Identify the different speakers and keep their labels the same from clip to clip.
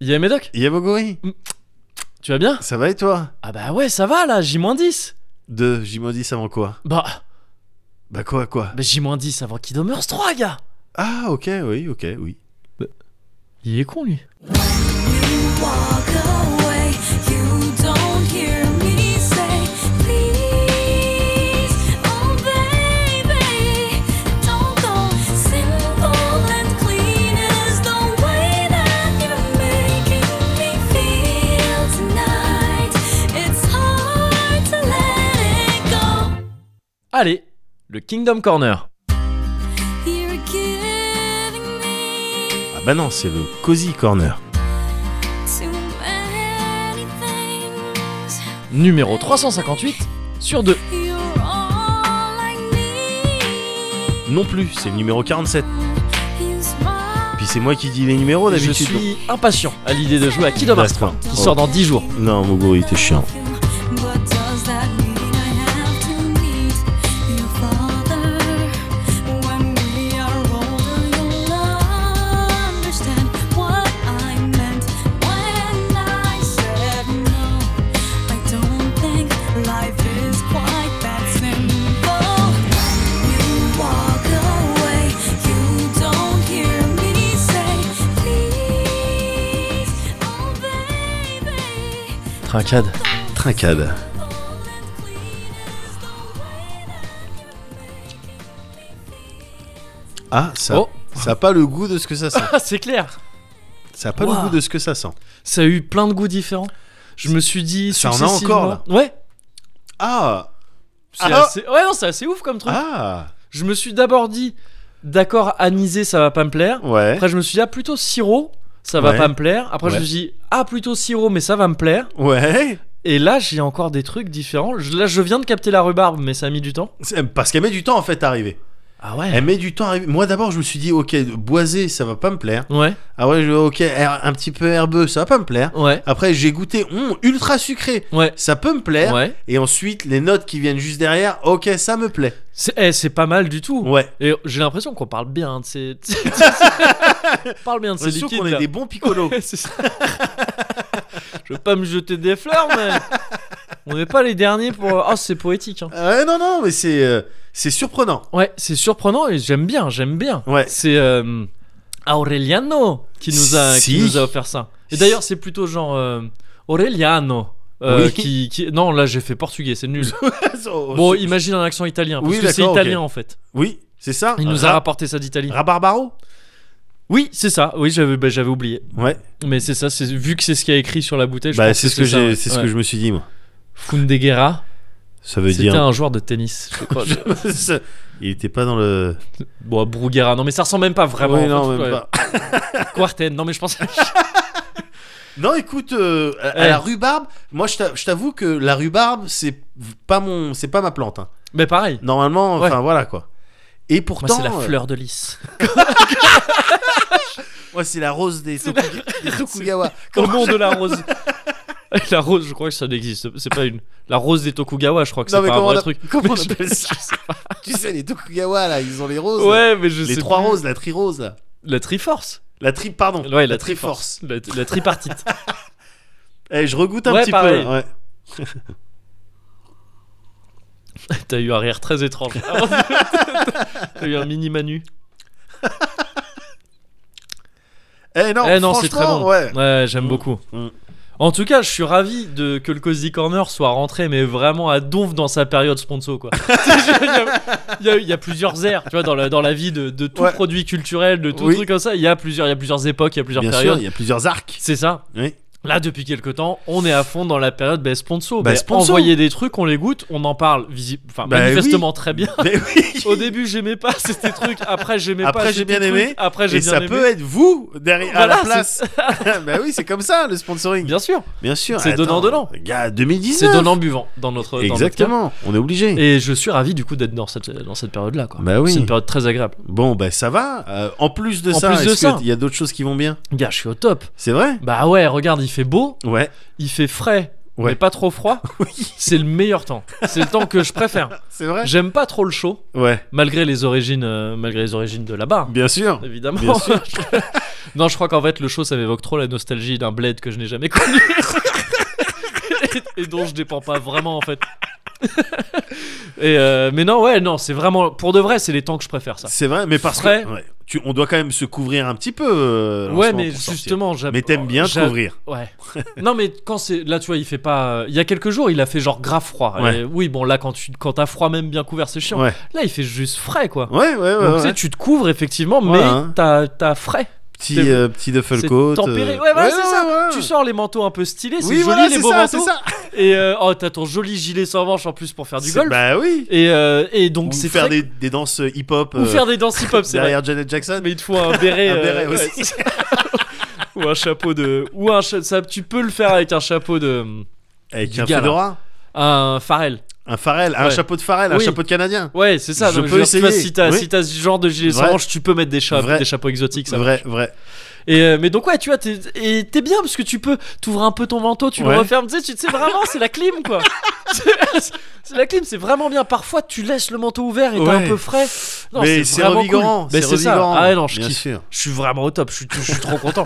Speaker 1: Yé Médoc,
Speaker 2: Yamogori,
Speaker 1: tu vas bien
Speaker 2: ça va et toi
Speaker 1: Ah bah ouais, ça va là, J-10
Speaker 2: De J-10 avant quoi
Speaker 1: Bah,
Speaker 2: Bah quoi, quoi
Speaker 1: bah J-10 avant Kidomers 3, gars
Speaker 2: Ah, ok, oui, ok, oui.
Speaker 1: Il est con lui.
Speaker 3: Walk away, you don't hear me say, please, oh baby, don't go simple and clean is the way that you're making me feel tonight. It's hard to let it go.
Speaker 1: Allez, le Kingdom Corner.
Speaker 3: You're giving me
Speaker 2: Ah bah non, c'est le Cozy Corner.
Speaker 3: too many things.
Speaker 1: Numéro 358 sur 2.
Speaker 3: You're all I need.
Speaker 2: Non plus, c'est le numéro 47.
Speaker 3: You smile.
Speaker 2: Puis c'est moi qui dis les numéros
Speaker 1: Je
Speaker 2: Oh, d'habitude. Oh.
Speaker 1: suis impatient à l'idée de jouer à Kidomers 3,
Speaker 2: D'accord.
Speaker 1: qui sort dans 10 jours.
Speaker 2: Non, Moguri, t'es chiant.
Speaker 3: What does that mean? I have to meet your father. When we are older, you'll understand what I meant when I said no. I don't think life is quite that simple. You walk away, you don't hear me say please, oh baby.
Speaker 1: Trincade.
Speaker 2: Trincade. Ah, ça,
Speaker 1: Oh,
Speaker 2: ça a pas le goût de ce que ça sent.
Speaker 1: ah, c'est clair
Speaker 2: Ça a pas
Speaker 1: Wow.
Speaker 2: le goût de ce que ça sent.
Speaker 1: Ça a eu plein de goûts différents. Je me suis dit.
Speaker 2: Ça en a encore, là.
Speaker 1: successivement- Ouais
Speaker 2: Ah
Speaker 1: c'est
Speaker 2: Ah.
Speaker 1: assez- Ouais, non, c'est assez ouf comme truc.
Speaker 2: Ah
Speaker 1: Je me suis d'abord dit, d'accord, anisé, ça va pas me plaire.
Speaker 2: Ouais.
Speaker 1: Après, je me suis dit, ah, plutôt sirop, ça va
Speaker 2: Ouais.
Speaker 1: pas me plaire. Après, je
Speaker 2: Ouais.
Speaker 1: me suis dit, ah, plutôt sirop, mais ça va me plaire.
Speaker 2: Ouais
Speaker 1: Et là, j'ai encore des trucs différents. Je- là, je viens de capter la rhubarbe, mais ça a mis du temps.
Speaker 2: C'est- Parce qu'elle met du temps en fait à arriver.
Speaker 1: Ah ouais
Speaker 2: Elle met du temps à arriver. Moi d'abord, je me suis dit, ok, boisé, ça va pas me plaire.
Speaker 1: Eh, Ouais,
Speaker 2: Ah ouais, je- ok, her- un petit peu herbeux, ça va pas me plaire.
Speaker 1: ouais,
Speaker 2: Après, j'ai goûté hum, ultra sucré,
Speaker 1: ouais.
Speaker 2: ça peut me plaire.
Speaker 1: Ouais,
Speaker 2: Et ensuite, les notes qui viennent juste derrière, ok, ça me plaît.
Speaker 1: c'est eh, c'est pas mal du tout.
Speaker 2: Ouais.
Speaker 1: Et j'ai l'impression qu'on parle bien de ces. On parle bien de ces
Speaker 2: C'est sûr
Speaker 1: liquides.
Speaker 2: qu'on est
Speaker 1: là.
Speaker 2: des bons picolos.
Speaker 1: C'est ça. je veux pas me jeter des fleurs, mais on n'est pas les derniers pour. Oh, c'est poétique. hein.
Speaker 2: Euh, non, non, mais c'est euh, c'est surprenant.
Speaker 1: Ouais, c'est surprenant et j'aime bien, j'aime bien.
Speaker 2: Ouais.
Speaker 1: C'est euh, Aureliano qui nous, a, qui
Speaker 2: Si.
Speaker 1: nous a offert ça. Et d'ailleurs, c'est plutôt genre euh, Aureliano. euh,
Speaker 2: Oui.
Speaker 1: qui, qui- Non, là j'ai fait portugais, c'est nul. bon,
Speaker 2: bon,
Speaker 1: imagine un accent italien, parce
Speaker 2: Oui,
Speaker 1: que c'est
Speaker 2: d'accord,
Speaker 1: italien
Speaker 2: ok. Ah.
Speaker 1: en fait.
Speaker 2: Oui, c'est ça.
Speaker 1: Il nous a rapporté ça d'Italie.
Speaker 2: Rabarbaro
Speaker 1: Oui, c'est ça, oui, j'avais bah, j'avais oublié.
Speaker 2: Ouais.
Speaker 1: Mais c'est ça, c'est- vu que c'est ce qu'il y a écrit sur la bouteille, je
Speaker 2: Bah,
Speaker 1: pense
Speaker 2: c'est ce que, j'ai,
Speaker 1: ça, ouais.
Speaker 2: c'est ce
Speaker 1: Ouais.
Speaker 2: que je me suis dit, moi.
Speaker 1: Fundeguera,
Speaker 2: Ça veut
Speaker 1: c'était
Speaker 2: dire.
Speaker 1: un joueur de tennis, je crois.
Speaker 2: Ça- Il était pas dans le.
Speaker 1: bon, Bruguera, non mais ça ressemble même pas vraiment.
Speaker 2: Oui,
Speaker 1: en
Speaker 2: non,
Speaker 1: fait,
Speaker 2: même
Speaker 1: ouais.
Speaker 2: pas.
Speaker 1: Quarten, non mais je pense.
Speaker 2: Non, écoute, euh, à, à
Speaker 1: Ouais.
Speaker 2: la rhubarbe, moi je t'a- je t'avoue que la rhubarbe, c'est pas mon, c'est pas ma plante. hein.
Speaker 1: mais pareil,
Speaker 2: Normalement,
Speaker 1: Ouais.
Speaker 2: enfin voilà quoi. Et
Speaker 1: moi
Speaker 2: pourtant,
Speaker 1: c'est la
Speaker 2: euh,
Speaker 1: fleur de lys.
Speaker 2: moi, c'est la rose des Tokugawa- des Tokugawa.
Speaker 1: Au
Speaker 2: Comment-
Speaker 1: nom de la rose. la rose, je crois que ça n'existe. C'est pas une. La rose des Tokugawa, je crois que c'est
Speaker 2: Non, mais
Speaker 1: pas un
Speaker 2: comment
Speaker 1: vrai
Speaker 2: on a-
Speaker 1: truc.
Speaker 2: comment on
Speaker 1: Mais je-
Speaker 2: appelle ça tu sais, les Tokugawa là, ils ont les roses. là.
Speaker 1: Ouais, mais je sais.
Speaker 2: les trois
Speaker 1: plus.
Speaker 2: roses, la tri-rose là.
Speaker 1: La Triforce.
Speaker 2: La tri, pardon.
Speaker 1: Ouais, la,
Speaker 2: triforce.
Speaker 1: La, la tripartite.
Speaker 2: Eh, je regoute un
Speaker 1: Ouais,
Speaker 2: petit
Speaker 1: pareil.
Speaker 2: peu. là, ouais.
Speaker 1: T'as eu un rire très étrange. T'as eu un mini Manu.
Speaker 2: Eh non,
Speaker 1: eh non, c'est
Speaker 2: franchement,
Speaker 1: très bon.
Speaker 2: Ouais.
Speaker 1: j'aime
Speaker 2: Mm.
Speaker 1: beaucoup.
Speaker 2: Mm.
Speaker 1: En tout cas, je suis ravi de que le Cozy Corner soit rentré, mais vraiment à donf dans sa période sponsor. Quoi. il, y a, il y a plusieurs ères, tu vois, dans la, dans la vie de, de tout
Speaker 2: Ouais.
Speaker 1: produit culturel, de tout
Speaker 2: Oui.
Speaker 1: truc comme ça. Il y a plusieurs, il y a plusieurs époques, il y a plusieurs
Speaker 2: Bien sûr,
Speaker 1: périodes.
Speaker 2: il y a plusieurs arcs.
Speaker 1: C'est ça.
Speaker 2: Oui.
Speaker 1: Là, depuis quelques temps, on est à fond dans la période bah, sponsor.
Speaker 2: Bah,
Speaker 1: Bah,
Speaker 2: sponsor.
Speaker 1: Envoyer des trucs, on les goûte, on en parle visi- enfin,
Speaker 2: Bah,
Speaker 1: manifestement très bien.
Speaker 2: Mais oui.
Speaker 1: Au début, j'aimais pas c'était trucs. Après, j'aimais pas.
Speaker 2: Après, j'ai
Speaker 1: c'était
Speaker 2: bien aimé.
Speaker 1: trucs. Après, j'ai
Speaker 2: Et
Speaker 1: bien
Speaker 2: ça
Speaker 1: aimé.
Speaker 2: peut être vous derrière à la
Speaker 1: Voilà,
Speaker 2: place. bah oui, c'est comme ça le sponsoring.
Speaker 1: Bien sûr,
Speaker 2: Bien sûr.
Speaker 1: C'est
Speaker 2: attends,
Speaker 1: donnant-donnant.
Speaker 2: Gars, 2019.
Speaker 1: c'est donnant buvant dans notre dans notre
Speaker 2: Exactement. On est obligé.
Speaker 1: cas. Et je suis ravi du coup d'être dans cette dans cette période là. Quoi.
Speaker 2: Bah oui.
Speaker 1: C'est une période très agréable.
Speaker 2: Bon, bah ça va. Euh, en plus de
Speaker 1: En
Speaker 2: ça,
Speaker 1: plus de
Speaker 2: est-ce
Speaker 1: ça.
Speaker 2: qu'il y a d'autres choses qui vont bien
Speaker 1: Gars, je suis au top.
Speaker 2: C'est vrai
Speaker 1: Bah ouais, regarde, il fait beau,
Speaker 2: Ouais.
Speaker 1: il fait frais.
Speaker 2: Ouais.
Speaker 1: mais pas trop froid, c'est le meilleur temps. C'est le temps que je préfère.
Speaker 2: C'est vrai
Speaker 1: J'aime pas trop le chaud,
Speaker 2: Ouais,
Speaker 1: malgré les origines, euh, malgré les origines de là-bas, hein.
Speaker 2: bien sûr.
Speaker 1: évidemment.
Speaker 2: Bien sûr.
Speaker 1: non, je crois qu'en fait le chaud ça m'évoque trop la nostalgie d'un bled que je n'ai jamais connu et, et dont je dépends pas vraiment en fait. et euh, mais non, ouais, non, c'est vraiment pour de vrai, c'est les temps que je préfère ça.
Speaker 2: C'est vrai, mais parce
Speaker 1: Frais.
Speaker 2: que ouais, tu, on doit quand même se couvrir un petit peu. euh, en ce
Speaker 1: Ouais,
Speaker 2: moment
Speaker 1: mais
Speaker 2: pour sortir.
Speaker 1: justement, j'aime.
Speaker 2: Mais t'aimes bien te
Speaker 1: j'aime-
Speaker 2: couvrir.
Speaker 1: Ouais. non, mais quand c'est. Là, tu vois, il fait pas. Il y a quelques jours, il a fait genre grave froid.
Speaker 2: Ouais.
Speaker 1: Et oui, bon, là, quand, tu... quand t'as froid, même bien couvert, c'est chiant.
Speaker 2: Ouais,
Speaker 1: Là, il fait juste frais, quoi.
Speaker 2: ouais, ouais. ouais,
Speaker 1: Donc,
Speaker 2: ouais.
Speaker 1: tu sais, tu te couvres, effectivement,
Speaker 2: Ouais,
Speaker 1: mais
Speaker 2: hein.
Speaker 1: t'as t'as frais.
Speaker 2: Petit,
Speaker 1: c'est-
Speaker 2: euh, petit Duffelcoat.
Speaker 1: c'est tempéré.
Speaker 2: euh,
Speaker 1: Ouais, voilà, c'est ça.
Speaker 2: ouais, ouais.
Speaker 1: Tu sors les manteaux un peu stylés, c'est
Speaker 2: Oui,
Speaker 1: joli,
Speaker 2: voilà,
Speaker 1: les
Speaker 2: c'est
Speaker 1: beaux
Speaker 2: ça, c'est
Speaker 1: manteaux.
Speaker 2: ça.
Speaker 1: Et euh, oh, t'as ton joli gilet sans manche en plus pour faire du
Speaker 2: C'est-
Speaker 1: golf.
Speaker 2: Bah oui.
Speaker 1: Et, euh, et
Speaker 2: Ou
Speaker 1: donc, c'est
Speaker 2: faire
Speaker 1: très-
Speaker 2: des, des danses hip-hop
Speaker 1: Ou
Speaker 2: euh,
Speaker 1: faire des danses hip-hop, c'est vrai.
Speaker 2: derrière Janet Jackson.
Speaker 1: Mais il te faut un béret.
Speaker 2: Un
Speaker 1: euh,
Speaker 2: béret
Speaker 1: ouais,
Speaker 2: aussi.
Speaker 1: c'est- Ou un chapeau de. Ou un cha- ça, tu peux le faire avec un chapeau de.
Speaker 2: Avec
Speaker 1: Du
Speaker 2: un
Speaker 1: gars, là.
Speaker 2: fedora.
Speaker 1: Un Farrell.
Speaker 2: Un Farrell, un
Speaker 1: Ouais.
Speaker 2: chapeau de Farrell, un
Speaker 1: Oui.
Speaker 2: chapeau de Canadien.
Speaker 1: Ouais, c'est ça.
Speaker 2: Je
Speaker 1: donc,
Speaker 2: peux
Speaker 1: veux dire, tu vois,
Speaker 2: essayer,
Speaker 1: Si t'as
Speaker 2: oui.
Speaker 1: si t'as ce genre de gilet sans
Speaker 2: Vrai.
Speaker 1: manche, tu peux mettre des, chapeaux-
Speaker 2: Vrai.
Speaker 1: des chapeaux exotiques. Ça.
Speaker 2: Vrai, vrai.
Speaker 1: Et euh, mais donc ouais, tu vois, t'es et t'es bien parce que tu peux t'ouvres un peu ton manteau, tu
Speaker 2: Ouais.
Speaker 1: le refermes, tu sais, tu sais vraiment, c'est la clim quoi. C'est- c'est la clim, c'est vraiment bien. Parfois, tu laisses le manteau ouvert et t'es
Speaker 2: Ouais.
Speaker 1: un peu frais. Non,
Speaker 2: mais c'est
Speaker 1: vraiment
Speaker 2: revigorant.
Speaker 1: cool. Mais
Speaker 2: c'est
Speaker 1: c'est ça.
Speaker 2: revigorant.
Speaker 1: Ah ouais, non, je
Speaker 2: bien
Speaker 1: kiffe.
Speaker 2: sûr.
Speaker 1: Je suis vraiment au top. Je suis, je suis trop content.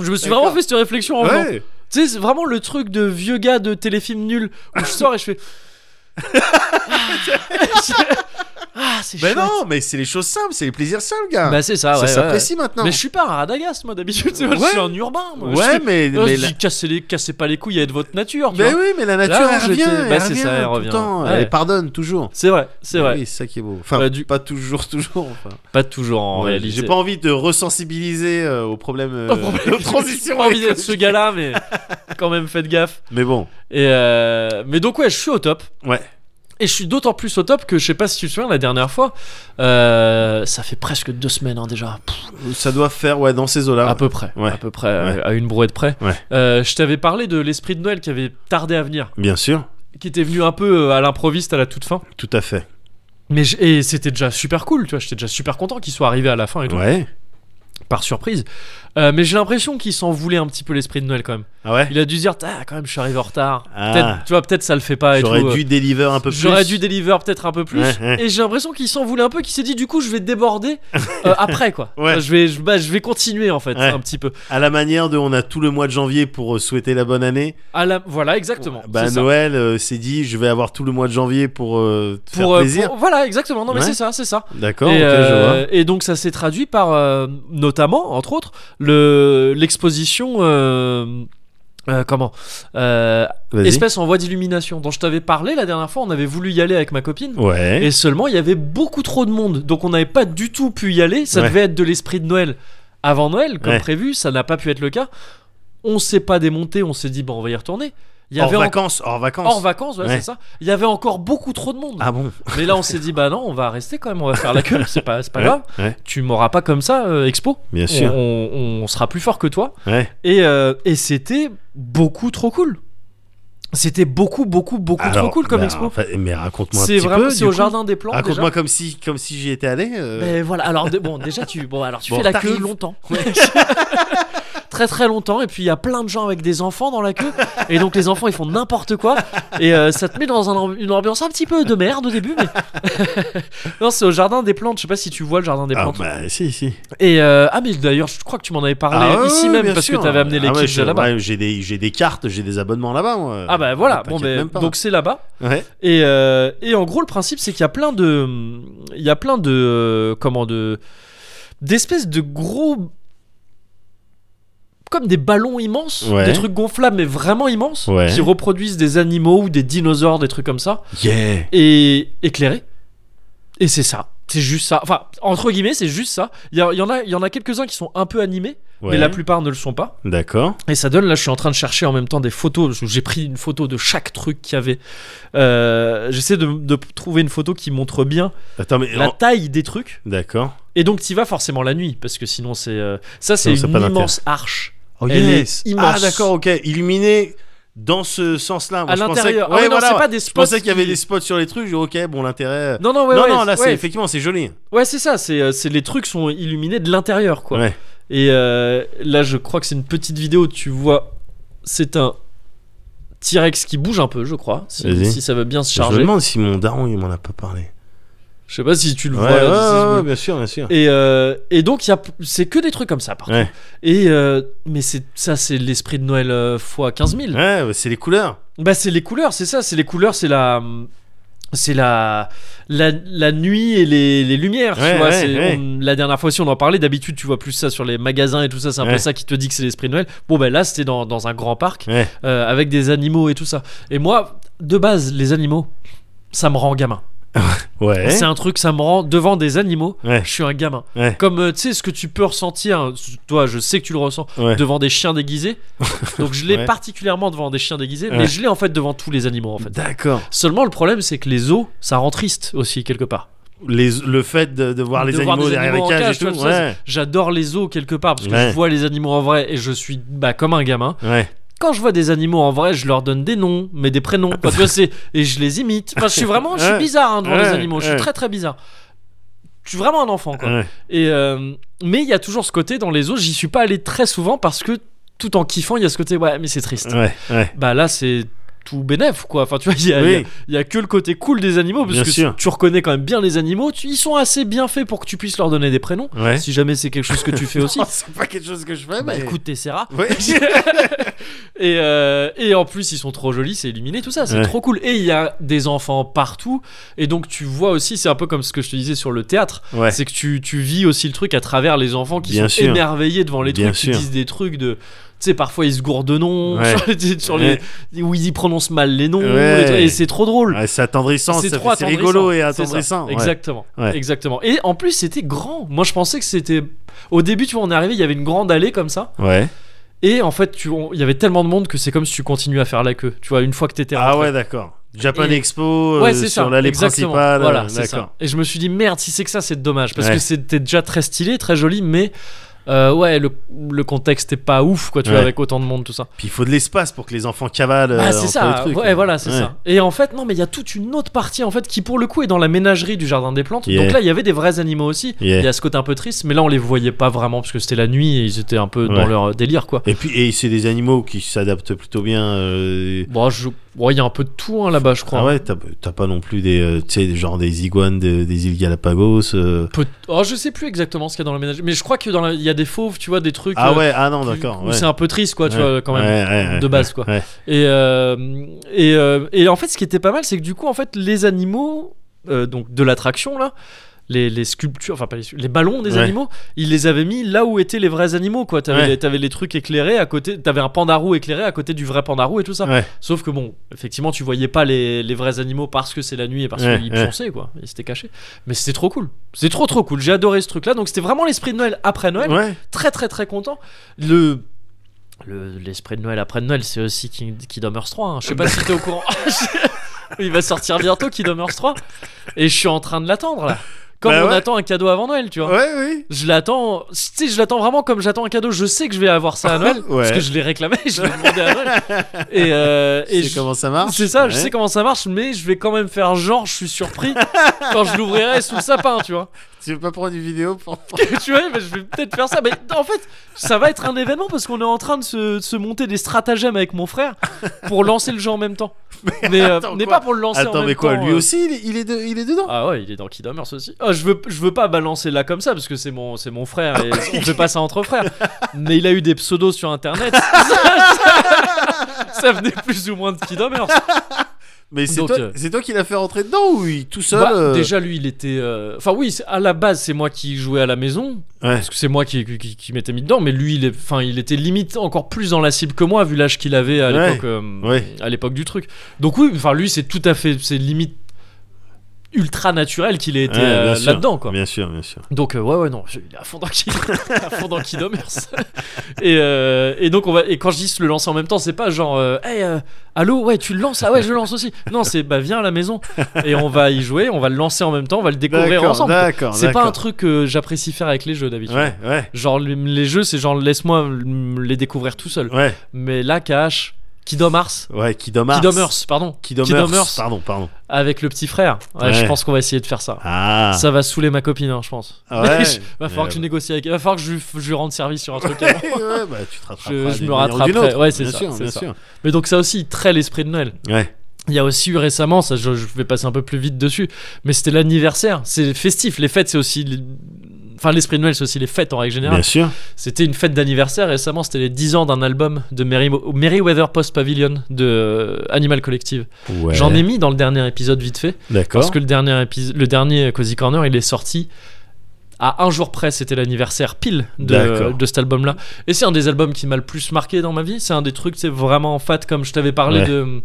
Speaker 1: Je me suis vraiment
Speaker 2: D'accord.
Speaker 1: fait cette réflexion en venant.
Speaker 2: Ouais.
Speaker 1: Tu sais, c'est vraiment le truc de vieux gars de téléfilm nul où je sors et je fais. ah, c'est
Speaker 2: Mais
Speaker 1: chouette.
Speaker 2: Ben non, mais c'est les choses simples, c'est les plaisirs simples, gars.
Speaker 1: Bah, c'est ça,
Speaker 2: ça
Speaker 1: ouais. ouais,
Speaker 2: s'apprécie
Speaker 1: ouais.
Speaker 2: maintenant.
Speaker 1: Mais je suis pas un radagast, moi, d'habitude. tu vois, Je
Speaker 2: Ouais.
Speaker 1: suis un urbain, moi. Je
Speaker 2: Ouais,
Speaker 1: suis-
Speaker 2: mais,
Speaker 1: Euh,
Speaker 2: mais
Speaker 1: je
Speaker 2: la-
Speaker 1: dis, cassez, les... cassez pas les couilles, de votre nature. tu
Speaker 2: mais
Speaker 1: vois.
Speaker 2: oui, mais la nature
Speaker 1: Là,
Speaker 2: elle
Speaker 1: où j'étais-
Speaker 2: revient, elle
Speaker 1: bah, c'est
Speaker 2: revient
Speaker 1: ça, elle
Speaker 2: tout
Speaker 1: revient.
Speaker 2: le temps,
Speaker 1: Ouais.
Speaker 2: elle pardonne toujours.
Speaker 1: C'est vrai, c'est vrai.
Speaker 2: Oui, c'est ça qui est beau. Enfin,
Speaker 1: Bah, du-
Speaker 2: pas toujours, toujours. Enfin,
Speaker 1: Pas toujours en
Speaker 2: ouais,
Speaker 1: réalité.
Speaker 2: j'ai pas envie de resensibiliser euh, au problème euh,
Speaker 1: Au problème,
Speaker 2: de transition.
Speaker 1: J'ai pas envie d'être
Speaker 2: écologique.
Speaker 1: ce gars-là, mais quand même, faites gaffe.
Speaker 2: Mais bon,
Speaker 1: Et euh, Mais donc, ouais, je suis au top.
Speaker 2: ouais.
Speaker 1: Et je suis d'autant plus au top que je sais pas si tu te souviens la dernière fois, euh, ça fait presque deux semaines hein, déjà, Pff,
Speaker 2: Ça doit faire ouais dans ces eaux-là.
Speaker 1: à peu près,
Speaker 2: Ah, Ouais.
Speaker 1: à peu près, euh,
Speaker 2: Ouais.
Speaker 1: à une brouette près.
Speaker 2: Ouais.
Speaker 1: Euh, je t'avais parlé de l'esprit de Noël qui avait tardé à venir,
Speaker 2: Bien sûr,
Speaker 1: qui était venu un peu euh, à l'improviste à la toute fin.
Speaker 2: tout à fait.
Speaker 1: Mais j- et c'était déjà super cool, tu vois, j'étais déjà super content qu'il soit arrivé à la fin et tout,
Speaker 2: Ouais.
Speaker 1: par surprise. Euh, mais j'ai l'impression qu'il s'en voulait un petit peu l'esprit de Noël quand même.
Speaker 2: Ah ouais.
Speaker 1: Il a dû se dire, ah quand même, je suis arrivé en retard.
Speaker 2: Ah.
Speaker 1: Peut-être- tu vois, peut-être ça le fait pas. et
Speaker 2: J'aurais
Speaker 1: tout, euh.
Speaker 2: dû deliver un peu plus.
Speaker 1: J'aurais dû deliver peut-être un peu plus.
Speaker 2: Ouais, ouais.
Speaker 1: Et j'ai l'impression qu'il s'en voulait un peu, qu'il s'est dit du coup je vais déborder euh, après quoi.
Speaker 2: Ouais.
Speaker 1: Je vais, je, bah, je vais continuer en fait
Speaker 2: Ouais.
Speaker 1: un petit peu.
Speaker 2: À la manière de, on a tout le mois de janvier pour euh, souhaiter la bonne année.
Speaker 1: À la, voilà exactement.
Speaker 2: Bah
Speaker 1: c'est ça.
Speaker 2: Noël euh, s'est dit, je vais avoir tout le mois de janvier pour euh, te
Speaker 1: Pour,
Speaker 2: faire
Speaker 1: euh,
Speaker 2: plaisir.
Speaker 1: pour- voilà exactement. Non mais
Speaker 2: Ouais.
Speaker 1: c'est ça, c'est ça.
Speaker 2: D'accord.
Speaker 1: et,
Speaker 2: ok,
Speaker 1: euh, et donc ça s'est traduit par euh, notamment entre autres le l'exposition. euh, euh, comment Euh,
Speaker 2: je vois. Vas-y.
Speaker 1: Espèce en voie d'illumination dont je t'avais parlé la dernière fois. On avait voulu y aller avec ma copine.
Speaker 2: Ouais.
Speaker 1: Et seulement, il y avait beaucoup trop de monde. Donc, on n'avait pas du tout pu y aller. Ça
Speaker 2: Ouais.
Speaker 1: devait être de l'esprit de Noël avant Noël, comme
Speaker 2: Ouais.
Speaker 1: prévu. Ça n'a pas pu être le cas. On s'est pas démonté. On s'est dit, bon, on va y retourner. Il y
Speaker 2: hors,
Speaker 1: avait en-
Speaker 2: vacances, hors vacances.
Speaker 1: hors vacances, ouais,
Speaker 2: Ouais.
Speaker 1: c'est ça. Il y avait encore beaucoup trop de monde.
Speaker 2: Ah bon
Speaker 1: Mais là, on s'est dit, bah non, on va rester quand même. On va faire la queue. C'est pas, c'est pas grave.
Speaker 2: Ouais.
Speaker 1: Tu m'auras pas comme ça, euh, Expo.
Speaker 2: Bien
Speaker 1: On,
Speaker 2: sûr.
Speaker 1: on- on sera plus fort que toi.
Speaker 2: Ouais.
Speaker 1: Et, euh, et c'était beaucoup trop cool. C'était beaucoup, beaucoup, beaucoup trop
Speaker 2: Alors,
Speaker 1: cool comme
Speaker 2: bah,
Speaker 1: Expo.
Speaker 2: en fait, mais raconte-moi un
Speaker 1: C'est
Speaker 2: petit
Speaker 1: vraiment
Speaker 2: peu.
Speaker 1: c'est
Speaker 2: du
Speaker 1: au
Speaker 2: coup. Ah,
Speaker 1: jardin des plans. déjà. Bah,
Speaker 2: Raconte-moi comme si, comme si j'y étais allé. euh,
Speaker 1: Mais voilà, alors de- bon, déjà tu bon alors tu
Speaker 2: Bon,
Speaker 1: fais la queue
Speaker 2: t'arrives.
Speaker 1: longtemps. très très longtemps et puis il y a plein de gens avec des enfants dans la queue et donc les enfants ils font n'importe quoi et euh, ça te met dans un ambi- une ambiance un petit peu de merde au début mais non c'est au jardin des plantes je sais pas si tu vois le jardin des
Speaker 2: Ah
Speaker 1: plantes
Speaker 2: bah si si.
Speaker 1: et euh, ah mais d'ailleurs je crois que tu m'en avais parlé
Speaker 2: Ah ouais,
Speaker 1: ici
Speaker 2: ouais,
Speaker 1: même
Speaker 2: bien
Speaker 1: parce
Speaker 2: sûr.
Speaker 1: que t'avais amené les
Speaker 2: Ah ouais,
Speaker 1: kids
Speaker 2: je-
Speaker 1: là-bas
Speaker 2: ouais, j'ai des j'ai des cartes, j'ai des abonnements là-bas moi.
Speaker 1: ah bah voilà bon
Speaker 2: T'inquiète
Speaker 1: mais
Speaker 2: même pas.
Speaker 1: donc c'est là-bas
Speaker 2: Ouais.
Speaker 1: Et, euh, et en gros, le principe, c'est qu'il y a plein de. Il y a plein de. euh, Comment de. D'espèces de gros. Comme des ballons immenses,
Speaker 2: Ouais.
Speaker 1: des trucs gonflables, mais vraiment immenses,
Speaker 2: Ouais.
Speaker 1: qui reproduisent des animaux ou des dinosaures, des trucs comme ça,
Speaker 2: Yeah.
Speaker 1: et éclairés. Et c'est ça. C'est juste ça. Enfin, entre guillemets, c'est juste ça. Il y, a- il y en a, il y en a quelques-uns qui sont un peu animés, mais
Speaker 2: Ouais.
Speaker 1: la plupart ne le sont pas.
Speaker 2: D'accord.
Speaker 1: Et ça donne, là je suis en train de chercher en même temps des photos, parce que j'ai pris une photo de chaque truc qu'il y avait. Euh, J'essaie de, de trouver une photo qui montre bien
Speaker 2: Attends mais
Speaker 1: la
Speaker 2: en-
Speaker 1: taille des trucs.
Speaker 2: d'accord.
Speaker 1: Et donc tu vas forcément la nuit, parce que sinon c'est... euh, Ça c'est
Speaker 2: Sinon, c'est
Speaker 1: une
Speaker 2: pas d'intérêt.
Speaker 1: immense arche.
Speaker 2: Oh,
Speaker 1: Elle
Speaker 2: yes.
Speaker 1: est immense.
Speaker 2: Ah d'accord, ok. Illuminé dans ce sens-là. Moi,
Speaker 1: à
Speaker 2: je pensais que-
Speaker 1: l'intérieur. Ah
Speaker 2: Ouais,
Speaker 1: ouais, non,
Speaker 2: voilà,
Speaker 1: c'est
Speaker 2: ouais.
Speaker 1: pas des spots.
Speaker 2: Je pensais qu'il y avait
Speaker 1: qui-
Speaker 2: des spots sur les trucs. Je dis, ok, bon l'intérêt.
Speaker 1: Non, non, ouais,
Speaker 2: non
Speaker 1: ouais,
Speaker 2: non, là c'est
Speaker 1: ouais,
Speaker 2: effectivement c'est joli.
Speaker 1: ouais, c'est ça, c'est euh, c'est- les trucs sont illuminés de l'intérieur, quoi.
Speaker 2: Ouais.
Speaker 1: Et euh, là, je crois que c'est une petite vidéo, tu vois, c'est un T-Rex qui bouge un peu, je crois, si,
Speaker 2: Vas-y.
Speaker 1: si ça veut bien se
Speaker 2: Je me
Speaker 1: charger. Je,
Speaker 2: demande si mon daron il m'en a pas parlé.
Speaker 1: sais pas si tu le
Speaker 2: Ouais,
Speaker 1: vois. là,
Speaker 2: ouais,
Speaker 1: this is
Speaker 2: ouais,
Speaker 1: me.
Speaker 2: ouais, bien sûr, bien sûr.
Speaker 1: Et, euh, et donc, il y a- c'est que des trucs comme ça, par
Speaker 2: Ouais.
Speaker 1: Et euh, mais c'est ça, c'est l'esprit de Noël euh, fois 15 000.
Speaker 2: Ouais, ouais, c'est les couleurs.
Speaker 1: Bah c'est les couleurs, c'est ça, c'est les couleurs, c'est la c'est la, la la nuit et les, les lumières
Speaker 2: Ouais,
Speaker 1: tu vois
Speaker 2: ouais,
Speaker 1: c'est-
Speaker 2: ouais.
Speaker 1: on- la dernière fois si on en parlait d'habitude tu vois plus ça sur les magasins et tout ça c'est un peu
Speaker 2: Ouais.
Speaker 1: ça qui te dit que c'est l'esprit de Noël bon ben là c'était dans, dans un grand parc
Speaker 2: Ouais.
Speaker 1: euh, avec des animaux et tout ça et moi de base les animaux ça me rend gamin
Speaker 2: Ouais.
Speaker 1: c'est un truc ça me rend devant des animaux
Speaker 2: Eh Ouais.
Speaker 1: je suis un gamin
Speaker 2: Ouais.
Speaker 1: comme euh, tu sais ce que tu peux ressentir hein, toi je sais que tu le ressens
Speaker 2: Ouais.
Speaker 1: devant des chiens déguisés. Donc je l'ai
Speaker 2: Ouais.
Speaker 1: particulièrement devant des chiens déguisés, mais
Speaker 2: Ouais.
Speaker 1: je l'ai en fait devant tous les animaux en fait.
Speaker 2: D'accord.
Speaker 1: Seulement le problème c'est que les zoos, ça rend triste aussi quelque part.
Speaker 2: Les- le fait de, de voir les
Speaker 1: De
Speaker 2: animaux
Speaker 1: voir des
Speaker 2: derrière
Speaker 1: animaux en
Speaker 2: les cages
Speaker 1: cage,
Speaker 2: et
Speaker 1: tu
Speaker 2: tout.
Speaker 1: vois, ça,
Speaker 2: Ouais.
Speaker 1: J'adore les zoos quelque part parce que
Speaker 2: Ouais.
Speaker 1: je vois les animaux en vrai et je suis bah, comme un gamin.
Speaker 2: Ouais.
Speaker 1: Quand je vois des animaux en vrai, je leur donne des noms, mais des prénoms. Enfin, tu vois, c'est- et je les imite. Enfin, je suis vraiment, je suis
Speaker 2: Ouais.
Speaker 1: bizarre hein, devant les
Speaker 2: Ouais,
Speaker 1: animaux. Je suis
Speaker 2: ouais.
Speaker 1: très très bizarre. Je suis vraiment un enfant quoi.
Speaker 2: Ouais.
Speaker 1: Et euh, mais il y a toujours ce côté dans les zoos. J'y suis pas allé très souvent parce que tout en kiffant, il y a ce côté ouais, mais c'est triste.
Speaker 2: Ouais. Ouais.
Speaker 1: bah là c'est tout bénef quoi enfin tu vois il y, a- il y a-
Speaker 2: Oui.
Speaker 1: il y a que le côté cool des animaux parce
Speaker 2: Bien
Speaker 1: que
Speaker 2: sûr.
Speaker 1: tu reconnais quand même bien les animaux tu- ils sont assez bien faits pour que tu puisses leur donner des prénoms
Speaker 2: Ouais.
Speaker 1: si jamais c'est quelque chose que tu fais aussi
Speaker 2: Non, c'est pas quelque chose que je fais,
Speaker 1: bah
Speaker 2: mais.
Speaker 1: écoute t'essaieras
Speaker 2: Ouais.
Speaker 1: et, euh, et en plus ils sont trop jolis c'est illuminé tout ça c'est
Speaker 2: Ouais.
Speaker 1: trop cool et il y a des enfants partout et donc tu vois aussi c'est un peu comme ce que je te disais sur le théâtre
Speaker 2: Ouais.
Speaker 1: c'est que tu, tu vis aussi le truc à travers les enfants qui
Speaker 2: Bien
Speaker 1: sont
Speaker 2: sûr.
Speaker 1: émerveillés devant les
Speaker 2: Bien
Speaker 1: trucs, qui
Speaker 2: sûr.
Speaker 1: disent des trucs de. Tu sais, parfois ils se gourdonnent,
Speaker 2: Ouais.
Speaker 1: sur les- sur
Speaker 2: Ouais.
Speaker 1: les, où ils y prononcent mal les noms,
Speaker 2: Ouais.
Speaker 1: les trucs, et c'est trop drôle.
Speaker 2: Ouais, c'est attendrissant,
Speaker 1: c'est
Speaker 2: ça
Speaker 1: trop
Speaker 2: fait- c'est
Speaker 1: attendrissant.
Speaker 2: rigolo et
Speaker 1: C'est ça,
Speaker 2: attendrissant. ouais.
Speaker 1: Exactement.
Speaker 2: Ouais.
Speaker 1: Exactement. Et en plus, c'était grand. Moi, je pensais que c'était. Au début, tu vois, on est arrivé, il y avait une grande allée comme ça.
Speaker 2: Ouais.
Speaker 1: Et en fait, tu... on- il y avait tellement de monde que c'est comme si tu continues à faire la queue. Tu vois, une fois que t'étais
Speaker 2: Ah
Speaker 1: rentré.
Speaker 2: ouais, d'accord. Japan
Speaker 1: Et-
Speaker 2: Expo, euh,
Speaker 1: Ouais, c'est ça.
Speaker 2: sur l'allée
Speaker 1: exactement.
Speaker 2: principale.
Speaker 1: Voilà,
Speaker 2: euh,
Speaker 1: c'est ça.
Speaker 2: d'accord.
Speaker 1: Et je me suis dit, merde, si c'est que ça, c'est dommage. Parce
Speaker 2: Ouais.
Speaker 1: que c'était déjà très stylé, très joli, mais euh, ouais, le, le contexte est pas ouf, quoi, tu vois,
Speaker 2: Ouais.
Speaker 1: avec autant de monde, tout ça.
Speaker 2: Puis il faut de l'espace pour que les enfants cavalent.
Speaker 1: ah,
Speaker 2: euh,
Speaker 1: c'est
Speaker 2: entre
Speaker 1: ça.
Speaker 2: les trucs,
Speaker 1: ouais,
Speaker 2: hein.
Speaker 1: voilà, c'est
Speaker 2: Ouais.
Speaker 1: ça. Et en fait, non, mais il y a toute une autre partie, en fait, qui pour le coup est dans la ménagerie du jardin des plantes.
Speaker 2: Yeah.
Speaker 1: Donc là, il y avait des vrais animaux aussi. Il
Speaker 2: Yeah.
Speaker 1: y a ce côté un peu triste, mais là, on les voyait pas vraiment parce que c'était la nuit et ils étaient un peu dans
Speaker 2: Ouais.
Speaker 1: leur euh, délire, quoi.
Speaker 2: Et puis, et c'est des animaux qui s'adaptent plutôt bien. euh,
Speaker 1: Bon, je... ouais, il y a un peu de tout hein, là-bas, je crois.
Speaker 2: Ah ouais, t'as t'as pas non plus des, euh, tu sais, des- genre des iguanes de- des îles Galapagos. euh.
Speaker 1: Peut- Oh, je sais plus exactement ce qu'il y a dans la ménagerie, mais je crois que dans la- il y a des fauves, tu vois, des trucs.
Speaker 2: Ah
Speaker 1: euh,
Speaker 2: ouais, ah non,
Speaker 1: Puis,
Speaker 2: d'accord.
Speaker 1: où
Speaker 2: ouais.
Speaker 1: c'est un peu triste quoi tu
Speaker 2: Ouais.
Speaker 1: vois quand même
Speaker 2: Ouais, ouais, ouais,
Speaker 1: de base,
Speaker 2: ouais,
Speaker 1: quoi.
Speaker 2: ouais.
Speaker 1: et euh, et, euh, et en fait ce qui était pas mal c'est que du coup en fait les animaux euh, donc de l'attraction là les, les sculptures, enfin pas les, sculptures, les ballons des
Speaker 2: Ouais.
Speaker 1: animaux, ils les avaient mis là où étaient les vrais animaux quoi. T'avais
Speaker 2: Ouais.
Speaker 1: les- t'avais les trucs éclairés à côté, t'avais un pandarou éclairé à côté du vrai pandarou et tout ça.
Speaker 2: Ouais.
Speaker 1: Sauf que bon, effectivement tu voyais pas les, les vrais animaux parce que c'est la nuit et parce
Speaker 2: Ouais,
Speaker 1: qu'ils
Speaker 2: ouais.
Speaker 1: pensaient quoi, ils s'étaient cachés. Mais c'était trop cool, c'est trop trop cool, j'ai adoré ce truc là. Donc c'était vraiment l'esprit de Noël après Noël
Speaker 2: Ouais.
Speaker 1: très très très content. Le le- l'esprit de Noël après Noël, c'est aussi King- Kingdom Hearts 3. hein. Je sais pas si t'es au courant. Il va sortir bientôt Kingdom Hearts 3 et je suis en train de l'attendre là. Comme
Speaker 2: Bah
Speaker 1: on
Speaker 2: ouais.
Speaker 1: attend un cadeau avant Noël, tu vois.
Speaker 2: Ouais, oui.
Speaker 1: Je l'attends, tu sais, je l'attends vraiment comme j'attends un cadeau. Je sais que je vais avoir ça à Noël
Speaker 2: Ouais.
Speaker 1: parce que je l'ai réclamé, je l'ai demandé à Noël. Et, euh, et
Speaker 2: Et
Speaker 1: je-
Speaker 2: comment ça marche
Speaker 1: c'est ça, je
Speaker 2: Ouais.
Speaker 1: sais comment ça marche, mais je vais quand même faire genre, je suis surpris quand je l'ouvrirai sous le sapin, tu vois
Speaker 2: Tu veux pas prendre une vidéo pour.
Speaker 1: tu vois, bah, je vais peut-être faire ça. Mais en fait, ça va être un événement parce qu'on est en train de se, de se monter des stratagèmes avec mon frère pour lancer le jeu en même temps. Mais, euh,
Speaker 2: attends,
Speaker 1: n'est
Speaker 2: quoi
Speaker 1: pas pour le lancer en
Speaker 2: Attends,
Speaker 1: même
Speaker 2: mais quoi
Speaker 1: temps,
Speaker 2: Lui
Speaker 1: euh.
Speaker 2: aussi, il est, il est de- il est dedans
Speaker 1: Ah ouais, il est dans Kingdom Hearts aussi. Ah, je veux, je veux pas balancer là comme ça parce que c'est mon, c'est mon frère et on fait pas ça entre frères. Mais il a eu des pseudos sur internet. ça, ça- ça venait plus ou moins de Kingdom Hearts.
Speaker 2: Mais c'est
Speaker 1: Donc,
Speaker 2: toi,
Speaker 1: euh,
Speaker 2: c'est toi qui l'as fait rentrer dedans ou il, tout seul
Speaker 1: Bah,
Speaker 2: euh,
Speaker 1: Déjà, lui, il était. euh, Enfin, oui, c'est- à la base, c'est moi qui jouais à la maison.
Speaker 2: Ouais.
Speaker 1: Parce que c'est moi qui, qui, qui- qui m'étais mis dedans. Mais lui, il, est, enfin, il était limite encore plus dans la cible que moi, vu l'âge qu'il avait à
Speaker 2: Ouais.
Speaker 1: l'époque euh,
Speaker 2: Ouais.
Speaker 1: à l'époque du truc. Donc, oui, enfin, lui, c'est tout à fait. C'est limite ultra naturel qu'il ait été
Speaker 2: Ouais, bien
Speaker 1: euh,
Speaker 2: sûr.
Speaker 1: là-dedans, quoi.
Speaker 2: Bien sûr, bien sûr.
Speaker 1: Donc euh, ouais ouais non, je- il est à fond dans qui à fond dans Kingdom Hearts. et, euh, et donc on va et quand je dis se le lancer en même temps, c'est pas genre euh, hey euh, allô ouais tu le lances ah ouais je le lance aussi. Non c'est bah viens à la maison et on va y jouer, on va le lancer en même temps, on va le découvrir
Speaker 2: D'accord,
Speaker 1: ensemble. quoi.
Speaker 2: d'accord.
Speaker 1: C'est pas un
Speaker 2: d'accord.
Speaker 1: truc que j'apprécie faire avec les jeux d'habitude.
Speaker 2: Ouais, ouais.
Speaker 1: Genre les, les jeux c'est genre laisse-moi mm, les découvrir tout seul.
Speaker 2: Ouais,
Speaker 1: Mais là Cash Kidomars.
Speaker 2: Ouais, Kidomars.
Speaker 1: Kidomers, pardon.
Speaker 2: Kidomers. Pardon, pardon.
Speaker 1: Avec le petit frère. Ouais,
Speaker 2: Ouais.
Speaker 1: Je pense qu'on va essayer de faire ça.
Speaker 2: Ah.
Speaker 1: Ça va saouler ma copine, hein, je pense.
Speaker 2: Ouais.
Speaker 1: va falloir
Speaker 2: Ouais,
Speaker 1: que je
Speaker 2: bah.
Speaker 1: négocie avec elle. Va falloir que je, lui f- je lui rende service sur un truc.
Speaker 2: Ouais, ouais, bah, tu te
Speaker 1: Je-
Speaker 2: rattraperas
Speaker 1: je
Speaker 2: d'une
Speaker 1: me
Speaker 2: manière ou
Speaker 1: rattraperai.
Speaker 2: d'une autre.
Speaker 1: Ouais, c'est
Speaker 2: Bien
Speaker 1: ça,
Speaker 2: sûr,
Speaker 1: c'est
Speaker 2: bien
Speaker 1: ça.
Speaker 2: sûr.
Speaker 1: Mais donc ça aussi, il traite l'esprit de Noël.
Speaker 2: Ouais.
Speaker 1: Il y a aussi eu récemment, ça je, je vais passer un peu plus vite dessus, mais c'était l'anniversaire. C'est festif. Les fêtes, c'est aussi. les- Enfin, l'esprit de Noël, c'est aussi les fêtes en règle générale.
Speaker 2: Bien sûr.
Speaker 1: C'était une fête d'anniversaire. Récemment, c'était les 10 ans d'un album de Merry- Merryweather Post Pavilion de euh, Animal Collective.
Speaker 2: Ouais.
Speaker 1: J'en ai mis dans le dernier épisode vite fait. Parce
Speaker 2: D'accord.
Speaker 1: que le dernier, épisode, le dernier Cozy Corner, il est sorti à un jour près, c'était l'anniversaire pile de,
Speaker 2: D'accord.
Speaker 1: de cet album-là. Et c'est un des albums qui m'a le plus marqué dans ma vie. C'est un des trucs, c'est vraiment en fat, comme je t'avais parlé
Speaker 2: Ouais.
Speaker 1: de,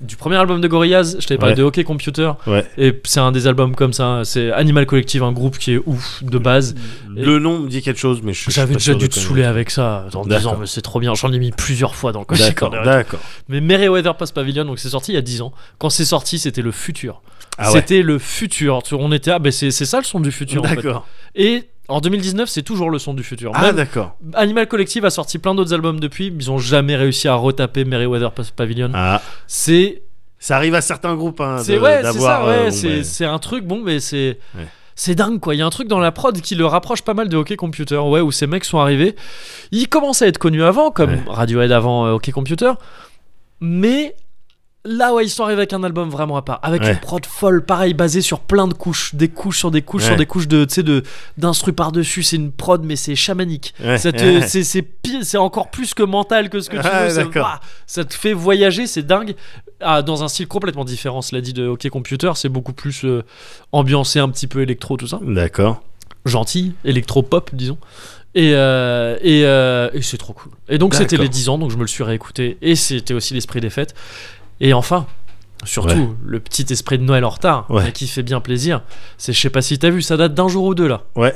Speaker 1: du premier album de Gorillaz, je t'avais parlé
Speaker 2: Ouais.
Speaker 1: de Hockey Computer.
Speaker 2: Ouais.
Speaker 1: Et c'est un des albums comme ça. C'est Animal Collective, un groupe qui est ouf de base.
Speaker 2: Le nom me dit quelque chose, mais je je suis
Speaker 1: J'avais
Speaker 2: pas
Speaker 1: déjà
Speaker 2: sûr
Speaker 1: dû
Speaker 2: de
Speaker 1: te saouler avec ça en disant,
Speaker 2: D'accord.
Speaker 1: mais c'est trop bien. J'en ai mis plusieurs fois dans le
Speaker 2: connaître.
Speaker 1: Cozy
Speaker 2: D'accord,
Speaker 1: Corner.
Speaker 2: d'accord.
Speaker 1: Mais Merryweather Post Pavilion, donc c'est sorti il y a 10 ans. Quand c'est sorti, c'était le futur.
Speaker 2: Ah ouais.
Speaker 1: C'était le futur. Tu- On était ah ben c'est c'est ça le son du futur. en fait.
Speaker 2: D'accord.
Speaker 1: Et en 2019, c'est toujours le son du futur.
Speaker 2: Ah
Speaker 1: Même
Speaker 2: d'accord.
Speaker 1: Animal Collective a sorti plein d'autres albums depuis. mais Ils ont jamais réussi à retaper Merryweather Post Pavilion.
Speaker 2: Ah,
Speaker 1: C'est
Speaker 2: ça arrive à certains groupes hein,
Speaker 1: c'est
Speaker 2: de-
Speaker 1: ouais c'est
Speaker 2: d'avoir.
Speaker 1: ça ouais
Speaker 2: euh, bon,
Speaker 1: c'est
Speaker 2: bah,
Speaker 1: c'est un truc bon mais c'est
Speaker 2: Ouais.
Speaker 1: c'est dingue quoi. Il y a un truc dans la prod qui le rapproche pas mal de Hockey Computer ouais où ces mecs sont arrivés. Ils commençaient à être connus avant comme
Speaker 2: Ouais.
Speaker 1: Radiohead avant euh, Hockey Computer, mais Là ouais ils sont arrivés avec un album vraiment à part, avec
Speaker 2: Ouais.
Speaker 1: une prod folle, pareil basée sur plein de couches, des couches sur des couches sur
Speaker 2: Ouais.
Speaker 1: des couches de tu sais de d'instru par dessus. C'est une prod mais c'est chamanique.
Speaker 2: ouais,
Speaker 1: Ça te-
Speaker 2: ouais.
Speaker 1: c'est, c'est pire- c'est encore plus que mental que ce que tu
Speaker 2: Ah,
Speaker 1: veux. Ça,
Speaker 2: d'accord.
Speaker 1: ah, ça te fait voyager, c'est dingue. Ah, dans un style complètement différent, cela dit, de Hockey Computer, c'est beaucoup plus euh, ambiancé, un petit peu électro, tout ça.
Speaker 2: D'accord.
Speaker 1: Gentil, électro-pop, disons. Et, euh, et, euh, et c'est trop cool. Et donc, c'était
Speaker 2: D'accord.
Speaker 1: les 10 ans, donc je me le suis réécouté. Et c'était aussi l'esprit des fêtes. Et enfin. Surtout,
Speaker 2: Ouais.
Speaker 1: le petit esprit de Noël en retard,
Speaker 2: Ouais.
Speaker 1: mais qui fait bien plaisir. C'est, je sais pas si t'as vu, ça date d'un jour ou deux là.
Speaker 2: Ouais.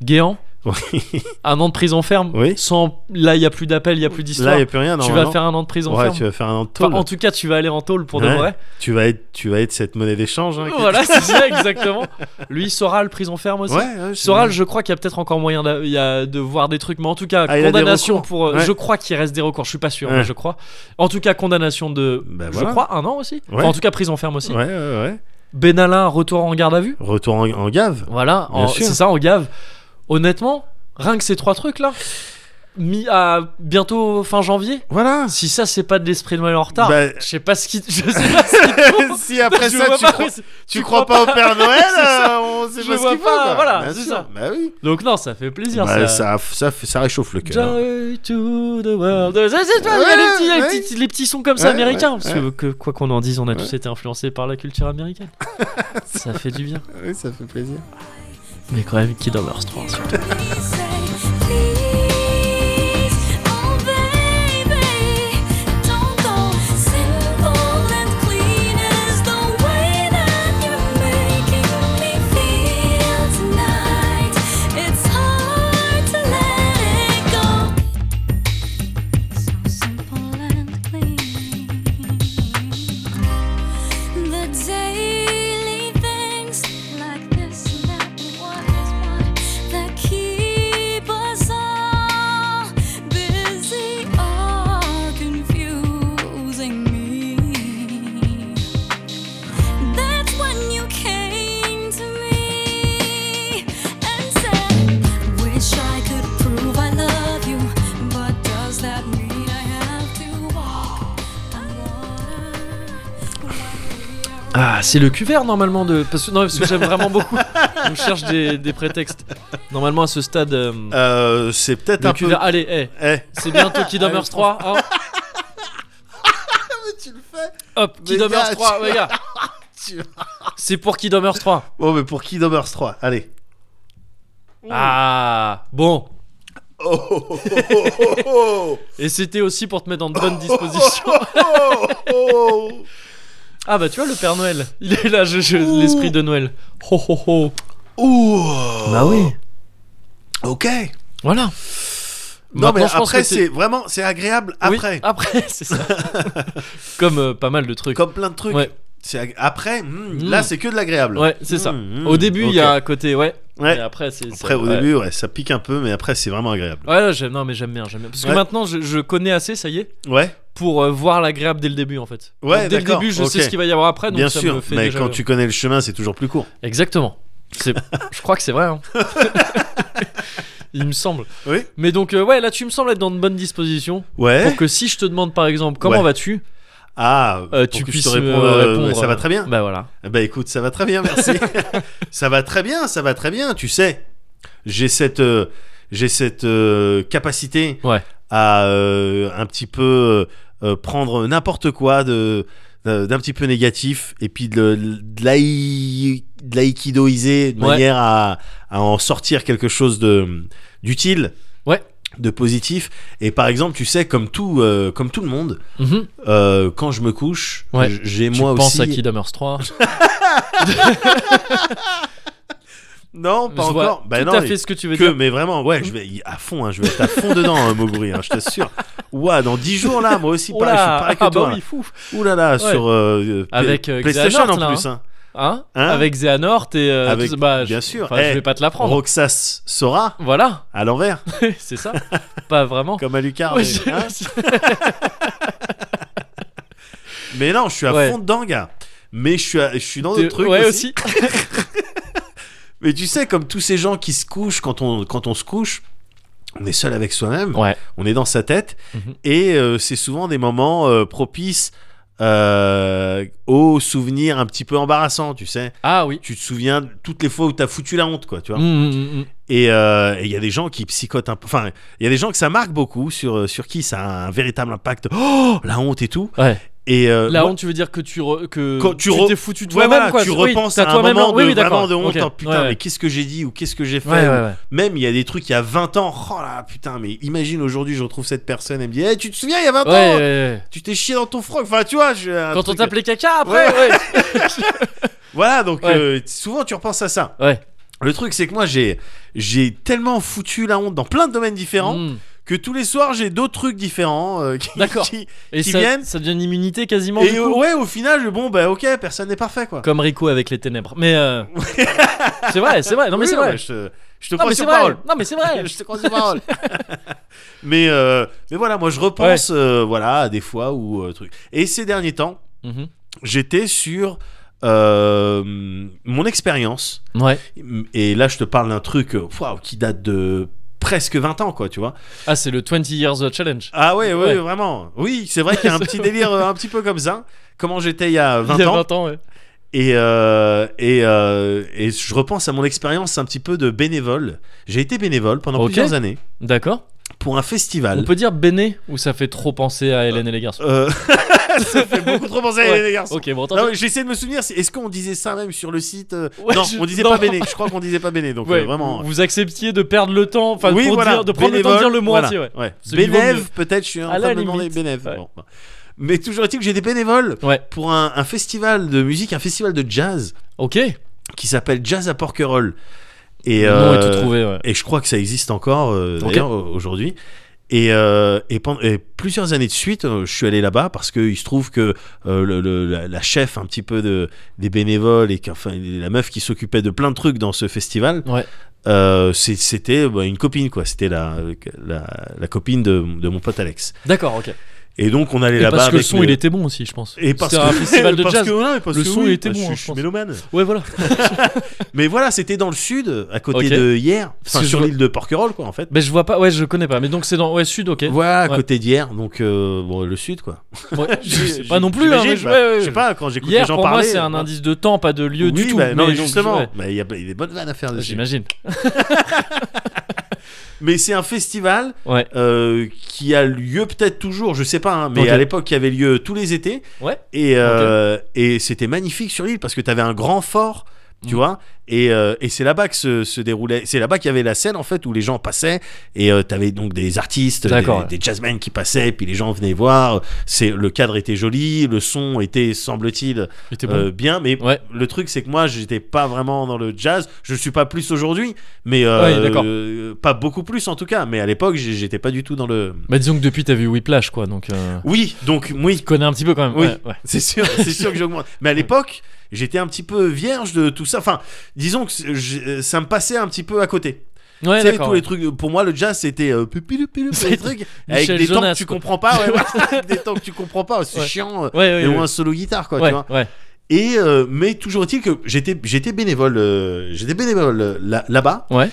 Speaker 1: Guéant,
Speaker 2: Oui.
Speaker 1: un an de prison ferme.
Speaker 2: Oui.
Speaker 1: Sans, là, il y a plus d'appel, il y a plus
Speaker 2: Là,
Speaker 1: d'histoire.
Speaker 2: il n'y a plus rien.
Speaker 1: tu vas
Speaker 2: normalement.
Speaker 1: faire un an de prison
Speaker 2: Ouais,
Speaker 1: ferme.
Speaker 2: tu vas faire un an de
Speaker 1: Enfin,
Speaker 2: tôle.
Speaker 1: en tout cas, tu vas aller en tôle pour de
Speaker 2: Ouais.
Speaker 1: vrai.
Speaker 2: Tu vas être, tu vas être cette monnaie d'échange. Hein, qui-
Speaker 1: Voilà, c'est ça exactement. Lui, Soral, prison ferme aussi.
Speaker 2: Ouais. ouais, c'est-
Speaker 1: Soral, je crois qu'il y a peut-être encore moyen d'a- il y a- de voir des trucs, mais en tout cas,
Speaker 2: Ah, il a des
Speaker 1: condamnation
Speaker 2: recours.
Speaker 1: pour. euh,
Speaker 2: Ouais.
Speaker 1: Je crois qu'il reste des recours, je suis pas sûr,
Speaker 2: Ouais.
Speaker 1: mais je crois. En tout cas, condamnation de.
Speaker 2: Bah,
Speaker 1: Je
Speaker 2: voilà.
Speaker 1: crois un an aussi. Enfin,
Speaker 2: Ouais.
Speaker 1: en tout cas, prison ferme aussi.
Speaker 2: Ouais, ouais, ouais.
Speaker 1: Benalla, retour en garde à vue.
Speaker 2: Retour en, en gave.
Speaker 1: Voilà,
Speaker 2: Bien
Speaker 1: en-
Speaker 2: sûr.
Speaker 1: c'est ça, en gave. Honnêtement, rien que ces trois trucs-là, mis à bientôt fin janvier,
Speaker 2: Voilà.
Speaker 1: Si ça c'est pas de l'esprit de Noël en retard,
Speaker 2: Bah,
Speaker 1: je sais pas ce qui, je sais pas ce qui te faut.
Speaker 2: si après
Speaker 1: Je
Speaker 2: ça,
Speaker 1: vois
Speaker 2: tu,
Speaker 1: pas
Speaker 2: crois,
Speaker 1: où c'est-
Speaker 2: tu crois pas au Père Noël, euh, on sait
Speaker 1: Je
Speaker 2: pas ce
Speaker 1: vois
Speaker 2: qu'il faut.
Speaker 1: pas,
Speaker 2: quoi.
Speaker 1: voilà,
Speaker 2: Bien
Speaker 1: c'est
Speaker 2: sûr.
Speaker 1: ça.
Speaker 2: Bah oui.
Speaker 1: Donc non, ça fait plaisir
Speaker 2: Bah,
Speaker 1: ça.
Speaker 2: ça, ça, fait- ça réchauffe le cœur.
Speaker 1: Joy to the world. Ça, c'est toi,
Speaker 2: Ouais,
Speaker 1: il y a les petits, il y a les
Speaker 2: ouais.
Speaker 1: petits- les petits sons comme ça
Speaker 2: Ouais,
Speaker 1: américains,
Speaker 2: ouais,
Speaker 1: parce que, que- quoi qu'on en dise, on a tous été influencés par la culture américaine. ça fait du bien.
Speaker 2: Ah Oui, ça fait plaisir.
Speaker 1: Mais quand même, Kid Over 3.
Speaker 3: The daily things like this and that and what is what that keep us all busy are confusing me. That's when you came to me and said, Wish I could prove I love you, but does that mean I have to walk on water?
Speaker 1: Ah, c'est le cuvert normalement de. Parce que, non, parce que j'aime vraiment beaucoup. On cherche des, des prétextes. Normalement à ce stade. euh,
Speaker 2: Euh, c'est peut-être
Speaker 1: le
Speaker 2: un peu.
Speaker 1: cuvert. Allez, eh,
Speaker 2: Eh.
Speaker 1: c'est bientôt Kid Over 3. hein.
Speaker 2: Ah, tu le fais.
Speaker 1: Hop, Kid
Speaker 2: Mais
Speaker 1: Over
Speaker 2: gars,
Speaker 1: 3,
Speaker 2: tu-
Speaker 1: les gars.
Speaker 2: tu-
Speaker 1: C'est pour Kid Over 3.
Speaker 2: Bon, Oh, mais pour Kid Homers 3, allez.
Speaker 1: Ah, bon.
Speaker 2: Oh, oh, oh, oh, oh,
Speaker 1: Et c'était aussi pour te mettre dans de bonnes dispositions.
Speaker 2: oh, oh.
Speaker 1: Ah bah tu vois le Père Noël, il est là, je, je- l'esprit de Noël. Ho ho
Speaker 2: Oh.
Speaker 1: ho.
Speaker 2: Ouh.
Speaker 1: Bah
Speaker 2: Ok.
Speaker 1: Voilà.
Speaker 2: Non,
Speaker 1: Maintenant,
Speaker 2: mais
Speaker 1: je pense
Speaker 2: après,
Speaker 1: que t'es-
Speaker 2: c'est vraiment, c'est
Speaker 1: Oui,
Speaker 2: agréable
Speaker 1: Ah.
Speaker 2: après.
Speaker 1: après, c'est ça. Comme euh, pas mal de trucs.
Speaker 2: Comme plein de trucs.
Speaker 1: Ouais.
Speaker 2: C'est ag- Après, hmm,
Speaker 1: Mm.
Speaker 2: là, c'est que de l'agréable.
Speaker 1: Ouais, c'est ça.
Speaker 2: Mm, mm,
Speaker 1: Au début, il
Speaker 2: ok.
Speaker 1: y a un côté, ouais.
Speaker 2: Ouais.
Speaker 1: Et après, c'est. c'est-
Speaker 2: Après, au
Speaker 1: ouais.
Speaker 2: début, ouais, ça pique un peu, mais après, c'est vraiment agréable.
Speaker 1: Ouais, ouais, j'aime- non, mais j'aime bien, j'aime bien. Parce que
Speaker 2: Ouais.
Speaker 1: maintenant, je, je connais assez, ça y est.
Speaker 2: Ouais.
Speaker 1: pour euh, voir l'agréable dès le début en fait. Donc,
Speaker 2: Ouais,
Speaker 1: dès le
Speaker 2: d'accord,
Speaker 1: début, je
Speaker 2: ok.
Speaker 1: sais ce qu'il va y avoir après, Ah, donc
Speaker 2: Bien
Speaker 1: ça me
Speaker 2: sûr,
Speaker 1: fait
Speaker 2: mais
Speaker 1: déjà
Speaker 2: quand
Speaker 1: le-
Speaker 2: tu connais le chemin, c'est toujours plus court.
Speaker 1: Exactement. C'est- je crois que c'est vrai. hein. Il me semble.
Speaker 2: Oui.
Speaker 1: Mais donc euh, ouais, là tu me sembles être dans de bonnes dispositions
Speaker 2: Ouais.
Speaker 1: pour que si je te demande par exemple comment
Speaker 2: Ouais.
Speaker 1: vas-tu,
Speaker 2: Ah,
Speaker 1: euh,
Speaker 2: pour
Speaker 1: tu
Speaker 2: que je
Speaker 1: puisses
Speaker 2: te
Speaker 1: me
Speaker 2: réponde, euh,
Speaker 1: répondre.
Speaker 2: ouais, Ça va
Speaker 1: euh,
Speaker 2: très bien.
Speaker 1: Bah voilà.
Speaker 2: Bah écoute, ça va très bien, merci. ça va très bien, ça va très bien, tu sais. J'ai cette, euh, j'ai cette euh, capacité
Speaker 1: Ouais.
Speaker 2: à euh, un petit peu euh, prendre n'importe quoi de d'un d'un petit peu négatif et puis de, de l'aï- de l'aïkidoiser de
Speaker 1: Ouais.
Speaker 2: manière à, à en sortir quelque chose de d'utile
Speaker 1: Ouais.
Speaker 2: de positif et par exemple tu sais comme tout euh, comme tout le monde
Speaker 1: Mhm.
Speaker 2: euh, quand je me couche
Speaker 1: Ouais.
Speaker 2: j- j'ai
Speaker 1: Tu
Speaker 2: moi
Speaker 1: penses
Speaker 2: aussi
Speaker 1: à Kid Hammers 3
Speaker 2: non
Speaker 1: Je
Speaker 2: pas
Speaker 1: vois
Speaker 2: encore Bah
Speaker 1: tout
Speaker 2: non,
Speaker 1: à
Speaker 2: il-
Speaker 1: fait ce que tu veux
Speaker 2: que,
Speaker 1: dire.
Speaker 2: mais vraiment, ouais, je vais y- à fond, hein, je vais être à fond dedans, hein, Moguri, hein, je t'assure. Ouah, dans 10 jours là, moi aussi, pareil, je suis
Speaker 1: Oula,
Speaker 2: pareil que
Speaker 1: ah
Speaker 2: toi.
Speaker 1: bah
Speaker 2: là.
Speaker 1: oui, fou.
Speaker 2: Ouh là là,
Speaker 1: Ouais.
Speaker 2: sur euh, euh,
Speaker 1: Avec,
Speaker 2: P-
Speaker 1: euh,
Speaker 2: PlayStation
Speaker 1: Xehanort,
Speaker 2: en
Speaker 1: là,
Speaker 2: plus. hein.
Speaker 1: Hein,
Speaker 2: Hein
Speaker 1: Avec Xehanort et euh,
Speaker 2: Avec-
Speaker 1: tout ça, bah, je-
Speaker 2: bien sûr.
Speaker 1: enfin,
Speaker 2: Eh,
Speaker 1: je vais pas te l'apprendre.
Speaker 2: Roxas Sora
Speaker 1: Voilà,
Speaker 2: à l'envers,
Speaker 1: c'est ça. pas vraiment.
Speaker 2: comme Alucard.
Speaker 1: Ouais,
Speaker 2: mais,
Speaker 1: c'est-
Speaker 2: hein. Mais non, je suis à
Speaker 1: Ouais.
Speaker 2: fond dedans, gars. Mais je suis, à- je suis dans
Speaker 1: T'es-
Speaker 2: d'autres trucs
Speaker 1: ouais,
Speaker 2: aussi.
Speaker 1: aussi.
Speaker 2: Mais tu sais, comme tous ces gens qui se couchent quand on, quand on se couche, on est seul avec soi-même.
Speaker 1: Ouais.
Speaker 2: on est dans sa tête
Speaker 1: Mhm.
Speaker 2: et euh, c'est souvent des moments euh, propices euh, aux souvenirs un petit peu embarrassants tu sais
Speaker 1: Ah oui.
Speaker 2: tu te souviens de toutes les fois où t'as foutu la honte quoi tu vois
Speaker 1: Mm, mm, mm.
Speaker 2: et euh, et il y a des gens qui psychotent un peu enfin il y a des gens que ça marque beaucoup sur euh, sur qui ça a un véritable impact oh la honte et tout
Speaker 1: Ouais.
Speaker 2: et euh,
Speaker 1: La
Speaker 2: moi-
Speaker 1: honte, tu veux dire que tu re- que
Speaker 2: Quand tu re-
Speaker 1: t'es foutu
Speaker 2: ouais,
Speaker 1: toi-même
Speaker 2: voilà,
Speaker 1: quoi.
Speaker 2: tu
Speaker 1: Oui,
Speaker 2: repenses
Speaker 1: t'as
Speaker 2: à un
Speaker 1: toi-même-
Speaker 2: moment de,
Speaker 1: oui, oui,
Speaker 2: vraiment
Speaker 1: d'accord.
Speaker 2: de honte
Speaker 1: Ok.
Speaker 2: oh, putain
Speaker 1: Ouais,
Speaker 2: mais qu'est-ce que j'ai dit ou qu'est-ce que j'ai fait
Speaker 1: ouais. Ouais,
Speaker 2: ou-
Speaker 1: ouais, ouais.
Speaker 2: même il y a des trucs il y a 20 ans oh là putain mais imagine aujourd'hui je retrouve cette personne elle me dit Eh, tu te souviens il y a 20
Speaker 1: Ouais,
Speaker 2: ans
Speaker 1: ouais, ouais.
Speaker 2: tu t'es chié dans ton froc. Enfin, tu vois, je- un
Speaker 1: Quand on
Speaker 2: truc-
Speaker 1: tape les caca après, ouais.
Speaker 2: Voilà, donc
Speaker 1: Ouais.
Speaker 2: euh, souvent tu repenses à ça.
Speaker 1: Ouais.
Speaker 2: Le truc, c'est que moi, j'ai j'ai tellement foutu la honte dans plein de domaines différents
Speaker 1: Mm.
Speaker 2: que tous les soirs, j'ai d'autres trucs différents. euh, qui,
Speaker 1: D'accord.
Speaker 2: qui-
Speaker 1: Et
Speaker 2: qui
Speaker 1: ça,
Speaker 2: viennent.
Speaker 1: ça devient une immunité quasiment.
Speaker 2: Et oh.
Speaker 1: du coup.
Speaker 2: ouais, au final, bon, bah ok, personne n'est parfait, quoi.
Speaker 1: Comme Rico avec les ténèbres. Mais euh, c'est vrai, c'est vrai. Non mais
Speaker 2: Oui,
Speaker 1: c'est vrai.
Speaker 2: Je te, je te
Speaker 1: Non
Speaker 2: prends
Speaker 1: mais c'est
Speaker 2: sur
Speaker 1: vrai.
Speaker 2: parole.
Speaker 1: Non mais c'est vrai.
Speaker 2: je te crois sur parole. mais, euh, mais voilà, moi, je repense euh, voilà, à des fois où... euh, truc. Et ces derniers temps,
Speaker 1: Mhm.
Speaker 2: j'étais sur euh, mon expérience
Speaker 1: Ouais.
Speaker 2: Et là, je te parle d'un truc euh, waouh, qui date de presque 20 ans, quoi, tu vois.
Speaker 1: Ah c'est le 20 years challenge.
Speaker 2: Ah ouais, ouais,
Speaker 1: Ouais.
Speaker 2: vraiment. Oui, c'est vrai qu'il y a un petit délire euh, un petit peu comme ça. Comment j'étais il y a 20
Speaker 1: Il y a
Speaker 2: Ah, ans.
Speaker 1: 20 ans. ouais.
Speaker 2: Et, euh, et, euh, et je repense à mon expérience un petit peu de bénévole. J'ai été bénévole pendant
Speaker 1: Ok.
Speaker 2: plusieurs années
Speaker 1: D'accord.
Speaker 2: pour un
Speaker 1: On
Speaker 2: festival.
Speaker 1: peut dire Béné ou ça fait trop penser à Hélène et les garçons.
Speaker 2: Euh, ça fait beaucoup trop penser à
Speaker 1: Ouais.
Speaker 2: les garçons.
Speaker 1: Ok bon tant
Speaker 2: Non,
Speaker 1: pis.
Speaker 2: mais J'essaie de me souvenir, c'est- est-ce qu'on disait ça même sur le site euh,
Speaker 1: Ouais,
Speaker 2: Non,
Speaker 1: je-
Speaker 2: on disait
Speaker 1: non.
Speaker 2: pas Béné, je crois qu'on disait pas Béné, donc
Speaker 1: Ouais,
Speaker 2: euh, vraiment.
Speaker 1: vous- Vous acceptiez de perdre le temps, enfin
Speaker 2: oui,
Speaker 1: pour
Speaker 2: voilà,
Speaker 1: dire- de prendre le temps de dire
Speaker 2: bénévole,
Speaker 1: le mot
Speaker 2: voilà,
Speaker 1: entier. ouais.
Speaker 2: ouais.
Speaker 1: Ce qui vaut mieux.
Speaker 2: Bénéve, peut-être, je suis en
Speaker 1: À
Speaker 2: train
Speaker 1: la
Speaker 2: de me demander
Speaker 1: limite.
Speaker 2: bénéve.
Speaker 1: Ouais.
Speaker 2: Bon. Mais toujours est-il que j'ai des bénévoles
Speaker 1: Ouais.
Speaker 2: pour un, un festival de musique, un festival de jazz
Speaker 1: Ok.
Speaker 2: qui s'appelle Jazz à Porquerolles. Et,
Speaker 1: Non, et
Speaker 2: euh,
Speaker 1: tout trouvé, ouais.
Speaker 2: et je crois que ça existe encore euh,
Speaker 1: Ok.
Speaker 2: d'ailleurs au- aujourd'hui. Et, euh, et, pen- et plusieurs années de suite, euh, je suis allé là-bas parce qu'il se trouve que euh, le- le- la, la chef un petit peu de, des bénévoles et qu'enfin la meuf qui s'occupait de plein de trucs dans ce festival,
Speaker 1: Ouais.
Speaker 2: euh, c'est- c'était bah, une copine quoi, c'était la, la, la copine de, de mon pote Alex.
Speaker 1: D'accord, ok.
Speaker 2: Et donc on allait
Speaker 1: Et
Speaker 2: là-bas.
Speaker 1: parce que le
Speaker 2: avec
Speaker 1: son,
Speaker 2: mes-
Speaker 1: il était bon aussi, je pense.
Speaker 2: et parce que
Speaker 1: C'était un festival de
Speaker 2: parce
Speaker 1: jazz.
Speaker 2: que voilà, et parce
Speaker 1: Le
Speaker 2: que
Speaker 1: son, il
Speaker 2: oui,
Speaker 1: était
Speaker 2: bah,
Speaker 1: bon,
Speaker 2: je-
Speaker 1: hein,
Speaker 2: je
Speaker 1: je
Speaker 2: suis
Speaker 1: pense.
Speaker 2: mélomane.
Speaker 1: Ouais, voilà.
Speaker 2: Mais voilà, c'était dans le sud, à côté
Speaker 1: Ok.
Speaker 2: de hier,
Speaker 1: Parce
Speaker 2: enfin
Speaker 1: que
Speaker 2: sur
Speaker 1: je-
Speaker 2: l'île de Porquerolles, quoi, en fait.
Speaker 1: Mais je vois pas, ouais, je connais pas. Mais donc c'est dans, ouais, sud, ok.
Speaker 2: Voilà, à
Speaker 1: Ouais.
Speaker 2: côté d'hier, donc euh, bon, le sud, quoi.
Speaker 1: Ouais, je sais
Speaker 2: J'ai-
Speaker 1: pas non plus, hein,
Speaker 2: j'imagine,
Speaker 1: mais je,
Speaker 2: bah,
Speaker 1: ouais, ouais,
Speaker 2: je sais pas, quand j'écoute les
Speaker 1: Hier,
Speaker 2: gens
Speaker 1: pour moi,
Speaker 2: parler.
Speaker 1: c'est un
Speaker 2: euh,
Speaker 1: indice de temps, pas de lieu du
Speaker 2: oui,
Speaker 1: tout.
Speaker 2: bah, non, mais
Speaker 1: donc,
Speaker 2: justement,
Speaker 1: ouais.
Speaker 2: bah, il y, a il y a des bonnes vannes à faire dessus.
Speaker 1: J'imagine.
Speaker 2: Mais c'est un festival
Speaker 1: Ouais.
Speaker 2: euh, qui a lieu peut-être toujours, je sais pas, hein, mais
Speaker 1: Ok.
Speaker 2: à l'époque, il y avait lieu tous les étés.
Speaker 1: Ouais.
Speaker 2: Et, euh, et c'était magnifique sur l'île parce que t'avais un grand fort, tu
Speaker 1: Mm.
Speaker 2: vois. Et, euh, et c'est là-bas que se, se déroulait. C'est là-bas qu'il y avait la scène en fait où les gens passaient et euh, t'avais donc des artistes, des,
Speaker 1: D'accord, ouais.
Speaker 2: des jazzmen qui passaient, puis les gens venaient voir. C'est le cadre était joli, le son était semble-t-il
Speaker 1: Il était bon.
Speaker 2: euh, bien, mais
Speaker 1: Ouais.
Speaker 2: le truc c'est que moi j'étais pas vraiment dans le jazz. Je suis pas plus aujourd'hui, mais
Speaker 1: Ouais,
Speaker 2: euh,
Speaker 1: d'accord.
Speaker 2: euh, pas beaucoup plus en tout cas. Mais à l'époque j'ai- j'étais pas du tout dans le.
Speaker 1: Bah, disons que depuis, t'as vu Whiplash, quoi. Donc, euh,
Speaker 2: Oui, donc oui,
Speaker 1: tu connais un petit peu quand même.
Speaker 2: Oui.
Speaker 1: Ouais, ouais.
Speaker 2: c'est sûr, c'est sûr que j'augmente. Mais à l'époque, j'étais un petit peu vierge de tout ça. Enfin, disons que c'est- je- ça me passait un petit peu à côté.
Speaker 1: Ouais,
Speaker 2: tu sais,
Speaker 1: d'accord,
Speaker 2: tous
Speaker 1: ouais.
Speaker 2: les trucs. Pour moi, le jazz, c'était euh, pupi, lupi, lupi,
Speaker 1: C'est
Speaker 2: les trucs avec
Speaker 1: Michel
Speaker 2: des temps
Speaker 1: Jonas,
Speaker 2: que tu
Speaker 1: quoi.
Speaker 2: comprends pas. ouais, voilà, avec des temps que tu comprends pas. C'est
Speaker 1: Ouais.
Speaker 2: chiant. euh,
Speaker 1: Ouais, ouais,
Speaker 2: et
Speaker 1: ouais.
Speaker 2: ou un solo guitare, quoi.
Speaker 1: Ouais,
Speaker 2: Tu vois.
Speaker 1: ouais.
Speaker 2: Et euh, mais toujours est-il que j'étais j'étais bénévole, euh, j'étais bénévole euh, là- là-bas.
Speaker 1: Ouais.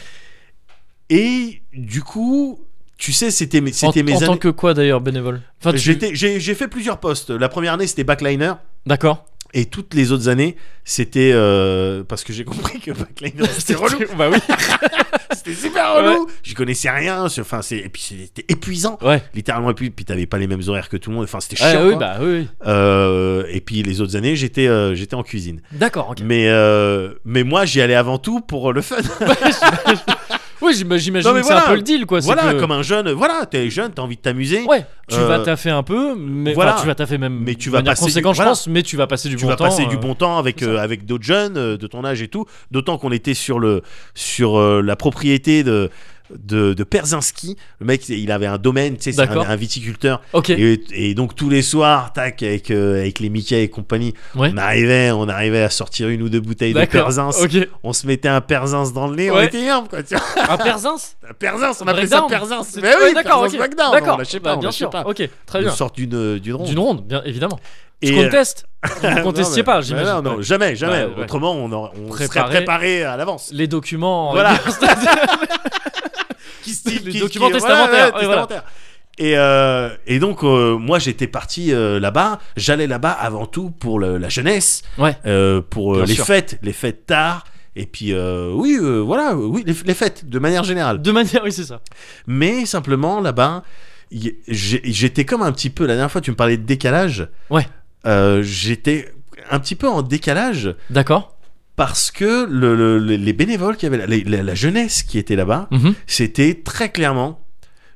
Speaker 2: Et du coup, tu sais, c'était mes
Speaker 1: En,
Speaker 2: c'était mes
Speaker 1: en tant
Speaker 2: années-
Speaker 1: que quoi d'ailleurs, bénévole enfin, tu-
Speaker 2: J'étais- j'ai j'ai fait plusieurs postes. La première année, c'était backliner.
Speaker 1: D'accord.
Speaker 2: Et toutes les autres années, c'était euh, parce que j'ai compris que backliner c'était relou,
Speaker 1: Bah oui.
Speaker 2: c'était super relou. J'y connaissais rien, c'est- enfin c'est et puis c'était épuisant,
Speaker 1: Ouais.
Speaker 2: littéralement épuisant. Puis t'avais pas les mêmes horaires que tout le monde, enfin c'était
Speaker 1: Ouais,
Speaker 2: chiant.
Speaker 1: oui,
Speaker 2: quoi.
Speaker 1: bah oui.
Speaker 2: Euh, et puis les autres années, j'étais euh, j'étais en cuisine.
Speaker 1: oui. D'accord. ok.
Speaker 2: Mais euh, mais moi j'y allais avant tout pour le fun.
Speaker 1: Oui, j'im- j'imagine
Speaker 2: Non, mais
Speaker 1: que c'est un
Speaker 2: voilà.
Speaker 1: peu le deal, quoi. c'est
Speaker 2: voilà,
Speaker 1: que-
Speaker 2: comme un jeune, voilà, t'es jeune, t'as envie de t'amuser.
Speaker 1: Ouais, tu
Speaker 2: Euh,
Speaker 1: vas taffer un peu, mais
Speaker 2: voilà.
Speaker 1: enfin, tu vas taffer même.
Speaker 2: Mais tu
Speaker 1: de
Speaker 2: vas
Speaker 1: manière
Speaker 2: passer du-
Speaker 1: conséquente,
Speaker 2: voilà.
Speaker 1: je pense, mais tu vas passer du
Speaker 2: tu
Speaker 1: bon
Speaker 2: vas
Speaker 1: temps.
Speaker 2: passer du
Speaker 1: euh,
Speaker 2: bon temps avec
Speaker 1: c'est ça.
Speaker 2: euh, avec d'autres jeunes euh, de ton âge et tout. D'autant qu'on était sur le sur euh, la propriété de de, de Perzinski. Le mec, il avait un domaine, tu sais, c'est un,
Speaker 1: D'accord.
Speaker 2: un viticulteur.
Speaker 1: Ok.
Speaker 2: Et, et donc tous les soirs, tac, avec euh, avec les Mickey et compagnie,
Speaker 1: Ouais.
Speaker 2: on arrivait, on arrivait à sortir une ou deux bouteilles de
Speaker 1: D'accord.
Speaker 2: Perzins.
Speaker 1: Ok.
Speaker 2: On se mettait un Perzins dans le nez, on
Speaker 1: Ouais.
Speaker 2: était énorme quoi. tu vois.
Speaker 1: Un Perzins
Speaker 2: Un Perzins, on appelait ça
Speaker 1: Breakdown
Speaker 2: Perzins.
Speaker 1: C'est-
Speaker 2: Mais oui,
Speaker 1: ouais, d'accord.
Speaker 2: Perzins
Speaker 1: ok.
Speaker 2: Breakdown.
Speaker 1: D'accord.
Speaker 2: On lâchait
Speaker 1: Bah,
Speaker 2: pas, on
Speaker 1: bien
Speaker 2: lâchait
Speaker 1: sûr.
Speaker 2: pas.
Speaker 1: Ok, très
Speaker 2: Une
Speaker 1: bien.
Speaker 2: sorte d'une d'une ronde.
Speaker 1: D'une ronde, bien évidemment. Je
Speaker 2: Et, euh,
Speaker 1: conteste. Vous contestiez
Speaker 2: Non, mais-
Speaker 1: pas, j'imagine.
Speaker 2: mais Non, non, jamais,
Speaker 1: Ouais,
Speaker 2: jamais.
Speaker 1: ouais.
Speaker 2: Autrement, on, aurait- on serait
Speaker 1: Préparé.
Speaker 2: préparé à l'avance.
Speaker 1: Les documents.
Speaker 2: Voilà.
Speaker 1: euh,
Speaker 2: Qui se
Speaker 1: Les documents testamentaires, ouais, voilà.
Speaker 2: Et, euh, et donc, euh, moi, j'étais parti euh, là-bas. J'allais là-bas avant tout pour le- la jeunesse,
Speaker 1: Ouais.
Speaker 2: euh, pour euh,
Speaker 1: Bien
Speaker 2: les
Speaker 1: sûr.
Speaker 2: fêtes, les fêtes tard. Et puis, euh, oui, euh, voilà, oui, les, les fêtes, de manière générale.
Speaker 1: De manière, oui, c'est ça.
Speaker 2: Mais simplement, là-bas, y- j'ai- j'étais comme un petit peu. La dernière fois, tu me parlais de décalage.
Speaker 1: Ouais.
Speaker 2: Euh, j'étais un petit peu en décalage
Speaker 1: D'accord.
Speaker 2: parce que le- le- le- les bénévoles qui avaient la, la- la jeunesse qui était là-bas,
Speaker 1: Mhm.
Speaker 2: c'était très clairement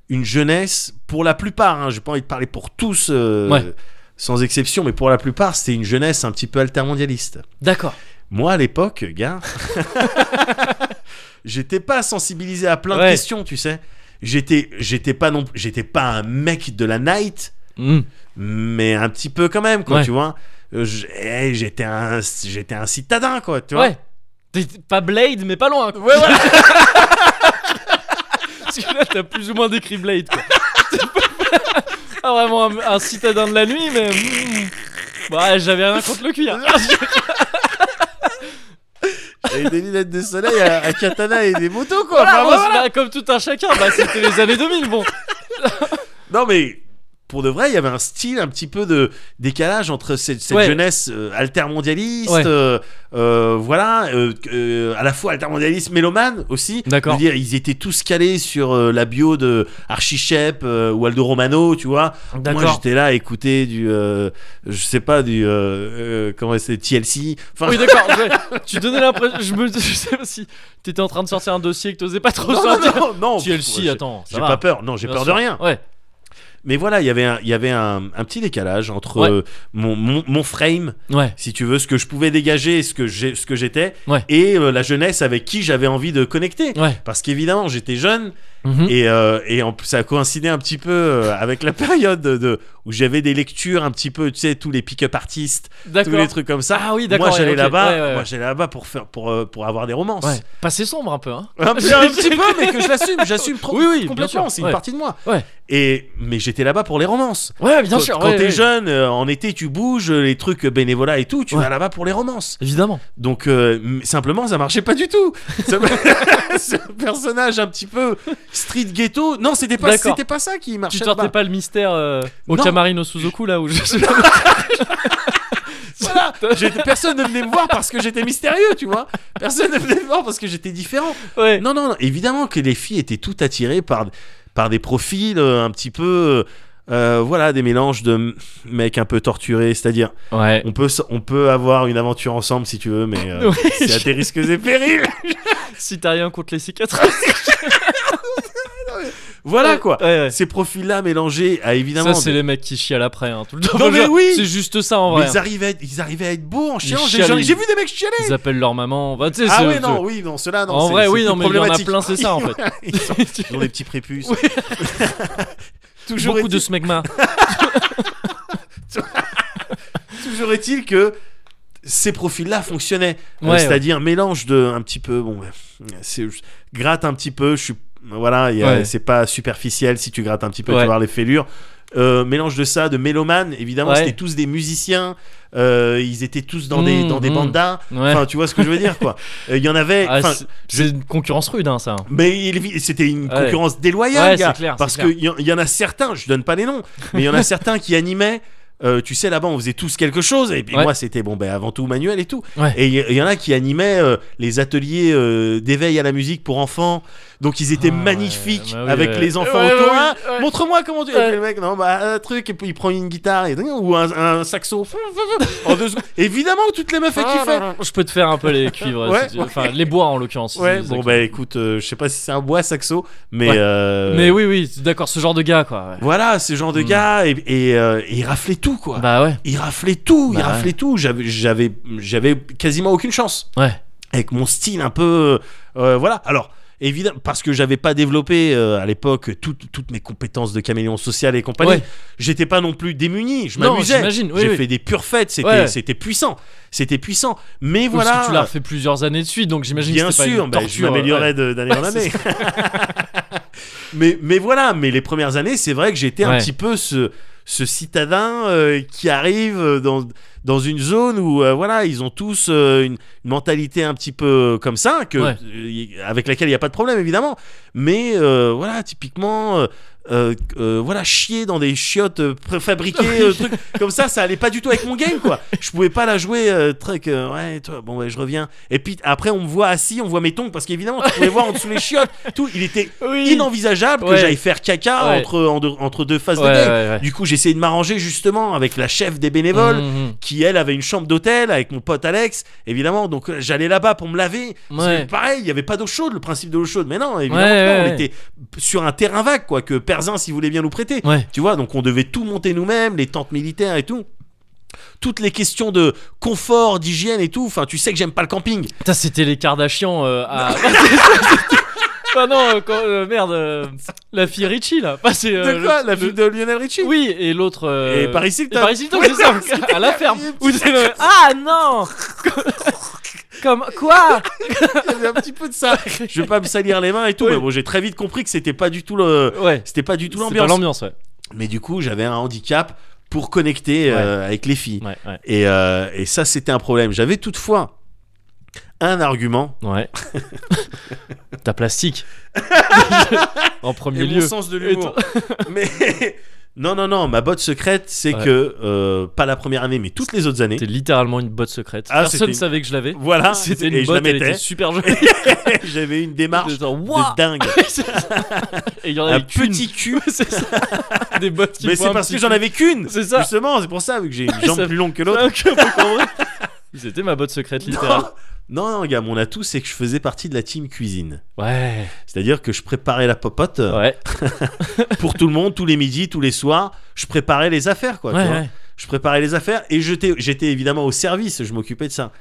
Speaker 2: une jeunesse pour la plupart. Hein, J'ai pas envie de parler pour tous, euh,
Speaker 1: Ouais.
Speaker 2: sans exception, mais pour la plupart, c'était une jeunesse un petit peu altermondialiste.
Speaker 1: D'accord.
Speaker 2: Moi, à l'époque, gars, j'étais pas sensibilisé à plein
Speaker 1: Ouais.
Speaker 2: de questions, tu sais. J'étais, j'étais pas non, j'étais pas un mec de la night
Speaker 1: Mm.
Speaker 2: mais un petit peu quand même quoi
Speaker 1: Ouais.
Speaker 2: tu vois Euh, j'- eh, j'étais un j'étais un citadin quoi tu vois
Speaker 1: Ouais. T'es pas Blade, mais pas loin. quoi.
Speaker 2: Ouais, voilà.
Speaker 1: Parce que là, t'as plus ou moins décrit Blade. Quoi. C'est pas- ah, vraiment un, un citadin de la nuit, mais. mm. Ouais, j'avais rien contre le cuir.
Speaker 2: et des lunettes de soleil à, à katana et des motos quoi
Speaker 1: Voilà,
Speaker 2: Enfin,
Speaker 1: moi,
Speaker 2: voilà.
Speaker 1: c'est pas comme tout un chacun. Bah, c'était les années 2000, bon.
Speaker 2: non mais pour de vrai il y avait un style un petit peu de décalage entre cette, cette
Speaker 1: Ouais.
Speaker 2: jeunesse euh, altermondialiste
Speaker 1: Ouais.
Speaker 2: euh, euh, voilà euh, euh, à la fois altermondialiste mélomane aussi
Speaker 1: D'accord.
Speaker 2: Je veux dire, ils étaient tous calés sur euh, la bio de Archichep euh, ou Aldo Romano tu vois Moi
Speaker 1: D'accord.
Speaker 2: j'étais là à écouter du, euh, je sais pas du, euh, euh, comment c'est TLC. Enfin,
Speaker 1: Oui, d'accord. ouais. Tu donnais l'impression. Je me je sais pas si t'étais en train de sortir un dossier que t'osais pas trop
Speaker 2: non,
Speaker 1: sortir.
Speaker 2: non, non, non, pff,
Speaker 1: TLC,
Speaker 2: j'ai-
Speaker 1: attends. ça
Speaker 2: J'ai
Speaker 1: va.
Speaker 2: pas peur. Non, j'ai
Speaker 1: Bien
Speaker 2: peur
Speaker 1: sûr.
Speaker 2: de rien.
Speaker 1: Ouais.
Speaker 2: Mais voilà, il y avait un, il y avait un, un petit décalage entre
Speaker 1: Ouais.
Speaker 2: euh, mon, mon, mon frame,
Speaker 1: Ouais.
Speaker 2: si tu veux, ce que je pouvais dégager, et ce que j'ai, ce que j'étais,
Speaker 1: Ouais.
Speaker 2: et euh, la jeunesse avec qui j'avais envie de connecter.
Speaker 1: Ouais.
Speaker 2: Parce qu'évidemment, j'étais jeune
Speaker 1: Mhm.
Speaker 2: et, euh, et en plus, ça coïncidait un petit peu euh, avec la période de, de- où j'avais des lectures un petit peu, tu sais, tous les pick-up artistes, tous
Speaker 1: D'accord.
Speaker 2: les trucs comme ça.
Speaker 1: Ah oui, d'accord.
Speaker 2: Moi
Speaker 1: ouais,
Speaker 2: j'allais
Speaker 1: ok.
Speaker 2: là-bas,
Speaker 1: Ouais, ouais,
Speaker 2: moi
Speaker 1: ouais.
Speaker 2: j'allais là-bas pour faire pour euh, pour avoir des romances.
Speaker 1: Ouais. Passé sombre un peu, hein.
Speaker 2: Un, petit- un petit peu mais que je l'assume, j'assume trop
Speaker 1: Oui, oui, bien
Speaker 2: complètement,
Speaker 1: sûr,
Speaker 2: c'est une
Speaker 1: ouais.
Speaker 2: partie de moi.
Speaker 1: Ouais.
Speaker 2: Et mais j'étais là-bas pour les romances.
Speaker 1: Ouais, bien
Speaker 2: quand
Speaker 1: sûr.
Speaker 2: quand
Speaker 1: ouais,
Speaker 2: t'es
Speaker 1: ouais.
Speaker 2: jeune, euh, en été tu bouges, euh, les trucs bénévolat et tout, tu
Speaker 1: Ouais.
Speaker 2: vas là-bas pour les romances.
Speaker 1: Évidemment.
Speaker 2: Donc euh, m- simplement ça marchait pas du tout. Ça- C'est un personnage un petit peu street ghetto. Non, c'était pas
Speaker 1: D'accord.
Speaker 2: c'était pas ça qui
Speaker 1: Tu
Speaker 2: marchait Bah,
Speaker 1: sortais
Speaker 2: là-bas.
Speaker 1: pas le mystère euh, au
Speaker 2: Non.
Speaker 1: Kamarino Suzuku là où je sais pas.
Speaker 2: Voilà. J'étais- Personne ne venait me voir parce que j'étais mystérieux, tu vois. Personne ne venait me voir parce que j'étais différent.
Speaker 1: Ouais.
Speaker 2: Non, non, non, évidemment que les filles étaient toutes attirées par, par des profils euh, un petit peu. euh, voilà, des mélanges de m- mecs un peu torturés, c'est-à-dire
Speaker 1: Ouais.
Speaker 2: on peut, s- on peut avoir une aventure ensemble si tu veux, mais euh,
Speaker 1: Ouais.
Speaker 2: c'est à tes risques et périls.
Speaker 1: Si t'as rien contre les cicatrices.
Speaker 2: Voilà quoi.
Speaker 1: Ouais, ouais.
Speaker 2: Ces profils-là mélangés à évidemment.
Speaker 1: Ça, c'est
Speaker 2: des-
Speaker 1: les mecs qui chialent après, hein, tout le temps.
Speaker 2: Non, mais
Speaker 1: Genre,
Speaker 2: oui.
Speaker 1: C'est juste ça en vrai. hein.
Speaker 2: mais ils arrivaient, à être- ils arrivaient à être beaux en chiant. J'ai
Speaker 1: chialaient.
Speaker 2: j'ai vu des mecs chialer.
Speaker 1: Ils appellent leur maman. Bah, tu sais,
Speaker 2: Ah
Speaker 1: c'est-
Speaker 2: oui, non, oui, non, ceux-là, non.
Speaker 1: En
Speaker 2: c'est-
Speaker 1: vrai,
Speaker 2: c'est
Speaker 1: oui,
Speaker 2: plus
Speaker 1: non, mais il y en a
Speaker 2: problématique.
Speaker 1: plein, c'est ça en fait.
Speaker 2: Ils sont- ils ont des petits prépuces.
Speaker 1: Oui.
Speaker 2: Toujours
Speaker 1: Beaucoup
Speaker 2: est-il
Speaker 1: de smegma.
Speaker 2: Toujours est-il que ces profils-là fonctionnaient. Euh,
Speaker 1: Ouais,
Speaker 2: C'est-à-dire mélange de un petit peu, bon, ouais, c'est- je gratte un petit peu, je suis, voilà, il y a-
Speaker 1: Ouais.
Speaker 2: c'est pas superficiel. Si tu grattes un petit peu, tu
Speaker 1: Ouais.
Speaker 2: vas voir les fêlures. Euh, mélange de ça, de mélomanes, évidemment,
Speaker 1: Ouais.
Speaker 2: c'était tous des musiciens, euh, ils étaient tous dans des,
Speaker 1: Mmh,
Speaker 2: dans des
Speaker 1: mmh.
Speaker 2: bandas,
Speaker 1: Ouais.
Speaker 2: enfin, tu vois ce que je veux dire, quoi. Euh, Il y en avait,
Speaker 1: Ah,
Speaker 2: enfin,
Speaker 1: c'est- c'est une concurrence rude, hein, ça.
Speaker 2: mais il- c'était une
Speaker 1: Ouais.
Speaker 2: concurrence déloyale,
Speaker 1: Ouais,
Speaker 2: gars,
Speaker 1: c'est clair, c'est
Speaker 2: parce
Speaker 1: clair.
Speaker 2: qu'il y, en- il y en a certains, je donne pas les noms, mais il y en a certains qui animaient. euh, tu sais, là-bas, on faisait tous quelque chose, et puis
Speaker 1: Ouais.
Speaker 2: moi, c'était bon, ben avant tout manuel et tout.
Speaker 1: Ouais.
Speaker 2: Et il y- il y, en a qui animaient euh, les ateliers euh, d'éveil à la musique pour enfants, donc ils étaient
Speaker 1: Ah, ouais,
Speaker 2: magnifiques
Speaker 1: bah oui,
Speaker 2: avec
Speaker 1: ouais.
Speaker 2: les enfants
Speaker 1: Ouais,
Speaker 2: autour.
Speaker 1: ouais, ouais,
Speaker 2: Ah,
Speaker 1: ouais.
Speaker 2: Montre-moi comment tu. Et
Speaker 1: Ouais.
Speaker 2: puis le mec, non, bah un truc, et puis il prend une guitare et- ou un, un saxo en deux secondes. Évidemment, toutes les
Speaker 1: Ah,
Speaker 2: meufs elles kiffaient.
Speaker 1: Je peux te faire un peu les cuivres,
Speaker 2: Ouais,
Speaker 1: si tu-
Speaker 2: ouais.
Speaker 1: enfin les bois en l'occurrence.
Speaker 2: Ouais,
Speaker 1: si-
Speaker 2: bon, bah écoute, euh, je sais pas si c'est un bois saxo, mais.
Speaker 1: Ouais.
Speaker 2: euh,
Speaker 1: Mais oui, oui, d'accord, ce genre de gars quoi. ouais.
Speaker 2: Voilà, ce genre de
Speaker 1: Mm.
Speaker 2: gars, et, et, euh, et il raflait tout, quoi.
Speaker 1: Bah ouais,
Speaker 2: il raflait tout, il
Speaker 1: Bah ouais.
Speaker 2: raflait tout. J'avais, j'avais, j'avais quasiment aucune chance.
Speaker 1: ouais.
Speaker 2: Avec mon style un peu. euh, voilà. Alors. Évidemment, parce que j'avais pas développé euh, à l'époque toutes, toutes mes compétences de caméléon social et compagnie.
Speaker 1: Ouais.
Speaker 2: J'étais pas non plus démuni, je
Speaker 1: Non,
Speaker 2: m'amusais.
Speaker 1: j'imagine, oui,
Speaker 2: J'ai
Speaker 1: oui.
Speaker 2: fait des pure fêtes, c'était,
Speaker 1: Ouais.
Speaker 2: c'était puissant. C'était puissant. Mais
Speaker 1: Parce
Speaker 2: voilà.
Speaker 1: que tu l'as refait plusieurs années de suite, donc j'imagine.
Speaker 2: Bien
Speaker 1: que c'était
Speaker 2: sûr,
Speaker 1: pas une
Speaker 2: bah, je
Speaker 1: torture,
Speaker 2: m'améliorais de- d'année en
Speaker 1: Ouais,
Speaker 2: année. mais, mais voilà, mais les premières années, c'est vrai que j'étais un
Speaker 1: Ouais.
Speaker 2: petit peu ce, ce citadin euh, qui arrive euh, dans, dans une zone où euh, voilà, ils ont tous euh, une, une mentalité un petit peu comme ça, que,
Speaker 1: Ouais.
Speaker 2: euh, y- avec laquelle il n'y a pas de problème évidemment. Mais euh, voilà, typiquement. euh, euh, euh, voilà chier dans des chiottes euh, préfabriquées euh, trucs comme ça ça allait pas du tout avec mon game quoi je pouvais pas la jouer euh, truc euh, ouais toi bon ouais je reviens et puis après on me voit assis on voit mes tongs parce qu'évidemment tu pouvais voir en dessous les chiottes tout il était
Speaker 1: Oui.
Speaker 2: inenvisageable que
Speaker 1: Ouais.
Speaker 2: j'aille faire caca
Speaker 1: Ouais.
Speaker 2: entre en deux- entre deux phases
Speaker 1: Ouais,
Speaker 2: de
Speaker 1: ouais,
Speaker 2: game
Speaker 1: ouais.
Speaker 2: du coup j'essayais de m'arranger justement avec la chef des bénévoles
Speaker 1: Mhm, mhm.
Speaker 2: qui elle avait une chambre d'hôtel avec mon pote Alex évidemment donc euh, j'allais là-bas pour me laver Parce que
Speaker 1: Ouais.
Speaker 2: pareil il y avait pas d'eau chaude le principe de l'eau chaude mais non évidemment
Speaker 1: Ouais,
Speaker 2: non,
Speaker 1: ouais,
Speaker 2: on
Speaker 1: ouais.
Speaker 2: était sur un terrain vague quoi que Perzin s'il voulait bien nous prêter
Speaker 1: Ouais.
Speaker 2: tu vois donc on devait tout monter nous-mêmes les tentes militaires et tout toutes les questions de confort d'hygiène et tout enfin tu sais que j'aime pas le camping
Speaker 1: Putain, c'était les Kardashians euh, à. Bah non, euh, quand- euh, merde, euh, la fille Richie là. Bah, c'est, euh,
Speaker 2: de quoi
Speaker 1: le-
Speaker 2: la fille de Lionel Richie
Speaker 1: Oui, et l'autre. euh,
Speaker 2: et Paris Hilton
Speaker 1: Et Paris Hilton, c'est ça, à la ferme.
Speaker 2: terrible.
Speaker 1: Où c'est le- Ah non Comme quoi
Speaker 2: il y avait un petit peu de ça je veux pas me salir les mains et tout
Speaker 1: Oui.
Speaker 2: mais bon j'ai très vite compris que c'était pas du tout le
Speaker 1: Ouais.
Speaker 2: c'était pas du tout
Speaker 1: C'est pas l'ambiance,
Speaker 2: l'ambiance
Speaker 1: ouais.
Speaker 2: mais du coup j'avais un handicap pour connecter euh, avec les filles
Speaker 1: Ouais, ouais.
Speaker 2: et, euh, et ça c'était un problème j'avais toutefois un argument
Speaker 1: Ouais. Ta plastique. en premier
Speaker 2: et
Speaker 1: lieu.
Speaker 2: mon sens de
Speaker 1: Et
Speaker 2: l'humour. mais non, non, non, ma botte secrète, c'est
Speaker 1: Ouais.
Speaker 2: que euh, pas la première année, mais toutes les autres années.
Speaker 1: C'était littéralement une botte secrète.
Speaker 2: Ah, c'était
Speaker 1: Personne
Speaker 2: une-
Speaker 1: ne savait que je l'avais.
Speaker 2: Voilà,
Speaker 1: C'était
Speaker 2: et
Speaker 1: une
Speaker 2: je la
Speaker 1: botte, elle
Speaker 2: mettais.
Speaker 1: était super jolie.
Speaker 2: J'avais une démarche
Speaker 1: J'étais en,
Speaker 2: de
Speaker 1: Waouh
Speaker 2: dingue,
Speaker 1: Et il y en
Speaker 2: un
Speaker 1: avait qu'une.
Speaker 2: petit cul.
Speaker 1: C'est ça. Des bottes qui
Speaker 2: mais
Speaker 1: font
Speaker 2: c'est
Speaker 1: un
Speaker 2: parce
Speaker 1: petit
Speaker 2: que j'en
Speaker 1: coup.
Speaker 2: avais qu'une.
Speaker 1: C'est ça.
Speaker 2: Justement, c'est pour ça vu que j'ai une
Speaker 1: Ça
Speaker 2: jambe
Speaker 1: fait-
Speaker 2: plus longue que l'autre.
Speaker 1: Un peu compris. C'était ma botte secrète
Speaker 2: Non,
Speaker 1: littéralement.
Speaker 2: non, non, gars, mon atout c'est que je faisais partie de la team cuisine.
Speaker 1: Ouais.
Speaker 2: C'est-à-dire que je préparais la popote euh,
Speaker 1: Ouais.
Speaker 2: pour tout le monde, tous les midis, tous les soirs. Je préparais les affaires, quoi. tu
Speaker 1: Ouais,
Speaker 2: vois.
Speaker 1: ouais.
Speaker 2: je préparais les affaires et j'étais j'étais évidemment au service, je m'occupais de ça.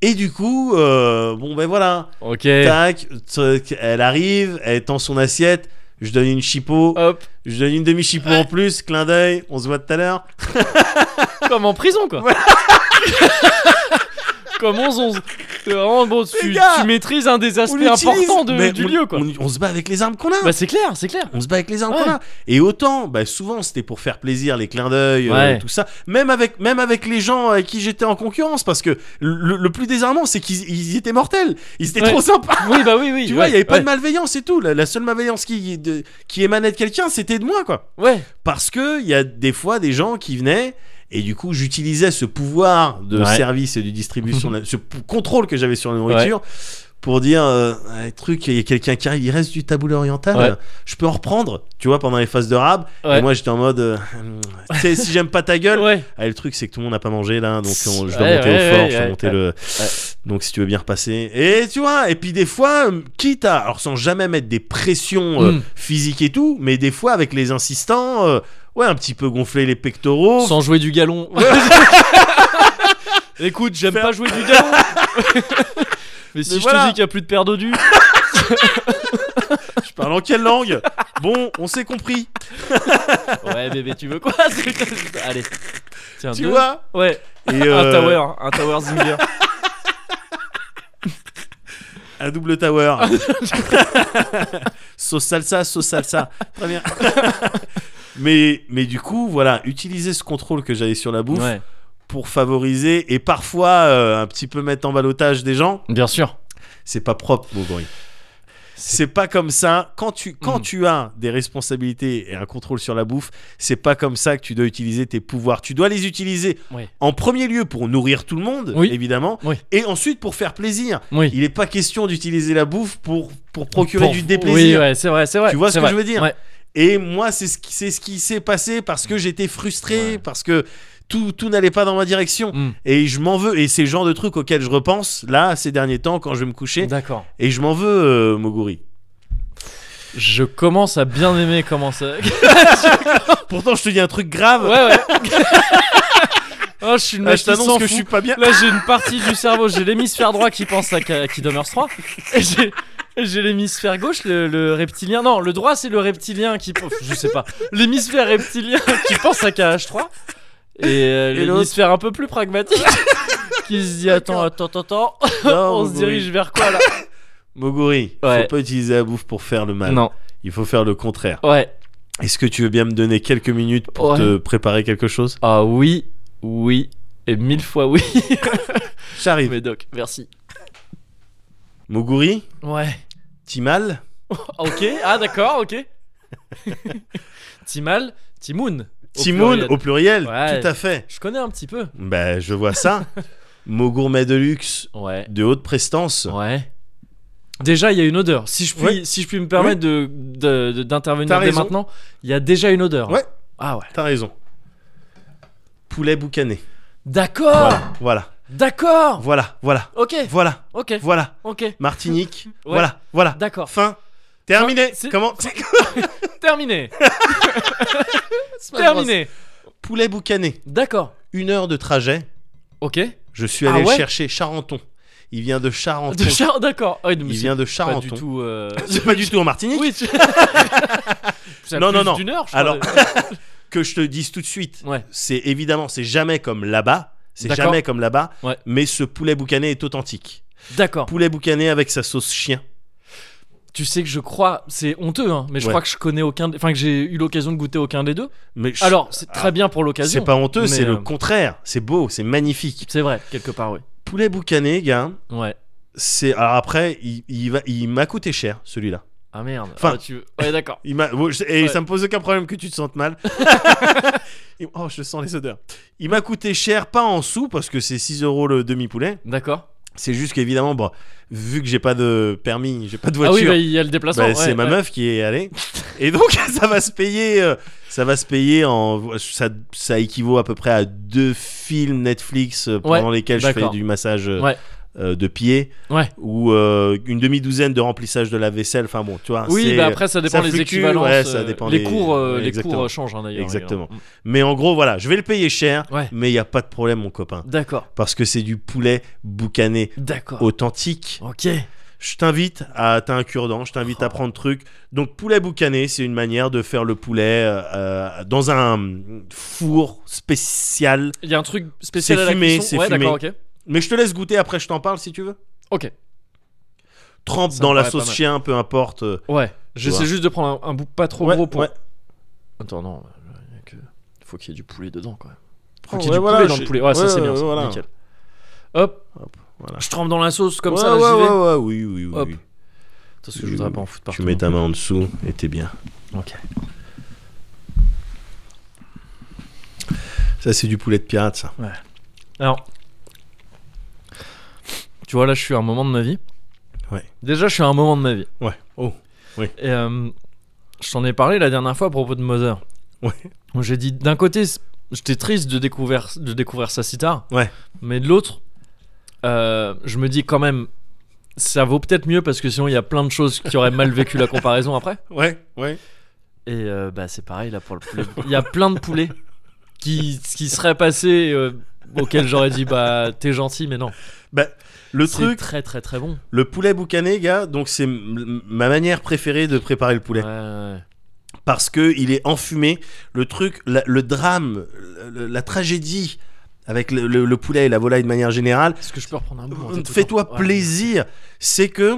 Speaker 2: Et du coup, euh, bon ben voilà,
Speaker 1: Ok.
Speaker 2: tac, tac, elle arrive, elle tend son assiette, je donne une chipot,
Speaker 1: Hop.
Speaker 2: je donne une demi-chipot en plus, clin d'œil, on se voit tout à l'heure.
Speaker 1: Comme en prison, quoi. Comme 11-11. C'est vraiment bon. Tu,
Speaker 2: gars,
Speaker 1: tu maîtrises un des aspects
Speaker 2: l'utilise,
Speaker 1: importants de-
Speaker 2: mais
Speaker 1: du
Speaker 2: on-
Speaker 1: lieu, quoi.
Speaker 2: On, on se bat avec les armes qu'on a.
Speaker 1: Bah, c'est clair, c'est clair.
Speaker 2: on se bat avec les armes
Speaker 1: Ouais.
Speaker 2: qu'on a. Et autant, bah, souvent c'était pour faire plaisir, les clins d'œil, euh,
Speaker 1: Ouais.
Speaker 2: tout ça. Même avec, même avec les gens avec qui j'étais en concurrence, parce que le, le plus désarmant, c'est qu'ils ils étaient mortels. Ils étaient
Speaker 1: Ouais.
Speaker 2: trop sympas.
Speaker 1: Oui, bah oui, oui.
Speaker 2: Tu vois, il n'y avait pas
Speaker 1: ouais.
Speaker 2: de malveillance et tout. La, la seule malveillance qui, de- qui émanait de quelqu'un, c'était de moi, quoi.
Speaker 1: Ouais.
Speaker 2: Parce que il y a des fois des gens qui venaient et du coup, j'utilisais ce pouvoir de
Speaker 1: Ouais.
Speaker 2: service et de distribution, de la- ce p- contrôle que j'avais sur la nourriture. Pour dire euh, un truc, il y a quelqu'un qui arrive, il reste du taboulé oriental,
Speaker 1: Ouais.
Speaker 2: euh, je peux en reprendre, tu vois, pendant les phases de rab.
Speaker 1: Ouais.
Speaker 2: Et moi j'étais en mode, euh, tu sais, si j'aime pas ta gueule,
Speaker 1: Ouais.
Speaker 2: ah, et le truc, c'est que tout le monde n'a pas mangé là, donc on- je dois
Speaker 1: Ouais,
Speaker 2: monter
Speaker 1: ouais,
Speaker 2: au fort,
Speaker 1: ouais,
Speaker 2: je dois
Speaker 1: ouais,
Speaker 2: monter
Speaker 1: ouais.
Speaker 2: le. Donc si tu veux bien repasser. Et tu vois, et puis des fois, euh, quitte à. Alors sans jamais mettre des pressions euh,
Speaker 1: Mm.
Speaker 2: physiques et tout, mais des fois avec les insistants, euh, ouais, un petit peu gonfler les pectoraux.
Speaker 1: Sans jouer du galon. Écoute, j'aime
Speaker 2: Faire-
Speaker 1: pas jouer du galon. Mais si
Speaker 2: Mais
Speaker 1: je
Speaker 2: voilà.
Speaker 1: te dis qu'il y a plus de paire d'odus.
Speaker 2: Je parle en quelle langue Bon, on s'est compris.
Speaker 1: Ouais, bébé, tu veux quoi Allez. Tiens,
Speaker 2: Tu
Speaker 1: deux.
Speaker 2: vois
Speaker 1: Ouais,
Speaker 2: Et,
Speaker 1: un
Speaker 2: euh,
Speaker 1: tower, un tower zinger.
Speaker 2: Un double tower. sauce salsa, sauce salsa. Très bien. mais, mais du coup, voilà, utiliser ce contrôle que j'avais sur la bouffe
Speaker 1: ouais,
Speaker 2: pour favoriser et parfois euh, un petit peu mettre en balotage des gens,
Speaker 1: bien sûr.
Speaker 2: c'est pas propre, Mogori. C'est pas comme ça. Quand tu, quand
Speaker 1: Mhm.
Speaker 2: tu as des responsabilités et un contrôle sur la bouffe, c'est pas comme ça que tu dois utiliser tes pouvoirs. Tu dois les utiliser
Speaker 1: Oui.
Speaker 2: en premier lieu pour nourrir tout le monde,
Speaker 1: Oui.
Speaker 2: évidemment,
Speaker 1: Oui.
Speaker 2: et ensuite pour faire plaisir.
Speaker 1: Oui.
Speaker 2: Il n'est pas question d'utiliser la bouffe pour, pour procurer
Speaker 1: Pour-
Speaker 2: du déplaisir.
Speaker 1: Oui, ouais, c'est vrai, c'est vrai.
Speaker 2: Tu vois ce
Speaker 1: c'est
Speaker 2: que
Speaker 1: vrai.
Speaker 2: je veux dire
Speaker 1: Ouais.
Speaker 2: Et moi, c'est ce qui, c'est ce qui s'est passé parce que j'étais frustré,
Speaker 1: Ouais.
Speaker 2: parce que tout, tout n'allait pas dans ma direction.
Speaker 1: Mm.
Speaker 2: Et je m'en veux. Et c'est le genre de truc auquel je repense, là, ces derniers temps, quand je vais me coucher.
Speaker 1: D'accord.
Speaker 2: Et je m'en veux, euh, Moguri.
Speaker 1: Je commence à bien aimer comment ça.
Speaker 2: Pourtant, je te dis un truc grave.
Speaker 1: Ouais, ouais. oh, je suis le
Speaker 2: Ah,
Speaker 1: mec
Speaker 2: je
Speaker 1: qui s'en
Speaker 2: t'annonce que
Speaker 1: fout.
Speaker 2: je suis pas bien.
Speaker 1: Là, j'ai une partie du cerveau, j'ai l'hémisphère droit qui pense à Ka- Kingdom Hearts 3, et j'ai, et j'ai l'hémisphère gauche, le, le reptilien. Non, le droit, c'est le reptilien qui. pense- Je sais pas. L'hémisphère reptilien qui pense à KH3, et, euh,
Speaker 2: Et l'autre
Speaker 1: l'hémisphère un peu plus pragmatique qui se dit Attends, attends, attends, attends,
Speaker 2: Non,
Speaker 1: on se
Speaker 2: Moguri.
Speaker 1: dirige vers quoi là
Speaker 2: Moguri,
Speaker 1: Ouais.
Speaker 2: faut pas utiliser la bouffe pour faire le mal.
Speaker 1: Non,
Speaker 2: Il faut faire le contraire.
Speaker 1: ouais.
Speaker 2: Est-ce que tu veux bien me donner quelques minutes pour
Speaker 1: Ouais.
Speaker 2: te préparer quelque chose
Speaker 1: Ah oui, oui, et mille fois oui.
Speaker 2: J'arrive.
Speaker 1: Médoc, merci.
Speaker 2: Moguri,
Speaker 1: Ouais.
Speaker 2: Timal,
Speaker 1: Ok, ah d'accord, ok. Timal, Timoun. au
Speaker 2: Timoun
Speaker 1: pluriel.
Speaker 2: au pluriel,
Speaker 1: Ouais.
Speaker 2: tout à fait.
Speaker 1: Je connais un petit peu.
Speaker 2: Ben, je vois ça. Mot gourmet de luxe
Speaker 1: Ouais.
Speaker 2: de haute prestance.
Speaker 1: Ouais. Déjà, il y a une odeur. Si je puis,
Speaker 2: Ouais.
Speaker 1: si je puis me permettre de- de- de- d'intervenir
Speaker 2: T'as
Speaker 1: dès
Speaker 2: raison.
Speaker 1: maintenant, il y a déjà une odeur.
Speaker 2: Ouais.
Speaker 1: Ah ouais.
Speaker 2: T'as raison. Poulet boucané.
Speaker 1: D'accord.
Speaker 2: Voilà,
Speaker 1: D'accord.
Speaker 2: voilà, voilà,
Speaker 1: Ok.
Speaker 2: voilà,
Speaker 1: Ok.
Speaker 2: voilà.
Speaker 1: Ok.
Speaker 2: Martinique.
Speaker 1: Ouais.
Speaker 2: Voilà, voilà.
Speaker 1: D'accord.
Speaker 2: Fin. Terminé.
Speaker 1: c'est-
Speaker 2: Comment
Speaker 1: Terminé. Terminé.
Speaker 2: Poulet boucané.
Speaker 1: D'accord.
Speaker 2: Une heure de trajet.
Speaker 1: Ok.
Speaker 2: Je suis
Speaker 1: Ah
Speaker 2: allé
Speaker 1: ouais
Speaker 2: le chercher. Charenton. Il vient de Charenton.
Speaker 1: De Char- D'accord. Ah oui, mais
Speaker 2: Il
Speaker 1: c'est
Speaker 2: vient de
Speaker 1: pas
Speaker 2: Charenton.
Speaker 1: du tout. euh,
Speaker 2: C'est pas du tout en Martinique.
Speaker 1: Oui. tu- Ça a
Speaker 2: Non,
Speaker 1: plus
Speaker 2: non, non.
Speaker 1: D'une heure. je crois,
Speaker 2: Alors
Speaker 1: de-
Speaker 2: que je te dise tout de suite,
Speaker 1: Ouais.
Speaker 2: c'est évidemment c'est jamais comme là-bas, c'est
Speaker 1: D'accord.
Speaker 2: jamais comme là-bas,
Speaker 1: Ouais.
Speaker 2: mais ce poulet boucané est authentique.
Speaker 1: D'accord.
Speaker 2: Poulet boucané avec sa sauce chien.
Speaker 1: Tu sais que je crois, c'est honteux, hein, mais je
Speaker 2: Ouais.
Speaker 1: crois que je connais aucun, enfin que j'ai eu l'occasion de goûter aucun des deux.
Speaker 2: Mais je-
Speaker 1: Alors c'est très bien pour l'occasion.
Speaker 2: Ah. c'est pas honteux,
Speaker 1: mais,
Speaker 2: c'est
Speaker 1: euh,
Speaker 2: le contraire, c'est beau, c'est magnifique.
Speaker 1: C'est vrai, quelque part, oui.
Speaker 2: Poulet boucané, gars,
Speaker 1: Ouais.
Speaker 2: c'est alors après il, il va il m'a coûté cher celui-là.
Speaker 1: Ah merde.
Speaker 2: Enfin-
Speaker 1: Ah, tu... Ouais, d'accord.
Speaker 2: Il m'a bon, je- et
Speaker 1: Ouais.
Speaker 2: ça me pose aucun problème que tu te sentes mal. Il- oh, je sens les odeurs. Il m'a coûté cher, pas en sous, parce que c'est 6 euros le demi-poulet.
Speaker 1: D'accord. Ah
Speaker 2: C'est juste qu'évidemment, bon, vu que j'ai pas de permis, j'ai pas de
Speaker 1: Ah
Speaker 2: voiture,
Speaker 1: oui, bah, il y a le déplacement.
Speaker 2: Bah,
Speaker 1: ouais,
Speaker 2: c'est ma
Speaker 1: ouais.
Speaker 2: meuf qui est allée. Et donc ça va se payer euh, ça va se payer en ça, ça équivaut à peu près à deux films Netflix euh, pendant lesquels je fais
Speaker 1: d'accord.
Speaker 2: du massage euh,
Speaker 1: Ouais.
Speaker 2: euh, de pied
Speaker 1: Ouais.
Speaker 2: ou euh, une demi-douzaine de remplissage de la vaisselle enfin bon, tu vois,
Speaker 1: Oui,
Speaker 2: c'est-
Speaker 1: bah après ça dépend
Speaker 2: ça
Speaker 1: des
Speaker 2: fluctue,
Speaker 1: équivalences.
Speaker 2: ouais, ça
Speaker 1: euh,
Speaker 2: dépend
Speaker 1: les
Speaker 2: des-
Speaker 1: cours, euh,
Speaker 2: ouais,
Speaker 1: les
Speaker 2: exactement.
Speaker 1: cours euh, changent hein, d'ailleurs.
Speaker 2: Exactement.
Speaker 1: évidemment. Mm.
Speaker 2: mais en gros voilà, je vais le payer cher
Speaker 1: Ouais.
Speaker 2: mais il y a pas de problème mon copain
Speaker 1: D'accord.
Speaker 2: parce que c'est du poulet boucané
Speaker 1: D'accord.
Speaker 2: authentique.
Speaker 1: Ok.
Speaker 2: Je t'invite à t'as un cure-dent, je t'invite
Speaker 1: Oh.
Speaker 2: à prendre truc. Donc poulet boucané, c'est une manière de faire le poulet euh, dans un four spécial.
Speaker 1: Il y a un truc spécial
Speaker 2: C'est
Speaker 1: à la
Speaker 2: fumé,
Speaker 1: cuisson.
Speaker 2: c'est
Speaker 1: ouais,
Speaker 2: fumé.
Speaker 1: d'accord, ok.
Speaker 2: Mais je te laisse goûter après, je t'en parle si tu veux.
Speaker 1: Ok.
Speaker 2: Trempe
Speaker 1: Ça
Speaker 2: dans
Speaker 1: me
Speaker 2: la
Speaker 1: paraît
Speaker 2: sauce
Speaker 1: pas mal.
Speaker 2: chien, peu importe. euh,
Speaker 1: Ouais.
Speaker 2: vois.
Speaker 1: J'essaie juste de prendre un, un bout pas trop
Speaker 2: ouais,
Speaker 1: gros pour.
Speaker 2: ouais.
Speaker 1: Attends, non. Il y a que- faut qu'il y ait du poulet dedans, quoi. Faut
Speaker 2: Oh,
Speaker 1: qu'il y ait
Speaker 2: ouais,
Speaker 1: du
Speaker 2: voilà,
Speaker 1: poulet dans le
Speaker 2: je-
Speaker 1: poulet. Ouais, ça
Speaker 2: ouais,
Speaker 1: c'est bien.
Speaker 2: ouais,
Speaker 1: ça.
Speaker 2: voilà.
Speaker 1: Nickel. Hop.
Speaker 2: Hop, voilà.
Speaker 1: Je trempe dans la sauce comme
Speaker 2: Ouais,
Speaker 1: ça, là,
Speaker 2: ouais,
Speaker 1: j'y vais.
Speaker 2: ouais, ouais, oui, oui, oui.
Speaker 1: Hop.
Speaker 2: oui.
Speaker 1: Parce que je voudrais pas en foutre
Speaker 2: Tu
Speaker 1: partout. hein.
Speaker 2: mets ta main en dessous et t'es bien.
Speaker 1: Ok.
Speaker 2: Ça, c'est du poulet de pirate, ça.
Speaker 1: Alors, tu vois, là, je suis à un moment de ma vie.
Speaker 2: Ouais.
Speaker 1: Déjà, je suis à un moment de ma vie.
Speaker 2: Ouais. Oh.
Speaker 1: Et euh, je t'en ai parlé la dernière fois à propos de Mother.
Speaker 2: Ouais.
Speaker 1: Où J'ai dit, d'un côté, c- j'étais triste de découvrir, de découvrir ça si tard.
Speaker 2: Ouais.
Speaker 1: Mais de l'autre, euh, je me dis quand même, ça vaut peut-être mieux parce que sinon, il y a plein de choses qui auraient mal vécu la comparaison après.
Speaker 2: Ouais, ouais.
Speaker 1: Et euh, bah, c'est pareil là pour le poulet. Il y a plein de poulets qui, qui seraient passés euh, auxquels j'aurais dit bah t'es gentil mais non.
Speaker 2: Bah, le
Speaker 1: C'est
Speaker 2: truc,
Speaker 1: très très très bon.
Speaker 2: le poulet boucané, gars, donc c'est m- ma manière préférée de préparer le poulet.
Speaker 1: Ouais, ouais, ouais.
Speaker 2: parce que il est enfumé. Le truc, la- le drame, le- la tragédie avec le, le- le poulet et la volaille de manière générale.
Speaker 1: Est-ce que je peux reprendre un bout en
Speaker 2: Euh,
Speaker 1: tête tout le
Speaker 2: Fais-toi
Speaker 1: temps Ouais.
Speaker 2: plaisir. C'est que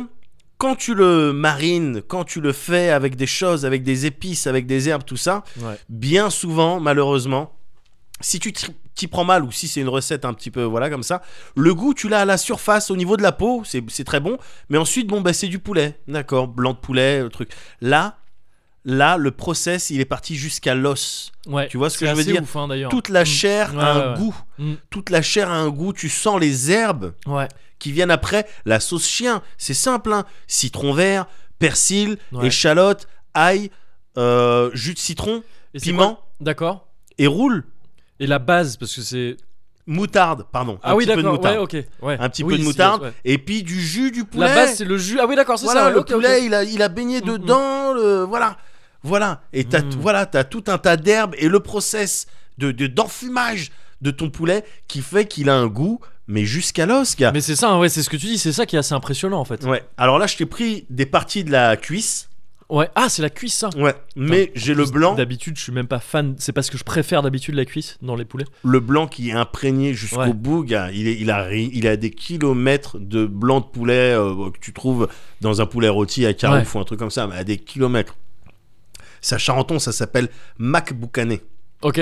Speaker 2: quand tu le marines, quand tu le fais avec des choses, avec des épices, avec des herbes, tout ça,
Speaker 1: Ouais.
Speaker 2: bien souvent, malheureusement, si tu t'y- t'y prends mal ou si c'est une recette un petit peu voilà comme ça, le goût tu l'as à la surface au niveau de la peau, c'est c'est très bon, mais ensuite bon bah c'est du poulet, d'accord, blanc de poulet, le truc. Là, là le process il est parti jusqu'à l'os.
Speaker 1: Ouais.
Speaker 2: Tu vois ce que
Speaker 1: C'est
Speaker 2: je veux
Speaker 1: assez
Speaker 2: dire
Speaker 1: ouf, hein, d'ailleurs.
Speaker 2: Toute la chair
Speaker 1: Ouais,
Speaker 2: a un
Speaker 1: ouais, ouais.
Speaker 2: goût,
Speaker 1: Mm.
Speaker 2: toute la chair a un goût. Tu sens les herbes
Speaker 1: Ouais.
Speaker 2: qui viennent après la sauce chien. C'est simple, hein. citron vert, persil,
Speaker 1: Ouais.
Speaker 2: échalote, ail, euh, jus de citron,
Speaker 1: Et c'est
Speaker 2: piment
Speaker 1: quoi D'accord.
Speaker 2: et roule.
Speaker 1: Et la base, parce que c'est.
Speaker 2: Moutarde, pardon.
Speaker 1: Ah
Speaker 2: un
Speaker 1: oui,
Speaker 2: petit peu de
Speaker 1: d'accord. Ouais,
Speaker 2: moutarde.
Speaker 1: ok. Ouais.
Speaker 2: Un petit
Speaker 1: Oui,
Speaker 2: peu de
Speaker 1: si,
Speaker 2: moutarde.
Speaker 1: ouais.
Speaker 2: Et puis du jus du poulet.
Speaker 1: La base, c'est le jus. Ah oui, d'accord, c'est
Speaker 2: voilà,
Speaker 1: ça. ouais,
Speaker 2: le
Speaker 1: ok, ok.
Speaker 2: poulet, Il, a, il a baigné
Speaker 1: Mm,
Speaker 2: dedans. le- voilà. Voilà. Et t'as,
Speaker 1: Mm.
Speaker 2: voilà, t'as tout un tas d'herbes et le process de, de, d'enfumage de ton poulet qui fait qu'il a un goût, mais jusqu'à l'os, gars.
Speaker 1: Mais c'est ça, hein, ouais, c'est ce que tu dis. C'est ça qui est assez impressionnant, en fait.
Speaker 2: Ouais. Alors là, je t'ai pris des parties de la cuisse.
Speaker 1: Ouais. Ah, c'est la cuisse, ça.
Speaker 2: Ouais. Mais j'ai le blanc.
Speaker 1: D'habitude, je suis même pas fan. C'est parce que je préfère d'habitude la cuisse dans les poulets.
Speaker 2: le blanc qui est imprégné jusqu'au
Speaker 1: Ouais.
Speaker 2: bout, gars, il, est- il, a, ri- il a des kilomètres de blanc de poulet euh, que tu trouves dans un poulet rôti à Carouf ou un truc comme ça, mais à des kilomètres. Ça Charenton, ça s'appelle Mac Boucané.
Speaker 1: Ok.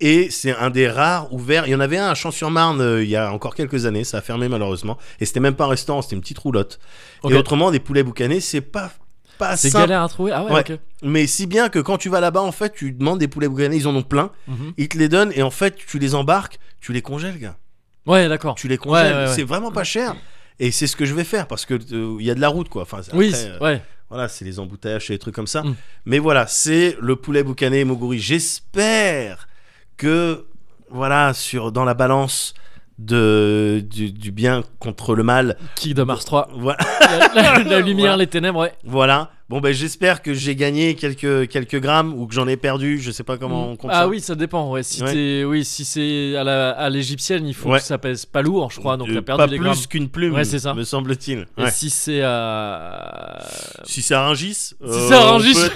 Speaker 2: Et c'est un des rares ouverts. Il y en avait un à Champs-sur-Marne euh, il y a encore quelques années, ça a fermé malheureusement. Et c'était même pas un restaurant, c'était une petite roulotte.
Speaker 1: Ok.
Speaker 2: Et autrement, des poulets boucanés, c'est pas, pas
Speaker 1: C'est
Speaker 2: simple.
Speaker 1: galère à trouver. Ah ouais,
Speaker 2: Ouais.
Speaker 1: ok.
Speaker 2: Mais si bien que quand tu vas là-bas, en fait, tu demandes des poulets boucanés, ils en ont plein.
Speaker 1: Mhm.
Speaker 2: Ils te les donnent et en fait, tu les embarques, tu les congèles, gars
Speaker 1: Ouais, d'accord.
Speaker 2: tu les congèles.
Speaker 1: Ouais, ouais, ouais.
Speaker 2: C'est vraiment pas cher. Et c'est ce que je vais faire parce que euh, il y a de la route quoi. Enfin,
Speaker 1: Oui,
Speaker 2: après,
Speaker 1: c'est-
Speaker 2: euh,
Speaker 1: ouais.
Speaker 2: voilà, c'est les embouteillages, c'est les trucs comme ça.
Speaker 1: Mm.
Speaker 2: Mais voilà, c'est le poulet boucané et Moguri. J'espère que voilà sur dans la balance de du, du bien contre le mal.
Speaker 1: Kingdom Hearts 3.
Speaker 2: Voilà.
Speaker 1: la, la- la lumière,
Speaker 2: Voilà.
Speaker 1: les ténèbres, ouais.
Speaker 2: voilà. Bon ben j'espère que j'ai gagné quelques quelques grammes ou que j'en ai perdu. Je sais pas comment on compte
Speaker 1: ah
Speaker 2: ça.
Speaker 1: oui, ça dépend. Ouais. Si
Speaker 2: Ouais.
Speaker 1: t'es- oui, si c'est à la- à l'égyptienne, il faut
Speaker 2: Ouais.
Speaker 1: que ça pèse pas lourd, je crois. Donc
Speaker 2: Euh,
Speaker 1: t'as perdu
Speaker 2: pas
Speaker 1: des
Speaker 2: plus
Speaker 1: grammes.
Speaker 2: qu'une plume.
Speaker 1: Ouais, c'est ça.
Speaker 2: Me semble-t-il.
Speaker 1: Et
Speaker 2: Ouais.
Speaker 1: si c'est à.
Speaker 2: Si ça euh, arrangisse.
Speaker 1: ça arrangisse.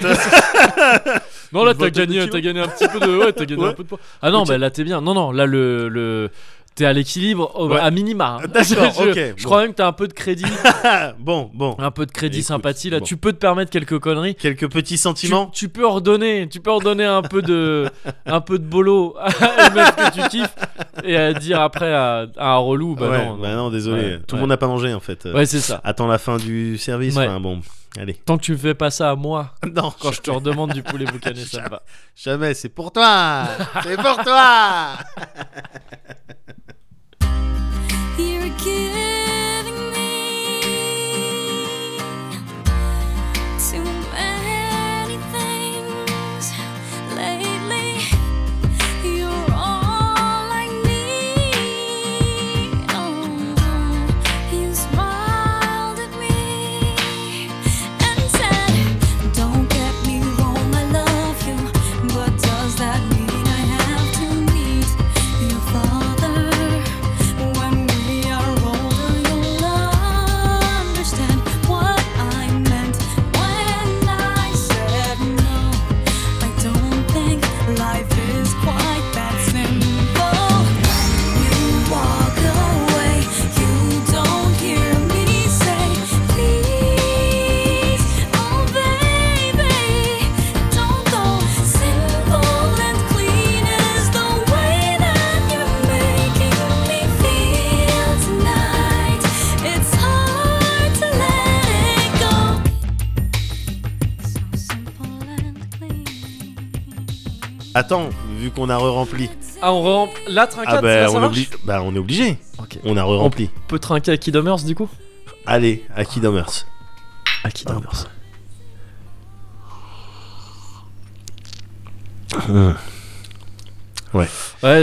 Speaker 1: Non, là,
Speaker 2: Une
Speaker 1: t'as
Speaker 2: vingtaine de
Speaker 1: gagné,
Speaker 2: kilos.
Speaker 1: t'as gagné un petit peu de. Ouais, t'as gagné
Speaker 2: Ouais.
Speaker 1: un peu de poids. Ah non,
Speaker 2: Ok.
Speaker 1: bah là, t'es bien. Non, non, là, le. le... T'es à l'équilibre au-
Speaker 2: Ouais.
Speaker 1: à minima. hein.
Speaker 2: D'accord,
Speaker 1: je,
Speaker 2: ok,
Speaker 1: Je
Speaker 2: bon.
Speaker 1: crois même que t'as un peu de crédit,
Speaker 2: bon bon.
Speaker 1: un peu de crédit
Speaker 2: Écoute,
Speaker 1: sympathie. Là,
Speaker 2: bon.
Speaker 1: tu peux te permettre quelques conneries.
Speaker 2: Quelques petits
Speaker 1: Tu,
Speaker 2: sentiments.
Speaker 1: tu peux redonner, tu peux redonner un peu de, un peu de bolo à mec que tu kiffes et à dire après à, à un relou. Bah
Speaker 2: ouais,
Speaker 1: non, non.
Speaker 2: bah non, désolé.
Speaker 1: Ouais,
Speaker 2: Tout
Speaker 1: ouais.
Speaker 2: le monde n'a pas mangé en fait. Euh,
Speaker 1: Ouais, c'est ça.
Speaker 2: Attends la fin du service.
Speaker 1: Ouais.
Speaker 2: Enfin, bon, allez.
Speaker 1: Tant que tu me fais pas ça à moi
Speaker 2: Non,
Speaker 1: quand je te redemande du poulet boucané, ça me va.
Speaker 2: jamais. C'est pour toi. c'est pour toi.
Speaker 3: You're giving me too many things lately. You're all I need. Oh, you smiled at me and said, "Don't get me wrong, I love you, but does that mean I have to meet your father?" When we are older, you'll understand what I meant when I said no. I don't think life is quite that simple. You walk away, you don't hear me say, please, oh baby, don't go. Simple and clean is the way that you're making me feel tonight. It's hard to let it go. So simple and clean.
Speaker 2: Attends, vu qu'on a re-rempli.
Speaker 1: Ah, on rampe la trincade,
Speaker 2: Ah bah,
Speaker 1: ça, ça
Speaker 2: on, est
Speaker 1: marche
Speaker 2: obli- bah, on est obligé.
Speaker 1: Ok.
Speaker 2: On a re-rempli.
Speaker 1: peut trinquer à Kidomers du coup
Speaker 2: Allez, à qui Domers
Speaker 1: À Kidomers. Ouais,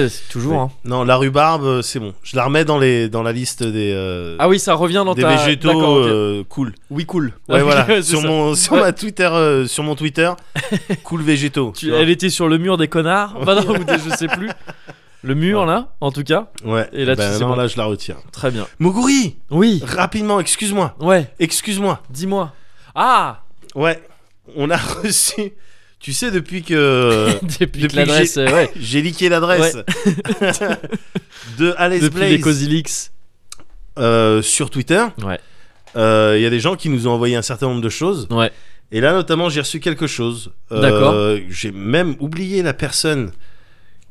Speaker 1: c'est toujours. Hein.
Speaker 2: Non, la rhubarbe, euh, c'est bon. Je la remets dans les dans la liste des euh,
Speaker 1: Ah oui, ça revient dans
Speaker 2: des
Speaker 1: ta.
Speaker 2: végétaux
Speaker 1: D'accord, ok.
Speaker 2: euh, cool.
Speaker 1: Oui, cool.
Speaker 2: Ouais,
Speaker 1: Ok,
Speaker 2: voilà.
Speaker 1: c'est
Speaker 2: Sur
Speaker 1: ça.
Speaker 2: mon sur
Speaker 1: Ouais.
Speaker 2: ma Twitter euh, sur mon Twitter, cool végétaux.
Speaker 1: Tu-
Speaker 2: tu vois.
Speaker 1: elle était sur le mur des connards, bah non, ou des je sais plus. Le mur là, en tout cas.
Speaker 2: Ouais.
Speaker 1: Et là-dessus,
Speaker 2: Bah
Speaker 1: c'est
Speaker 2: non,
Speaker 1: bon.
Speaker 2: là, je la retire.
Speaker 1: Très bien.
Speaker 2: Moguri,
Speaker 1: Oui,
Speaker 2: rapidement, excuse-moi.
Speaker 1: ouais,
Speaker 2: Excuse-moi.
Speaker 1: dis-moi. Ah
Speaker 2: Ouais, on a reçu Tu sais, depuis que.
Speaker 1: Depuis, que
Speaker 2: Depuis que
Speaker 1: l'adresse,
Speaker 2: j'ai-
Speaker 1: euh, ouais.
Speaker 2: J'ai liqué l'adresse de Alex
Speaker 1: Depuis les
Speaker 2: Blaze
Speaker 1: Cosilix.
Speaker 2: euh, sur Twitter.
Speaker 1: Ouais.
Speaker 2: Euh, Il y a des gens qui nous ont envoyé un certain nombre de choses.
Speaker 1: Ouais.
Speaker 2: Et là, notamment, j'ai reçu quelque chose. Euh,
Speaker 1: D'accord.
Speaker 2: J'ai même oublié la personne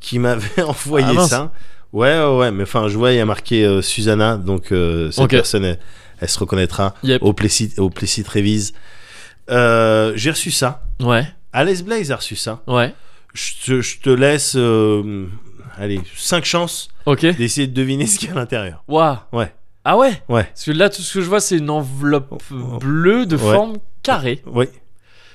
Speaker 2: qui m'avait envoyé
Speaker 1: Ah, mince.
Speaker 2: ça. Ouais, ouais, ouais. Mais enfin, je vois, il y a marqué euh, Susanna. Donc, euh, cette
Speaker 1: Ok.
Speaker 2: personne, elle, elle se reconnaîtra
Speaker 1: Yep.
Speaker 2: au Plessis au Plessis Trévise. Euh, j'ai reçu ça.
Speaker 1: Ouais,
Speaker 2: Alex Blaze a reçu ça.
Speaker 1: ouais.
Speaker 2: Je te- je te laisse. euh, allez, 5 chances
Speaker 1: Ok.
Speaker 2: d'essayer de deviner ce qu'il y a à l'intérieur.
Speaker 1: Waouh.
Speaker 2: Ouais.
Speaker 1: Ah ouais
Speaker 2: Ouais.
Speaker 1: Parce que là, tout ce que je vois, c'est une enveloppe
Speaker 2: Oh.
Speaker 1: bleue de
Speaker 2: Ouais.
Speaker 1: forme carrée.
Speaker 2: Oui.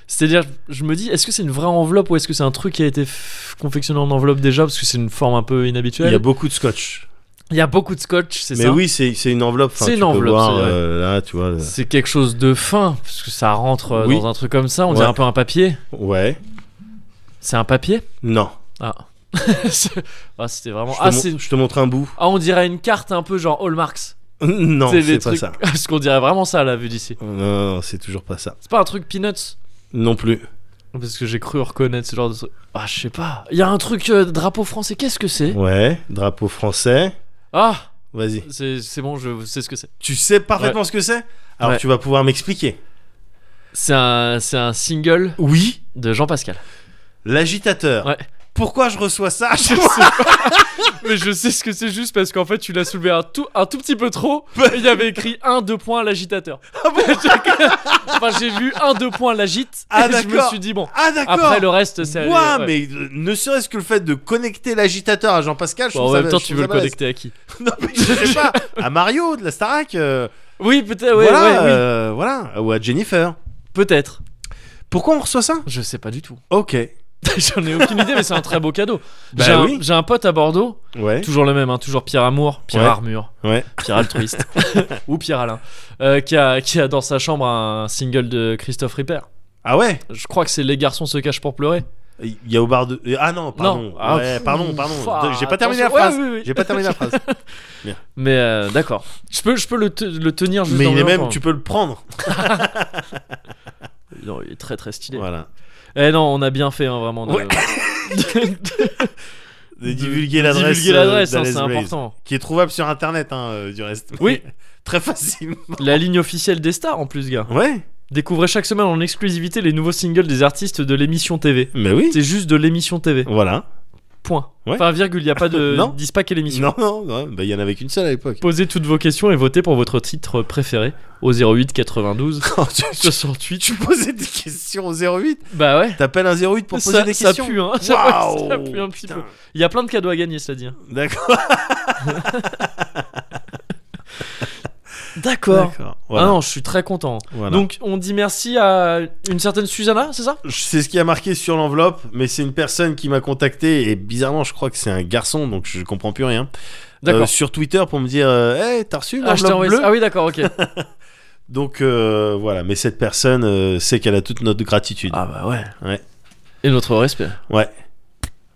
Speaker 1: C'est-à-dire, je me dis, est-ce que c'est une vraie enveloppe ou est-ce que c'est un truc qui a été f- confectionné en enveloppe déjà Parce que c'est une forme un peu
Speaker 2: Il
Speaker 1: inhabituelle.
Speaker 2: y a beaucoup de scotch.
Speaker 1: Il y a beaucoup de scotch, c'est
Speaker 2: Mais
Speaker 1: ça
Speaker 2: oui, c'est c'est une enveloppe. Enfin,
Speaker 1: C'est
Speaker 2: tu
Speaker 1: une
Speaker 2: peux
Speaker 1: enveloppe,
Speaker 2: voir,
Speaker 1: c'est vrai.
Speaker 2: euh, là, tu vois. le-
Speaker 1: C'est quelque chose de fin, parce que ça rentre euh,
Speaker 2: Oui.
Speaker 1: dans un truc comme ça. On
Speaker 2: Ouais.
Speaker 1: dirait un peu un papier.
Speaker 2: Ouais.
Speaker 1: C'est un papier
Speaker 2: Non.
Speaker 1: Ah. ah c'était
Speaker 2: Je
Speaker 1: vraiment.
Speaker 2: te,
Speaker 1: Ah,
Speaker 2: mon-
Speaker 1: c'est-
Speaker 2: je te montre un bout.
Speaker 1: ah, on dirait une carte un peu genre Hallmarks.
Speaker 2: non,
Speaker 1: C'est
Speaker 2: c'est
Speaker 1: les
Speaker 2: pas
Speaker 1: trucs-
Speaker 2: ça.
Speaker 1: Parce qu'on dirait vraiment ça, là, vu d'ici.
Speaker 2: Non, Non, non, c'est toujours pas ça.
Speaker 1: C'est pas un truc Peanuts
Speaker 2: Non plus.
Speaker 1: Parce que j'ai cru reconnaître ce genre de truc. Ah, je sais pas. Il y a un truc euh, drapeau français, qu'est-ce que c'est
Speaker 2: Ouais. Drapeau français.
Speaker 1: Ah
Speaker 2: Vas-y.
Speaker 1: C'est c'est bon, je sais ce que c'est.
Speaker 2: Tu sais parfaitement ce que c'est Alors
Speaker 1: Ouais.
Speaker 2: tu vas pouvoir m'expliquer.
Speaker 1: C'est un, c'est un single
Speaker 2: Oui.
Speaker 1: de Jean Pascal.
Speaker 2: L'agitateur.
Speaker 1: Ouais.
Speaker 2: Pourquoi je reçois ça
Speaker 1: Je sais pas. Mais je sais ce que c'est juste parce qu'en fait, tu l'as soulevé un tout, un tout petit peu trop. et Il y avait écrit 1, 2 points l'agitateur. enfin, j'ai vu 1, 2 points l'agite.
Speaker 2: Ah,
Speaker 1: et je me
Speaker 2: d'accord.
Speaker 1: suis dit, bon,
Speaker 2: Ah d'accord.
Speaker 1: après le reste, c'est.
Speaker 2: Ouah,
Speaker 1: ouais.
Speaker 2: mais euh, ne serait-ce que le fait de connecter l'agitateur à Jean-Pascal, je
Speaker 1: Bon, en
Speaker 2: trouve ça-
Speaker 1: même temps,
Speaker 2: je
Speaker 1: tu
Speaker 2: trouve
Speaker 1: veux le
Speaker 2: ça balèze.
Speaker 1: connecter à qui
Speaker 2: Non, mais je sais pas. À Mario de la Starac. euh,
Speaker 1: Oui, peut-être, ouais,
Speaker 2: voilà,
Speaker 1: ouais, oui.
Speaker 2: euh, voilà. Ou à Jennifer.
Speaker 1: Peut-être.
Speaker 2: Pourquoi on reçoit ça
Speaker 1: Je sais pas du tout.
Speaker 2: Ok.
Speaker 1: J'en ai aucune idée, mais c'est un très beau cadeau.
Speaker 2: Bah
Speaker 1: j'ai, un,
Speaker 2: oui.
Speaker 1: j'ai un pote à Bordeaux,
Speaker 2: Ouais.
Speaker 1: toujours le même, hein, toujours Pierre Amour, Pierre
Speaker 2: Ouais.
Speaker 1: Armure,
Speaker 2: Ouais.
Speaker 1: Pierre Altruiste, ou Pierre Alain, euh, qui, a, qui a dans sa chambre un single de Christophe Ripper.
Speaker 2: Ah ouais
Speaker 1: Je crois que c'est Les garçons se cachent pour pleurer.
Speaker 2: Il y a au bar de. Ah non, pardon.
Speaker 1: Non. Ah,
Speaker 2: Ouais,
Speaker 1: pff,
Speaker 2: pardon, pardon.
Speaker 1: ah,
Speaker 2: J'ai pas terminé la
Speaker 1: attention.
Speaker 2: phrase.
Speaker 1: Ouais, oui, oui.
Speaker 2: J'ai pas terminé la phrase.
Speaker 1: Mais euh, d'accord. Je peux, je peux le, te- le tenir juste
Speaker 2: Mais
Speaker 1: dans
Speaker 2: il
Speaker 1: mes
Speaker 2: est
Speaker 1: mains,
Speaker 2: même,
Speaker 1: quand
Speaker 2: tu peux le prendre.
Speaker 1: même. Non, il est très très stylé.
Speaker 2: Voilà.
Speaker 1: Eh non, on a bien fait, hein, vraiment. de-
Speaker 2: Ouais. De divulguer l'adresse.
Speaker 1: divulguer
Speaker 2: euh,
Speaker 1: l'adresse, hein,
Speaker 2: d'Alex
Speaker 1: c'est
Speaker 2: Blaze,
Speaker 1: important.
Speaker 2: Qui est trouvable sur internet, hein, euh, du reste.
Speaker 1: Oui.
Speaker 2: Très facile.
Speaker 1: La ligne officielle des stars en plus, gars.
Speaker 2: Ouais.
Speaker 1: Découvrez chaque semaine en exclusivité les nouveaux singles des artistes de l'émission TV.
Speaker 2: Mais oui.
Speaker 1: C'est juste de l'émission TV.
Speaker 2: Voilà.
Speaker 1: Point.
Speaker 2: Ouais.
Speaker 1: Enfin, virgule, il n'y a pas de.
Speaker 2: Non.
Speaker 1: Dis pas quelle émission.
Speaker 2: Non, non, non. Bah, il y en avait qu'une seule à l'époque.
Speaker 1: Posez toutes vos questions et votez pour votre titre préféré au 08 92
Speaker 2: Quand tu, tu-
Speaker 1: 68.
Speaker 2: tu posais des questions au 08.
Speaker 1: Bah ouais.
Speaker 2: T'appelles un 08 pour poser
Speaker 1: ça,
Speaker 2: des
Speaker 1: ça
Speaker 2: questions.
Speaker 1: pue, hein. Ça,
Speaker 2: Waouh
Speaker 1: ça pue un petit
Speaker 2: Putain.
Speaker 1: peu. Il y a plein de cadeaux à gagner, cela dit. hein.
Speaker 2: D'accord.
Speaker 1: D'accord.
Speaker 2: D'accord.
Speaker 1: Ah
Speaker 2: Voilà.
Speaker 1: non, je suis très content.
Speaker 2: Voilà. Euh,
Speaker 1: Donc, on dit merci à une certaine Susanna, c'est ça
Speaker 2: Je- C'est ce qui a marqué sur l'enveloppe, mais c'est une personne qui m'a contacté et bizarrement, je crois que c'est un garçon, donc je comprends plus rien.
Speaker 1: D'accord.
Speaker 2: Euh, sur Twitter pour me dire, euh, hey, t'as reçu
Speaker 1: ah, je t'ai
Speaker 2: l'enveloppe
Speaker 1: envoyé
Speaker 2: bleue
Speaker 1: ça. Ah oui, d'accord, ok.
Speaker 2: Donc euh, voilà, mais cette personne euh, sait qu'elle a toute notre gratitude.
Speaker 1: ah bah ouais.
Speaker 2: Ouais.
Speaker 1: Et notre respect.
Speaker 2: Ouais.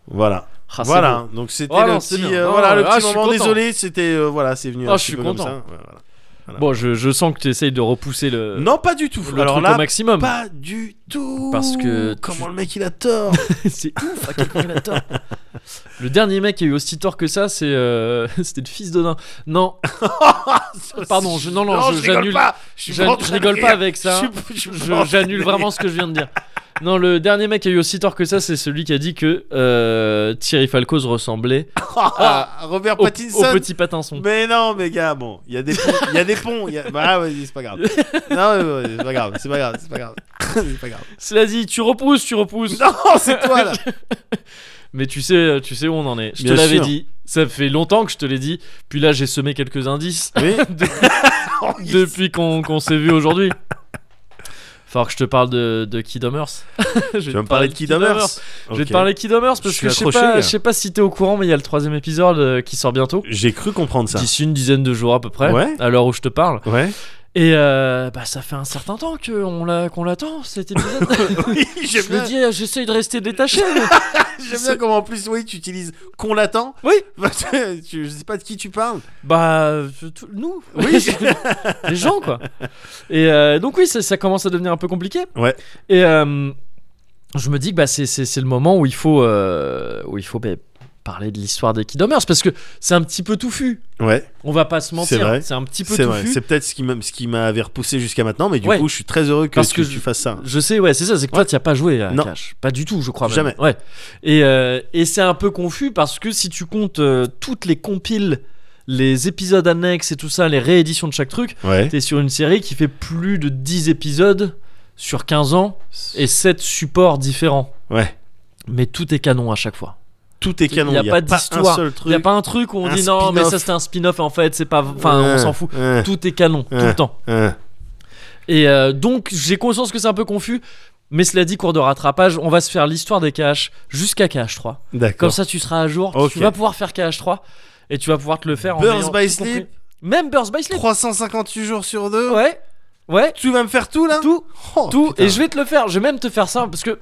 Speaker 2: Voilà.
Speaker 1: Ah, c'est beau.
Speaker 2: voilà. Donc c'était
Speaker 1: Oh
Speaker 2: le
Speaker 1: non, c'est
Speaker 2: petit,
Speaker 1: bien.
Speaker 2: euh,
Speaker 1: Non,
Speaker 2: voilà, le
Speaker 1: ah,
Speaker 2: petit
Speaker 1: je suis
Speaker 2: moment.
Speaker 1: content.
Speaker 2: Désolé, c'était euh, voilà, c'est venu.
Speaker 1: Ah,
Speaker 2: un
Speaker 1: je
Speaker 2: petit
Speaker 1: suis
Speaker 2: peu
Speaker 1: content.
Speaker 2: Comme ça. Ouais, voilà.
Speaker 1: Bon, je, je sens que tu essayes de repousser le,
Speaker 2: non, pas du tout.
Speaker 1: le
Speaker 2: Alors
Speaker 1: truc
Speaker 2: là,
Speaker 1: au maximum.
Speaker 2: pas du tout.
Speaker 1: Parce que
Speaker 2: comment
Speaker 1: tu-
Speaker 2: le mec il a tort.
Speaker 1: c'est
Speaker 2: Ah,
Speaker 1: ouf à quel point il a tort. Le dernier mec qui a eu aussi tort que ça, c'est euh, c'était le fils de nain. Non,
Speaker 2: Ah,
Speaker 1: Pardon, je- non, non, je-
Speaker 2: rigole
Speaker 1: j'annule.
Speaker 2: pas. Je, suis
Speaker 1: je,
Speaker 2: pas en train
Speaker 1: je
Speaker 2: de
Speaker 1: rigole pas
Speaker 2: rire.
Speaker 1: avec ça.
Speaker 2: Je suis- je suis
Speaker 1: Je-
Speaker 2: pas en train
Speaker 1: J'annule
Speaker 2: de
Speaker 1: vraiment ce que je viens de dire. Non, le dernier mec qui a eu aussi tort que ça, c'est celui qui a dit que euh, Thierry Falcoz ressemblait
Speaker 2: Ah, Robert
Speaker 1: au, au
Speaker 2: Pattinson.
Speaker 1: petit patinson.
Speaker 2: Mais non, mais gars, bon, il y a des ponts, il y a des ponts, il y a- bah vas-y, c'est pas grave. Non, mais ouais, c'est pas grave, c'est pas grave, c'est pas grave, c'est pas grave.
Speaker 1: Cela dit, tu repousses, tu repousses.
Speaker 2: Non, c'est toi là.
Speaker 1: Mais tu sais, euh, tu sais où on en est. Je
Speaker 2: Bien
Speaker 1: te l'avais
Speaker 2: sûr.
Speaker 1: dit. Ça fait longtemps que je te l'ai dit. Puis là, j'ai semé quelques indices.
Speaker 2: Oui. Oh, yes.
Speaker 1: depuis qu'on qu'on s'est vu aujourd'hui. Faut que je te parle de, de Kid Homers. je vais
Speaker 2: Tu
Speaker 1: te
Speaker 2: vas me parler de Kid Hammers.
Speaker 1: Je vais
Speaker 2: Ok.
Speaker 1: te parler de Kid Homers
Speaker 2: Je
Speaker 1: parce
Speaker 2: suis
Speaker 1: que je sais,
Speaker 2: accroché, hein.
Speaker 1: pas,
Speaker 2: là.
Speaker 1: je sais pas si t'es au courant, mais il y a le troisième épisode euh, qui sort bientôt.
Speaker 2: J'ai cru comprendre ça.
Speaker 1: D'ici une dizaine de jours à peu près,
Speaker 2: Ouais.
Speaker 1: à l'heure où je te parle.
Speaker 2: Ouais.
Speaker 1: Et euh, bah, ça fait un certain temps que on l'a- qu'on l'attend cet épisode.
Speaker 2: Oui,
Speaker 1: je
Speaker 2: j'aime
Speaker 1: me
Speaker 2: bien.
Speaker 1: dis, euh, j'essaye de rester détaché. mais-
Speaker 2: J'aime bien comment en plus, oui, tu utilises qu'on l'attend.
Speaker 1: Oui.
Speaker 2: Bah, tu- tu- je sais pas de qui tu parles.
Speaker 1: Bah, euh, tout- nous,
Speaker 2: Oui.
Speaker 1: les gens, quoi. Et euh, donc, oui, ça, ça commence à devenir un peu compliqué.
Speaker 2: Ouais.
Speaker 1: Et euh, je me dis que bah, c'est, c'est- c'est le moment où il faut, euh, où il faut bah, parler de l'histoire des Kidomers parce que c'est un petit peu touffu.
Speaker 2: Ouais,
Speaker 1: On va pas se mentir.
Speaker 2: C'est vrai.
Speaker 1: un petit peu
Speaker 2: c'est vrai.
Speaker 1: touffu.
Speaker 2: C'est peut-être ce qui m'a- ce qui m'avait repoussé jusqu'à maintenant, mais du
Speaker 1: Ouais.
Speaker 2: coup, je suis très heureux que,
Speaker 1: Parce
Speaker 2: tu,
Speaker 1: que
Speaker 2: tu
Speaker 1: je-
Speaker 2: fasses ça.
Speaker 1: Je sais, ouais, c'est ça, c'est que toi, tu as pas joué à
Speaker 2: Non.
Speaker 1: Cash. Pas du tout, je crois. même.
Speaker 2: Jamais.
Speaker 1: Ouais. Et, euh, et c'est un peu confus parce que si tu comptes euh, toutes les compiles, les épisodes annexes et tout ça, les rééditions de chaque truc,
Speaker 2: Ouais.
Speaker 1: t'es sur une série qui fait plus de 10 épisodes sur 15 ans et 7 supports différents.
Speaker 2: Ouais.
Speaker 1: Mais tout est canon à chaque fois.
Speaker 2: Tout est canon.
Speaker 1: y a
Speaker 2: Il n'y a,
Speaker 1: pas
Speaker 2: pas un
Speaker 1: d'histoire.
Speaker 2: seul
Speaker 1: Il y a
Speaker 2: truc.
Speaker 1: pas un truc où on
Speaker 2: Un
Speaker 1: dit non, mais ça
Speaker 2: spin-off.
Speaker 1: c'était un spin-off en fait, c'est pas. Enfin, on
Speaker 2: Ouais,
Speaker 1: s'en fout.
Speaker 2: ouais,
Speaker 1: Tout est canon, tout
Speaker 2: Ouais.
Speaker 1: le temps.
Speaker 2: ouais.
Speaker 1: Et euh, donc, j'ai conscience que c'est un peu confus. Mais cela dit, cours de rattrapage, on va se faire l'histoire des KH jusqu'à KH3. Comme
Speaker 2: D'accord.
Speaker 1: ça, tu seras à jour.
Speaker 2: Ok.
Speaker 1: Tu vas pouvoir faire KH3 et tu vas pouvoir te le faire en.
Speaker 2: Birth
Speaker 1: ayant
Speaker 2: by
Speaker 1: tout compris.
Speaker 2: Sleep,
Speaker 1: Même Burst by Sleep.
Speaker 2: 358 jours sur 2.
Speaker 1: Ouais. Ouais.
Speaker 2: Tu vas me faire tout là
Speaker 1: Tout.
Speaker 2: Oh,
Speaker 1: tout.
Speaker 2: putain.
Speaker 1: Et je vais te le faire. Je vais même te faire ça parce que.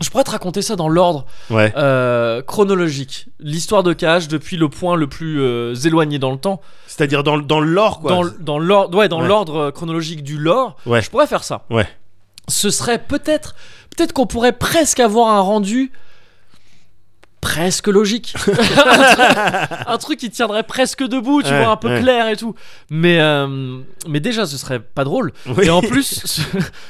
Speaker 1: Je pourrais te raconter ça dans l'ordre
Speaker 2: Ouais.
Speaker 1: euh, chronologique. L'histoire de KH depuis le point le plus euh, éloigné dans le temps.
Speaker 2: C'est-à-dire dans, le- dans le lore, quoi.
Speaker 1: dans, dans l'ordre ouais, dans
Speaker 2: Ouais.
Speaker 1: l'ordre euh, chronologique du lore
Speaker 2: Ouais.
Speaker 1: je pourrais faire ça
Speaker 2: Ouais.
Speaker 1: ce serait peut-être peut-être qu'on pourrait presque avoir un rendu presque logique un, truc, un truc qui tiendrait presque debout tu
Speaker 2: Ouais,
Speaker 1: vois un peu
Speaker 2: ouais.
Speaker 1: clair et tout mais euh, mais déjà ce serait pas drôle
Speaker 2: Oui.
Speaker 1: et en plus ce,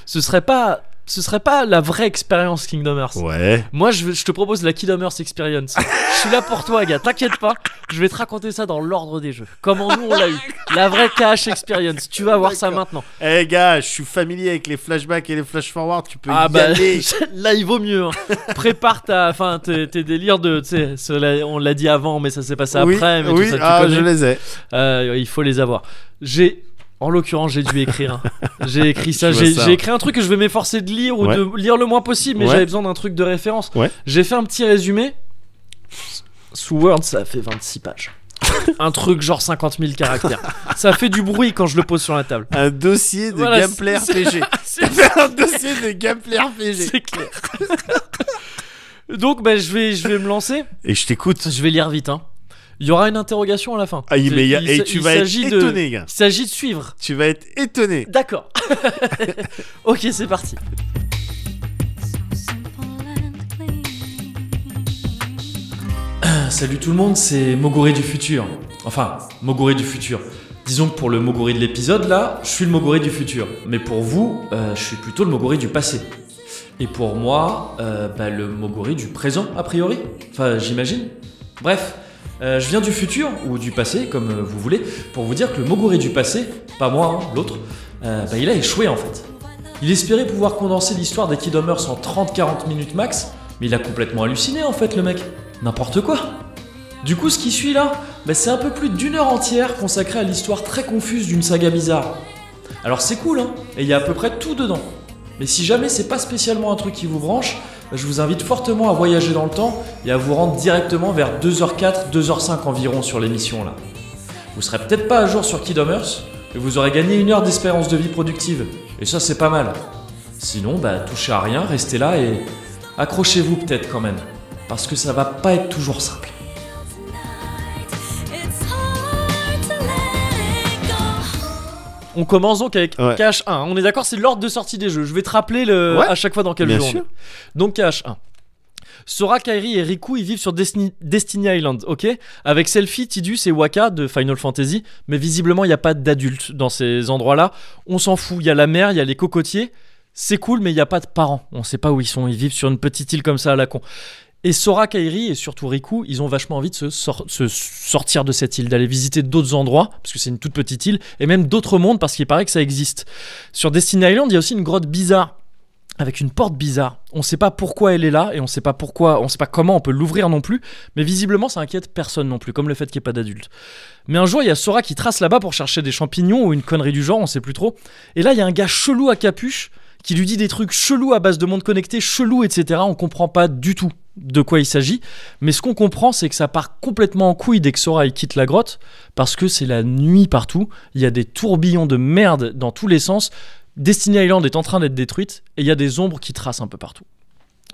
Speaker 1: ce serait pas ce serait pas la vraie expérience Kingdom Hearts
Speaker 2: Ouais.
Speaker 1: moi, je, vais- je te propose la Kingdom Hearts Experience. je suis là pour toi, gars. T'inquiète pas. Je vais te raconter ça dans l'ordre des jeux. Comment nous, on l'a eu. La vraie KH Experience. Tu vas voir ça
Speaker 2: D'accord.
Speaker 1: maintenant.
Speaker 2: Eh gars, je suis familier avec les flashbacks et les flash forward. Tu peux
Speaker 1: Ah
Speaker 2: y
Speaker 1: bah,
Speaker 2: aller.
Speaker 1: là, il vaut mieux. hein. Prépare ta, enfin, tes, tes délires de. tu sais, cela- On l'a dit avant, mais ça s'est passé
Speaker 2: oui,
Speaker 1: après. Mais
Speaker 2: oui,
Speaker 1: tout ça, tu
Speaker 2: ah,
Speaker 1: connais.
Speaker 2: je les ai.
Speaker 1: Euh, il faut les avoir. J'ai. En l'occurrence, j'ai dû écrire. hein. J'ai écrit ça.
Speaker 2: Je vois
Speaker 1: J'ai
Speaker 2: ça.
Speaker 1: j'ai écrit un truc que je vais m'efforcer de lire ou
Speaker 2: Ouais.
Speaker 1: de lire le moins possible, mais
Speaker 2: Ouais.
Speaker 1: j'avais besoin d'un truc de référence.
Speaker 2: Ouais.
Speaker 1: J'ai fait un petit résumé. Sous Word, ça fait 26 pages. un truc genre 50 000 caractères. ça fait du bruit quand je le pose sur la table.
Speaker 2: Un dossier de
Speaker 1: Voilà,
Speaker 2: gameplay
Speaker 1: c'est-
Speaker 2: RPG.
Speaker 1: C'est
Speaker 2: un dossier de gameplay RPG.
Speaker 1: c'est clair. Donc, ben, je vais, je vais me lancer.
Speaker 2: Et je t'écoute.
Speaker 1: Je vais lire vite. hein. Il y aura une interrogation à la fin.
Speaker 2: Ah, il- mais il y a-
Speaker 1: Il
Speaker 2: et
Speaker 1: s-
Speaker 2: tu
Speaker 1: il
Speaker 2: vas être
Speaker 1: s'agit de-
Speaker 2: étonné, gars.
Speaker 1: Il s'agit de suivre.
Speaker 2: Tu vas être étonné.
Speaker 1: D'accord. ok, c'est parti. Euh, Salut tout le monde, c'est Mogoré du futur. Enfin, Mogoré du futur. Disons que pour le Mogoré de l'épisode, là, je suis le Mogoré du futur. Mais pour vous, euh, je suis plutôt le Mogoré du passé. Et pour moi, euh, bah, le Mogoré du présent, a priori. Enfin, j'imagine. Bref, euh, je viens du futur, ou du passé, comme euh, vous voulez, pour vous dire que le Mogoré du passé, pas moi, hein, l'autre, euh, bah, il a échoué en fait. Il espérait pouvoir condenser l'histoire des Kidomers en 30-40 minutes max, mais il a complètement halluciné en fait le mec. N'importe quoi. Du coup, ce qui suit là, bah, c'est un peu plus d'une heure entière consacrée à l'histoire très confuse d'une saga bizarre. Alors c'est cool, hein, et il y a à peu près tout dedans. Mais si jamais c'est pas spécialement un truc qui vous branche, bah, je vous invite fortement à voyager dans le temps et à vous rendre directement vers 2h04, 2h05 environ sur l'émission là. Vous serez peut-être pas à jour sur Kidomers, mais vous aurez gagné une heure d'espérance de vie productive. Et ça, c'est pas mal. Sinon, bah, touchez à rien, restez là et accrochez-vous peut-être quand même. Parce que ça va pas être toujours simple. On commence donc avec
Speaker 2: Ouais.
Speaker 1: KH1. On est d'accord, c'est l'ordre de sortie des jeux. Je vais te rappeler le...
Speaker 2: Ouais.
Speaker 1: à chaque fois dans quel
Speaker 2: Bien
Speaker 1: jeu on
Speaker 2: sûr.
Speaker 1: est. Donc KH1. Sora, Kairi et Riku, ils vivent sur Destiny, Destiny Island, ok Avec Selfie, Tidus et Waka de Final Fantasy, mais visiblement, il n'y a pas d'adultes dans ces endroits-là. On s'en fout, il y a la mer, il y a les cocotiers. C'est cool, mais il n'y a pas de parents. On sait pas où ils sont, ils vivent sur une petite île comme ça à la con. Et Sora, Kairi et surtout Riku, ils ont vachement envie de se, sor- se sortir de cette île, d'aller visiter d'autres endroits, parce que c'est une toute petite île, et même d'autres mondes, parce qu'il paraît que ça existe. Sur Destiny Island, il y a aussi une grotte bizarre, avec une porte bizarre. On ne sait pas pourquoi elle est là, et on ne sait pas pourquoi, on sait pas comment on peut l'ouvrir non plus, mais visiblement ça inquiète personne non plus, comme le fait qu'il n'y ait pas d'adulte. Mais un jour, il y a Sora qui trace là-bas pour chercher des champignons ou une connerie du genre, on sait plus trop. Et là, il y a un gars chelou à capuche qui lui dit des trucs chelous à base de monde connecté, chelou, etc. On comprend pas du tout de quoi il s'agit. Mais ce qu'on comprend, c'est que ça part complètement en couille dès que Sora il quitte la grotte, parce que c'est la nuit partout. Il y a des tourbillons de merde dans tous les sens. Destiny Island est en train d'être détruite, et il y a des ombres qui tracent un peu partout.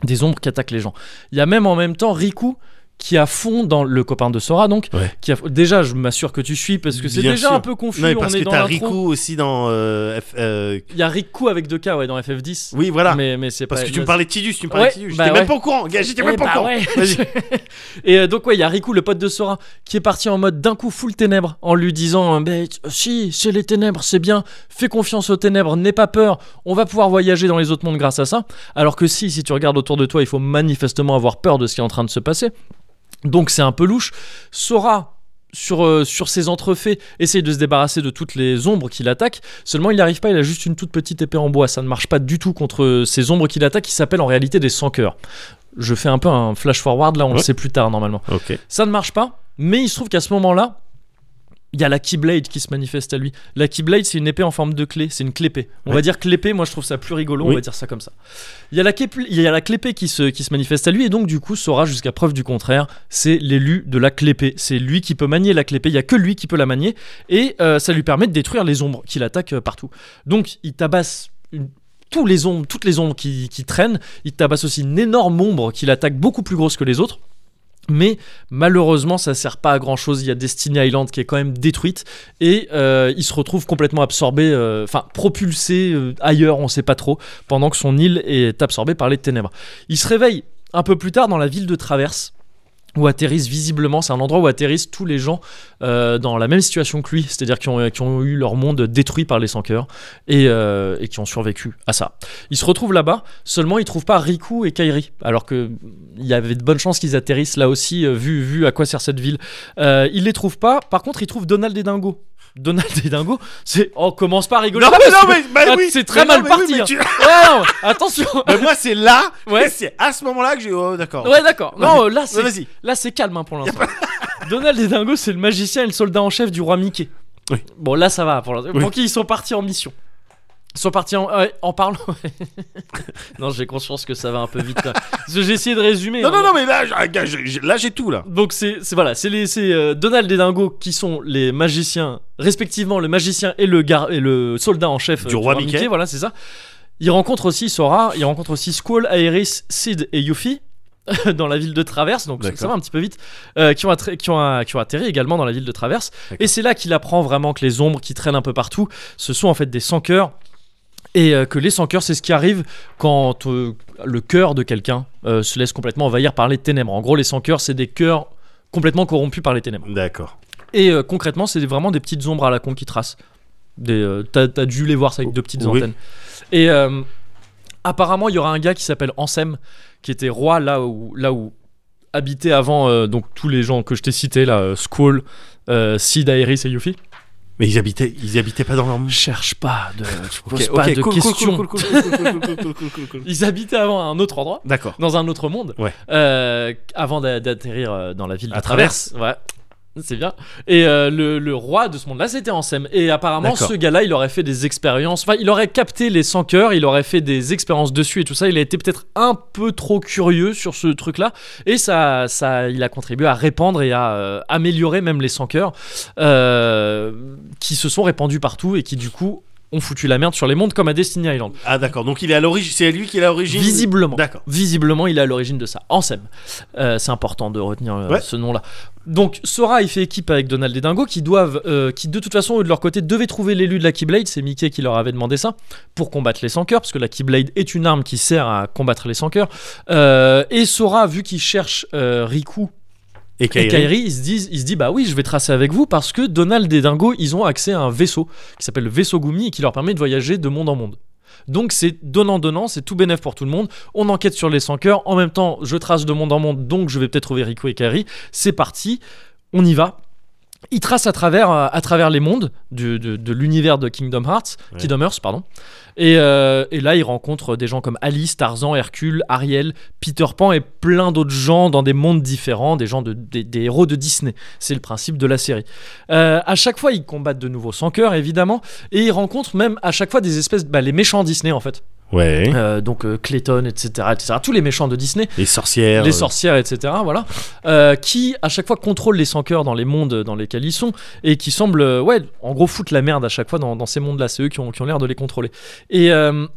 Speaker 1: Des ombres qui attaquent les gens. Il y a même en même temps Riku qui est à fond dans le copain de Sora donc
Speaker 2: Ouais.
Speaker 1: qui a- déjà je m'assure que tu suis parce que c'est
Speaker 2: Bien
Speaker 1: déjà
Speaker 2: sûr.
Speaker 1: un peu confus
Speaker 2: Non, mais
Speaker 1: on
Speaker 2: parce
Speaker 1: est
Speaker 2: que
Speaker 1: dans
Speaker 2: t'as
Speaker 1: l'intro.
Speaker 2: Riku aussi dans. euh, F- euh,
Speaker 1: il y a Riku avec 2K ouais dans FF10
Speaker 2: Oui, voilà.
Speaker 1: mais mais c'est
Speaker 2: Parce
Speaker 1: pas-
Speaker 2: que tu me
Speaker 1: là,
Speaker 2: parlais de Tidus, tu me parlais
Speaker 1: Ouais,
Speaker 2: de Tidus.
Speaker 1: bah
Speaker 2: J'étais
Speaker 1: ouais.
Speaker 2: même pas au courant, gars, j'étais
Speaker 1: Eh
Speaker 2: même pas
Speaker 1: bah
Speaker 2: au courant.
Speaker 1: ouais.
Speaker 2: Vas-y.
Speaker 1: et euh, donc ouais, il y a Riku, le pote de Sora, qui est parti en mode d'un coup full ténèbres, en lui disant euh, Ben, t- si, c'est les ténèbres, c'est bien, fais confiance aux ténèbres, n'aie pas peur, on va pouvoir voyager dans les autres mondes grâce à ça. Alors que si, si tu regardes autour de toi, il faut manifestement avoir peur de ce qui est en train de se passer. Donc c'est un peu louche. Sora sur, euh, sur ses entrefaits, essaye de se débarrasser de toutes les ombres qui l'attaquent. Seulement, il n'y arrive pas, il a juste une toute petite épée en bois. Ça ne marche pas du tout contre euh, ces ombres qui l'attaquent, qui s'appellent en réalité des sans cœurs. Je fais un peu un flash forward, là, on le
Speaker 2: Ouais.
Speaker 1: sait plus tard normalement.
Speaker 2: Ok.
Speaker 1: Ça ne marche pas, mais il se trouve qu'à ce moment-là, il y a la Keyblade qui se manifeste à lui. La Keyblade, c'est une épée en forme de clé, c'est une clépée. On
Speaker 2: Ouais.
Speaker 1: va dire clépée, moi je trouve ça plus rigolo, on
Speaker 2: Oui.
Speaker 1: va dire ça comme ça. Il y a la, képl- il y a la clépée qui se, qui se manifeste à lui, et donc du coup, Sora, jusqu'à preuve du contraire, c'est l'élu de la clépée. C'est lui qui peut manier la clépée, il y a que lui qui peut la manier, et euh, ça lui permet de détruire les ombres qui l'attaquent euh, partout. Donc il tabasse une- tous les ombres, toutes les ombres qui, qui traînent, il tabasse aussi une énorme ombre qui l'attaque beaucoup plus grosse que les autres. Mais malheureusement, ça sert pas à grand chose. Il y a Destiny Island qui est quand même détruite et euh, il se retrouve complètement absorbé, euh, enfin propulsé euh, ailleurs, on sait pas trop, pendant que son île est absorbée par les ténèbres. Il se réveille un peu plus tard dans la ville de Traverse où atterrissent visiblement, c'est un endroit où atterrissent tous les gens euh, dans la même situation que lui, c'est-à-dire qui ont, qui ont eu leur monde détruit par les sans-cœurs et, euh, et qui ont survécu à ça. Ils se retrouvent là-bas, seulement ils trouvent pas Riku et Kairi, alors que il y avait de bonnes chances qu'ils atterrissent là aussi, euh, vu, vu à quoi sert cette ville. Euh, ils les trouvent pas, par contre ils trouvent Donald et Dingo. Donald et Dingo, c'est... On commence pas à rigoler.
Speaker 2: Non,
Speaker 1: parce
Speaker 2: mais non,
Speaker 1: que-
Speaker 2: mais bah
Speaker 1: Ah,
Speaker 2: oui.
Speaker 1: c'est très
Speaker 2: Mais
Speaker 1: mal
Speaker 2: non, mais oui,
Speaker 1: parti, hein.
Speaker 2: mais tu-
Speaker 1: Ouais, non, attention
Speaker 2: Mais moi, c'est là.
Speaker 1: Ouais.
Speaker 2: et C'est à ce moment-là que j'ai. Oh, d'accord.
Speaker 1: Ouais d'accord, non, euh, là c'est
Speaker 2: Ouais, Vas-y.
Speaker 1: Là, c'est calme hein, pour l'instant. Donald et Dingo, c'est le magicien et le soldat en chef du roi Mickey.
Speaker 2: Oui.
Speaker 1: Bon, là, ça va pour l'instant.
Speaker 2: Oui.
Speaker 1: Pour qui ils sont partis en mission Ils sont partis en, ouais, en parlant. non, j'ai conscience que ça va un peu vite. quand même. Parce que J'ai essayé de résumer.
Speaker 2: Non,
Speaker 1: hein.
Speaker 2: non, non, mais là, ah, j'ai- j'ai- j'ai- là, j'ai tout là.
Speaker 1: Donc c'est c'est- voilà, c'est les c'est euh, Donald et Dingo qui sont les magiciens respectivement le magicien et le gar- et le soldat en chef euh,
Speaker 2: Du roi Mickey.
Speaker 1: voilà, c'est ça. Ils rencontrent aussi Sora, ils rencontrent aussi Squall, Aeris, Sid et Yuffie dans la ville de Traverse, donc ça- ça
Speaker 2: D'accord.
Speaker 1: va un petit peu vite, euh, qui, ont attra- qui, ont, euh, qui ont atterri également dans la ville de Traverse.
Speaker 2: D'accord.
Speaker 1: Et c'est là qu'il apprend vraiment que les ombres qui traînent un peu partout, ce sont en fait des sans-cœurs. Et euh, que les sans-cœurs, c'est ce qui arrive quand euh, le cœur de quelqu'un euh, se laisse complètement envahir par les ténèbres. En gros, les sans cœurs, c'est des cœurs complètement corrompus par les ténèbres.
Speaker 2: D'accord.
Speaker 1: Et euh, concrètement, c'est vraiment des petites ombres à la con qui tracent. Des, euh, t'as, t'as dû les voir ça avec deux petites
Speaker 2: Oui.
Speaker 1: antennes. Et euh, apparemment, il y aura un gars qui s'appelle Ansem, qui était roi là où, là où habitaient avant euh, donc tous les gens que je t'ai cités là, euh, Squall, euh, Sid, Aerys et Yuffie.
Speaker 2: Mais ils habitaient, ils habitaient pas dans leur.
Speaker 1: Cherche pas de, tu poses
Speaker 2: Ok,
Speaker 1: pas
Speaker 2: ok,
Speaker 1: de
Speaker 2: cool, cool,
Speaker 1: questions.
Speaker 2: cool, cool, cool, cool, cool, cool, cool, cool, cool, cool.
Speaker 1: Ils habitaient avant à un autre endroit
Speaker 2: D'accord.
Speaker 1: dans un autre monde
Speaker 2: Ouais.
Speaker 1: euh, avant d'a- d'atterrir euh, dans la ville de
Speaker 2: À
Speaker 1: Traverse. Ouais. C'est bien. Et euh, le, le roi de ce monde-là, c'était Ansem. Et apparemment,
Speaker 2: D'accord.
Speaker 1: ce gars-là, il aurait fait des expériences. Enfin, il aurait capté les 100 cœurs, il aurait fait des expériences dessus et tout ça. Il a été peut-être un peu trop curieux sur ce truc-là. Et ça, ça, il a contribué à répandre et à euh, améliorer même les 100 cœurs euh, qui se sont répandus partout et qui, du coup, ont foutu la merde sur les mondes comme à Destiny Island.
Speaker 2: Ah, d'accord. Donc, il est à l'origine. C'est lui qui est à l'origine.
Speaker 1: Visiblement.
Speaker 2: D'accord.
Speaker 1: Visiblement, il est à l'origine de ça. Ansem. Euh, c'est important de retenir euh,
Speaker 2: Ouais.
Speaker 1: ce nom-là. Donc, Sora, il fait équipe avec Donald et Dingo qui doivent, euh, qui de toute façon, eux, de leur côté, devaient trouver l'élu de la Keyblade. C'est Mickey qui leur avait demandé ça pour combattre les sans cœurs, parce que la Keyblade est une arme qui sert à combattre les sans cœurs. Euh, et Sora, vu qu'il cherche euh, Riku
Speaker 2: Et
Speaker 1: et
Speaker 2: Kairi.
Speaker 1: Kairi, il se, disent, il se dit bah oui, je vais tracer avec vous parce que Donald et Dingo, ils ont accès à un vaisseau qui s'appelle le vaisseau Gumi et qui leur permet de voyager de monde en monde. Donc c'est donnant-donnant, c'est tout bénef pour tout le monde. On enquête sur les sans cœurs. En même temps, je trace de monde en monde, donc je vais peut-être trouver Rico et Kairi. C'est parti, on y va. Ils tracent à travers, euh, à travers les mondes du- de, de l'univers de Kingdom Hearts,
Speaker 2: Ouais.
Speaker 1: Kingdom Hearts, pardon. Et, euh, et là, ils rencontrent des gens comme Alice, Tarzan, Hercule, Ariel, Peter Pan et plein d'autres gens dans des mondes différents, des gens de, des, des héros de Disney. C'est le principe de la série. Euh, à chaque fois, ils combattent de nouveaux sans cœur, évidemment, et ils rencontrent même à chaque fois des espèces, bah, les méchants Disney en fait.
Speaker 2: Ouais.
Speaker 1: Euh, donc euh, Clayton, etc., etc. Tous les méchants de Disney,
Speaker 2: Les sorcières.
Speaker 1: les
Speaker 2: euh,
Speaker 1: sorcières, etc. Voilà, Euh, qui à chaque fois contrôlent les sans cœurs dans les mondes dans lesquels ils sont et qui semblent, euh, ouais, en gros foutre la merde à chaque fois dans, dans ces mondes-là. C'est eux qui ont, qui ont l'air de les contrôler. Et euh,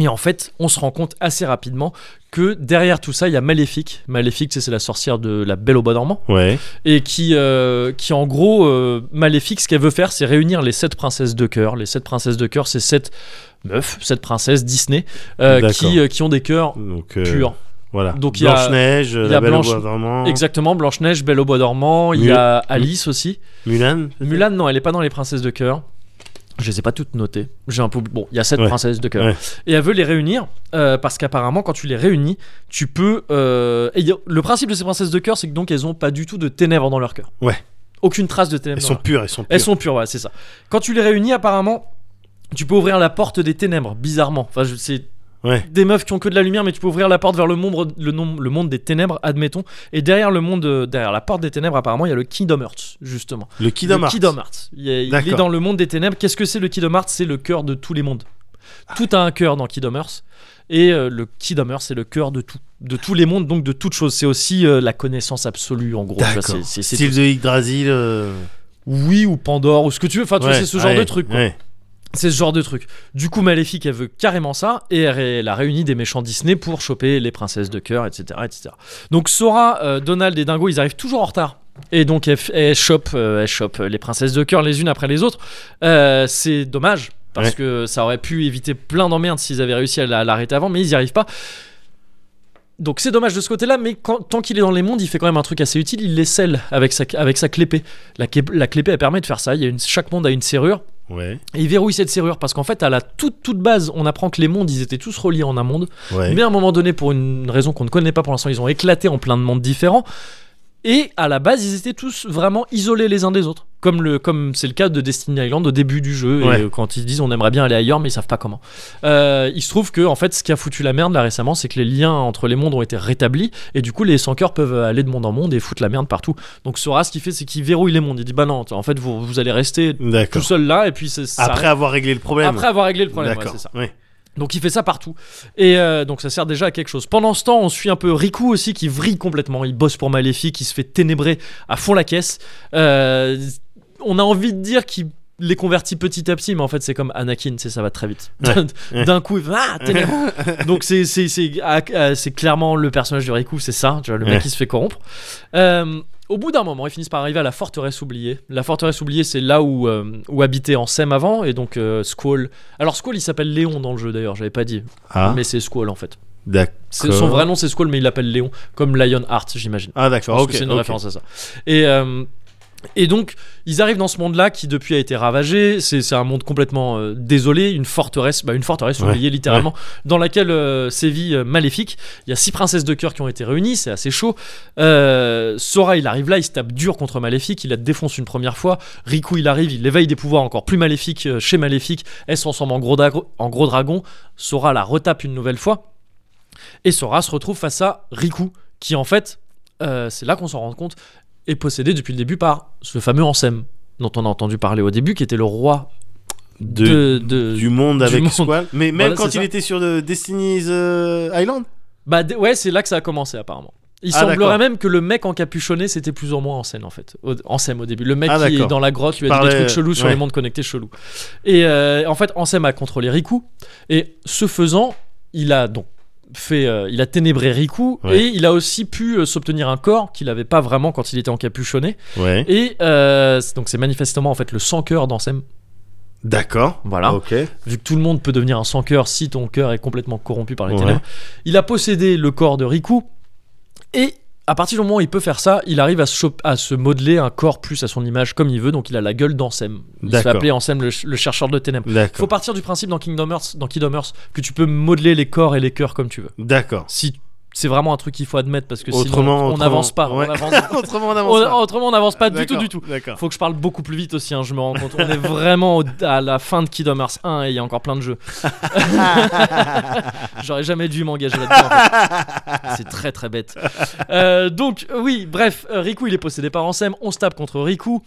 Speaker 1: Et en fait, on se rend compte assez rapidement que derrière tout ça, il y a Maléfique. Maléfique, tu sais, c'est la sorcière de la Belle au Bois dormant.
Speaker 2: Ouais.
Speaker 1: Et qui, euh, qui en gros, euh, Maléfique, ce qu'elle veut faire, c'est réunir les sept princesses de cœur. Les sept princesses de cœur, c'est sept meufs, sept princesses Disney, euh,
Speaker 2: D'accord.
Speaker 1: qui, euh, qui ont des cœurs
Speaker 2: Donc, euh,
Speaker 1: purs.
Speaker 2: Voilà.
Speaker 1: Donc, il y a-
Speaker 2: Blanche-Neige,
Speaker 1: il y
Speaker 2: La
Speaker 1: a
Speaker 2: Belle au
Speaker 1: Blanche-
Speaker 2: Bois Dormant,
Speaker 1: Exactement, Blanche-Neige, Belle au Bois dormant, il y a Alice aussi.
Speaker 2: Mulan.
Speaker 1: Mulan, non, elle est pas dans les princesses de cœur. Je les ai pas toutes notées. J'ai un peu. Bon, il y a sept
Speaker 2: Ouais.
Speaker 1: princesses de cœur.
Speaker 2: Ouais.
Speaker 1: Et elle veut les réunir euh, parce qu'apparemment, quand tu les réunis, tu peux. euh, et y a- le principe de ces princesses de cœur, c'est que donc elles ont pas du tout de ténèbres dans leur cœur.
Speaker 2: Ouais.
Speaker 1: Aucune trace de ténèbres.
Speaker 2: Elles
Speaker 1: dans
Speaker 2: sont
Speaker 1: leur-
Speaker 2: pures, elles sont pures.
Speaker 1: elles sont pures, ouais, c'est ça. Quand tu les réunis, apparemment, tu peux ouvrir la porte des ténèbres, bizarrement. Enfin, je- c'est
Speaker 2: Ouais.
Speaker 1: des meufs qui ont que de la lumière, mais tu peux ouvrir la porte vers le monde, le, nom- le monde des ténèbres, admettons. Et derrière le monde, euh, derrière la porte des ténèbres, apparemment, il y a le Kingdom Hearts, justement.
Speaker 2: Le Kingdom
Speaker 1: Le
Speaker 2: Hearts.
Speaker 1: Kingdom Hearts. Il, est, il
Speaker 2: D'accord.
Speaker 1: est dans le monde des ténèbres. Qu'est-ce que c'est le Kingdom Hearts C'est le cœur de tous les mondes. Tout a un cœur dans Kingdom Hearts. Et euh, le Kingdom Hearts, c'est le cœur de tout, de tous les mondes, donc de toute chose. C'est aussi euh, la connaissance absolue, en gros. Tu vois,
Speaker 2: D'accord.
Speaker 1: c'est- c'est- c'est-
Speaker 2: Style de Yggdrasil. euh,
Speaker 1: Oui, ou Pandore, ou ce que tu veux. Enfin, Ah, tu vois,
Speaker 2: ouais,
Speaker 1: c'est ce genre
Speaker 2: ouais,
Speaker 1: de truc. quoi.
Speaker 2: ouais.
Speaker 1: C'est ce genre de truc. Du coup, Maléfique, elle veut carrément ça, et elle, elle a réuni des méchants Disney pour choper les princesses de cœur, etc., etc. Donc Sora, euh, Donald et Dingo, ils arrivent toujours en retard. Et donc, elle, f- elle chope, euh, elle chope les princesses de cœur les unes après les autres. Euh, c'est dommage, parce
Speaker 2: Ouais.
Speaker 1: que ça aurait pu éviter plein d'emmerdes s'ils avaient réussi à la- l'arrêter avant, mais ils n'y arrivent pas. Donc c'est dommage de ce côté-là, mais quand- tant qu'il est dans les mondes, il fait quand même un truc assez utile, il les scelle avec sa, avec sa clépée. La, clé- la clépée, elle permet de faire ça, il y a une, chaque monde a une serrure,
Speaker 2: Ouais.
Speaker 1: et il verrouille cette serrure parce qu'en fait, à la toute toute base, on apprend que les mondes, ils étaient tous reliés en un monde.
Speaker 2: Ouais.
Speaker 1: Mais à un moment donné, pour une raison qu'on ne connaît pas pour l'instant, ils ont éclaté en plein de mondes différents. Et à la base, ils étaient tous vraiment isolés les uns des autres. Comme le comme c'est le cas de Destiny Island au début du jeu, et
Speaker 2: Ouais.
Speaker 1: euh, quand ils disent on aimerait bien aller ailleurs, mais ils savent pas comment. Euh, il se trouve que en fait, ce qui a foutu la merde là récemment, c'est que les liens entre les mondes ont été rétablis, et du coup, les sans cœurs peuvent aller de monde en monde et foutre la merde partout. Donc Sora, ce qu'il fait, c'est qu'il verrouille les mondes. Il dit bah non, en fait, vous, vous allez rester tout
Speaker 2: D'accord.
Speaker 1: seul là, et puis c'est- ça
Speaker 2: Après avoir réglé le problème.
Speaker 1: après avoir réglé le problème, ouais,
Speaker 2: D'accord.
Speaker 1: c'est ça.
Speaker 2: ouais.
Speaker 1: Donc il fait ça partout. Et euh, donc ça sert déjà à quelque chose. Pendant ce temps, on suit un peu Riku aussi qui vrille complètement. Il bosse pour Maléfique, il se fait ténébrer à fond la caisse. Euh, on a envie de dire qu'il les convertit petit à petit, mais en fait c'est comme Anakin, c'est ça va très vite.
Speaker 2: ouais.
Speaker 1: D'un coup, il fait, ah, ténébreux. Donc c'est c'est- c'est- ah, ah, c'est clairement le personnage de Riku, c'est ça, tu vois, le mec
Speaker 2: Ouais.
Speaker 1: qui se fait corrompre. Euh, au bout d'un moment, ils finissent par arriver à la forteresse oubliée. La forteresse oubliée, c'est là où, euh, où habitait Ansem avant, et donc euh, Squall. Alors Squall, il s'appelle Léon dans le jeu d'ailleurs, j'avais pas dit,
Speaker 2: Ah,
Speaker 1: mais c'est Squall en fait.
Speaker 2: d'accord.
Speaker 1: C'est- Son vrai nom c'est Squall, mais il l'appelle Léon, comme Lionheart, j'imagine.
Speaker 2: Ah,
Speaker 1: Parce
Speaker 2: d'accord.
Speaker 1: que
Speaker 2: Ok.
Speaker 1: c'est une
Speaker 2: ok.
Speaker 1: référence à ça. Et, euh, et donc, ils arrivent dans ce monde-là qui, depuis, a été ravagé. C'est c'est un monde complètement euh, désolé, une forteresse, bah, une forteresse
Speaker 2: Ouais,
Speaker 1: oubliée littéralement, dans laquelle euh, sévit euh, Maléfique. Il y a six princesses de cœur qui ont été réunies, c'est assez chaud. Euh, Sora, il arrive là, il se tape dur contre Maléfique, il la défonce une première fois. Riku, il arrive, il éveille des pouvoirs encore plus maléfiques euh, chez Maléfique. Elle se transforme en gros, dagro- en gros dragon. Sora la retape une nouvelle fois. Et Sora se retrouve face à Riku, qui en fait, euh, c'est là qu'on s'en rend compte, est possédé depuis le début par ce fameux Ansem, dont on a entendu parler au début, qui était le roi de.
Speaker 2: De-
Speaker 1: de-
Speaker 2: Du monde
Speaker 1: du
Speaker 2: avec
Speaker 1: monde.
Speaker 2: Squall. Mais même
Speaker 1: Voilà,
Speaker 2: quand
Speaker 1: c'est
Speaker 2: il
Speaker 1: ça.
Speaker 2: était sur euh, Destiny's euh, Island.
Speaker 1: Bah, d- ouais, c'est là que ça a commencé apparemment. Il
Speaker 2: Ah,
Speaker 1: semblerait
Speaker 2: d'accord.
Speaker 1: même que le mec encapuchonné, c'était plus ou moins en scène en fait. Au- Ansem au début. Le mec
Speaker 2: Ah,
Speaker 1: qui est
Speaker 2: d'accord.
Speaker 1: dans la grotte lui a dit des
Speaker 2: parlait-
Speaker 1: trucs chelous sur
Speaker 2: ouais.
Speaker 1: les mondes connectés chelous. Et euh, en fait, Ansem a contrôlé Riku. Et ce faisant, il a donc fait, euh, il a ténébré Riku
Speaker 2: Ouais.
Speaker 1: et il a aussi pu euh, s'obtenir un corps qu'il n'avait pas vraiment quand il était encapuchonné.
Speaker 2: Ouais.
Speaker 1: Et euh, c'est- donc c'est manifestement en fait le sans cœur d'Ansem.
Speaker 2: D'accord.
Speaker 1: Voilà.
Speaker 2: Ok.
Speaker 1: Vu que tout le monde peut devenir un sans cœur si ton cœur est complètement corrompu par les
Speaker 2: Ouais.
Speaker 1: ténèbres. Il a possédé le corps de Riku et à partir du moment où il peut faire ça, il arrive à se, chop- à se modeler un corps plus à son image comme il veut, donc il a la gueule d'Ansem. Il se fait
Speaker 2: D'accord.
Speaker 1: appeler Ansem le, ch- le chercheur de ténèbres. Faut
Speaker 2: D'accord.
Speaker 1: partir du principe dans Kingdom Hearts, dans Kingdom Hearts que tu peux modeler les corps et les cœurs comme tu veux.
Speaker 2: D'accord.
Speaker 1: Si c'est vraiment un truc qu'il faut admettre parce que
Speaker 2: Autrement,
Speaker 1: sinon on
Speaker 2: autrement,
Speaker 1: n'avance pas.
Speaker 2: ouais.
Speaker 1: On avance,
Speaker 2: Autrement, on
Speaker 1: on-
Speaker 2: avance. pas.
Speaker 1: autrement on n'avance pas du tout,
Speaker 2: D'accord,
Speaker 1: du tout.
Speaker 2: D'accord.
Speaker 1: Faut que je parle beaucoup plus vite aussi, hein, je me rends compte. On est vraiment au- à la fin de Kingdom Hearts 1 et il y a encore plein de jeux. J'aurais jamais dû m'engager là-dedans. en fait. C'est très très bête. Euh, donc, oui, bref, euh, Riku il est possédé par Ansem. On se tape contre Riku.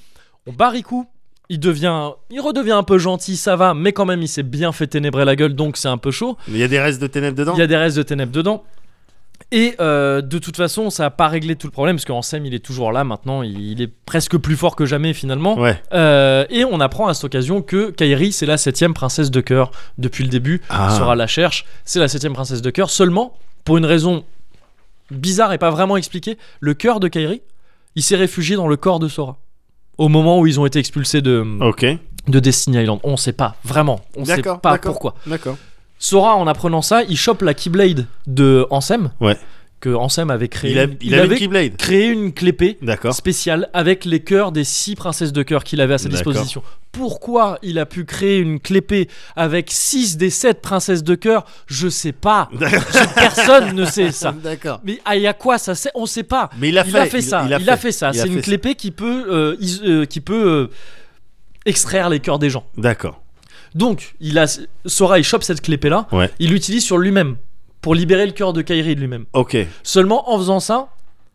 Speaker 1: On bat Riku. Il devient, il redevient un peu gentil, ça va, mais quand même il s'est bien fait ténébrer la gueule, donc c'est un peu chaud.
Speaker 2: Il y a des restes de ténèbres dedans
Speaker 1: Il y a des restes de ténèbres dedans. Et euh, de toute façon, ça n'a pas réglé tout le problème, parce qu'Ansem, il est toujours là maintenant, il, il est presque plus fort que jamais finalement.
Speaker 2: Ouais.
Speaker 1: Euh, et on apprend à cette occasion que Kairi, c'est la septième princesse de cœur depuis le début.
Speaker 2: Ah.
Speaker 1: Sora la cherche, c'est la septième princesse de cœur. Seulement, pour une raison bizarre et pas vraiment expliquée, le cœur de Kairi, il s'est réfugié dans le corps de Sora. Au moment où ils ont été expulsés de,
Speaker 2: Ok.
Speaker 1: de Destiny Island. On sait pas, vraiment. On sait
Speaker 2: D'accord,
Speaker 1: pas
Speaker 2: d'accord.
Speaker 1: pourquoi.
Speaker 2: D'accord.
Speaker 1: Sora, en apprenant ça, il chope la Keyblade de Ansem.
Speaker 2: Ouais.
Speaker 1: Que Ansem avait créé.
Speaker 2: Il, a, il, avait une Keyblade.
Speaker 1: créé une clépée
Speaker 2: D'accord.
Speaker 1: spéciale avec les cœurs des six princesses de cœur qu'il avait à sa
Speaker 2: D'accord.
Speaker 1: disposition. Pourquoi il a pu créer une clépée avec six des sept princesses de cœur Je sais pas. Personne ne sait ça.
Speaker 2: D'accord.
Speaker 1: Mais ah, à, à quoi ça sert On sait pas.
Speaker 2: Mais il a
Speaker 1: Il
Speaker 2: fait,
Speaker 1: a fait ça. Il a fait ça.
Speaker 2: il a
Speaker 1: C'est
Speaker 2: fait
Speaker 1: une
Speaker 2: ça.
Speaker 1: clépée qui peut, euh, is- euh, qui peut euh, extraire les cœurs des gens.
Speaker 2: D'accord.
Speaker 1: Donc, il a Sora, il chope cette clépée là.
Speaker 2: Ouais.
Speaker 1: Il l'utilise sur lui-même pour libérer le cœur de Kairi de lui-même.
Speaker 2: Ok.
Speaker 1: Seulement en faisant ça,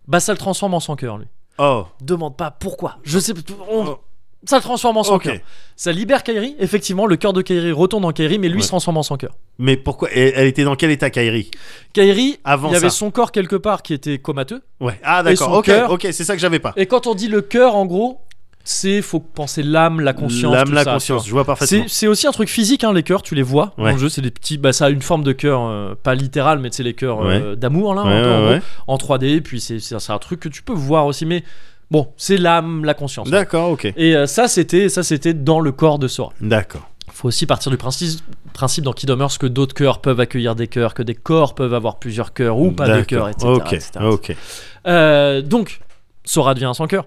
Speaker 1: bah ça le transforme en son cœur lui.
Speaker 2: Oh.
Speaker 1: Demande pas pourquoi. Je sais. on-
Speaker 2: Oh.
Speaker 1: Ça le transforme en son
Speaker 2: Ok.
Speaker 1: cœur. Ça libère Kairi. Effectivement, le cœur de Kairi retourne en Kairi, mais lui
Speaker 2: Ouais.
Speaker 1: se transforme en son cœur.
Speaker 2: Mais pourquoi elle, elle était dans quel état, Kairi
Speaker 1: Kairi,
Speaker 2: Avant
Speaker 1: il y avait
Speaker 2: ça.
Speaker 1: son corps quelque part qui était comateux.
Speaker 2: Ouais. Ah
Speaker 1: Et son
Speaker 2: d'accord. Ok.
Speaker 1: cœur.
Speaker 2: Ok. C'est ça que j'avais pas.
Speaker 1: Et quand on dit le cœur, en gros, c'est faut penser l'âme, la conscience,
Speaker 2: L'âme,
Speaker 1: tout
Speaker 2: la
Speaker 1: ça,
Speaker 2: conscience. Je vois parfaitement.
Speaker 1: C'est c'est aussi un truc physique, hein, les cœurs, tu les vois
Speaker 2: Ouais.
Speaker 1: dans le jeu, c'est des petits, bah, ça a une forme de cœur, euh, pas littéral, mais c'est les cœurs euh, d'amour, là,
Speaker 2: Ouais,
Speaker 1: un peu, en,
Speaker 2: ouais,
Speaker 1: gros,
Speaker 2: ouais.
Speaker 1: en 3D, puis c'est c'est- c'est un truc que tu peux voir aussi, mais bon, c'est l'âme, la conscience.
Speaker 2: D'accord. Ok.
Speaker 1: Et euh, ça, c'était ça, c'était dans le corps de Sora.
Speaker 2: D'accord.
Speaker 1: Faut aussi partir du principe, principe dans Kingdom Hearts que d'autres cœurs peuvent accueillir des cœurs, que des corps peuvent avoir plusieurs cœurs ou pas de
Speaker 2: D'accord.
Speaker 1: cœurs, etc.
Speaker 2: Ok. oh.
Speaker 1: etc.
Speaker 2: Ok.
Speaker 1: Euh, donc, Sora devient sans cœur.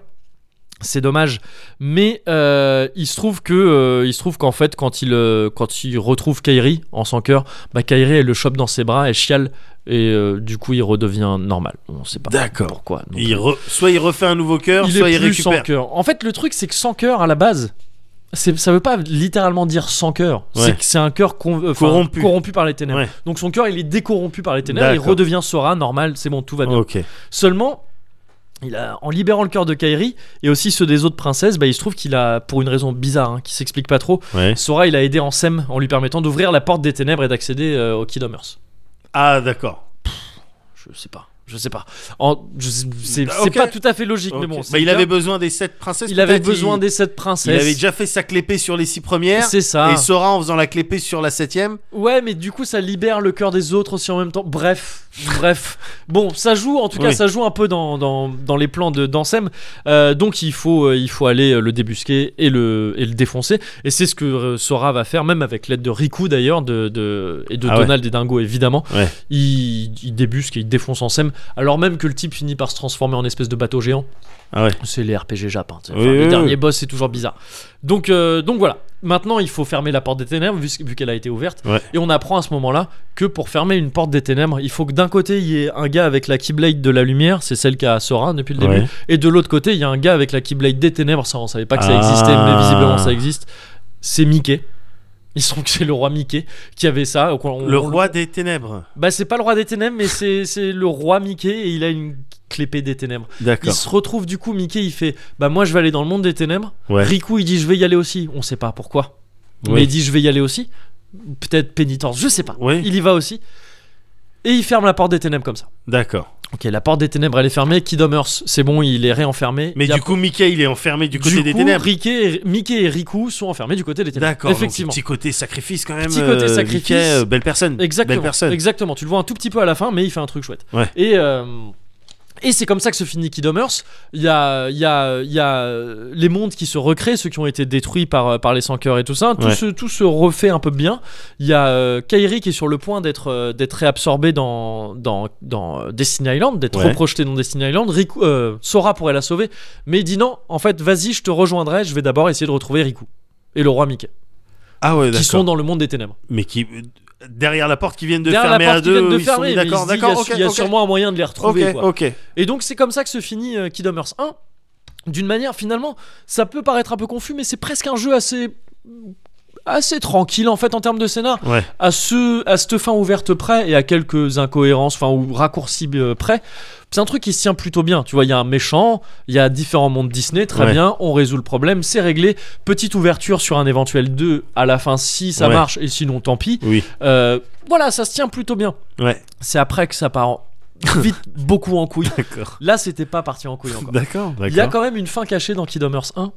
Speaker 1: C'est dommage, mais euh, il se trouve que euh, il se trouve qu'en fait quand il euh, quand il retrouve Kairi en sans cœur, bah Kairi elle le chope dans ses bras, elle chiale et euh, du coup il redevient normal. On sait pas
Speaker 2: D'accord.
Speaker 1: pourquoi. non
Speaker 2: Il re- soit il refait un nouveau cœur,
Speaker 1: plus. euh, Il
Speaker 2: soit il
Speaker 1: est plus sans
Speaker 2: récupère.
Speaker 1: cœur. En fait le truc c'est que sans cœur à la base, c'est- ça veut pas littéralement dire sans cœur.
Speaker 2: Ouais.
Speaker 1: C'est que c'est un cœur con- euh, enfin,
Speaker 2: Corrompu.
Speaker 1: corrompu par les ténèbres.
Speaker 2: Ouais.
Speaker 1: Donc son cœur il est décorrompu par les ténèbres, il
Speaker 2: D'accord.
Speaker 1: redevient Sora normal, c'est bon tout va bien.
Speaker 2: Ok.
Speaker 1: Seulement, il a, en libérant le cœur de Kairi et aussi ceux des autres princesses, bah, il se trouve qu'il a, pour une raison bizarre hein, qui s'explique pas trop,
Speaker 2: Ouais.
Speaker 1: Sora il a aidé Ansem en lui permettant d'ouvrir la porte des ténèbres et d'accéder euh, au Kingdom Hearts.
Speaker 2: Ah d'accord.
Speaker 1: Je sais pas, je sais pas. En- je- c'est
Speaker 2: Ah,
Speaker 1: c'est
Speaker 2: ok.
Speaker 1: pas tout à fait logique, mais
Speaker 2: Ok.
Speaker 1: bon.
Speaker 2: Bah,
Speaker 1: c'est
Speaker 2: il
Speaker 1: bien.
Speaker 2: avait besoin des sept princesses.
Speaker 1: Il avait
Speaker 2: peut-être,
Speaker 1: besoin
Speaker 2: il-
Speaker 1: des sept
Speaker 2: Il
Speaker 1: princesses.
Speaker 2: avait déjà fait sa clépée sur les six premières.
Speaker 1: C'est ça.
Speaker 2: Et Sora en faisant la clépée sur la septième.
Speaker 1: Ouais, mais du coup, ça libère le cœur des autres aussi en même temps. Bref, bref. Bon, ça joue, en tout cas,
Speaker 2: Oui.
Speaker 1: ça joue un peu dans, dans, dans les plans de d'Ansem. Euh, donc, il faut, euh, il faut aller euh, le débusquer et le, et le défoncer. Et c'est ce que euh, Sora va faire, même avec l'aide de Riku d'ailleurs, de, de, et de
Speaker 2: Ah ouais.
Speaker 1: Donald et Dingo évidemment.
Speaker 2: Ouais.
Speaker 1: Il, il débusque et il défonce Ansem, alors même que le type finit par se transformer en espèce de bateau géant.
Speaker 2: Ah ouais.
Speaker 1: C'est les RPG Jap. hein, tu sais.
Speaker 2: Oui,
Speaker 1: Enfin, les
Speaker 2: oui,
Speaker 1: derniers
Speaker 2: oui.
Speaker 1: boss, c'est toujours bizarre. Donc, euh, donc voilà. Maintenant, il faut fermer la porte des ténèbres vu, vu qu'elle a été ouverte.
Speaker 2: Ouais.
Speaker 1: Et on apprend à ce moment-là que pour fermer une porte des ténèbres, il faut que d'un côté il y ait un gars avec la Keyblade de la lumière, c'est celle qu'a Sora depuis le début,
Speaker 2: Ouais.
Speaker 1: et de l'autre côté il y a un gars avec la Keyblade des ténèbres. Ça, on savait pas que ça
Speaker 2: Ah.
Speaker 1: existait, mais visiblement ça existe. C'est Mickey. Ils sont que c'est le roi Mickey qui avait ça. Donc, on-
Speaker 2: Le
Speaker 1: on-
Speaker 2: roi des ténèbres.
Speaker 1: Bah c'est pas le roi des ténèbres, mais c'est c'est le roi Mickey et il a une clépée des ténèbres. Il
Speaker 2: D'accord.
Speaker 1: se retrouve du coup, Mickey il fait Bah, moi je vais aller dans le monde des ténèbres.
Speaker 2: Ouais.
Speaker 1: Riku il dit Je vais y aller aussi. On sait pas pourquoi.
Speaker 2: Oui.
Speaker 1: Mais il dit Je vais y aller aussi. Peut-être pénitence, je sais pas.
Speaker 2: Oui.
Speaker 1: Il y va aussi. Et il ferme la porte des ténèbres comme ça.
Speaker 2: D'accord.
Speaker 1: Ok, la porte des ténèbres elle est fermée. Kingdom Hearts, c'est bon, il est réenfermé.
Speaker 2: Mais
Speaker 1: Il y a-
Speaker 2: du coup, Mickey, il est enfermé du côté des
Speaker 1: coup,
Speaker 2: ténèbres.
Speaker 1: Riquet et- Mickey et Riku sont enfermés du côté des ténèbres.
Speaker 2: D'accord. donc,
Speaker 1: Effectivement.
Speaker 2: Petit côté sacrifice quand même.
Speaker 1: Petit côté
Speaker 2: euh,
Speaker 1: sacrifice.
Speaker 2: Mickey, euh, belle personne.
Speaker 1: Exactement.
Speaker 2: Belle personne.
Speaker 1: Exactement. Tu le vois un tout petit peu à la fin, mais il fait un truc chouette.
Speaker 2: Ouais.
Speaker 1: Et euh, et c'est comme ça que se finit Kingdom Hearts. Il y a, il y, a, il y a les mondes qui se recréent, ceux qui ont été détruits par, euh, par les sans cœurs et tout ça. Tout,
Speaker 2: Ouais.
Speaker 1: se, tout se refait un peu bien. Il y a euh, Kairi qui est sur le point d'être euh, d'être réabsorbé dans, dans, dans euh, Destiny Island, d'être
Speaker 2: Ouais.
Speaker 1: reprojeté dans Destiny Island. Riku, euh, Sora pourrait la sauver, mais il dit non, en fait, vas-y, je te rejoindrai, je vais d'abord essayer de retrouver Riku et le roi Mickey,
Speaker 2: Ah ouais,
Speaker 1: qui
Speaker 2: d'accord.
Speaker 1: sont dans le monde des ténèbres.
Speaker 2: Mais qui euh, derrière la porte qui viennent de
Speaker 1: Derrière
Speaker 2: fermer
Speaker 1: la porte
Speaker 2: à
Speaker 1: qu'ils
Speaker 2: deux.
Speaker 1: viennent de
Speaker 2: ils sont
Speaker 1: fermer,
Speaker 2: mis
Speaker 1: mais
Speaker 2: d'accord.
Speaker 1: il se dit,
Speaker 2: D'accord.
Speaker 1: il y a,
Speaker 2: ok,
Speaker 1: il y a
Speaker 2: ok.
Speaker 1: sûrement un moyen de les retrouver.
Speaker 2: Ok.
Speaker 1: quoi.
Speaker 2: Ok.
Speaker 1: Et donc c'est comme ça que se finit euh, Kingdom Hearts 1. D'une manière, finalement, ça peut paraître un peu confus, mais c'est presque un jeu assez assez tranquille en fait en termes de scénar
Speaker 2: Ouais.
Speaker 1: à ce à cette fin ouverte près et à quelques incohérences enfin ou raccourcis euh, près c'est un truc qui se tient plutôt bien tu vois il y a un méchant il y a différents mondes Disney très
Speaker 2: Ouais.
Speaker 1: bien on résout le problème c'est réglé petite ouverture sur un éventuel 2 à la fin si ça
Speaker 2: Ouais.
Speaker 1: marche et sinon tant pis
Speaker 2: Oui.
Speaker 1: Euh, voilà ça se tient plutôt bien
Speaker 2: Ouais.
Speaker 1: c'est après que ça part en- vite beaucoup en couille.
Speaker 2: D'accord.
Speaker 1: Là, c'était pas parti en couille encore.
Speaker 2: D'accord,
Speaker 1: Il y a
Speaker 2: d'accord.
Speaker 1: quand même une fin cachée dans Kingdom Hearts 1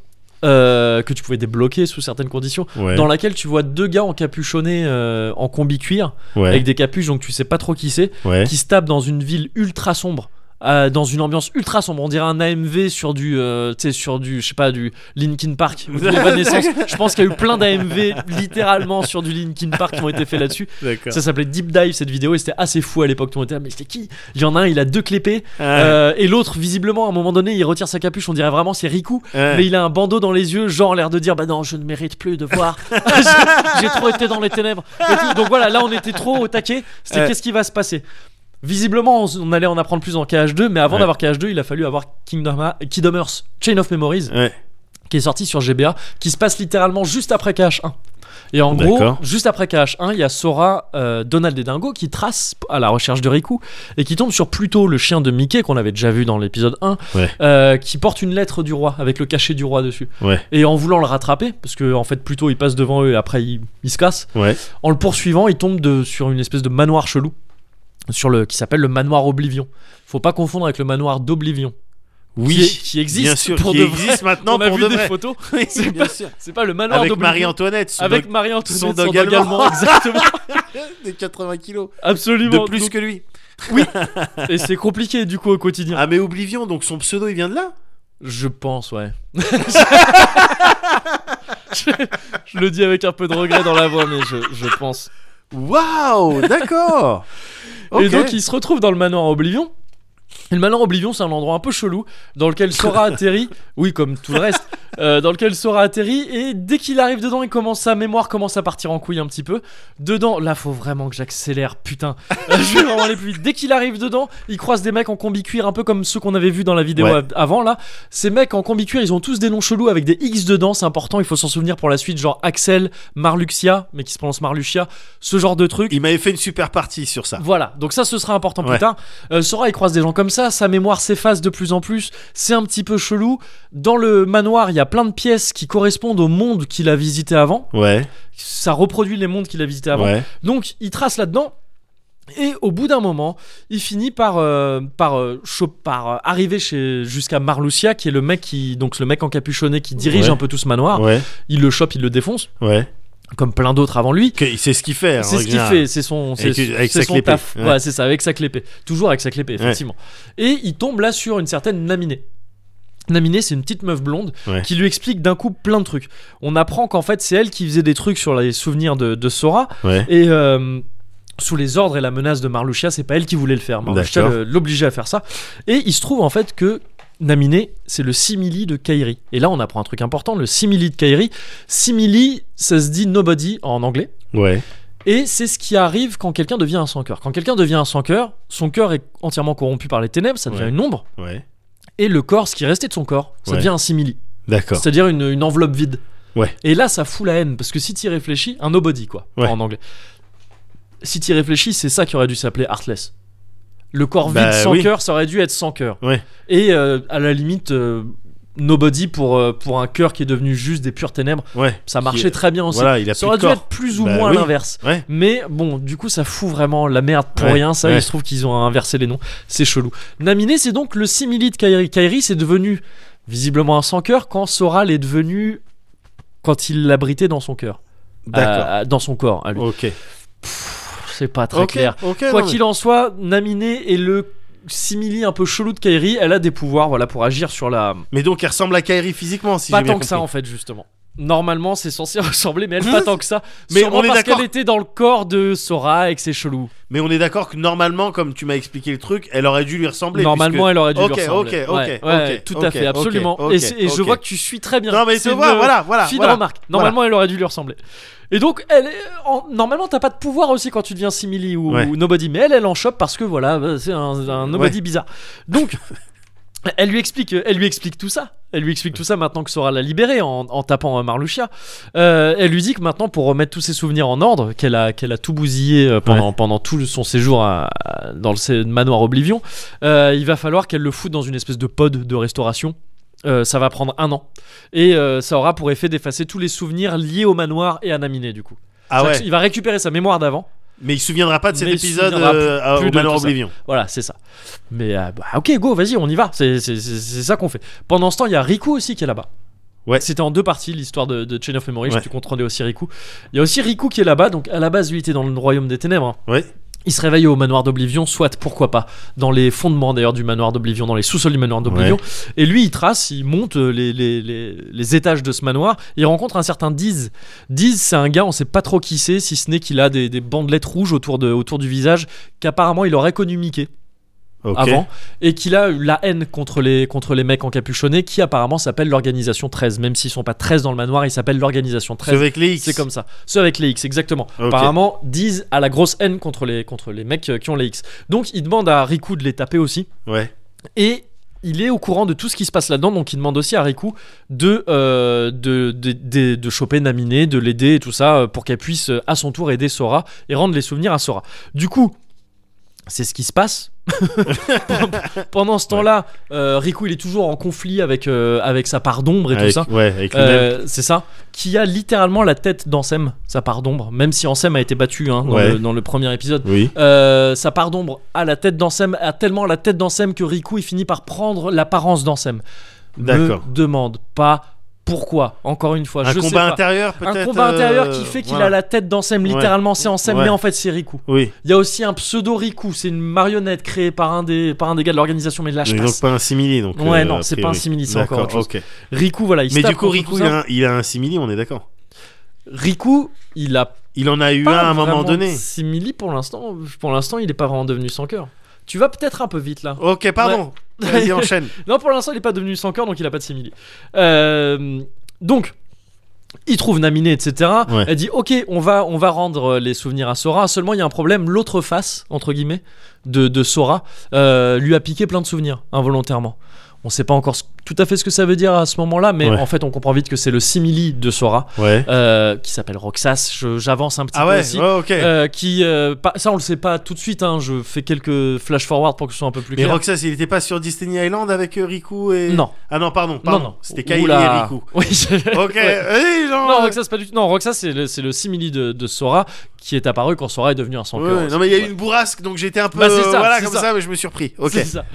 Speaker 1: euh, que tu pouvais débloquer sous certaines conditions,
Speaker 2: Ouais,
Speaker 1: dans laquelle tu vois deux gars encapuchonnés euh, en combi cuir
Speaker 2: ouais,
Speaker 1: avec des capuches, donc tu sais pas trop qui c'est,
Speaker 2: ouais.
Speaker 1: qui se tapent dans une ville ultra sombre. euh, dans une ambiance ultra sombre, on dirait un AMV sur du, euh, tu sais, sur du, je sais pas, du Linkin Park. ou du Evanescence. Je pense qu'il y a eu plein d'AMV littéralement sur du Linkin Park qui ont été faits là-dessus.
Speaker 2: D'accord.
Speaker 1: Ça s'appelait Deep Dive cette vidéo et c'était assez fou à l'époque. Tout le monde était là, mais c'est qui Il y en a un, il a deux clépés
Speaker 2: Ah,
Speaker 1: euh, et l'autre, visiblement, à un moment donné, il retire sa capuche. On dirait vraiment c'est Riku,
Speaker 2: ah.
Speaker 1: euh, mais il a un bandeau dans les yeux, genre l'air de dire bah non, je ne mérite plus de voir. Ah, J'ai- J'ai trop été dans les ténèbres. Et tout. Donc voilà, là on était trop au taquet. C'était
Speaker 2: Ouais.
Speaker 1: qu'est-ce qui va se passer Visiblement, on, s- on allait en apprendre plus en KH2, mais avant
Speaker 2: Ouais.
Speaker 1: d'avoir KH2, il a fallu avoir Kingdom, Ha- Kingdom Hearts Chain of Memories,
Speaker 2: Ouais.
Speaker 1: qui est sorti sur GBA, qui se passe littéralement juste après KH1. Et en gros,
Speaker 2: D'accord.
Speaker 1: juste après KH1, il y a Sora, euh, Donald et Dingo qui tracent à la recherche de Riku et qui tombe sur Pluto, le chien de Mickey qu'on avait déjà vu dans l'épisode 1,
Speaker 2: Ouais.
Speaker 1: euh, qui porte une lettre du roi avec le cachet du roi dessus.
Speaker 2: Ouais.
Speaker 1: Et en voulant le rattraper, parce que en fait Pluto il passe devant eux et après il, il se casse,
Speaker 2: Ouais.
Speaker 1: en le poursuivant il tombe de- sur une espèce de manoir chelou sur le, qui s'appelle le manoir Oblivion. Faut pas confondre avec le manoir d'Oblivion.
Speaker 2: Oui,
Speaker 1: qui, est- qui existe
Speaker 2: bien sûr,
Speaker 1: pour
Speaker 2: qui
Speaker 1: de vrai.
Speaker 2: existe maintenant
Speaker 1: On a
Speaker 2: pour
Speaker 1: vu
Speaker 2: de
Speaker 1: des
Speaker 2: vrai.
Speaker 1: photos.
Speaker 2: Oui,
Speaker 1: C'est
Speaker 2: bien
Speaker 1: pas-
Speaker 2: sûr.
Speaker 1: C'est pas le manoir
Speaker 2: Avec
Speaker 1: d'Oblivion.
Speaker 2: Marie-Antoinette, son
Speaker 1: Avec
Speaker 2: dog-
Speaker 1: Marie-Antoinette,
Speaker 2: son
Speaker 1: son
Speaker 2: dog
Speaker 1: dog allemand,
Speaker 2: allemand.
Speaker 1: exactement,
Speaker 2: de 80 kilos,
Speaker 1: absolument.
Speaker 2: de plus
Speaker 1: Donc-
Speaker 2: que lui.
Speaker 1: Et c'est compliqué du coup au quotidien.
Speaker 2: Ah mais Oblivion, donc son pseudo il vient de là
Speaker 1: Je pense, ouais. je, je le dis avec un peu de regret dans la voix, mais je, je pense.
Speaker 2: Waouh, d'accord. Ok.
Speaker 1: Et donc, il se retrouve dans le manoir Oblivion. Et le manoir Oblivion, c'est un endroit un peu chelou dans lequel Sora atterrit. Oui, comme tout le reste. euh, dans lequel Sora atterrit. Et dès qu'il arrive dedans, il commence, sa mémoire commence à partir en couille un petit peu. Dedans, là, faut vraiment que j'accélère, putain. Euh, je vais vraiment aller plus vite. Dès qu'il arrive dedans, il croise des mecs en combi cuir, un peu comme ceux qu'on avait vu dans la vidéo
Speaker 2: Ouais.
Speaker 1: av- avant, là. Ces mecs en combi cuir, ils ont tous des noms chelous avec des X dedans, c'est important, il faut s'en souvenir pour la suite, genre Axel, Marluxia, mais qui se prononce Marluxia, ce genre de truc.
Speaker 2: Il m'avait fait une super partie sur ça.
Speaker 1: Voilà, donc ça ce sera important
Speaker 2: Ouais.
Speaker 1: plus tard. Euh, Sora il croise des gens comme ça, sa mémoire s'efface de plus en plus, c'est un petit peu chelou. Dans le manoir, il y a plein de pièces qui correspondent au monde qu'il a visité avant.
Speaker 2: Ouais,
Speaker 1: Ça reproduit les mondes qu'il a visités avant.
Speaker 2: ouais.
Speaker 1: Donc il trace là-dedans. Et au bout d'un moment, il finit par, euh, par, euh, cho- par euh, arriver chez- jusqu'à Marlucia, qui est le mec qui donc le mec encapuchonné qui dirige
Speaker 2: Ouais.
Speaker 1: un peu tout ce manoir.
Speaker 2: Ouais,
Speaker 1: Il le chope, il le défonce,
Speaker 2: ouais.
Speaker 1: comme plein d'autres avant lui.
Speaker 2: Ok, C'est ce qu'il fait. hein, en
Speaker 1: C'est ce qu'il
Speaker 2: général.
Speaker 1: fait, c'est son, c'est
Speaker 2: Avec- avec
Speaker 1: c'est
Speaker 2: sa
Speaker 1: son
Speaker 2: clépée,
Speaker 1: taf.
Speaker 2: ouais.
Speaker 1: Voilà, c'est ça, avec sa clépée. Toujours avec sa clépée, effectivement. Et il tombe là sur une certaine Naminé. Naminé, c'est une petite meuf blonde
Speaker 2: Ouais.
Speaker 1: qui lui explique d'un coup plein de trucs. On apprend qu'en fait, c'est elle qui faisait des trucs sur les souvenirs de, de Sora.
Speaker 2: Ouais.
Speaker 1: Et euh, sous les ordres et la menace de Marluxia, c'est pas elle qui voulait le faire. Marluxia
Speaker 2: D'accord.
Speaker 1: le- l'obligeait à faire ça. Et il se trouve en fait que Naminé, c'est le simili de Kairi. Et là, on apprend un truc important le simili de Kairi. Simili, ça se dit nobody en anglais.
Speaker 2: Ouais,
Speaker 1: Et c'est ce qui arrive quand quelqu'un devient un sans-cœur. Quand quelqu'un devient un sans-cœur, son cœur est entièrement corrompu par les ténèbres, ça devient
Speaker 2: Ouais.
Speaker 1: une ombre.
Speaker 2: ouais.
Speaker 1: Et le corps, ce qui restait de son corps, ça
Speaker 2: Ouais.
Speaker 1: devient un simili.
Speaker 2: D'accord.
Speaker 1: C'est-à-dire une, une enveloppe vide.
Speaker 2: Ouais.
Speaker 1: Et là, ça fout la haine, parce que si t'y réfléchis, un nobody, quoi,
Speaker 2: Ouais.
Speaker 1: en anglais. Si t'y réfléchis, c'est ça qui aurait dû s'appeler Heartless. Le corps
Speaker 2: Bah,
Speaker 1: vide sans
Speaker 2: oui.
Speaker 1: cœur, ça aurait dû être sans cœur.
Speaker 2: Ouais.
Speaker 1: Et euh, à la limite, euh, nobody pour, euh, pour un cœur qui est devenu juste des pures ténèbres,
Speaker 2: Ouais.
Speaker 1: ça
Speaker 2: Qui-
Speaker 1: marchait très bien aussi.
Speaker 2: Voilà, il a
Speaker 1: ça
Speaker 2: plus
Speaker 1: aurait
Speaker 2: de
Speaker 1: dû
Speaker 2: corps.
Speaker 1: être plus ou
Speaker 2: Bah
Speaker 1: moins
Speaker 2: oui.
Speaker 1: l'inverse.
Speaker 2: Ouais.
Speaker 1: Mais bon, du coup, ça fout vraiment la merde pour
Speaker 2: Ouais,
Speaker 1: rien. Ça,
Speaker 2: ouais.
Speaker 1: il se trouve qu'ils ont inversé les noms. C'est chelou. Naminé, c'est donc le simili de Kairi. Kairi, c'est devenu visiblement un sans-cœur quand Soral est devenu. quand il l'abritait dans son cœur.
Speaker 2: D'accord.
Speaker 1: Euh, dans son corps, à lui.
Speaker 2: Ok.
Speaker 1: C'est pas très
Speaker 2: Ok.
Speaker 1: clair.
Speaker 2: Ok.
Speaker 1: Quoi
Speaker 2: non, mais-
Speaker 1: qu'il en soit, Naminé est le simili un peu chelou de Kairi. Elle a des pouvoirs voilà, pour agir sur la.
Speaker 2: Mais donc il ressemble à Kairi physiquement, si
Speaker 1: pas
Speaker 2: j'ai bien
Speaker 1: tant que ça, en
Speaker 2: compris. Hein
Speaker 1: fait, justement. Normalement, c'est censé ressembler, mais elle pas tant que ça.
Speaker 2: Mais
Speaker 1: Sûrement
Speaker 2: on est
Speaker 1: parce
Speaker 2: d'accord.
Speaker 1: qu'elle était dans le corps de Sora et que c'est chelou.
Speaker 2: Mais on est d'accord que normalement, comme tu m'as expliqué le truc, elle aurait dû lui ressembler.
Speaker 1: Normalement, elle aurait dû
Speaker 2: Ok,
Speaker 1: lui ressembler.
Speaker 2: ok, ok,
Speaker 1: Ouais, ouais,
Speaker 2: ok,
Speaker 1: tout
Speaker 2: ok,
Speaker 1: à fait,
Speaker 2: ok,
Speaker 1: absolument.
Speaker 2: ok,
Speaker 1: et, c'est- et je
Speaker 2: ok.
Speaker 1: vois que tu suis très bien.
Speaker 2: Non mais
Speaker 1: C'est
Speaker 2: tu vois,
Speaker 1: une euh,
Speaker 2: voilà, voilà.
Speaker 1: Fine
Speaker 2: voilà.
Speaker 1: remarque. Normalement, elle aurait dû lui ressembler. Et donc, elle est- en- normalement, t'as pas de pouvoir aussi quand tu deviens simili ou,
Speaker 2: Ouais.
Speaker 1: ou nobody, mais elle, elle en chope parce que voilà, euh, c'est un, un nobody bizarre. Donc, elle lui explique, elle lui explique tout ça. Elle lui explique tout ça maintenant que Sora l'a libérée en, en tapant euh, Marluxia. Euh, elle lui dit que maintenant, pour remettre tous ses souvenirs en ordre, qu'elle a, qu'elle a tout bousillé euh, pendant, pendant tout son séjour à- à- dans le sé- manoir Oblivion, euh, il va falloir qu'elle le foute dans une espèce de pod de restauration. Euh, ça va prendre un an. Et euh, ça aura pour effet d'effacer tous les souvenirs liés au manoir et à Naminé, du coup.
Speaker 2: Ah
Speaker 1: C'est-à-dire
Speaker 2: ouais.
Speaker 1: qu'il va récupérer sa mémoire d'avant
Speaker 2: Mais il se souviendra pas de cet
Speaker 1: Mais il se
Speaker 2: épisode
Speaker 1: souviendra
Speaker 2: euh, à-
Speaker 1: plus
Speaker 2: au
Speaker 1: de
Speaker 2: Malheur
Speaker 1: tout ça.
Speaker 2: Oblivion.
Speaker 1: Voilà, c'est ça. Mais euh, bah, ok, go, vas-y, on y va. C'est c'est- c'est- c'est ça qu'on fait. Pendant ce temps, il y a Riku aussi qui est là-bas.
Speaker 2: Ouais.
Speaker 1: C'était en deux parties l'histoire de, de Chain of Memories.
Speaker 2: Ouais.
Speaker 1: Tu comprenais aussi Riku. Il y a aussi Riku qui est là-bas. Donc à la base, lui, il était dans le royaume des ténèbres. hein.
Speaker 2: Ouais.
Speaker 1: Il se réveille au manoir d'Oblivion, soit pourquoi pas, dans les fondements d'ailleurs du manoir d'Oblivion, dans les sous-sols du manoir d'Oblivion. Et lui, il trace, il monte euh, les, les, les- les étages de ce manoir. Il rencontre un certain Diz. Diz, c'est un gars, on sait pas trop qui c'est, si ce n'est qu'il a des, des bandelettes rouges autour, de, autour du visage, qu'apparemment il aurait connu Mickey
Speaker 2: Ok.
Speaker 1: avant et qu'il a eu la haine contre les, contre les mecs encapuchonnés qui apparemment s'appelle l'organisation 13 même s'ils sont pas 13 dans le manoir ils s'appellent l'organisation
Speaker 2: C'est
Speaker 1: 13
Speaker 2: avec les X.
Speaker 1: c'est comme ça ceux avec les X exactement
Speaker 2: Ok.
Speaker 1: apparemment disent à la grosse haine contre les, contre les mecs euh, qui ont les X donc il demande à Riku de les taper aussi
Speaker 2: Ouais.
Speaker 1: et il est au courant de tout ce qui se passe là-dedans, donc il demande aussi à Riku de, euh, de, de, de- de choper Naminé, de l'aider et tout ça, euh, pour qu'elle puisse euh, à son tour aider Sora et rendre les souvenirs à Sora. Du coup, c'est ce qui se passe. Pendant ce temps-là, euh, Riku il est toujours en conflit avec, euh, avec sa part d'ombre et
Speaker 2: Avec-
Speaker 1: tout ça.
Speaker 2: Ouais, avec le même.
Speaker 1: Euh, c'est ça, qui a littéralement la tête d'Ansem, sa part d'ombre, même si Ansem a été battu hein, dans
Speaker 2: Ouais.
Speaker 1: le- dans le premier épisode.
Speaker 2: Oui.
Speaker 1: Euh, sa part d'ombre à la tête d'Ansem, a tellement la tête d'Ansem que Riku il finit par prendre l'apparence d'Ansem.
Speaker 2: D'accord.
Speaker 1: Me demande pas pourquoi. Encore une fois,
Speaker 2: Un
Speaker 1: je sais
Speaker 2: combat
Speaker 1: pas.
Speaker 2: intérieur peut-être.
Speaker 1: un combat intérieur
Speaker 2: euh,
Speaker 1: qui fait qu'il
Speaker 2: voilà.
Speaker 1: a la tête d'Ansem,
Speaker 2: Ouais.
Speaker 1: littéralement c'est Ansem,
Speaker 2: Ouais.
Speaker 1: mais en fait c'est Riku.
Speaker 2: Oui.
Speaker 1: Il y a aussi un pseudo Riku, c'est une marionnette créée par un des, par un des gars de l'organisation, mais là Ah, je
Speaker 2: Mais
Speaker 1: passe.
Speaker 2: donc pas un simili donc.
Speaker 1: Ouais,
Speaker 2: euh,
Speaker 1: non,
Speaker 2: a
Speaker 1: c'est
Speaker 2: priori.
Speaker 1: pas un simili, c'est encore
Speaker 2: D'accord,
Speaker 1: autre
Speaker 2: ok.
Speaker 1: Riku, voilà, il se
Speaker 2: Mais
Speaker 1: tape
Speaker 2: du coup
Speaker 1: contre
Speaker 2: Riku
Speaker 1: tout
Speaker 2: il
Speaker 1: ça.
Speaker 2: a, un, il a un simili, on est d'accord.
Speaker 1: Riku, il a
Speaker 2: Il en a eu un
Speaker 1: pas
Speaker 2: à un moment
Speaker 1: vraiment
Speaker 2: donné.
Speaker 1: de simili pour l'instant. Pour l'instant, il est pas vraiment devenu sans cœur. Tu vas peut-être un peu vite là.
Speaker 2: Ok, pardon. Vas-y enchaîne.
Speaker 1: Non, pour l'instant, il n'est pas devenu sans cœur, donc il a pas de simili. Euh, donc, il trouve Naminé, etc.
Speaker 2: Ouais.
Speaker 1: Elle dit Ok, on va, on va rendre euh, les souvenirs à Sora. Seulement, il y a un problème. L'autre face, entre guillemets, de, de Sora euh, lui a piqué plein de souvenirs involontairement. On sait pas encore ce- tout à fait ce que ça veut dire à ce moment-là, mais
Speaker 2: Ouais.
Speaker 1: en fait, on comprend vite que c'est le simili de Sora,
Speaker 2: Ouais.
Speaker 1: euh, qui s'appelle Roxas. Je- J'avance un petit
Speaker 2: Ah
Speaker 1: peu
Speaker 2: ouais,
Speaker 1: aussi.
Speaker 2: ouais, ok.
Speaker 1: Euh, qui euh, pas- ça on le sait pas tout de suite hein, je fais quelques flash forward pour que ce soit un peu plus
Speaker 2: Mais
Speaker 1: clair
Speaker 2: Roxas, il était pas sur Disney Island avec euh, Riku et.
Speaker 1: non
Speaker 2: Ah non, pardon, pardon.
Speaker 1: non non
Speaker 2: C'était Kairi et
Speaker 1: Oula.
Speaker 2: Riku.
Speaker 1: oui je-
Speaker 2: Ok,
Speaker 1: Ouais.
Speaker 2: eh, genre,
Speaker 1: non
Speaker 2: euh,
Speaker 1: Roxas c'est pas du tout non Roxas c'est le, c'est le simili de, de Sora qui est apparu quand Sora est devenu un sans
Speaker 2: ouais,
Speaker 1: cœur
Speaker 2: euh, ouais,
Speaker 1: aussi.
Speaker 2: non mais il y a eu
Speaker 1: Ouais.
Speaker 2: une bourrasque donc j'étais un peu
Speaker 1: Bah, c'est
Speaker 2: euh,
Speaker 1: ça,
Speaker 2: voilà
Speaker 1: c'est
Speaker 2: comme ça.
Speaker 1: ça.
Speaker 2: mais je me suis repris. Ok.
Speaker 1: C'est ça.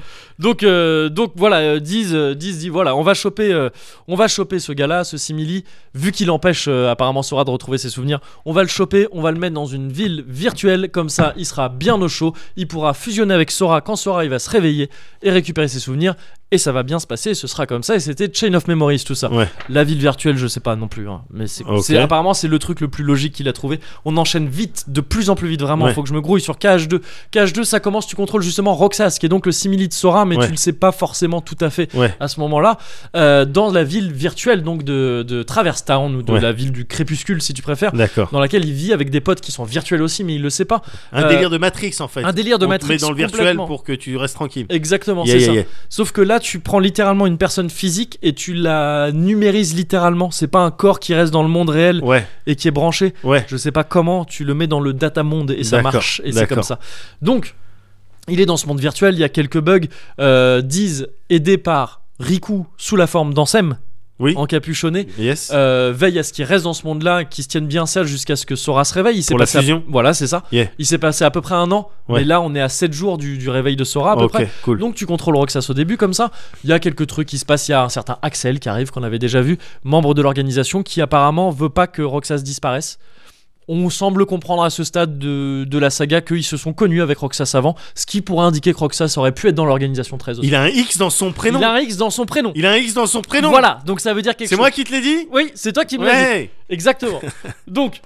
Speaker 1: Donc, euh, donc voilà, euh, Diz, euh, Diz dit voilà, on va choper, euh, on va choper ce gars-là, ce simili, vu qu'il empêche euh, apparemment Sora de retrouver ses souvenirs. On va le choper, on va le mettre dans une ville virtuelle, comme ça, il sera bien au chaud, il pourra fusionner avec Sora quand Sora il va se réveiller et récupérer ses souvenirs, et ça va bien se passer, ce sera comme ça. Et c'était Chain of Memories tout ça.
Speaker 2: Ouais.
Speaker 1: La ville virtuelle, je sais pas non plus, hein, mais c'est
Speaker 2: Ok.
Speaker 1: c'est- apparemment c'est le truc le plus logique qu'il a trouvé. On enchaîne vite, de plus en plus vite vraiment.
Speaker 2: Ouais.
Speaker 1: Faut que je me grouille sur KH2. KH2, ça commence, tu contrôles justement Roxas, qui est donc le simili de Sora, mais
Speaker 2: Ouais.
Speaker 1: tu le sais pas forcément tout à fait
Speaker 2: Ouais.
Speaker 1: à ce moment-là, euh, dans la ville virtuelle donc de, de Traverse Town, ou de
Speaker 2: Ouais.
Speaker 1: la ville du crépuscule si tu préfères,
Speaker 2: D'accord.
Speaker 1: dans laquelle il vit avec des potes qui sont virtuels aussi, mais il le sait pas.
Speaker 2: Un
Speaker 1: Euh,
Speaker 2: délire de Matrix en fait.
Speaker 1: Un délire de
Speaker 2: On te
Speaker 1: Matrix.
Speaker 2: met dans le virtuel
Speaker 1: complètement.
Speaker 2: pour que tu restes tranquille.
Speaker 1: Exactement,
Speaker 2: Yeah,
Speaker 1: c'est
Speaker 2: yeah,
Speaker 1: ça.
Speaker 2: yeah.
Speaker 1: Sauf que là, tu prends littéralement une personne physique et tu la numérises littéralement. C'est pas un corps qui reste dans le monde réel
Speaker 2: Ouais,
Speaker 1: et qui est branché.
Speaker 2: ouais.
Speaker 1: Je sais pas comment, tu le mets dans le data monde et ça
Speaker 2: D'accord,
Speaker 1: marche et c'est
Speaker 2: d'accord.
Speaker 1: comme ça. Donc, il est dans ce monde virtuel, il y a quelques bugs. Euh, Diz, aidé par Riku sous la forme d'Ansem,
Speaker 2: Oui.
Speaker 1: encapuchonné,
Speaker 2: Yes.
Speaker 1: euh, veille à ce qu'il reste dans ce monde-là, qu'il se tienne bien sage jusqu'à ce que Sora se réveille. Il s'est
Speaker 2: Pour la
Speaker 1: passé à-
Speaker 2: fusion
Speaker 1: Voilà, c'est ça.
Speaker 2: Yeah.
Speaker 1: Il s'est passé à peu près un an,
Speaker 2: Ouais.
Speaker 1: mais là on est à 7 jours du, du réveil de Sora à peu
Speaker 2: ok,
Speaker 1: près.
Speaker 2: cool.
Speaker 1: Donc tu contrôles Roxas au début comme ça. Il y a quelques trucs qui se passent. Il y a un certain Axel qui arrive qu'on avait déjà vu, membre de l'organisation, qui apparemment veut pas que Roxas disparaisse. On semble comprendre à ce stade de, de la saga qu'ils se sont connus avec Roxas avant, ce qui pourrait indiquer que Roxas aurait pu être dans l'organisation 13 aussi.
Speaker 2: Il a un X dans son prénom.
Speaker 1: Il a un X dans son prénom.
Speaker 2: Il a un X dans son prénom.
Speaker 1: Voilà, donc ça veut dire quelque
Speaker 2: C'est
Speaker 1: chose.
Speaker 2: moi qui te l'ai dit.
Speaker 1: Oui, c'est toi qui me l'as dit.
Speaker 2: Ouais.
Speaker 1: Exactement. Donc,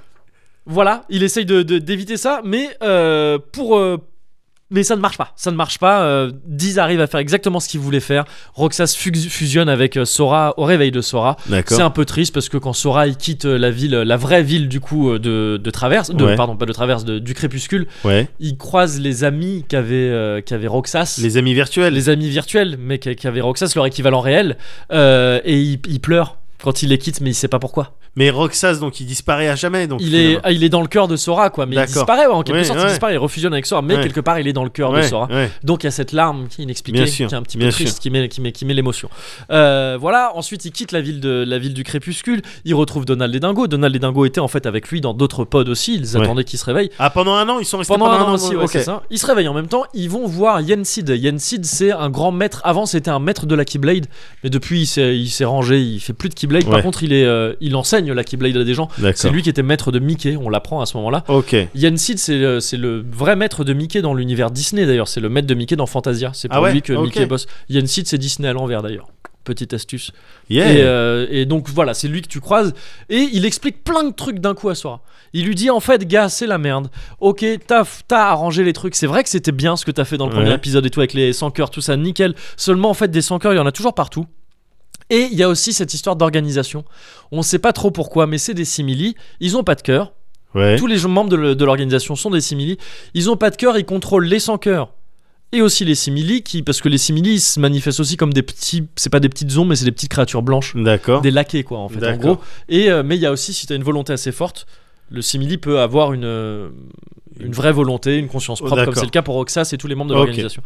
Speaker 1: voilà, il essaye de- de- d'éviter ça, mais euh, pour. euh, mais ça ne marche pas, ça ne marche pas. euh, Diz arrive à faire exactement ce qu'il voulait faire. Roxas fux- fusionne avec euh, Sora au réveil de Sora. C'est
Speaker 2: D'accord.
Speaker 1: un peu triste parce que quand Sora il quitte euh, la ville, la vraie ville du coup euh, de, de Traverse, de,
Speaker 2: Ouais.
Speaker 1: pardon pas de Traverse, de- du Crépuscule,
Speaker 2: Ouais.
Speaker 1: il croise les amis qu'avait euh, qu'avait Roxas
Speaker 2: Les amis virtuels.
Speaker 1: les amis virtuels, mais qui qui avaient Roxas, leur équivalent réel, euh, et il, il pleure quand il les quitte, mais il sait pas pourquoi.
Speaker 2: Mais Roxas, donc, il disparaît à jamais. Donc,
Speaker 1: Il est,
Speaker 2: finalement.
Speaker 1: ah, il est dans le cœur de Sora, quoi. Mais il
Speaker 2: D'accord.
Speaker 1: disparaît, ouais, en quelque
Speaker 2: Ouais,
Speaker 1: sorte, il
Speaker 2: ouais.
Speaker 1: disparaît, il refusionne avec Sora, mais
Speaker 2: Ouais.
Speaker 1: quelque part, il est dans le cœur de hein.
Speaker 2: Ouais,
Speaker 1: Sora.
Speaker 2: ouais.
Speaker 1: Donc il y a cette larme qui est inexpliquée,
Speaker 2: Bien sûr,
Speaker 1: qui est un petit peu
Speaker 2: bien
Speaker 1: triste,
Speaker 2: sûr.
Speaker 1: qui met, qui met, qui met l'émotion. Euh, voilà, ensuite il quitte la ville, de, la ville du crépuscule, il retrouve Donald et Dingo. Donald et Dingo étaient en fait avec lui dans d'autres pods aussi, ils
Speaker 2: Ouais.
Speaker 1: attendaient qu'il se réveille.
Speaker 2: Ah, pendant un an, ils sont restés
Speaker 1: Pendant un an aussi, ouais,
Speaker 2: ok.
Speaker 1: c'est ça. Ils se réveillent en même temps, ils vont voir Yensid. Yensid, c'est un grand maître. Avant, c'était un maître de la Keyblade, mais depuis, il s'est il s'est rangé, il fait plus de Keyblade. Par
Speaker 2: Ouais.
Speaker 1: contre, il, est, euh, il enseigne la Keyblade à des gens. C'est
Speaker 2: D'accord.
Speaker 1: lui qui était maître de Mickey, on l'apprend à ce moment-là.
Speaker 2: Ok.
Speaker 1: Yensid, c'est le, c'est le vrai maître de Mickey dans l'univers Disney d'ailleurs. C'est le maître de Mickey dans Fantasia. C'est pour
Speaker 2: Ah ouais
Speaker 1: lui que
Speaker 2: Ok.
Speaker 1: Mickey bosse. Yensid, c'est Disney à l'envers d'ailleurs. Petite astuce.
Speaker 2: Yeah.
Speaker 1: Et, euh, et donc voilà, c'est lui que tu croises. Et il explique plein de trucs d'un coup à Sora. Il lui dit en fait, gars, c'est la merde. Ok, t'as t'as arrangé les trucs. C'est vrai que c'était bien ce que t'as fait dans le premier
Speaker 2: Ouais.
Speaker 1: épisode et tout avec les 100 cœurs, tout ça, nickel. Seulement en fait, des 100 cœurs, il y en a toujours partout. Et il y a aussi cette histoire d'organisation. On sait pas trop pourquoi, mais c'est des simili. Ils ont pas de cœur.
Speaker 2: Ouais.
Speaker 1: Tous les gens- membres de le- de l'organisation sont des simili. Ils ont pas de cœur, ils contrôlent les sans cœurs. Et aussi les simili, qui, parce que les simili ils se manifestent aussi comme des petits. C'est pas des petites ombres, mais c'est des petites créatures blanches.
Speaker 2: D'accord.
Speaker 1: Des laquais, quoi, en fait, en
Speaker 2: D'accord.
Speaker 1: gros. Et, euh, mais il y a aussi, si t'as une volonté assez forte, le simili peut avoir une, euh, une vraie volonté, une conscience
Speaker 2: Oh,
Speaker 1: propre, comme
Speaker 2: d'accord.
Speaker 1: c'est le cas pour Roxas et tous les membres de
Speaker 2: Ok.
Speaker 1: l'organisation.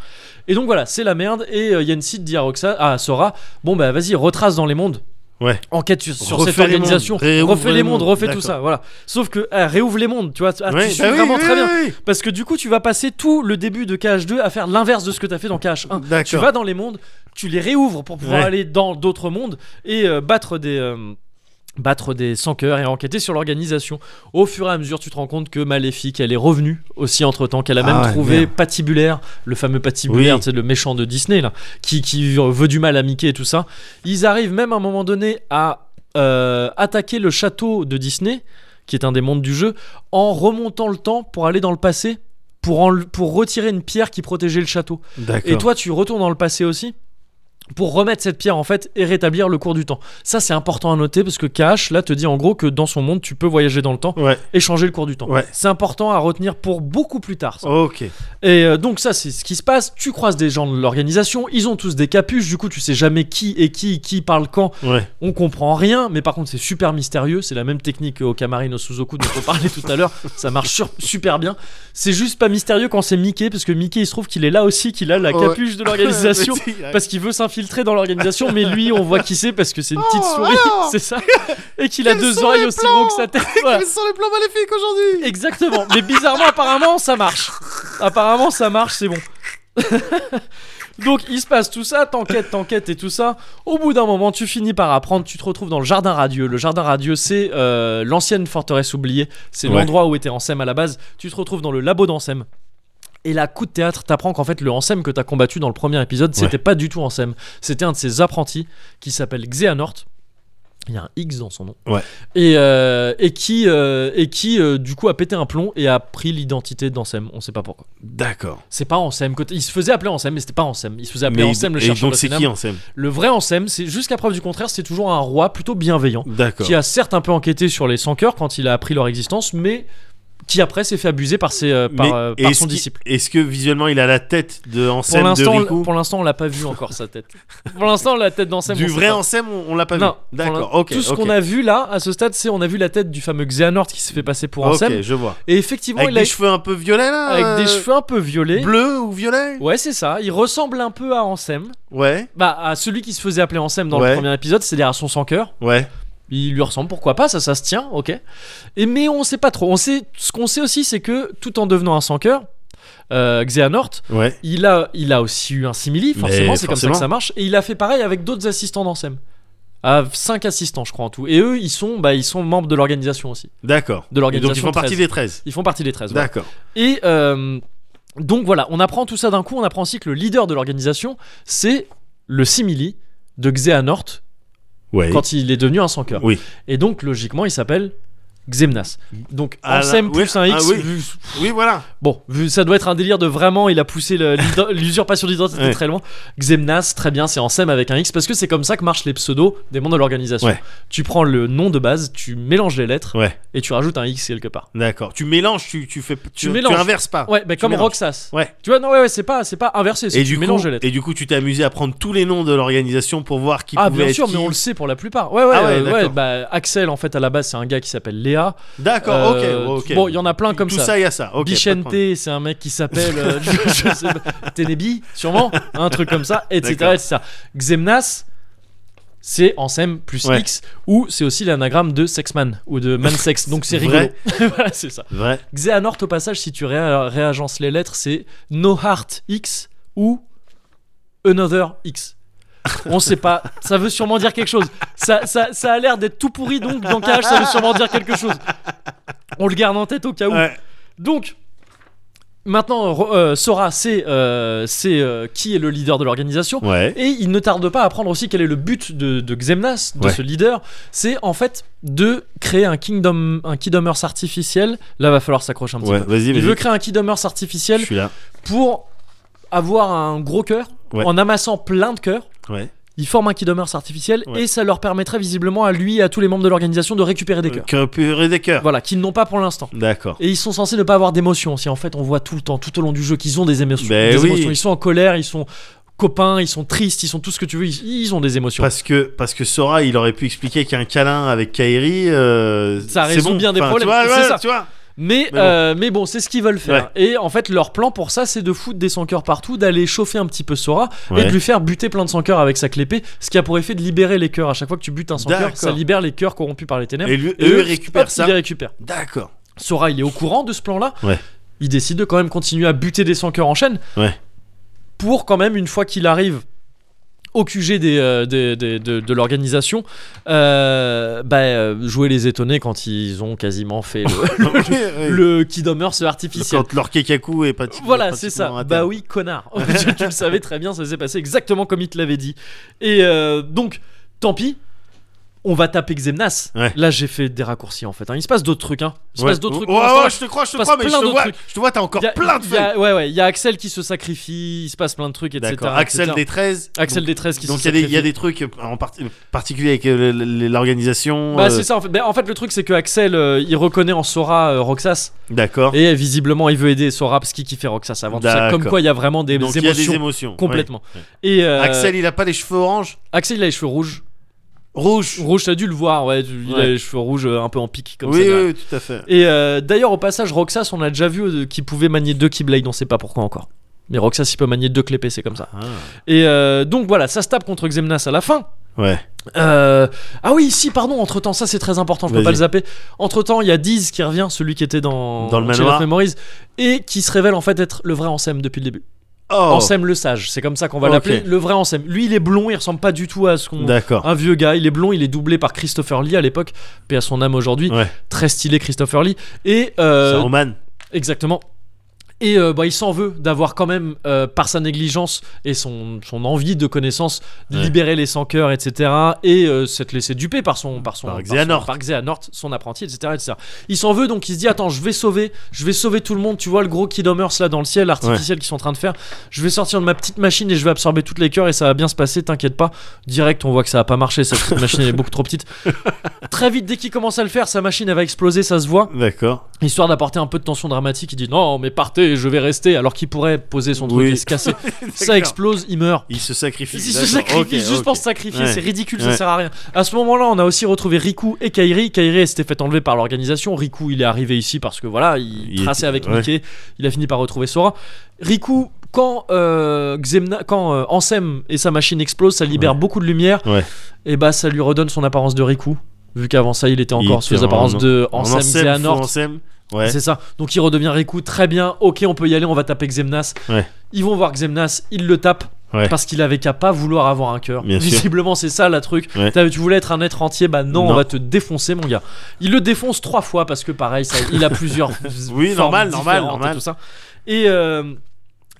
Speaker 1: Et donc voilà, c'est la merde. Et euh, Yensid dit à, Roxas, à Sora Bon, bah vas-y, retrace dans les mondes.
Speaker 2: Ouais.
Speaker 1: Enquête sur, sur cette
Speaker 2: Refais les mondes,
Speaker 1: organisation.
Speaker 2: réouvre
Speaker 1: refais les
Speaker 2: les
Speaker 1: mondes,
Speaker 2: mondes,
Speaker 1: refais tout
Speaker 2: d'accord.
Speaker 1: ça. Voilà. Sauf que, ah, réouvre les mondes, tu vois. Ah,
Speaker 2: Ouais,
Speaker 1: tu suis
Speaker 2: bah oui,
Speaker 1: vraiment
Speaker 2: oui,
Speaker 1: très bien.
Speaker 2: oui,
Speaker 1: Parce que du coup, tu vas passer tout le début de KH2 à faire l'inverse de ce que t'as fait dans KH1.
Speaker 2: oui. D'accord.
Speaker 1: Hein, Tu vas dans les mondes, tu les réouvres pour pouvoir
Speaker 2: Ouais.
Speaker 1: aller dans d'autres mondes et euh, battre des. euh, battre des sans cœurs et enquêter sur l'organisation. Au fur et à mesure, tu te rends compte que Maléfique, elle est revenue aussi entre temps, qu'elle a même
Speaker 2: Ah ouais,
Speaker 1: trouvé
Speaker 2: merde.
Speaker 1: Patibulaire, le fameux Patibulaire,
Speaker 2: Oui.
Speaker 1: c'est le méchant de Disney, là, qui, qui veut du mal à Mickey et tout ça. Ils arrivent même à un moment donné à euh, attaquer le château de Disney, qui est un des mondes du jeu, en remontant le temps pour aller dans le passé, pour, enle- pour retirer une pierre qui protégeait le château.
Speaker 2: D'accord.
Speaker 1: Et toi, tu retournes dans le passé aussi pour remettre cette pierre en fait et rétablir le cours du temps. Ça, c'est important à noter parce que Cash là te dit en gros que dans son monde, tu peux voyager dans le temps
Speaker 2: Ouais.
Speaker 1: et changer le cours du temps.
Speaker 2: Ouais. Oh.
Speaker 1: C'est important à retenir pour beaucoup plus tard. ça.
Speaker 2: Ok.
Speaker 1: Et euh, donc ça, c'est ce qui se passe. Tu croises des gens de l'organisation, ils ont tous des capuches, du coup, tu sais jamais qui est qui, qui parle quand.
Speaker 2: Ouais.
Speaker 1: On comprend rien, mais par contre c'est super mystérieux. C'est la même technique au Kamarino Suzuku dont on parlait tout à l'heure. Ça marche sur- super bien. C'est juste pas mystérieux quand c'est Mickey, parce que Mickey il se trouve qu'il est là aussi, qu'il a la
Speaker 2: Ouais.
Speaker 1: capuche de l'organisation. Parce qu'il veut s'infiltrer dans l'organisation, mais lui, on voit qui c'est parce que c'est une petite
Speaker 2: Oh,
Speaker 1: souris,
Speaker 2: alors
Speaker 1: c'est ça, et qu'il a
Speaker 2: Quels
Speaker 1: deux
Speaker 2: sont
Speaker 1: oreilles
Speaker 2: les
Speaker 1: aussi
Speaker 2: plans
Speaker 1: gros que sa tête. Voilà.
Speaker 2: Quels sont les plans maléfiques aujourd'hui
Speaker 1: Exactement. Mais bizarrement, apparemment, ça marche. Apparemment, ça marche, c'est bon. Donc, il se passe tout ça, t'enquêtes, t'enquêtes et tout ça. Au bout d'un moment, tu finis par apprendre, tu te retrouves dans le jardin radieux. Le jardin radieux, c'est euh, l'ancienne forteresse oubliée. C'est
Speaker 2: Ouais.
Speaker 1: l'endroit où était Ansem à la base. Tu te retrouves dans le labo d'Ansem. Et là, coup de théâtre, t'apprends qu'en fait, le Ansem que t'as combattu dans le premier épisode, c'était pas du tout Ansem. C'était un de ses apprentis qui s'appelle Xehanort. Il y a un X dans son nom et, euh, et qui, euh, et qui euh, du coup a pété un plomb et a pris l'identité d'Ansem. On sait pas pourquoi.
Speaker 2: D'accord.
Speaker 1: C'est pas Ansem. que- Il se faisait appeler Ansem, mais c'était pas Ansem. Il se faisait appeler
Speaker 2: Mais-
Speaker 1: Ansem, le
Speaker 2: et
Speaker 1: chercheur
Speaker 2: donc c'est qui hein
Speaker 1: d'Athéname.
Speaker 2: Ansem
Speaker 1: Le vrai Ansem, c'est jusqu'à preuve du contraire, c'est toujours un roi plutôt bienveillant
Speaker 2: D'accord.
Speaker 1: qui a certes un peu enquêté sur les sans cœurs quand il a appris leur existence, mais qui après s'est fait abuser par, ses, euh, par,
Speaker 2: Mais
Speaker 1: euh, par
Speaker 2: est-ce
Speaker 1: son
Speaker 2: qu'il-
Speaker 1: disciple.
Speaker 2: Est-ce que visuellement il a la tête de
Speaker 1: Pour
Speaker 2: Ansem de
Speaker 1: l'instant,
Speaker 2: Riku
Speaker 1: pour l'instant, on l'a pas vu encore sa tête. Pour l'instant, la tête d'Ansem.
Speaker 2: Du
Speaker 1: on sait
Speaker 2: vrai
Speaker 1: pas.
Speaker 2: Ansem, on, on l'a pas
Speaker 1: Non,
Speaker 2: vu.
Speaker 1: pour
Speaker 2: D'accord.
Speaker 1: l'instant,
Speaker 2: Ok.
Speaker 1: Tout ce
Speaker 2: ok.
Speaker 1: qu'on a vu là, à ce stade, c'est on a vu la tête du fameux Xehanort qui s'est fait passer pour Ansem.
Speaker 2: Ok, je vois.
Speaker 1: Et effectivement,
Speaker 2: Avec
Speaker 1: il a
Speaker 2: des cheveux un peu violets là.
Speaker 1: avec des
Speaker 2: euh,
Speaker 1: cheveux un peu violets.
Speaker 2: bleus ou violets.
Speaker 1: Ouais, c'est ça. Il ressemble un peu à Ansem.
Speaker 2: Ouais.
Speaker 1: Bah, à celui qui se faisait appeler Ansem dans le
Speaker 2: Ouais.
Speaker 1: premier épisode, c'est-à-dire à son sans cœur.
Speaker 2: Ouais.
Speaker 1: Il lui ressemble, pourquoi pas, ça, ça se tient, ok. Et mais on sait pas trop. On sait, ce qu'on sait aussi, c'est que tout en devenant un sans cœur, euh, Xehanort,
Speaker 2: Ouais.
Speaker 1: il a, il a aussi eu un simili, forcément,
Speaker 2: Mais
Speaker 1: c'est comme ça que
Speaker 2: forcément.
Speaker 1: ça marche. Et il a fait pareil avec d'autres assistants d'Ansem. À 5 assistants, je crois, en tout. Et eux, ils sont, bah, ils sont membres de l'organisation aussi.
Speaker 2: D'accord.
Speaker 1: De
Speaker 2: Et
Speaker 1: l'organisation
Speaker 2: donc ils font
Speaker 1: 13.
Speaker 2: partie des 13.
Speaker 1: Ils font partie des 13. voilà.
Speaker 2: D'accord.
Speaker 1: Et euh, donc voilà, on apprend tout ça d'un coup, on apprend aussi que le leader de l'organisation, c'est le simili de Xehanort
Speaker 2: Ouais.
Speaker 1: quand il est devenu un sans cœur.
Speaker 2: Oui.
Speaker 1: Et donc logiquement, il s'appelle Xemnas. Donc
Speaker 2: Ah là,
Speaker 1: Ansem
Speaker 2: ouais,
Speaker 1: plus un X.
Speaker 2: ah oui.
Speaker 1: vu-
Speaker 2: Oui, voilà.
Speaker 1: Bon, vu- ça doit être un délire de vraiment, il a poussé le- l'ido- l'usurpation d'identité
Speaker 2: Ouais.
Speaker 1: très loin. Xemnas, très bien, c'est Ansem avec un X parce que c'est comme ça que marchent les pseudos des membres de l'organisation.
Speaker 2: Ouais.
Speaker 1: Tu prends le nom de base, tu mélanges les lettres
Speaker 2: Ouais,
Speaker 1: et tu rajoutes un X quelque part.
Speaker 2: d'accord. Tu mélanges, tu, tu fais, tu,
Speaker 1: mélanges.
Speaker 2: inverses pas.
Speaker 1: Ouais, mais
Speaker 2: Ah, Tu
Speaker 1: comme
Speaker 2: mélanges.
Speaker 1: Roxas.
Speaker 2: Ouais.
Speaker 1: Tu vois, non, ouais, ouais, c'est pas, c'est pas inversé, c'est
Speaker 2: Et
Speaker 1: tu
Speaker 2: du, coup,
Speaker 1: mélanges les lettres.
Speaker 2: et du coup, tu t'es amusé à prendre tous les noms de l'organisation pour voir qui
Speaker 1: Ah
Speaker 2: pouvait
Speaker 1: bien
Speaker 2: être
Speaker 1: sûr,
Speaker 2: qui.
Speaker 1: mais on le sait pour la plupart. Ouais, ouais,
Speaker 2: Ah ouais,
Speaker 1: euh, ouais,
Speaker 2: d'accord.
Speaker 1: bah, Axel en fait à la base c'est un gars qui s'appelle Léa.
Speaker 2: D'accord,
Speaker 1: Euh,
Speaker 2: ok, ok.
Speaker 1: Bon, il y en a plein comme
Speaker 2: Tout
Speaker 1: ça.
Speaker 2: ça, il y a ça. ok, pas de problème.
Speaker 1: Bichente, c'est un mec qui s'appelle euh, je, je sais pas, Tenebi, sûrement, un truc comme ça, etc.
Speaker 2: D'accord.
Speaker 1: etc. Xemnas, c'est Ansem plus
Speaker 2: Ouais.
Speaker 1: X, ou c'est aussi l'anagramme de Sexman ou de Mansex, donc c'est rigolo.
Speaker 2: Vrai.
Speaker 1: voilà, c'est ça.
Speaker 2: Vrai.
Speaker 1: Xehanort, au passage, si tu réa- réagences les lettres, c'est No Heart X ou Another X. On sait pas, ça veut sûrement dire quelque chose. Ça, ça, ça a l'air d'être tout pourri, donc dans Cage, ça veut sûrement dire quelque chose. On le garde en tête au cas où.
Speaker 2: Ouais.
Speaker 1: Donc, maintenant, Ro- euh, Sora sait, euh, sait, euh, qui est le leader de l'organisation.
Speaker 2: Ouais.
Speaker 1: Et il ne tarde pas à apprendre aussi quel est le but de, de Xemnas, de
Speaker 2: Ouais.
Speaker 1: ce leader. C'est en fait de créer un Kingdom, un Kingdom Hearts artificiel. Là, va falloir s'accrocher un petit
Speaker 2: Ouais,
Speaker 1: peu.
Speaker 2: vas-y,
Speaker 1: Il
Speaker 2: vas-y.
Speaker 1: veut créer un Kingdom Hearts artificiel
Speaker 2: Je suis là.
Speaker 1: pour avoir un gros cœur,
Speaker 2: Ouais.
Speaker 1: en amassant plein de cœurs.
Speaker 2: Ouais.
Speaker 1: Il forme un Kingdom Hearts artificiel
Speaker 2: Ouais.
Speaker 1: et ça leur permettrait visiblement à lui et à tous les membres de l'organisation de récupérer des
Speaker 2: Euh,
Speaker 1: cœurs.
Speaker 2: que purée des cœurs.
Speaker 1: Voilà, qu'ils n'ont pas pour l'instant.
Speaker 2: D'accord.
Speaker 1: Et ils sont censés ne pas avoir d'émotions. Si en fait on voit tout le temps, tout au long du jeu, qu'ils ont des émotions.
Speaker 2: Ben
Speaker 1: des
Speaker 2: oui.
Speaker 1: émotions. Ils sont en colère, ils sont copains, ils sont tristes, ils sont tout ce que tu veux. Ils, ils ont des émotions.
Speaker 2: Parce que, parce que Sora, il aurait pu expliquer qu'un câlin avec Kairi, euh,
Speaker 1: Ça
Speaker 2: c'est
Speaker 1: résout
Speaker 2: bon.
Speaker 1: bien des
Speaker 2: Enfin, tu
Speaker 1: problèmes,
Speaker 2: vois,
Speaker 1: c'est
Speaker 2: ouais,
Speaker 1: ça.
Speaker 2: tu vois.
Speaker 1: mais,
Speaker 2: mais bon.
Speaker 1: euh, mais bon, c'est ce qu'ils veulent faire. Et en fait, leur plan pour ça, c'est de foutre des sans cœurs partout, d'aller chauffer un petit peu Sora et
Speaker 2: Ouais.
Speaker 1: de lui faire buter plein de sans cœurs avec sa clépée. Ce qui a pour effet de libérer les cœurs. À chaque fois que tu butes un sans cœur,
Speaker 2: D'accord.
Speaker 1: ça libère les cœurs corrompus par les ténèbres.
Speaker 2: Et, lui- eux, ils récupèrent
Speaker 1: hop,
Speaker 2: ça.
Speaker 1: Ils les récupèrent.
Speaker 2: D'accord.
Speaker 1: Sora il est au courant de ce plan là
Speaker 2: Ouais.
Speaker 1: il décide de quand même continuer à buter des sans cœurs en chaîne
Speaker 2: Ouais.
Speaker 1: pour quand même une fois qu'il arrive au QG des, euh, des- des- de, de l'organisation euh, bah, euh, jouer les étonnés quand ils ont quasiment fait le, le Kingdom Hearts artificiel
Speaker 2: Quand leur Kekaku est pratiquement.
Speaker 1: voilà, c'est ça.
Speaker 2: pratiquement à
Speaker 1: Bah
Speaker 2: terre.
Speaker 1: oui, connard. tu, tu le savais très bien, ça s'est passé exactement comme il te l'avait dit. Et euh, donc, tant pis. On va taper Xemnas.
Speaker 2: Ouais.
Speaker 1: Là, j'ai fait des raccourcis en fait. hein. Il se passe d'autres trucs. Hein. Il se
Speaker 2: Ouais. Oh,
Speaker 1: passe d'autres trucs.
Speaker 2: Ouais,
Speaker 1: pour l'instant,
Speaker 2: ouais,
Speaker 1: là.
Speaker 2: je te crois, je te
Speaker 1: passe
Speaker 2: crois, mais je
Speaker 1: plein
Speaker 2: te
Speaker 1: d'autres
Speaker 2: vois,
Speaker 1: trucs.
Speaker 2: je te vois, t'as encore
Speaker 1: Y a-
Speaker 2: plein de
Speaker 1: y a-
Speaker 2: feuilles.
Speaker 1: Ouais, ouais, il y a Axel qui se sacrifie, il se passe plein de trucs, etc.
Speaker 2: D'accord. Axel
Speaker 1: etc.
Speaker 2: des 13.
Speaker 1: Axel
Speaker 2: donc-
Speaker 1: des 13 qui
Speaker 2: Donc
Speaker 1: se
Speaker 2: il y, a des- il y a
Speaker 1: sacrifie.
Speaker 2: des trucs en part- particulier avec euh, le- le- l'organisation.
Speaker 1: Bah,
Speaker 2: euh,
Speaker 1: c'est ça en fait. Ben, en fait, le truc, c'est que Axel euh, il reconnaît en Sora euh, Roxas
Speaker 2: D'accord.
Speaker 1: et euh, visiblement il veut aider Sora parce qu'il kiffait Roxas avant tout ça.
Speaker 2: D'accord.
Speaker 1: Comme quoi, il y a vraiment des,
Speaker 2: Donc il y a
Speaker 1: émotions.
Speaker 2: des émotions.
Speaker 1: Complètement.
Speaker 2: ouais,
Speaker 1: Et euh,
Speaker 2: ouais. Axel, il a pas les cheveux orange
Speaker 1: Axel, il a les cheveux rouges.
Speaker 2: Rouge.
Speaker 1: Rouge, t'as dû le voir, ouais. tu- Il a
Speaker 2: Ouais.
Speaker 1: les cheveux rouges euh, un peu en pique comme
Speaker 2: oui,
Speaker 1: ça.
Speaker 2: oui, oui, tout à fait.
Speaker 1: Et euh, d'ailleurs, au passage, Roxas, on a déjà vu euh, qu'il pouvait manier deux Keyblades, on sait pas pourquoi encore. Mais Roxas, il peut manier deux clépés, c'est comme ça.
Speaker 2: Ah.
Speaker 1: Et euh, donc voilà, ça se tape contre Xemnas à la fin.
Speaker 2: Ouais.
Speaker 1: Euh, Ah oui, si, pardon, entre temps, ça c'est très important, je peux
Speaker 2: Vas-y.
Speaker 1: pas le zapper. Entre temps, il y a Diz qui revient, celui qui était dans,
Speaker 2: Dans le
Speaker 1: Chain
Speaker 2: manoir.
Speaker 1: of Memories, et qui se révèle en fait être le vrai Ansem depuis le début.
Speaker 2: Oh.
Speaker 1: Ansem le sage, c'est comme ça qu'on va
Speaker 2: Ok.
Speaker 1: l'appeler, le vrai Ansem. Lui, il est blond, il ressemble pas du tout à ce qu'on.
Speaker 2: D'accord.
Speaker 1: Un vieux gars, il est blond, il est doublé par Christopher Lee à l'époque, paix à son âme aujourd'hui,
Speaker 2: Ouais.
Speaker 1: très stylé Christopher Lee. Et
Speaker 2: C'est
Speaker 1: euh,
Speaker 2: Roman.
Speaker 1: Exactement. Et euh, bah, il s'en veut d'avoir quand même, euh, par sa négligence et son, son envie de connaissance,
Speaker 2: Ouais.
Speaker 1: libéré les sans cœurs, etc. Et euh, s'être laissé duper par son, par son,
Speaker 2: Par
Speaker 1: par son-
Speaker 2: Xehanort.
Speaker 1: par Xehanort, son apprenti, etc., etc. Il s'en veut donc il se dit attends, je vais sauver, je vais sauver tout le monde. Tu vois le gros Kingdom Hearts là dans le ciel artificiel qu'ils sont en train de faire. Je vais sortir de ma petite machine et je vais absorber toutes les cœurs et ça va bien se passer. T'inquiète pas. Direct, on voit que ça va pas marché. Cette petite machine elle est beaucoup trop petite. Très vite, dès qu'il commence à le faire, sa machine elle va exploser, ça se voit
Speaker 2: D'accord.
Speaker 1: histoire d'apporter un peu de tension dramatique il dit non mais partez je vais rester alors qu'il pourrait poser son truc
Speaker 2: Oui.
Speaker 1: et se casser ça
Speaker 2: D'accord.
Speaker 1: explose il meurt
Speaker 2: Il se sacrifie.
Speaker 1: il se
Speaker 2: D'accord.
Speaker 1: sacrifie
Speaker 2: Ok,
Speaker 1: juste
Speaker 2: ok.
Speaker 1: pour se sacrifier
Speaker 2: Ouais.
Speaker 1: c'est ridicule ça
Speaker 2: Ouais.
Speaker 1: sert à rien à ce moment là on a aussi retrouvé Riku et Kairi Kairi elle s'était fait enlever par l'organisation Riku il est arrivé ici parce que voilà il,
Speaker 2: Il
Speaker 1: traçait
Speaker 2: était-
Speaker 1: avec
Speaker 2: ouais.
Speaker 1: Mickey il a fini par retrouver Sora Riku quand euh, Xemna- quand euh, Ansem et sa machine explosent ça libère
Speaker 2: Ouais.
Speaker 1: beaucoup de lumière
Speaker 2: Ouais.
Speaker 1: et bah ça lui redonne son apparence de Riku vu qu'avant ça il était encore
Speaker 2: Il
Speaker 1: sous
Speaker 2: était en-
Speaker 1: apparence de
Speaker 2: En
Speaker 1: Ansem
Speaker 2: Ansem,
Speaker 1: Xehanort
Speaker 2: full Ansem. Ouais.
Speaker 1: c'est ça. Donc il redevient Riku, très bien, ok, on peut y aller, on va taper Xemnas.
Speaker 2: Ouais.
Speaker 1: Ils vont voir Xemnas, ils le tapent.
Speaker 2: Ouais.
Speaker 1: Parce qu'il avait qu'à pas vouloir avoir un cœur.
Speaker 2: Bien sûr.
Speaker 1: Visiblement, c'est ça la truc.
Speaker 2: Ouais.
Speaker 1: T'as- Tu voulais être un être entier, bah non, on
Speaker 2: Non.
Speaker 1: va te défoncer, mon gars. Il le défonce trois fois parce que, pareil, ça- il a plusieurs.
Speaker 2: Oui,
Speaker 1: formes
Speaker 2: normal, normal,
Speaker 1: différentes et
Speaker 2: normal.
Speaker 1: tout ça. Et, euh,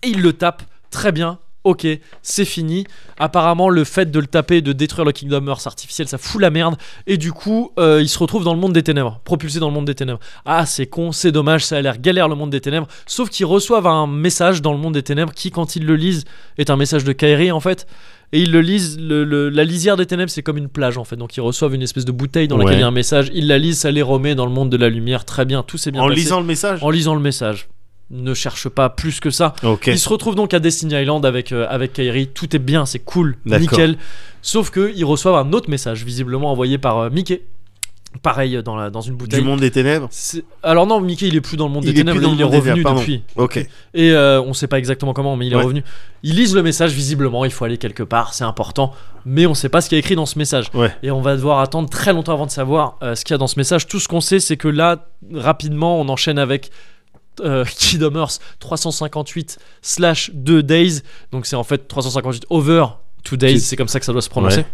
Speaker 1: et il le tape très bien. ok, c'est fini. Apparemment, le fait de le taper et de détruire le Kingdom Hearts artificiel, ça fout la merde. Et du coup, euh, il se retrouve dans le monde des ténèbres, propulsé dans le monde des ténèbres. Ah, c'est con, c'est dommage, ça a l'air galère le monde des ténèbres. Sauf qu'ils reçoivent un message dans le monde des ténèbres qui, quand ils le lisent, est un message de Kairi en fait. Et ils le lisent, le- le- la lisière des ténèbres, c'est comme une plage en fait. Donc ils reçoivent une espèce de bouteille dans laquelle
Speaker 2: Ouais.
Speaker 1: il y a un message. Ils la lisent, ça les remet dans le monde de la lumière. Très bien, tout s'est bien
Speaker 2: En
Speaker 1: passé.
Speaker 2: lisant le message
Speaker 1: En lisant le message. Ne cherche pas plus que ça.
Speaker 2: Ok.
Speaker 1: Il se retrouve donc à Destiny Island avec, euh, avec Kairi. Tout est bien, c'est cool,
Speaker 2: D'accord.
Speaker 1: nickel. Sauf qu'ils reçoivent un autre message, visiblement envoyé par euh, Mickey. Pareil, euh, dans, la, dans une
Speaker 2: Du
Speaker 1: bouteille.
Speaker 2: monde des ténèbres
Speaker 1: C'est- Alors non, Mickey, il est plus dans le monde
Speaker 2: Il
Speaker 1: des
Speaker 2: est
Speaker 1: ténèbres,
Speaker 2: plus dans
Speaker 1: il
Speaker 2: le
Speaker 1: est
Speaker 2: monde des
Speaker 1: revenu
Speaker 2: verts, pardon.
Speaker 1: depuis.
Speaker 2: Ok.
Speaker 1: Et euh, on sait pas exactement comment, mais il est
Speaker 2: Ouais.
Speaker 1: revenu. Ils lisent le message, visiblement, il faut aller quelque part, c'est important, mais on sait pas ce qu'il y a écrit dans ce message.
Speaker 2: Ouais.
Speaker 1: Et on va devoir attendre très longtemps avant de savoir euh, ce qu'il y a dans ce message. Tout ce qu'on sait, c'est que là, rapidement, on enchaîne avec euh, Kingdom Hearts 358 slash 2 days. Donc c'est en fait 358 over 2 days,
Speaker 2: Qui-
Speaker 1: c'est comme ça que ça doit se prononcer.
Speaker 2: Ouais.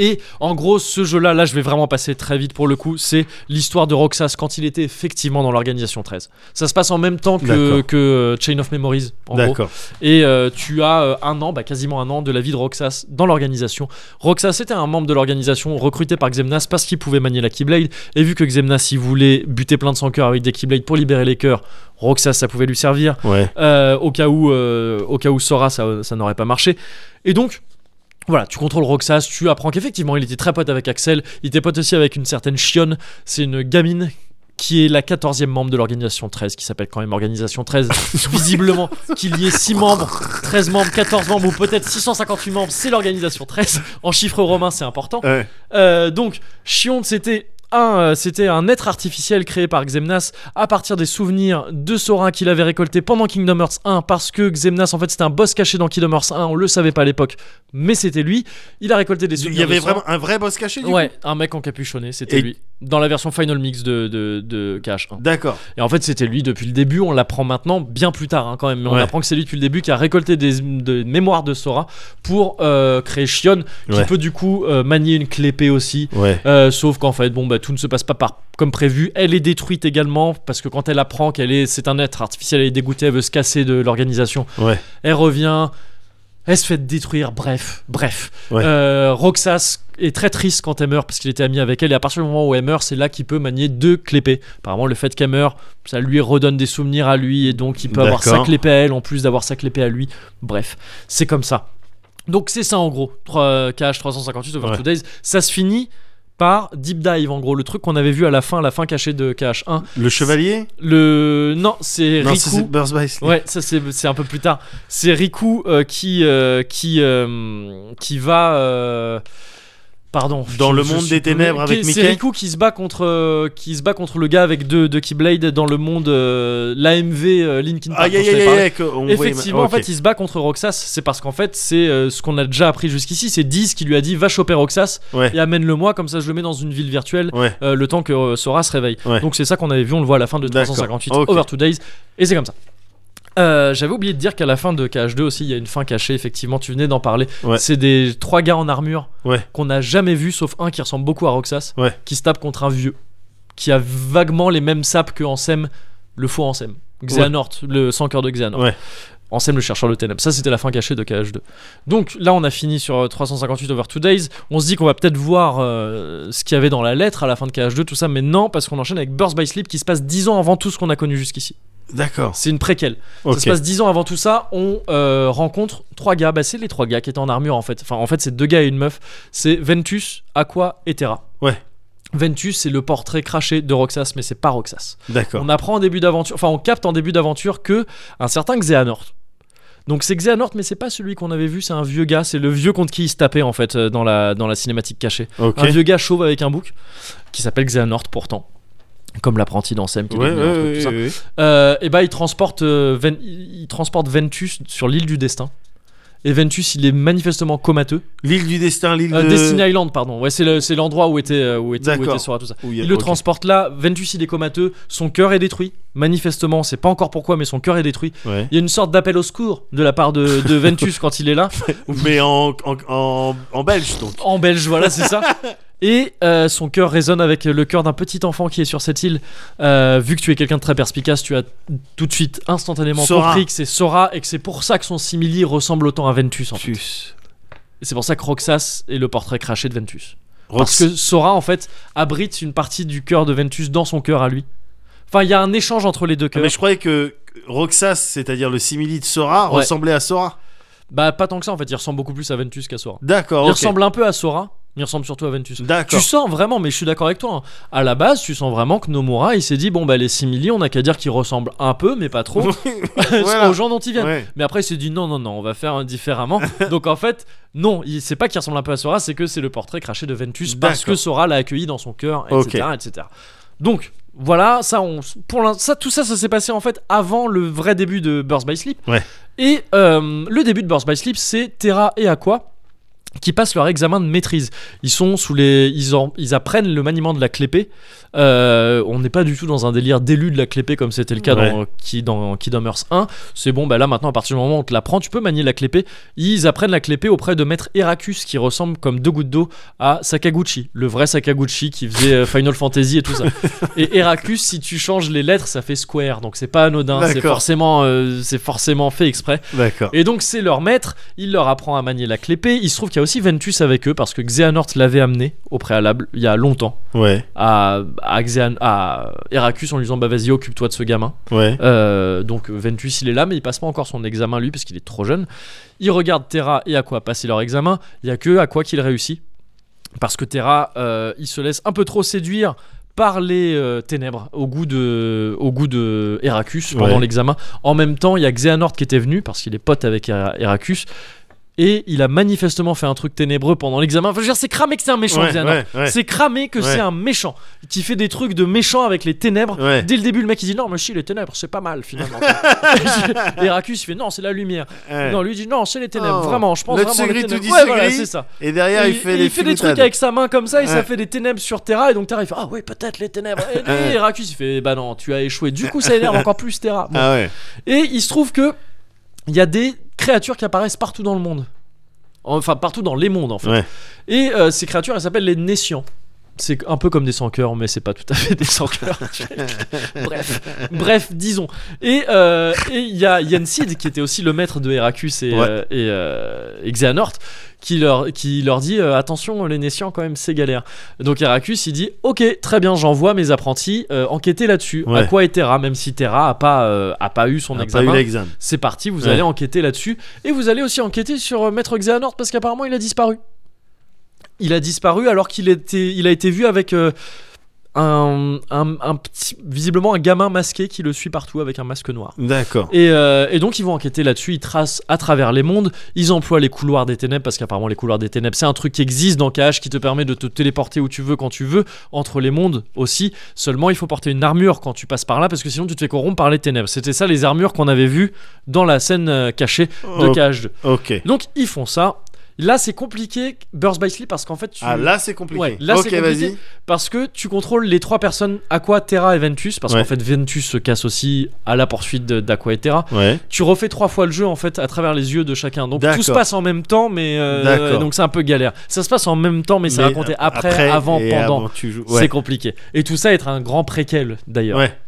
Speaker 1: Et en gros, ce jeu-là, là, je vais vraiment passer très vite pour le coup, c'est l'histoire de Roxas quand il était effectivement dans l'organisation 13. Ça se passe en même temps que,
Speaker 2: D'accord.
Speaker 1: que, euh, Chain of Memories, en gros.
Speaker 2: D'accord.
Speaker 1: Et euh, tu as euh, un an, bah, quasiment un an, de la vie de Roxas dans l'organisation. Roxas était un membre de l'organisation recruté par Xemnas parce qu'il pouvait manier la Keyblade. Et vu que Xemnas, il voulait buter plein de son cœur avec des Keyblades pour libérer les cœurs, Roxas, ça pouvait lui servir.
Speaker 2: Ouais.
Speaker 1: Euh, au cas où euh, au cas où Sora ça, ça n'aurait pas marché et donc voilà, tu contrôles Roxas, tu apprends qu'effectivement il était très pote avec Axel, il était pote aussi avec une certaine Chionne, c'est une gamine qui est la 14e membre de l'organisation 13, qui s'appelle quand même Organisation 13. Visiblement, qu'il y ait 6 membres, 13 membres, 14 membres ou peut-être 658 membres, c'est l'organisation 13. En chiffres romains, c'est important.
Speaker 2: Ouais.
Speaker 1: Euh, donc, Chion, c'était un, euh, c'était un être artificiel créé par Xemnas à partir des souvenirs de Sora qu'il avait récolté pendant Kingdom Hearts 1 parce que Xemnas en fait c'était un boss caché dans Kingdom Hearts 1 on le savait pas à l'époque mais c'était lui il a récolté des
Speaker 2: Il
Speaker 1: souvenirs
Speaker 2: y avait
Speaker 1: de Sora.
Speaker 2: vraiment un vrai boss caché du coup
Speaker 1: ouais un mec en capuchonné c'était
Speaker 2: Et-
Speaker 1: lui dans la version Final Mix de, de, de KH1
Speaker 2: D'accord.
Speaker 1: et en fait, c'était lui depuis le début. On l'apprend maintenant, bien plus tard hein, quand même. Mais on
Speaker 2: Ouais.
Speaker 1: apprend que c'est lui depuis le début qui a récolté des, des mémoires de Sora pour euh, créer Shion, qui
Speaker 2: Ouais.
Speaker 1: peut du coup euh, manier une clé P aussi.
Speaker 2: Ouais.
Speaker 1: Euh, sauf qu'en fait, bon, bah, tout ne se passe pas par, comme prévu. Elle est détruite également parce que quand elle apprend qu'elle est, c'est un être artificiel, elle est dégoûtée, elle veut se casser de l'organisation.
Speaker 2: Ouais.
Speaker 1: Elle revient, elle se fait détruire. Bref, bref.
Speaker 2: Ouais.
Speaker 1: Euh, Roxas est très triste quand elle meurt parce qu'il était ami avec elle et à partir du moment où elle meurt, c'est là qu'il peut manier deux clépées. Apparemment, le fait qu'elle meurt, ça lui redonne des souvenirs à lui et donc il peut avoir sa
Speaker 2: D'accord.
Speaker 1: clépée à elle en plus d'avoir sa clépée à lui. Bref, c'est comme ça. Donc c'est ça en gros, 3, cache 358 over
Speaker 2: Ouais.
Speaker 1: two days. Ça se finit par deep dive en gros, le truc qu'on avait vu à la fin, la fin cachée de KH1.
Speaker 2: Le chevalier
Speaker 1: Le non, c'est
Speaker 2: Non, ça, c'est
Speaker 1: Riku.
Speaker 2: Burst by Sleep.
Speaker 1: Ouais, ça c'est c'est un peu plus tard. C'est Riku euh, qui euh, qui euh, qui va euh, Pardon.
Speaker 2: Dans
Speaker 1: je-
Speaker 2: le
Speaker 1: je
Speaker 2: monde
Speaker 1: suis
Speaker 2: des
Speaker 1: paumé.
Speaker 2: ténèbres avec
Speaker 1: Qui- C'est
Speaker 2: Mickey
Speaker 1: Riku qui se bat contre euh, qui se bat contre le gars avec deux deux Keyblade dans le monde euh, l'AMV euh, Linkin Park.
Speaker 2: Aïe
Speaker 1: dont je
Speaker 2: aïe
Speaker 1: t'avais
Speaker 2: aïe
Speaker 1: parlé.
Speaker 2: aïe. que- on voyait-
Speaker 1: Effectivement,
Speaker 2: ok.
Speaker 1: en fait, il se bat contre Roxas. C'est parce qu'en fait, c'est euh, ce qu'on a déjà appris jusqu'ici. C'est Diz qui lui a dit va choper Roxas
Speaker 2: Ouais.
Speaker 1: et amène-le-moi, comme ça je le mets dans une ville virtuelle
Speaker 2: Ouais.
Speaker 1: euh, le temps que euh, Sora se réveille.
Speaker 2: Ouais.
Speaker 1: Donc c'est ça qu'on avait vu, on le voit à la fin de
Speaker 2: D'accord. Ah,
Speaker 1: 358
Speaker 2: Ok.
Speaker 1: Over Two Days. Et c'est comme ça. Euh, J'avais oublié de dire qu'à la fin de KH2 aussi, il y a une fin cachée, effectivement, tu venais d'en parler.
Speaker 2: Ouais.
Speaker 1: C'est des trois gars en armure
Speaker 2: Ouais.
Speaker 1: qu'on n'a jamais vu, sauf un qui ressemble beaucoup à Roxas,
Speaker 2: Ouais.
Speaker 1: qui se tape contre un vieux, qui a vaguement les mêmes sapes que Ansem, le faux Ansem. Xehanort, le sans cœur de Xehanort.
Speaker 2: Ouais.
Speaker 1: Ansem, le chercheur de ténèbres. Ça, c'était la fin cachée de KH2. Donc là, on a fini sur euh, 358 over 2 days. On se dit qu'on va peut-être voir euh, ce qu'il y avait dans la lettre à la fin de KH2, tout ça, mais non, parce qu'on enchaîne avec Burst by Sleep qui se passe 10 ans avant tout ce qu'on a connu jusqu'ici.
Speaker 2: D'accord.
Speaker 1: C'est une préquelle. Ça
Speaker 2: Ok.
Speaker 1: se passe 10 ans avant tout ça. On euh, rencontre trois gars. Bah, c'est les trois gars qui étaient en armure en fait. Enfin, en fait, c'est deux gars et une meuf. C'est Ventus, Aqua et Terra.
Speaker 2: Ouais.
Speaker 1: Ventus, c'est le portrait craché de Roxas, mais c'est pas Roxas.
Speaker 2: D'accord.
Speaker 1: On apprend en début d'aventure, enfin on capte en début d'aventure que un certain Xehanort. Donc c'est Xehanort, mais c'est pas celui qu'on avait vu, c'est un vieux gars, c'est le vieux contre qui il se tapait en fait euh, dans la, dans la cinématique cachée.
Speaker 2: Ok.
Speaker 1: Un vieux gars chauve avec un bouc qui s'appelle Xehanort pourtant. Comme l'apprenti d'Ansem qui est
Speaker 2: Ouais, ouais,
Speaker 1: devenu un truc, tout
Speaker 2: ouais,
Speaker 1: ça.
Speaker 2: ouais.
Speaker 1: Euh, et bah il transporte, euh, Ven- il il transporte Ventus sur l'île du destin. Et Ventus, il est manifestement comateux.
Speaker 2: L'île du destin, l'île
Speaker 1: Euh,
Speaker 2: de-
Speaker 1: Destiny Island, pardon. Ouais, c'est le- c'est l'endroit où était, euh, où était, où
Speaker 2: D'accord.
Speaker 1: était Sora, tout ça.
Speaker 2: Où il y a-
Speaker 1: Il le
Speaker 2: ok.
Speaker 1: transporte là, Ventus il est comateux, son cœur est détruit. Manifestement, c'est pas encore pourquoi, mais son cœur est détruit.
Speaker 2: Ouais.
Speaker 1: Il y a une sorte d'appel au secours de la part de, de Ventus quand il est là.
Speaker 2: Mais en, en, en, en belge donc.
Speaker 1: En belge, voilà, c'est ça. Et euh, son cœur résonne avec le cœur d'un petit enfant qui est sur cette île. Euh, vu que tu es quelqu'un de très perspicace, tu as tout de suite instantanément
Speaker 2: Sora.
Speaker 1: compris que c'est Sora et que c'est pour ça que son simili ressemble autant à Ventus. En fait.
Speaker 2: Sus.
Speaker 1: Et c'est pour ça que Roxas est le portrait craché de Ventus. Parce
Speaker 2: Rox-
Speaker 1: que Sora, en fait, abrite une partie du cœur de Ventus dans son cœur à lui. Enfin, il y a un échange entre les deux
Speaker 2: Ah,
Speaker 1: cœurs.
Speaker 2: mais je croyais que Roxas, c'est-à-dire le simili de Sora,
Speaker 1: Ouais.
Speaker 2: ressemblait à Sora.
Speaker 1: Bah, pas tant que ça, en fait. Il ressemble beaucoup plus à Ventus qu'à Sora.
Speaker 2: D'accord.
Speaker 1: Il
Speaker 2: ok.
Speaker 1: ressemble un peu à Sora, mais il ressemble surtout à Ventus. Tu
Speaker 2: D'accord.
Speaker 1: sens vraiment, mais je suis d'accord avec toi, hein, à la base, tu sens vraiment que Nomura, il s'est dit, bon, bah, les simili, on a qu'à dire qu'ils ressemblent un peu, mais pas trop,
Speaker 2: Voilà.
Speaker 1: aux gens dont ils viennent.
Speaker 2: Ouais.
Speaker 1: Mais après, il s'est dit non, non, non, on va faire euh, différemment. Donc en fait, non, il- c'est pas qu'il ressemble un peu à Sora, c'est que c'est le portrait craché de Ventus parce
Speaker 2: D'accord.
Speaker 1: que Sora l'a accueilli dans son cœur, etc.,
Speaker 2: Ok.
Speaker 1: etc. Donc voilà, ça, on, pour l'in- ça, tout ça, ça s'est passé en fait avant le vrai début de Burst by Sleep.
Speaker 2: Ouais.
Speaker 1: Et euh, le début de Burst by Sleep, c'est Terra et Aqua qui passent leur examen de maîtrise. Ils sont sous les, ils, en- ils apprennent le maniement de la clépée. Euh, on n'est pas du tout dans un délire d'élu de la clépée comme c'était le cas
Speaker 2: Ouais.
Speaker 1: dans qui dans Kingdom Hearts 1. C'est bon, bah là maintenant à partir du moment où on te l'apprend, tu peux manier la clépée. Ils apprennent la clépée auprès de maître Heracus qui ressemble comme deux gouttes d'eau à Sakaguchi, le vrai Sakaguchi qui faisait euh, Final Fantasy et tout ça. Et Heracus, si tu changes les lettres, ça fait square, donc c'est pas anodin, c'est
Speaker 2: D'accord.
Speaker 1: forcément, euh, c'est forcément fait exprès.
Speaker 2: D'accord.
Speaker 1: Et donc c'est leur maître, il leur apprend à manier la clépée, il se trouve qu'il y a aussi Ventus avec eux parce que Xehanort l'avait amené au préalable il y a longtemps
Speaker 2: Ouais.
Speaker 1: à, à, Xehan- à Heracus en lui disant bah vas-y occupe-toi de ce gamin.
Speaker 2: Ouais.
Speaker 1: Euh, donc Ventus il est là mais il passe pas encore son examen lui parce qu'il est trop jeune. Il regarde Terra et Aqua passer leur examen, il y a que Aqua qui le réussit parce que Terra euh, il se laisse un peu trop séduire par les euh, ténèbres au goût de au goût de Heracus pendant
Speaker 2: Ouais.
Speaker 1: l'examen. En même temps, il y a Xehanort qui était venu parce qu'il est pote avec Hera- Heracus et il a manifestement fait un truc ténébreux pendant l'examen. Enfin, je veux dire, c'est cramé que c'est un méchant
Speaker 2: Ouais,
Speaker 1: Xehanort.
Speaker 2: ouais, ouais.
Speaker 1: C'est cramé que
Speaker 2: Ouais.
Speaker 1: c'est un méchant qui fait des trucs de méchant avec les ténèbres.
Speaker 2: Ouais.
Speaker 1: Dès le début, le mec il dit non, mais si, les ténèbres, c'est pas mal finalement. Heracus il fait non, c'est la lumière.
Speaker 2: Ouais.
Speaker 1: Non, lui il dit non, c'est les ténèbres.
Speaker 2: Oh.
Speaker 1: vraiment, je pense
Speaker 2: Le
Speaker 1: vraiment les
Speaker 2: Tsugri
Speaker 1: ténèbres.
Speaker 2: tout
Speaker 1: Ouais, voilà,
Speaker 2: disagree.
Speaker 1: c'est ça.
Speaker 2: Et derrière,
Speaker 1: Et
Speaker 2: il, fait
Speaker 1: et
Speaker 2: des
Speaker 1: il fait des
Speaker 2: filoutades.
Speaker 1: trucs avec sa main comme ça et ça
Speaker 2: Ouais.
Speaker 1: fait des ténèbres sur Terra et donc Terra il fait ah ouais peut-être les ténèbres et lui,
Speaker 2: Ouais.
Speaker 1: Heracus il fait bah non tu as échoué du coup ça énerve encore plus Terra Bon.
Speaker 2: Ah ouais.
Speaker 1: et il se trouve que il y a des créatures qui apparaissent partout dans le monde enfin partout dans les mondes en fait
Speaker 2: Ouais.
Speaker 1: et euh, ces créatures elles s'appellent les Nessians c'est un peu comme des sans-cœurs, mais c'est pas tout à fait des sans-cœurs. bref, bref, disons. Et euh, et il y a Yensid, qui était aussi le maître de Heracus et,
Speaker 2: Ouais.
Speaker 1: euh, et, euh, et Xehanort, qui leur, qui leur dit euh, attention les Nessians quand même c'est galère donc Heracus il dit ok très bien j'envoie mes apprentis euh, enquêter là-dessus
Speaker 2: Ouais.
Speaker 1: à quoi est Terra même si Terra a pas, euh, a pas eu son
Speaker 2: On Ah, a pas eu
Speaker 1: examen
Speaker 2: l'examen.
Speaker 1: c'est parti vous
Speaker 2: Ouais.
Speaker 1: allez enquêter là-dessus et vous allez aussi enquêter sur euh, Maître Xehanort parce qu'apparemment il a disparu il a disparu alors qu'il était, il a été vu avec euh, un, un, un petit visiblement un gamin masqué qui le suit partout avec un masque noir
Speaker 2: D'accord.
Speaker 1: et, euh, et donc ils vont enquêter là-dessus, ils tracent à travers les mondes, ils emploient les couloirs des ténèbres, parce qu'apparemment les couloirs des ténèbres, c'est un truc qui existe dans KH qui te permet de te téléporter où tu veux quand tu veux, entre les mondes aussi, seulement il faut porter une armure quand tu passes par là, parce que sinon tu te fais corrompre par les ténèbres. C'était ça les armures qu'on avait vues dans la scène euh, cachée de
Speaker 2: Oh,
Speaker 1: KH2.
Speaker 2: Ok.
Speaker 1: Donc ils font ça. Là c'est compliqué, Burst by Sleep, parce qu'en fait tu...
Speaker 2: Ah là, c'est compliqué.
Speaker 1: Ouais, là,
Speaker 2: ok,
Speaker 1: c'est compliqué.
Speaker 2: vas-y.
Speaker 1: Parce que tu contrôles les trois personnes, Aqua, Terra et Ventus, parce
Speaker 2: Ouais.
Speaker 1: qu'en fait Ventus se casse aussi à la poursuite de- d'Aqua et Terra
Speaker 2: Ouais.
Speaker 1: tu refais trois fois le jeu en fait à travers les yeux de chacun. Donc tout
Speaker 2: D'accord.
Speaker 1: se passe en même temps, mais euh,
Speaker 2: D'accord.
Speaker 1: donc c'est un peu galère. Ça se passe en même temps, mais c'est raconté après, avant,
Speaker 2: et
Speaker 1: pendant.
Speaker 2: avant, tu joues.
Speaker 1: C'est
Speaker 2: Ouais.
Speaker 1: compliqué. Et tout ça être un grand préquel d'ailleurs.
Speaker 2: Ouais.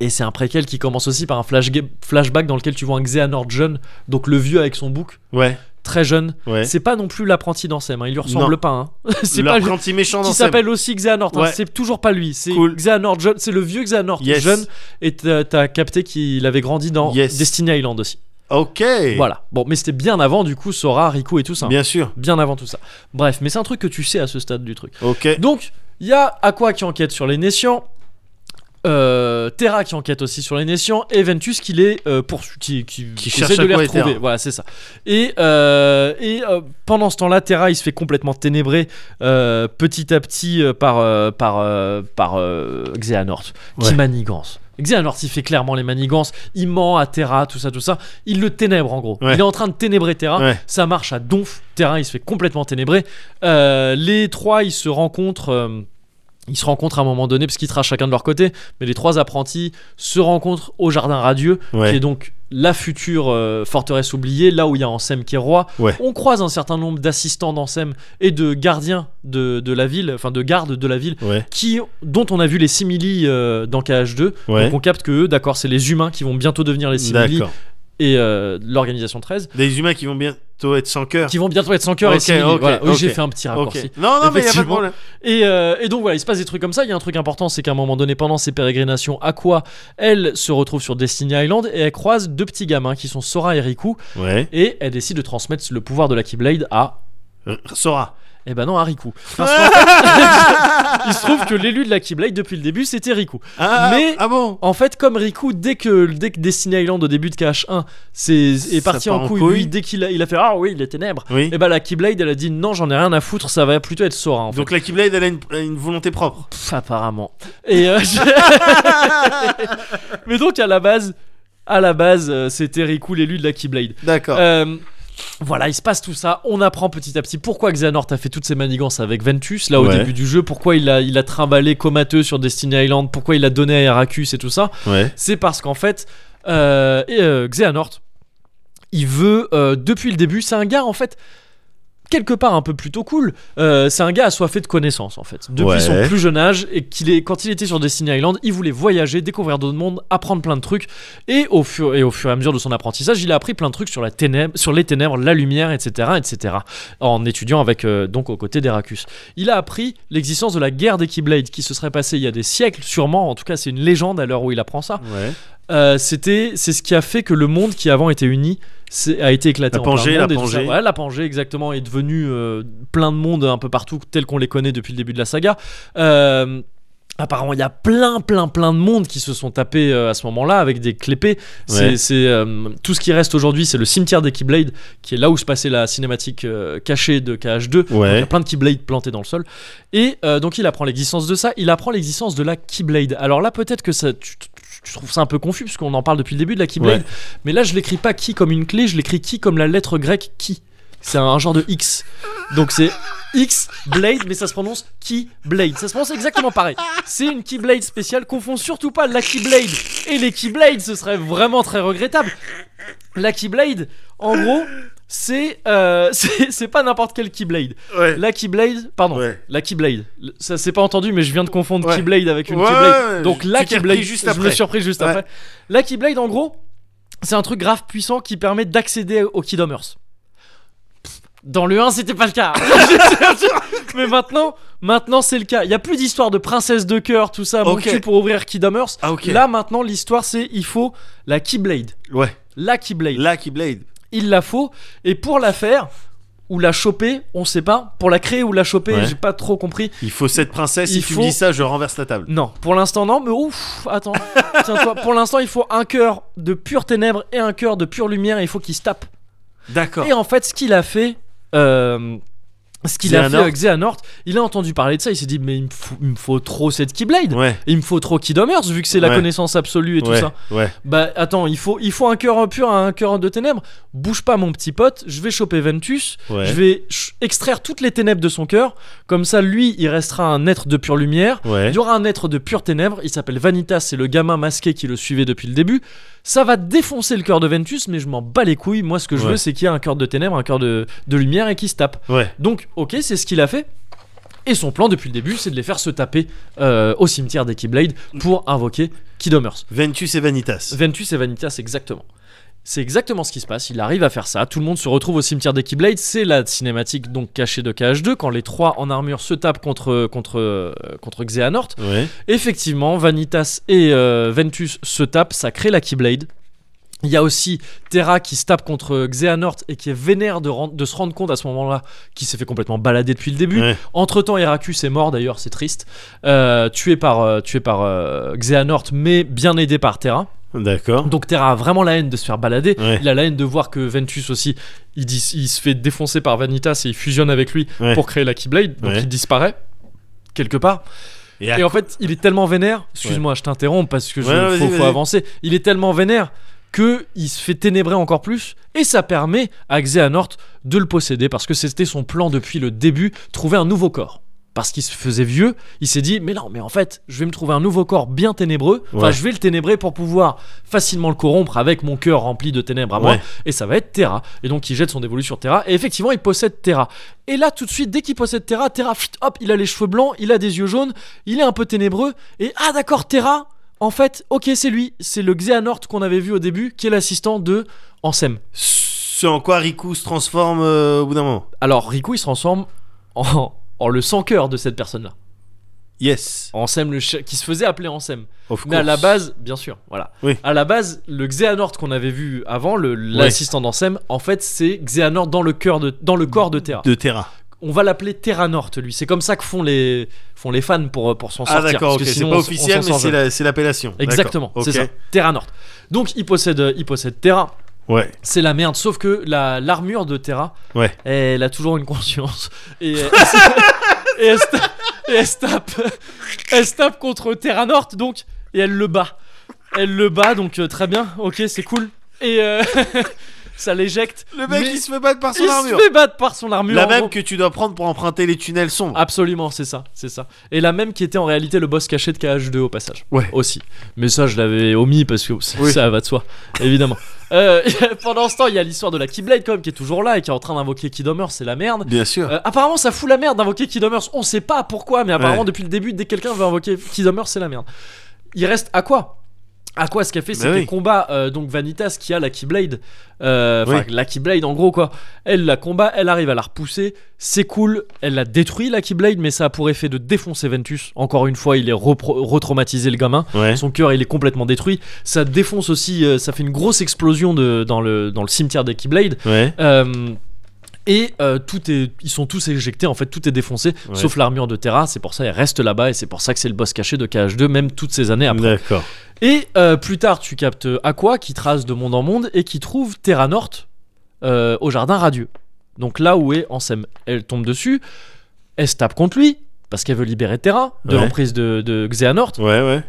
Speaker 1: Et c'est un préquel qui commence aussi par un flash flashback dans lequel tu vois un Xehanort jeune, donc le vieux avec son bouc,
Speaker 2: Ouais.
Speaker 1: très jeune.
Speaker 2: Ouais.
Speaker 1: C'est pas non plus l'apprenti d'Ansem, hein. il lui ressemble
Speaker 2: Non.
Speaker 1: pas. hein. c'est pas lui
Speaker 2: L'apprenti méchant dans
Speaker 1: qui
Speaker 2: Sam.
Speaker 1: s'appelle aussi Xehanort. hein.
Speaker 2: Ouais.
Speaker 1: C'est toujours pas lui. C'est
Speaker 2: Cool.
Speaker 1: Xehanort jeune. C'est le vieux Xehanort
Speaker 2: Yes.
Speaker 1: jeune. Et t'as t'as capté qu'il avait grandi dans
Speaker 2: Yes.
Speaker 1: Destiny Island aussi.
Speaker 2: Ok.
Speaker 1: Voilà. Bon, mais c'était bien avant du coup Sora, Riku et tout ça. hein. Bien.
Speaker 2: Bien sûr.
Speaker 1: avant tout ça. Bref, mais c'est un truc que tu sais à ce stade du truc.
Speaker 2: Ok.
Speaker 1: Donc, il y a Aqua qui enquête sur les Nessians. euh, Terra qui enquête aussi sur les Nessians et Ventus qui les euh, poursuit, qui, qui,
Speaker 2: Qui
Speaker 1: essaie
Speaker 2: cherche
Speaker 1: de les
Speaker 2: Aqua et
Speaker 1: retrouver.
Speaker 2: Terra.
Speaker 1: Voilà, c'est ça. Et, euh, et euh, pendant ce temps-là, Terra il se fait complètement ténébrer euh, petit à petit euh, par euh, par euh, par euh, Xehanort qui
Speaker 2: Ouais.
Speaker 1: manigance. Xehanort il fait clairement les manigances, il ment à Terra, tout ça, tout ça. Il le ténèbre en gros.
Speaker 2: Ouais.
Speaker 1: Il est en train de ténébrer Terra.
Speaker 2: Ouais.
Speaker 1: Ça marche à donf. Terra il se fait complètement ténébrer. Euh, les trois ils se rencontrent. euh, ils se rencontrent à un moment donné parce qu'ils trachent chacun de leur côté, mais les trois apprentis se rencontrent au jardin radieux, qui
Speaker 2: Ouais.
Speaker 1: est donc la future euh, forteresse oubliée, là où il y a Ansem qui est roi.
Speaker 2: Ouais.
Speaker 1: On croise un certain nombre d'assistants d'Ansem et de gardiens de, de la ville, enfin de gardes de la ville,
Speaker 2: Ouais.
Speaker 1: qui, dont on a vu les simili euh, dans KH2.
Speaker 2: Ouais.
Speaker 1: Donc on capte que, eux, d'accord, c'est les humains qui vont bientôt devenir les simili
Speaker 2: D'accord.
Speaker 1: et euh, l'organisation 13,
Speaker 2: Des humains qui vont bientôt être sans cœur.
Speaker 1: qui vont bientôt être sans cœur et
Speaker 2: Ok,
Speaker 1: simili.
Speaker 2: ok,
Speaker 1: Voilà. Oui,
Speaker 2: ok.
Speaker 1: j'ai fait un petit
Speaker 2: Ok.
Speaker 1: raccourci.
Speaker 2: Non, non, mais il y a pas de
Speaker 1: Effectivement.
Speaker 2: problème.
Speaker 1: Et, euh, et donc voilà, il se passe des trucs comme ça. Il y a un truc important, c'est qu'à un moment donné, pendant ces pérégrinations, Aqua, elle se retrouve sur Destiny Island et elle croise deux petits gamins qui sont Sora et Riku.
Speaker 2: Ouais.
Speaker 1: Et elle décide de transmettre le pouvoir de la Keyblade à.
Speaker 2: R- Euh, Sora.
Speaker 1: Eh ben non, à Riku. Parce qu'en fait, il se trouve que l'élu de la Keyblade depuis le début, c'était Riku.
Speaker 2: Ah,
Speaker 1: Mais-
Speaker 2: ah bon
Speaker 1: En fait, comme Riku, dès que, dès que Destiny Island au début de KH1 c'est- est,
Speaker 2: Ça
Speaker 1: parti
Speaker 2: part
Speaker 1: en
Speaker 2: en
Speaker 1: couille,
Speaker 2: couille.
Speaker 1: lui, dès qu'il a, il a fait Ah oui, les ténèbres,
Speaker 2: Oui.
Speaker 1: et bah la Keyblade, elle a dit Non, j'en ai rien à foutre, ça va plutôt être Sora en fait.
Speaker 2: Donc la Keyblade, elle a une, une volonté propre.
Speaker 1: Pff, apparemment. Et euh, je- Mais donc à la base, à la base, euh, c'était Riku l'élu de la Keyblade.
Speaker 2: D'accord.
Speaker 1: Euh, voilà, il se passe tout ça. On apprend petit à petit pourquoi Xehanort a fait toutes ses manigances avec Ventus là au
Speaker 2: Ouais.
Speaker 1: début du jeu, pourquoi il a il a trimballé comateux sur Destiny Island, pourquoi il a donné à Heracus et tout ça.
Speaker 2: ouais.
Speaker 1: C'est parce qu'en fait, euh, et, euh, Xehanort, il veut, euh, depuis le début, c'est un gars en fait, quelque part un peu plutôt cool, euh, c'est un gars assoiffé de connaissances en fait, depuis
Speaker 2: Ouais.
Speaker 1: son plus jeune âge, et qu'il est, quand il était sur Destiny Island, il voulait voyager, découvrir d'autres mondes, apprendre plein de trucs, et au, fur, et au fur et à mesure de son apprentissage, il a appris plein de trucs sur, la ténèbre, sur les ténèbres, la lumière, etc., etc., en étudiant avec, euh, donc aux côtés d'Héracus. Il a appris l'existence de la guerre des Keyblades, qui se serait passée il y a des siècles, sûrement, en tout cas c'est une légende à l'heure où il apprend ça,
Speaker 2: Ouais.
Speaker 1: euh, c'était c'est ce qui a fait que le monde qui avant était uni c'est- a été éclaté
Speaker 2: La
Speaker 1: en plein
Speaker 2: Pangée,
Speaker 1: monde
Speaker 2: la
Speaker 1: et tout ça.
Speaker 2: Pangée.
Speaker 1: Ouais, la Pangée exactement est devenue euh, plein de mondes un peu partout tels qu'on les connaît depuis le début de la saga Euh, Apparemment, il y a plein, plein, plein de mondes qui se sont tapés euh, à ce moment-là avec des clépés. C'est,
Speaker 2: Ouais.
Speaker 1: c'est, euh, tout ce qui reste aujourd'hui, c'est le cimetière des Keyblade, qui est là où se passait la cinématique euh, cachée de KH2. Donc, il y
Speaker 2: Ouais.
Speaker 1: a plein de Keyblade plantés dans le sol. Et euh, donc il apprend l'existence de ça, il apprend l'existence de la Keyblade. Alors là peut-être que ça, tu, tu- tu trouves ça un peu confus parce qu'on en parle depuis le début de la Keyblade,
Speaker 2: Ouais.
Speaker 1: mais là je l'écris pas qui comme une clé, je l'écris qui comme la lettre grecque qui. C'est un, un genre de X. Donc c'est X Blade, mais ça se prononce Keyblade. Ça se prononce exactement pareil. C'est une Keyblade spéciale. Confond surtout pas la Keyblade et les Keyblades, ce serait vraiment très regrettable. La Keyblade, en gros, c'est euh, c'est c'est pas n'importe quelle Keyblade.
Speaker 2: Ouais.
Speaker 1: La Keyblade, pardon,
Speaker 2: Ouais.
Speaker 1: la Keyblade. Le- Ça s'est pas entendu, mais je viens de confondre
Speaker 2: Ouais.
Speaker 1: Keyblade avec une
Speaker 2: Ouais,
Speaker 1: Keyblade.
Speaker 2: ouais,
Speaker 1: Donc
Speaker 2: je-
Speaker 1: la
Speaker 2: tu t'es
Speaker 1: Keyblade,
Speaker 2: repris juste
Speaker 1: je me
Speaker 2: après.
Speaker 1: suis repris juste
Speaker 2: Ouais.
Speaker 1: après. La Keyblade, en gros, c'est un truc grave puissant qui permet d'accéder au Kingdom Hearts. Dans le 1, c'était pas le cas. mais maintenant, maintenant c'est le cas. Il y a plus d'histoire de princesse de cœur, tout ça, mon
Speaker 2: Ok.
Speaker 1: cul pour ouvrir Kingdom Hearts.
Speaker 2: Ah ok.
Speaker 1: Là maintenant, l'histoire c'est il faut la Keyblade.
Speaker 2: Ouais.
Speaker 1: La Keyblade
Speaker 2: La Keyblade.
Speaker 1: il la faut. Et pour la faire, ou la choper, on sait pas. Pour la créer ou la choper,
Speaker 2: Ouais.
Speaker 1: j'ai pas trop compris.
Speaker 2: Il faut cette princesse.
Speaker 1: Il
Speaker 2: si tu
Speaker 1: faut-
Speaker 2: me dis ça, je renverse la table.
Speaker 1: Non, pour l'instant non, mais ouf, attends. Tiens-toi, pour l'instant il faut un cœur de pure ténèbres et un cœur de pure lumière et il faut qu'il se tape.
Speaker 2: D'accord.
Speaker 1: Et en fait, ce qu'il a fait. euh, ce qu'il a fait
Speaker 2: Xehanort.
Speaker 1: avec Xehanort, il a entendu parler de ça, il s'est dit mais il me faut, il me faut trop cette Keyblade,
Speaker 2: Ouais.
Speaker 1: il me faut trop Kingdom Hearts vu que c'est la
Speaker 2: Ouais.
Speaker 1: connaissance absolue et tout
Speaker 2: ouais.
Speaker 1: ça.
Speaker 2: Ouais.
Speaker 1: Bah attends, il faut, il faut un cœur pur à un cœur de ténèbres. Bouge pas mon petit pote, je vais choper Ventus,
Speaker 2: Ouais.
Speaker 1: je vais ch- extraire toutes les ténèbres de son cœur. Comme ça, lui, il restera un être de pure lumière.
Speaker 2: Ouais.
Speaker 1: Il y aura un être de pure ténèbres, il s'appelle Vanitas, c'est le gamin masqué qui le suivait depuis le début. Ça va défoncer le cœur de Ventus, mais je m'en bats les couilles. Moi, ce que je
Speaker 2: Ouais.
Speaker 1: veux, c'est qu'il y ait un cœur de ténèbres, un cœur de, de lumière et qui se tape.
Speaker 2: Ouais.
Speaker 1: Donc, ok, c'est ce qu'il a fait. Et son plan depuis le début, c'est de les faire se taper euh, au cimetière des Keyblade pour invoquer Kidomers.
Speaker 2: Ventus et Vanitas.
Speaker 1: Ventus et Vanitas, exactement. C'est exactement ce qui se passe, il arrive à faire ça, tout le monde se retrouve au cimetière des Keyblade, c'est la cinématique donc cachée de KH2, quand les trois en armure se tapent contre, contre, euh, contre Xehanort.
Speaker 2: Ouais.
Speaker 1: Effectivement, Vanitas et euh, Ventus se tapent, ça crée la Keyblade. Il y a aussi Terra qui se tape contre Xehanort et qui est vénère de, ren- de se rendre compte à ce moment-là qu'il s'est fait complètement balader depuis le début.
Speaker 2: Ouais.
Speaker 1: Entre-temps, Heracus est mort d'ailleurs, c'est triste, euh, tué par, euh, tué par euh, Xehanort mais bien aidé par Terra.
Speaker 2: D'accord.
Speaker 1: Donc Terra a vraiment la haine de se faire balader.
Speaker 2: Ouais.
Speaker 1: Il a la haine de voir que Ventus aussi, il, dis- il se fait défoncer par Vanitas et il fusionne avec lui
Speaker 2: Ouais.
Speaker 1: pour créer la Keyblade. Donc
Speaker 2: Ouais.
Speaker 1: il disparaît quelque part.
Speaker 2: Et à-
Speaker 1: Et en fait, il est tellement vénère. Excuse-moi, je t'interromps parce que je,
Speaker 2: Ouais, ouais,
Speaker 1: faut,
Speaker 2: vas-y,
Speaker 1: faut
Speaker 2: vas-y.
Speaker 1: avancer. Il est tellement vénère que il se fait ténébrer encore plus et ça permet à Xehanort de le posséder parce que c'était son plan depuis le début, trouver un nouveau corps. parce qu'il se faisait vieux, il s'est dit mais non, mais en fait, je vais me trouver un nouveau corps bien ténébreux. Enfin,
Speaker 2: Ouais.
Speaker 1: je vais le ténébrer pour pouvoir facilement le corrompre avec mon cœur rempli de ténèbres à moi.
Speaker 2: Ouais.
Speaker 1: Et ça va être Terra. Et donc, il jette son dévolu sur Terra. Et effectivement, il possède Terra. Et là, tout de suite, dès qu'il possède Terra, Terra, pfft, hop, il a les cheveux blancs, il a des yeux jaunes, il est un peu ténébreux. Et ah, d'accord, Terra. En fait, ok, c'est lui, c'est le Xehanort qu'on avait vu au début, qui est l'assistant de Ansem.
Speaker 2: Ce en quoi Riku se transforme euh, au bout d'un moment.
Speaker 1: Alors Riku il se transforme en, en le sans-cœur de cette personne-là.
Speaker 2: Yes.
Speaker 1: Ansem le chef- qui se faisait appeler Ansem.
Speaker 2: Of
Speaker 1: Mais à
Speaker 2: course.
Speaker 1: la base, bien sûr, voilà.
Speaker 2: Oui.
Speaker 1: À la base, le Xehanort qu'on avait vu avant, le- l'assistant d'Ansem, en fait c'est Xehanort dans le, cœur de, dans le corps de Terra.
Speaker 2: De Terra.
Speaker 1: On va l'appeler Terranort lui. C'est comme ça que font les, font les fans pour, pour s'en
Speaker 2: Ah
Speaker 1: sortir.
Speaker 2: d'accord,
Speaker 1: parce
Speaker 2: ok.
Speaker 1: que
Speaker 2: C'est
Speaker 1: sinon,
Speaker 2: pas
Speaker 1: on s- on
Speaker 2: officiel,
Speaker 1: s'en
Speaker 2: mais
Speaker 1: sort
Speaker 2: c'est
Speaker 1: jamais.
Speaker 2: la- c'est l'appellation.
Speaker 1: Exactement,
Speaker 2: D'accord,
Speaker 1: c'est
Speaker 2: ok.
Speaker 1: ça. Terranort. Donc il possède, il possède Terra.
Speaker 2: Ouais.
Speaker 1: C'est la merde, sauf que la l'armure de Terra,
Speaker 2: Ouais.
Speaker 1: elle a toujours une conscience. Et elle, elle se- et elle se tape, et elle se tape, elle se tape contre Terra Nort, donc, et elle le bat. Elle le bat, donc euh, très bien, ok, c'est cool. Et euh, ça l'éjecte.
Speaker 2: Le mec,
Speaker 1: Mais
Speaker 2: il se fait battre par son
Speaker 1: il
Speaker 2: armure.
Speaker 1: se fait battre par son armure.
Speaker 2: La
Speaker 1: en
Speaker 2: même
Speaker 1: gros.
Speaker 2: que tu dois prendre pour emprunter les tunnels sombres.
Speaker 1: Absolument, c'est ça, c'est ça. Et la même qui était en réalité le boss caché de KH2 au passage.
Speaker 2: Ouais.
Speaker 1: Aussi. Mais ça, je l'avais omis parce que ça-
Speaker 2: Oui.
Speaker 1: ça va de soi, évidemment. Euh, pendant ce temps, il y a l'histoire de la Keyblade quand même qui est toujours là et qui est en train d'invoquer Kidomers, c'est la merde.
Speaker 2: Bien sûr.
Speaker 1: Euh, apparemment, ça fout la merde d'invoquer Kidomers. On sait pas pourquoi, mais apparemment,
Speaker 2: Ouais.
Speaker 1: depuis le début, dès que quelqu'un veut invoquer Kidomers, c'est la merde. Il reste à quoi à quoi ce qu'a fait,
Speaker 2: Bah
Speaker 1: c'est qu'elle
Speaker 2: oui.
Speaker 1: combat euh, donc Vanitas qui a la Keyblade, euh, enfin
Speaker 2: Oui.
Speaker 1: la Keyblade en gros quoi. Elle la combat, elle arrive à la repousser, c'est cool, elle la détruit la Keyblade, mais ça a pour effet de défoncer Ventus. Encore une fois, il est repro- retraumatisé le gamin.
Speaker 2: Ouais.
Speaker 1: Son cœur, il est complètement détruit. Ça défonce aussi, euh, ça fait une grosse explosion de, dans, le, dans le cimetière des Keyblade.
Speaker 2: Ouais.
Speaker 1: Euh, et euh, tout est, ils sont tous éjectés, en fait, tout est défoncé,
Speaker 2: Ouais.
Speaker 1: sauf l'armure de Terra. C'est pour ça, elle reste là-bas et c'est pour ça que c'est le boss caché de KH2, même toutes ces années après.
Speaker 2: D'accord.
Speaker 1: Et euh, plus tard, tu captes Aqua qui trace de monde en monde et qui trouve Terra Norte euh, au jardin radieux. Donc là où est Ansem. Elle tombe dessus, elle se tape contre lui parce qu'elle veut libérer Terra de
Speaker 2: Ouais.
Speaker 1: l'emprise de, de Xehanort.
Speaker 2: Ouais, ouais.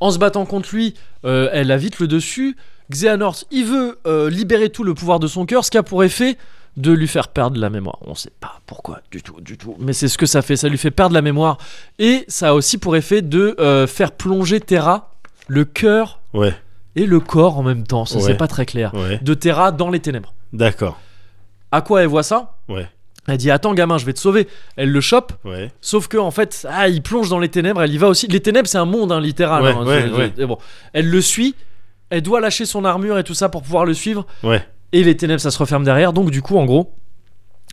Speaker 1: En se battant contre lui, euh, elle a vite le dessus. Xehanort, il veut euh, libérer tout le pouvoir de son cœur, ce qui a pour effet de lui faire perdre la mémoire. On sait pas pourquoi du tout, du tout. Mais c'est ce que ça fait, ça lui fait perdre la mémoire. Et ça a aussi pour effet de euh, faire plonger Terra, le cœur
Speaker 2: Ouais.
Speaker 1: et le corps en même temps. Ça,
Speaker 2: Ouais.
Speaker 1: c'est pas très clair.
Speaker 2: Ouais.
Speaker 1: De Terra dans les ténèbres.
Speaker 2: D'accord.
Speaker 1: À quoi elle voit ça
Speaker 2: Ouais.
Speaker 1: Elle dit Attends, gamin, je vais te sauver. Elle le chope.
Speaker 2: Ouais.
Speaker 1: Sauf que en fait, ah, il plonge dans les ténèbres, elle y va aussi. Les ténèbres, c'est un monde hein, littéral.
Speaker 2: Ouais,
Speaker 1: hein,
Speaker 2: ouais,
Speaker 1: c'est-
Speaker 2: ouais.
Speaker 1: et bon. Elle le suit, elle doit lâcher son armure et tout ça pour pouvoir le suivre.
Speaker 2: Ouais.
Speaker 1: Et les ténèbres, ça se referme derrière. Donc du coup, en gros,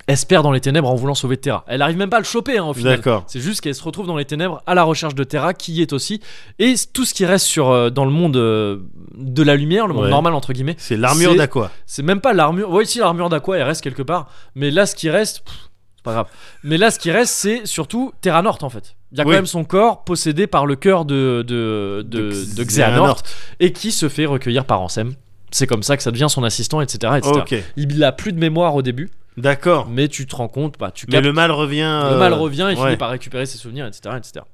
Speaker 1: elle se perd dans les ténèbres en voulant sauver Terra. Elle arrive même pas à le choper hein, au final.
Speaker 2: D'accord.
Speaker 1: C'est juste qu'elle se retrouve dans les ténèbres à la recherche de Terra, qui y est aussi. Et tout ce qui reste sur, euh, dans le monde euh, de la lumière, le monde
Speaker 2: Ouais.
Speaker 1: normal entre guillemets,
Speaker 2: C'est l'armure
Speaker 1: C'est-
Speaker 2: d'Aqua.
Speaker 1: c'est même pas l'armure. Ouais, si l'armure d'Aqua, elle reste quelque part. Mais là, ce qui reste. pff, C'est pas grave. Mais là, ce qui reste, c'est surtout Terra Norte en fait. Il y a
Speaker 2: Oui.
Speaker 1: quand même son corps possédé par le cœur de, de, de,
Speaker 2: De
Speaker 1: de
Speaker 2: Xehanort.
Speaker 1: Xehanort et qui se fait recueillir par Ansem. C'est comme ça que ça devient son assistant, etc. etc.
Speaker 2: Ok.
Speaker 1: Il a plus de mémoire au début,
Speaker 2: D'accord.
Speaker 1: mais tu te rends compte, bah, tu
Speaker 2: Mais
Speaker 1: captes
Speaker 2: le mal revient.
Speaker 1: le mal
Speaker 2: euh,
Speaker 1: revient et
Speaker 2: ouais.
Speaker 1: finit par récupérer ses souvenirs, etc., etc.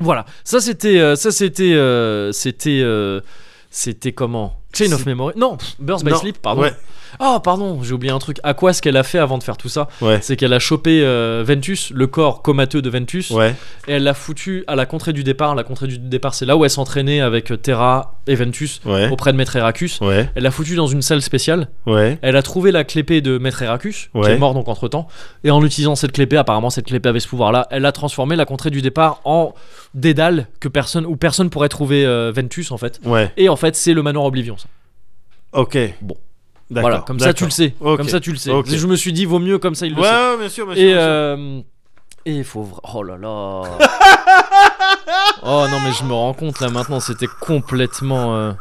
Speaker 1: Voilà, ça c'était, euh, ça c'était, euh, c'était, euh, c'était comment Chain of
Speaker 2: C'est-
Speaker 1: Memory Non, pff, Burst by
Speaker 2: Non.
Speaker 1: Sleep, pardon.
Speaker 2: Ouais.
Speaker 1: Ah pardon, j'ai oublié un truc. À quoi ce qu'elle a fait avant de faire tout ça
Speaker 2: Ouais.
Speaker 1: C'est qu'elle a chopé euh, Ventus, le corps comateux de Ventus,
Speaker 2: Ouais.
Speaker 1: et elle l'a foutu à la contrée du départ. La contrée du départ, c'est là où elle s'entraînait avec euh, Terra et Ventus
Speaker 2: Ouais.
Speaker 1: auprès de Maître Heracus.
Speaker 2: Ouais.
Speaker 1: Elle l'a foutu dans une salle spéciale.
Speaker 2: Ouais.
Speaker 1: Elle a trouvé la clépée de Maître Heracus, qui
Speaker 2: Ouais.
Speaker 1: est mort donc entre temps, et en utilisant cette clépée, apparemment cette clépée avait ce pouvoir-là, elle a transformé la contrée du départ en dédale que personne ou personne pourrait trouver euh, Ventus en fait.
Speaker 2: Ouais.
Speaker 1: Et en fait, c'est le manoir Oblivion. Ça.
Speaker 2: Ok.
Speaker 1: Bon.
Speaker 2: D'accord.
Speaker 1: Voilà, comme ça tu le sais.
Speaker 2: Ok.
Speaker 1: Comme ça tu le sais.
Speaker 2: Ok.
Speaker 1: Je me suis dit, vaut mieux comme ça il
Speaker 2: Ouais,
Speaker 1: le sait.
Speaker 2: ouais, bien sûr, bien sûr.
Speaker 1: Et
Speaker 2: bien sûr.
Speaker 1: euh, et il faut vra- oh là là. oh non mais je me rends compte là maintenant, c'était complètement. euh,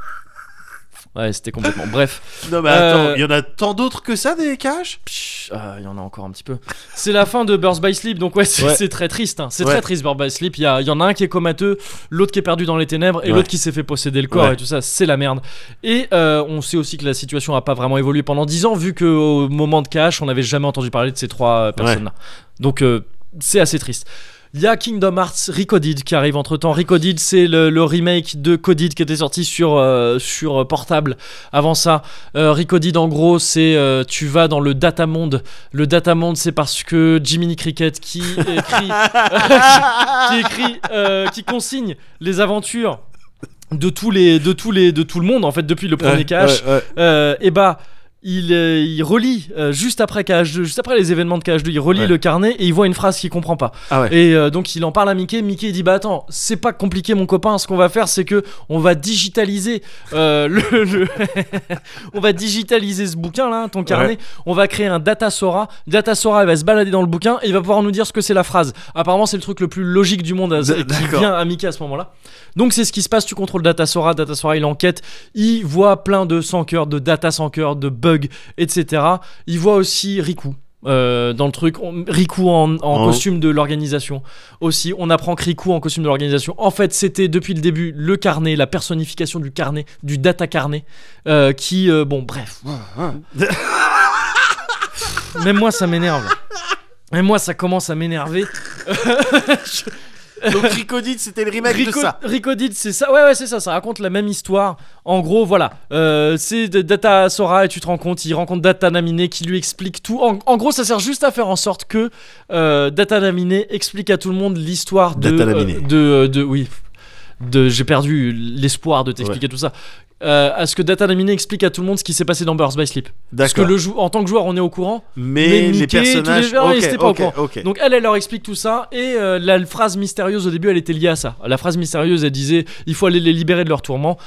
Speaker 1: Ouais, c'était complètement. Bref.
Speaker 2: Non, mais attends,
Speaker 1: euh,
Speaker 2: il y en a tant d'autres que ça des caches
Speaker 1: Psh, ah, Il y en a encore un petit peu. C'est la fin de Burst by Sleep, donc ouais, c'est
Speaker 2: Ouais.
Speaker 1: c'est très triste. hein. C'est
Speaker 2: Ouais.
Speaker 1: très triste, Burst by Sleep. Il y, a- il y en a un qui est comateux, l'autre qui est perdu dans les ténèbres, et
Speaker 2: Ouais.
Speaker 1: l'autre qui s'est fait posséder le corps
Speaker 2: Ouais.
Speaker 1: et tout ça. C'est la merde. Et euh, on sait aussi que la situation a pas vraiment évolué pendant 10 ans, vu qu'au moment de Cash, on n'avait jamais entendu parler de ces trois euh, personnes-là. Donc euh, c'est assez triste. Il y a Kingdom Hearts Recoded qui arrive entre temps. Recoded, c'est le, le remake de Coded qui était sorti sur, euh, sur euh, portable avant ça. Euh, Recoded, en gros, c'est euh, tu vas dans le data monde. Le data monde, c'est parce que Jiminy Cricket qui écrit, qui, écrit euh, qui consigne les aventures de tous les de tous les de tout le monde en fait depuis le premier
Speaker 2: Ouais,
Speaker 1: KH
Speaker 2: ouais, ouais.
Speaker 1: euh, et bah il, euh, il relit euh, juste après KH2, juste après les événements de KH2, il relit
Speaker 2: Ouais.
Speaker 1: le carnet et il voit une phrase qu'il comprend pas.
Speaker 2: Ah ouais.
Speaker 1: Et euh, donc il en parle à Mickey. Mickey dit bah attends, c'est pas compliqué mon copain. Ce qu'on va faire, c'est que on va digitaliser euh, le, le- on va digitaliser ce bouquin là, ton carnet. On va créer un datasora. Datasora il va se balader dans le bouquin et il va pouvoir nous dire ce que c'est la phrase. Apparemment c'est le truc le plus logique du monde à-
Speaker 2: D-
Speaker 1: qui
Speaker 2: d'accord.
Speaker 1: vient à Mickey à ce moment-là. Donc c'est ce qui se passe. Tu contrôles datasora. Datasora il enquête. Il voit plein de sans cœur, de data sans cœur, de bugs, etc. Il voit aussi Riku. euh, dans le truc, On- Riku en- en
Speaker 2: En-
Speaker 1: costume de l'organisation aussi, on apprend que Riku en costume de l'organisation. En fait, c'était depuis le début le carnet, la personnification du carnet, du data carnet, euh, qui, euh, bon, bref. Même moi, ça m'énerve. Même moi, ça commence à m'énerver.
Speaker 2: Donc Ricodite, c'était le remake
Speaker 1: Rico- Ricodid, c'est ça. Ouais, ouais, c'est ça. Ça raconte la même histoire. En gros, voilà. Euh, c'est de- Data Sora et tu te rends compte, il rencontre Data Namine qui lui explique tout. En, en gros, ça sert juste à faire en sorte que euh, Data Namine explique à tout le monde l'histoire de,
Speaker 2: Data
Speaker 1: euh,
Speaker 2: Namine.
Speaker 1: de, euh, de- oui. De, j'ai perdu l'espoir de t'expliquer tout ça. Euh, à ce que Data Namine explique à tout le monde ce qui s'est passé dans Burst by Sleep. Parce que
Speaker 2: D'accord.
Speaker 1: le jou- en tant que joueur, on est au courant,
Speaker 2: Mais,
Speaker 1: mais
Speaker 2: les
Speaker 1: Mickey, tous les
Speaker 2: personnages.
Speaker 1: gens, ils
Speaker 2: ok,
Speaker 1: étaient pas au
Speaker 2: ok,
Speaker 1: courant.
Speaker 2: ok.
Speaker 1: Donc elle, elle leur explique tout ça et euh, la phrase mystérieuse au début, elle était liée à ça. La phrase mystérieuse, elle disait il faut aller les libérer de leur tourment.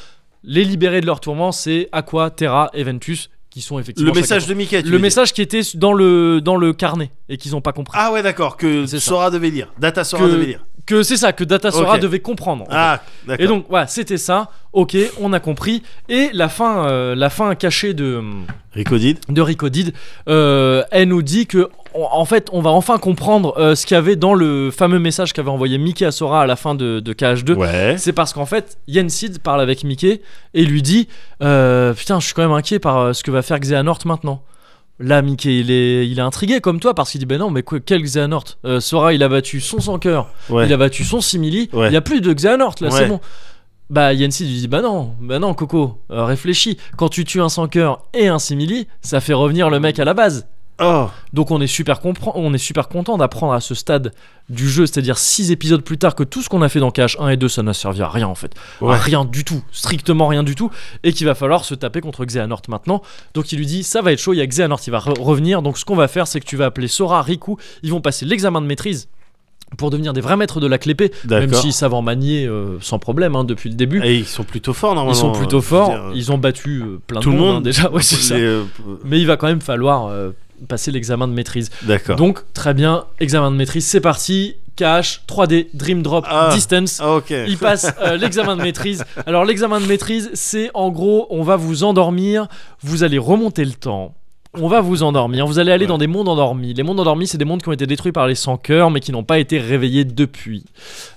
Speaker 1: Les libérer de leur tourment, c'est Aqua, Terra et Ventus qui sont effectivement
Speaker 2: le message
Speaker 1: chacun-
Speaker 2: de Mickey. tu
Speaker 1: le
Speaker 2: veux dire.
Speaker 1: message qui était dans le dans le carnet et qu'ils n'ont pas compris.
Speaker 2: Ah ouais, d'accord. Que
Speaker 1: C'est ça.
Speaker 2: Sora devait lire. Data Sora
Speaker 1: Que-
Speaker 2: devait lire.
Speaker 1: Que c'est ça que Data Sora
Speaker 2: Ok.
Speaker 1: devait comprendre. en
Speaker 2: Ah, d'accord.
Speaker 1: Et donc voilà, c'était ça. Ok, on a compris. Et la fin, euh, la fin cachée de hum,
Speaker 2: Ricodite.
Speaker 1: de Ricodid, euh, elle nous dit que on- en fait, on va enfin comprendre euh, ce qu'il y avait dans le fameux message qu'avait envoyé Mickey à Sora à la fin de, de KH2.
Speaker 2: Ouais.
Speaker 1: C'est parce qu'en fait, Yensid parle avec Mickey et lui dit euh, Putain, je suis quand même inquiet par euh, ce que va faire Xehanort maintenant. Là, Mickey, il est, il est intrigué comme toi parce qu'il dit Ben non, mais quoi- quel Xehanort Euh, Sora, il a battu son sans cœur,
Speaker 2: Ouais.
Speaker 1: il a battu son simili,
Speaker 2: Ouais.
Speaker 1: il n'y a plus de Xehanort là, c'est
Speaker 2: Ouais.
Speaker 1: bon. Bah, Yensid lui dit Bah non, bah non, Coco, euh, réfléchis. Quand tu tues un sans cœur et un simili, ça fait revenir le mec à la base.
Speaker 2: Oh.
Speaker 1: Donc on est super, compre- on est super content d'apprendre à ce stade du jeu, c'est-à-dire 6 épisodes plus tard que tout ce qu'on a fait dans KH1 et 2, ça n'a servi à rien en fait. À
Speaker 2: Ouais.
Speaker 1: rien du tout, strictement rien du tout, et qu'il va falloir se taper contre Xehanort maintenant. Donc il lui dit, ça va être chaud, il y a Xehanort, il va re- revenir, donc ce qu'on va faire c'est que tu vas appeler Sora, Riku, ils vont passer l'examen de maîtrise pour devenir des vrais maîtres de la clépée, même
Speaker 2: D'accord.
Speaker 1: s'ils savent en manier euh, sans problème hein, depuis le début.
Speaker 2: Et ils sont plutôt forts normalement.
Speaker 1: Ils sont
Speaker 2: euh,
Speaker 1: plutôt
Speaker 2: je veux
Speaker 1: forts,
Speaker 2: dire, euh,
Speaker 1: ils ont battu euh, plein
Speaker 2: tout
Speaker 1: de
Speaker 2: le
Speaker 1: monde, hein,
Speaker 2: monde.
Speaker 1: déjà, ouais, c'est ça.
Speaker 2: les, euh,
Speaker 1: mais il va quand même falloir euh, passer l'examen de maîtrise.
Speaker 2: D'accord.
Speaker 1: Donc très bien, examen de maîtrise, c'est parti. KH, 3D, Dream Drop,
Speaker 2: Ah.
Speaker 1: Distance.
Speaker 2: Ah, ok.
Speaker 1: Il passe euh, l'examen de maîtrise. Alors l'examen de maîtrise, c'est en gros, on va vous endormir, vous allez remonter le temps. On va vous endormir, vous allez aller
Speaker 2: Ouais.
Speaker 1: dans des mondes endormis. Les mondes endormis, c'est des mondes qui ont été détruits par les sans cœurs, mais qui n'ont pas été réveillés depuis.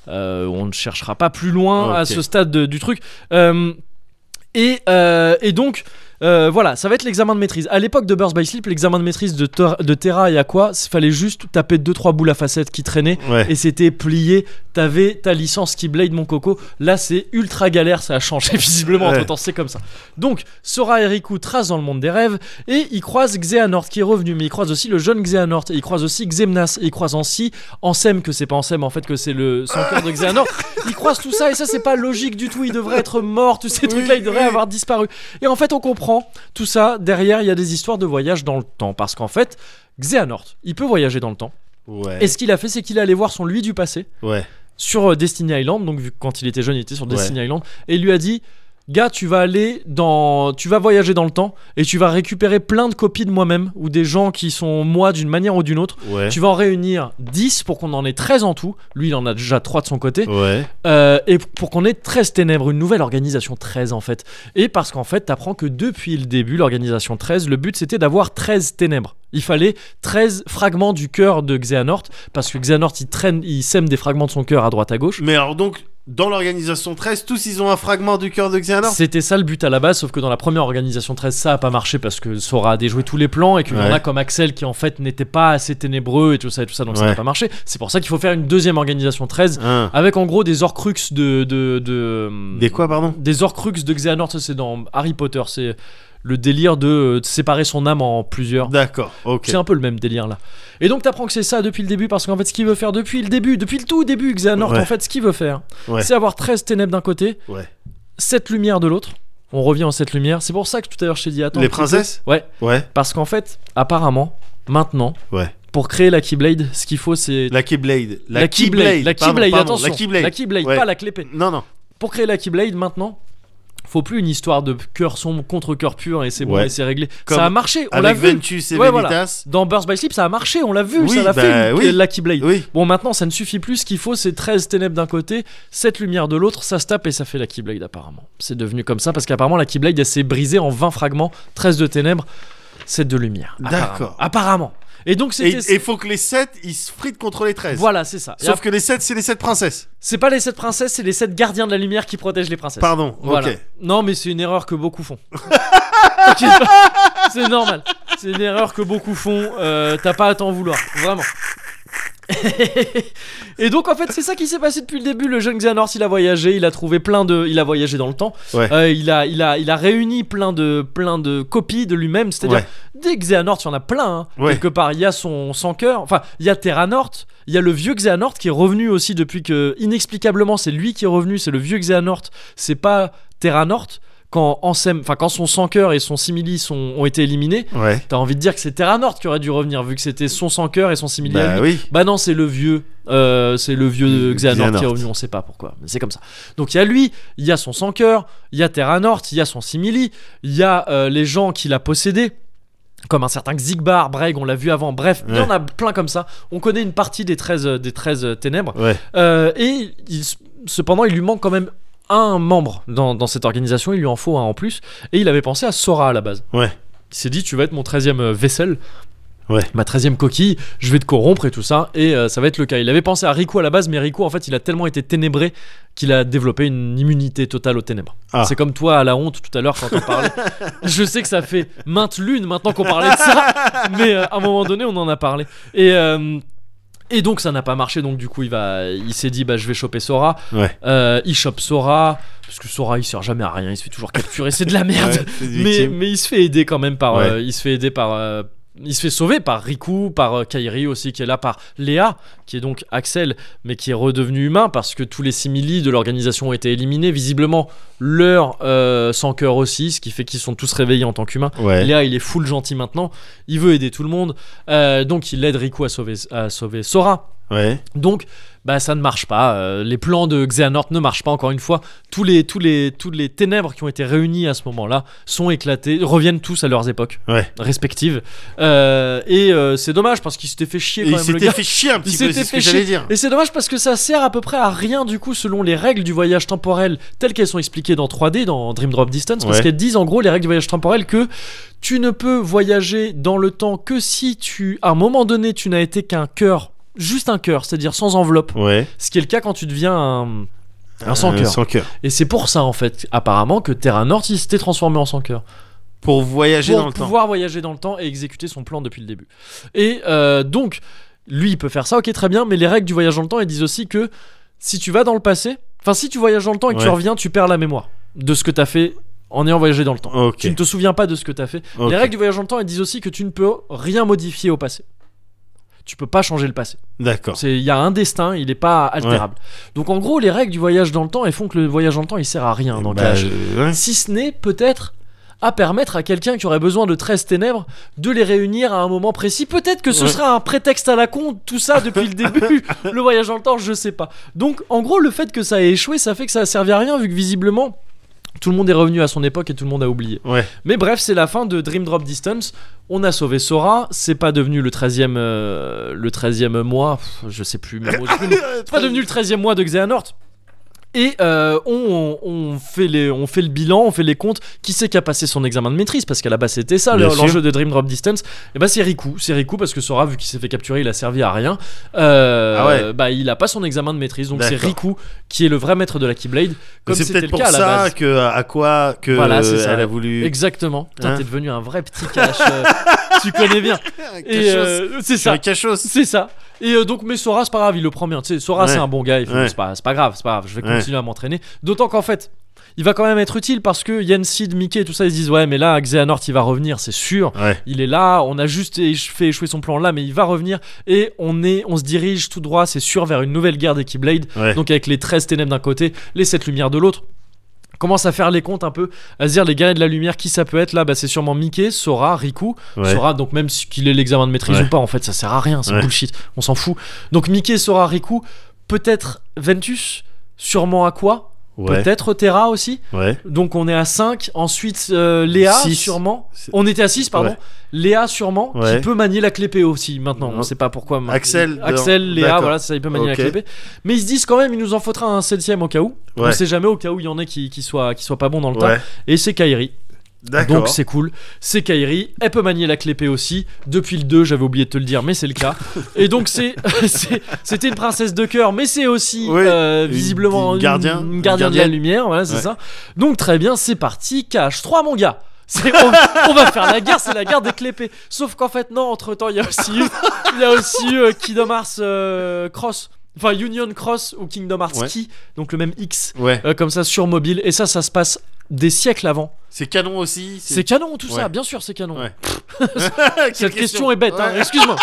Speaker 1: Euh, on ne cherchera pas plus loin à
Speaker 2: Ok.
Speaker 1: ce stade de- du truc. Euh, et, euh, et donc, euh, voilà, ça va être l'examen de maîtrise. À l'époque de Burst by Sleep, l'examen de maîtrise de, Ter- de Terra et Aqua, il fallait juste taper 2-3 boules à facettes qui traînaient
Speaker 2: Ouais.
Speaker 1: et c'était plié. T'avais ta licence Keyblade, mon coco. Là, c'est ultra galère. Ça a changé visiblement
Speaker 2: Ouais.
Speaker 1: entre temps. C'est comme ça. Donc, Sora et Riku tracent dans le monde des rêves et ils croisent Xehanort qui est revenu, mais ils croisent aussi le jeune Xehanort et ils croisent aussi Xemnas et ils croisent Ansi, Ansem que c'est pas Ansem en fait que c'est le sans cœur de Xehanort. Ils croisent tout ça et ça c'est pas logique du tout. Il devrait être mort. Tous ces
Speaker 2: Oui,
Speaker 1: trucs-là, il devrait
Speaker 2: oui.
Speaker 1: avoir disparu. Et en fait, on comprend tout ça. Derrière, il y a des histoires de voyage dans le temps parce qu'en fait, Xehanort, il peut voyager dans le temps.
Speaker 2: Ouais.
Speaker 1: Et ce qu'il a fait, c'est qu'il est allé voir son lui du passé
Speaker 2: Ouais.
Speaker 1: sur euh, Destiny Island. Donc, vu que quand il était jeune, il était sur Destiny Island. Et il lui a dit Gars, tu vas aller dans. Tu vas voyager dans le temps et tu vas récupérer plein de copies de moi-même ou des gens qui sont moi d'une manière ou d'une autre.
Speaker 2: Ouais.
Speaker 1: Tu vas en réunir 10 pour qu'on en ait 13 en tout. Lui, il en a déjà 3 de son côté.
Speaker 2: Ouais.
Speaker 1: Euh, et pour qu'on ait 13 ténèbres, une nouvelle organisation 13 en fait. Et parce qu'en fait, t'apprends que depuis le début, l'organisation 13, le but c'était d'avoir 13 ténèbres. Il fallait 13 fragments du cœur de Xehanort, parce que Xehanort, il traîne, il sème des fragments de son cœur à droite à gauche.
Speaker 2: Mais alors donc, dans l'organisation 13, tous ils ont un fragment du cœur de Xehanort
Speaker 1: C'était ça le but à la base, sauf que dans la première organisation 13, ça a pas marché parce que Sora a déjoué tous les plans et qu'il y en
Speaker 2: Ouais.
Speaker 1: a comme Axel qui en fait n'était pas assez ténébreux et tout ça et tout ça, donc ça
Speaker 2: Ouais.
Speaker 1: n'a pas marché. C'est pour ça qu'il faut faire une deuxième organisation 13
Speaker 2: Hein.
Speaker 1: avec en gros des Horcruxes de. de, de
Speaker 2: Des quoi, pardon
Speaker 1: Des Horcruxes de Xehanort, ça, c'est dans Harry Potter, c'est le délire de, euh, de séparer son âme en plusieurs.
Speaker 2: D'accord, ok.
Speaker 1: C'est un peu le même délire là. Et donc t'apprends que c'est ça depuis le début parce qu'en fait ce qu'il veut faire depuis le début, depuis le tout début, Xehanort
Speaker 2: Ouais.
Speaker 1: en fait ce qu'il veut faire,
Speaker 2: Ouais.
Speaker 1: c'est avoir 13 ténèbres d'un côté,
Speaker 2: Ouais.
Speaker 1: 7 lumières de l'autre. On revient en 7 lumières. C'est pour ça que tout à l'heure je t'ai dit attends. un
Speaker 2: Les
Speaker 1: petit
Speaker 2: princesses
Speaker 1: peu. Ouais,
Speaker 2: Ouais,
Speaker 1: parce qu'en fait apparemment maintenant
Speaker 2: ouais.
Speaker 1: pour créer la Keyblade, ce qu'il faut c'est
Speaker 2: La Keyblade. La,
Speaker 1: la
Speaker 2: pardon,
Speaker 1: Keyblade,
Speaker 2: pardon,
Speaker 1: attention,
Speaker 2: La Keyblade. Ouais.
Speaker 1: pas la clépée.
Speaker 2: Non, non.
Speaker 1: Pour créer la Keyblade maintenant, faut plus une histoire de cœur sombre contre cœur pur et c'est bon
Speaker 2: Ouais.
Speaker 1: et c'est réglé.
Speaker 2: Comme
Speaker 1: ça a marché, on l'a
Speaker 2: Avec
Speaker 1: vu.
Speaker 2: Ventus et
Speaker 1: Ouais, voilà.
Speaker 2: Venitas.
Speaker 1: Dans Burst by Sleep, ça a marché, on l'a vu,
Speaker 2: Oui,
Speaker 1: ça l'a
Speaker 2: bah
Speaker 1: fait une-
Speaker 2: oui.
Speaker 1: la Keyblade.
Speaker 2: Oui,
Speaker 1: Bon, maintenant, ça ne suffit plus. Ce qu'il faut, c'est 13 ténèbres d'un côté, 7 lumières de l'autre. Ça se tape et ça fait la Keyblade, apparemment. C'est devenu comme ça parce qu'apparemment, la Keyblade, elle s'est brisée en 20 fragments, 13 de ténèbres, 7 de lumière. apparemment.
Speaker 2: D'accord.
Speaker 1: Apparemment. Et donc,
Speaker 2: et
Speaker 1: c'était.
Speaker 2: il faut que les 7 ils se fritent contre les 13.
Speaker 1: Voilà, c'est ça. Et
Speaker 2: Sauf
Speaker 1: ap-
Speaker 2: que les 7 c'est les 7 princesses.
Speaker 1: C'est pas les 7 princesses, c'est les 7 gardiens de la lumière qui protègent les princesses.
Speaker 2: Pardon,
Speaker 1: Voilà.
Speaker 2: ok.
Speaker 1: Non, mais c'est une erreur que beaucoup font. T'inquiète pas, c'est normal. C'est une erreur que beaucoup font. euh, T'as pas à t'en vouloir, vraiment. et donc en fait c'est ça qui s'est passé depuis le début. Le jeune Xehanort il a voyagé, il a trouvé plein de, il a voyagé dans le temps.
Speaker 2: Ouais.
Speaker 1: Euh, il a, il a, il a réuni plein de, plein de copies de lui-même. C'est-à-dire
Speaker 2: Ouais.
Speaker 1: des Xehanort il y en a plein. hein.
Speaker 2: Ouais.
Speaker 1: Quelque part il y a son sans cœur. Enfin il y a Terranort, il y a le vieux Xehanort qui est revenu aussi depuis que inexplicablement c'est lui qui est revenu. C'est le vieux Xehanort. C'est pas Terranort. Quand Ansem, enfin quand son sans cœur et son simili sont, ont été éliminés,
Speaker 2: Ouais.
Speaker 1: t'as envie de dire que c'est Terranort qui aurait dû revenir vu que c'était son sans cœur et son simili. à lui.
Speaker 2: Bah oui.
Speaker 1: Bah non, c'est le vieux. euh, c'est le vieux
Speaker 2: Le
Speaker 1: Xehanort qui est
Speaker 2: Xehanort.
Speaker 1: revenu, on sait pas pourquoi, mais c'est comme ça. Donc il y a lui, il y a son sans cœur, il y a Terranort, il y a son Simili, il y a euh, les gens qui l'a possédé, comme un certain Xigbar, Breg, on l'a vu avant, bref, il y en a plein comme ça. On connaît une partie des 13, euh, des 13 ténèbres,
Speaker 2: Ouais.
Speaker 1: Euh, et il- cependant il lui manque quand même un membre dans, dans cette organisation, il lui en faut un en plus, et il avait pensé à Sora à la base.
Speaker 2: Ouais.
Speaker 1: Il s'est dit, tu vas être mon 13e euh, vaisselle,
Speaker 2: Ouais.
Speaker 1: ma 13e coquille, je vais te corrompre et tout ça, et euh, ça va être le cas. Il avait pensé à Rico à la base, mais Rico, en fait, il a tellement été ténébré qu'il a développé une immunité totale aux ténèbres.
Speaker 2: Ah.
Speaker 1: C'est comme toi à la honte tout à l'heure quand on parlait. je sais que ça fait maintes lunes maintenant qu'on parlait de ça, mais euh, à un moment donné, on en a parlé. Et. euh, et donc ça n'a pas marché, donc du coup il va, il s'est dit bah je vais choper Sora.
Speaker 2: Ouais.
Speaker 1: Euh, il chope Sora parce que Sora il sert jamais à rien, il se fait toujours capturer, c'est de la merde.
Speaker 2: Ouais, c'est des
Speaker 1: mais,
Speaker 2: victimes.
Speaker 1: mais il se fait aider quand même par,
Speaker 2: Ouais.
Speaker 1: euh, il se fait aider par, euh, il se fait sauver par Riku, par euh, Kairi aussi qui est là, par Léa qui est donc Axel, mais qui est redevenu humain parce que tous les simili de l'organisation ont été éliminés, visiblement leur euh, sans cœur aussi, ce qui fait qu'ils sont tous réveillés en tant qu'humains.
Speaker 2: Ouais.
Speaker 1: Léa, il est full gentil maintenant. Il veut aider tout le monde. Euh, donc, il aide Riku à sauver, à sauver Sora.
Speaker 2: Ouais.
Speaker 1: Donc, bah, ça ne marche pas. Euh, les plans de Xehanort ne marchent pas, encore une fois. Tous les, tous les, toutes les ténèbres qui ont été réunies à ce moment-là sont éclatées, reviennent tous à leurs époques
Speaker 2: Ouais.
Speaker 1: respectives. Euh, et euh, c'est dommage parce qu'il s'était fait chier
Speaker 2: Et
Speaker 1: quand
Speaker 2: il
Speaker 1: même le
Speaker 2: s'était
Speaker 1: gars.
Speaker 2: fait chier un
Speaker 1: Il
Speaker 2: petit peu,
Speaker 1: s'était
Speaker 2: c'est ce
Speaker 1: fait
Speaker 2: que j'allais
Speaker 1: chier.
Speaker 2: dire.
Speaker 1: Et c'est dommage parce que ça sert à peu près à rien du coup selon les règles du voyage temporel telles qu'elles sont expliquées dans 3D, dans Dream Drop Distance, parce
Speaker 2: Ouais.
Speaker 1: qu'elles disent en gros les règles du voyage temporel que tu ne peux voyager dans le temps que si tu, à un moment donné, tu n'as été qu'un cœur, juste un cœur, c'est-à-dire sans enveloppe,
Speaker 2: Ouais.
Speaker 1: ce qui est le cas quand tu deviens un, un Euh, sans cœur.
Speaker 2: Euh, Sans cœur.
Speaker 1: Et c'est pour ça en fait, apparemment, que Terra Nord il s'était transformé en sans cœur
Speaker 2: Pour voyager
Speaker 1: pour
Speaker 2: dans le temps.
Speaker 1: pouvoir voyager dans le temps et exécuter son plan depuis le début. Et euh, donc, lui, il peut faire ça, ok, très bien, mais les règles du voyage dans le temps, elles disent aussi que si tu vas dans le passé, enfin, si tu voyages dans le temps et que tu
Speaker 2: Ouais.
Speaker 1: reviens, tu perds la mémoire de ce que t'as fait en ayant voyagé dans le temps.
Speaker 2: Ok.
Speaker 1: Tu ne te souviens pas de ce que t'as fait.
Speaker 2: ok.
Speaker 1: Les règles du voyage dans le temps, elles disent aussi que tu ne peux rien modifier au passé. Tu peux pas changer le passé.
Speaker 2: D'accord.
Speaker 1: C'est- Il y a un destin, il n'est pas altérable. Donc en gros, les règles du voyage dans le temps, elles font que le voyage dans le temps, il sert à rien dans
Speaker 2: Bah,
Speaker 1: Clash
Speaker 2: euh, ouais.
Speaker 1: si ce n'est peut-être à permettre à quelqu'un qui aurait besoin de 13 ténèbres de les réunir à un moment précis. Peut-être que ce
Speaker 2: Ouais.
Speaker 1: sera un prétexte à la con, tout ça depuis le début, le voyage dans le temps, je sais pas. Donc en gros, le fait que ça ait échoué, ça fait que ça a servi à rien, vu que visiblement, tout le monde est revenu à son époque et tout le monde a oublié.
Speaker 2: Ouais.
Speaker 1: Mais bref, c'est la fin de Dream Drop Distance. On a sauvé Sora, c'est pas devenu le 13e, euh, le 13e mois, Pff, je sais plus, mes mots, je sais plus. C'est pas devenu le 13e mois de Xehanort. Et euh, on, on fait les, on fait le bilan, on fait les comptes. Qui c'est qui a passé son examen de maîtrise Parce qu'à la base, c'était ça, le-
Speaker 2: Bien sûr.
Speaker 1: l'enjeu de Dream Drop Distance. Et bah, c'est Riku. C'est Riku parce que Sora, vu qu'il s'est fait capturer, il a servi à rien. Euh,
Speaker 2: Ah ouais.
Speaker 1: Bah, il a pas son examen de maîtrise. Donc, c'est
Speaker 2: D'accord.
Speaker 1: Riku qui est le vrai maître de la Keyblade. Comme
Speaker 2: c'est
Speaker 1: c'était le
Speaker 2: peut-être pour
Speaker 1: cas à la
Speaker 2: ça
Speaker 1: base.
Speaker 2: que à quoi que
Speaker 1: Voilà, c'est
Speaker 2: euh,
Speaker 1: ça.
Speaker 2: elle a voulu.
Speaker 1: Exactement. Putain,
Speaker 2: Hein
Speaker 1: t'es devenu un vrai petit cache. euh, tu connais bien. Et euh, c'est
Speaker 2: C'est
Speaker 1: ça.
Speaker 2: un cachos.
Speaker 1: C'est ça. Et euh, donc, mais Sora, c'est pas grave, il le prend bien. Tu sais, Sora,
Speaker 2: Ouais.
Speaker 1: c'est un bon gars. il fait,
Speaker 2: Ouais.
Speaker 1: bon, C'est pas, c'est pas grave, c'est pas grave. Je vais
Speaker 2: Ouais.
Speaker 1: continuer à m'entraîner. D'autant qu'en fait, il va quand même être utile parce que Yen, Sid, Mickey, tout ça, ils se disent ouais, mais là, Xehanort, il va revenir, c'est sûr.
Speaker 2: Ouais.
Speaker 1: Il est là. On a juste éche- fait échouer son plan là, mais il va revenir. Et on est, on se dirige tout droit, c'est sûr, vers une nouvelle guerre des Keyblade.
Speaker 2: Ouais.
Speaker 1: Donc avec les 13 ténèbres d'un côté, les 7 lumières de l'autre. Commence à faire les comptes un peu, à se dire les guerriers de la lumière, qui ça peut être là bah, C'est sûrement Mickey, Sora, Riku.
Speaker 2: Ouais.
Speaker 1: Sora, donc même si- qu'il ait l'examen de maîtrise
Speaker 2: Ouais.
Speaker 1: ou pas, en fait, ça sert à rien, c'est
Speaker 2: Ouais.
Speaker 1: bullshit, on s'en fout. Donc Mickey, Sora, Riku, peut-être Ventus, sûrement Aqua,
Speaker 2: Ouais.
Speaker 1: peut-être Terra aussi.
Speaker 2: Ouais.
Speaker 1: Donc on est à 5, ensuite euh, Léa,
Speaker 2: Six.
Speaker 1: sûrement.
Speaker 2: C'est-
Speaker 1: On était à 6, pardon.
Speaker 2: Ouais.
Speaker 1: Léa, sûrement,
Speaker 2: Ouais.
Speaker 1: qui peut manier la clépée aussi maintenant, on
Speaker 2: Ouais.
Speaker 1: sait pas pourquoi. maintenant.
Speaker 2: Axel, de-
Speaker 1: Axel Léa,
Speaker 2: d'accord.
Speaker 1: voilà, ça, il peut manier
Speaker 2: Ok.
Speaker 1: la clépée. Mais ils se disent quand même, il nous en faudra un 7 au cas où. On
Speaker 2: Ouais.
Speaker 1: sait jamais, au cas où il y en a qui, qui, soient, qui soient pas bons dans le temps.
Speaker 2: Ouais.
Speaker 1: Et c'est Kairi.
Speaker 2: D'accord.
Speaker 1: Donc c'est cool, c'est Kairi, elle peut manier la clépée aussi, depuis le 2 j'avais oublié de te le dire mais c'est le cas. Et donc c'est c'est- c'était une princesse de cœur mais c'est aussi
Speaker 2: Oui,
Speaker 1: euh,
Speaker 2: une-
Speaker 1: visiblement
Speaker 2: une
Speaker 1: une,
Speaker 2: gardien,
Speaker 1: une
Speaker 2: une
Speaker 1: gardienne de la
Speaker 2: gardienne.
Speaker 1: lumière, voilà c'est
Speaker 2: Ouais.
Speaker 1: ça. Donc très bien, c'est parti, cache 3 mon gars. C'est- On, on va faire la guerre, c'est la guerre des clépées. Sauf qu'en fait non, entre temps il y a aussi eu, il y a aussi eu, euh, Kingdom Hearts euh, Cross, enfin Union Cross ou Kingdom Hearts
Speaker 2: Ouais.
Speaker 1: Key, donc le même X,
Speaker 2: Ouais.
Speaker 1: euh, comme ça sur mobile et ça ça se passe des siècles avant.
Speaker 2: C'est canon aussi.
Speaker 1: C'est canon tout ça,
Speaker 2: Ouais.
Speaker 1: bien sûr c'est canon.
Speaker 2: Ouais.
Speaker 1: Cette question, est bête, hein, excuse-moi.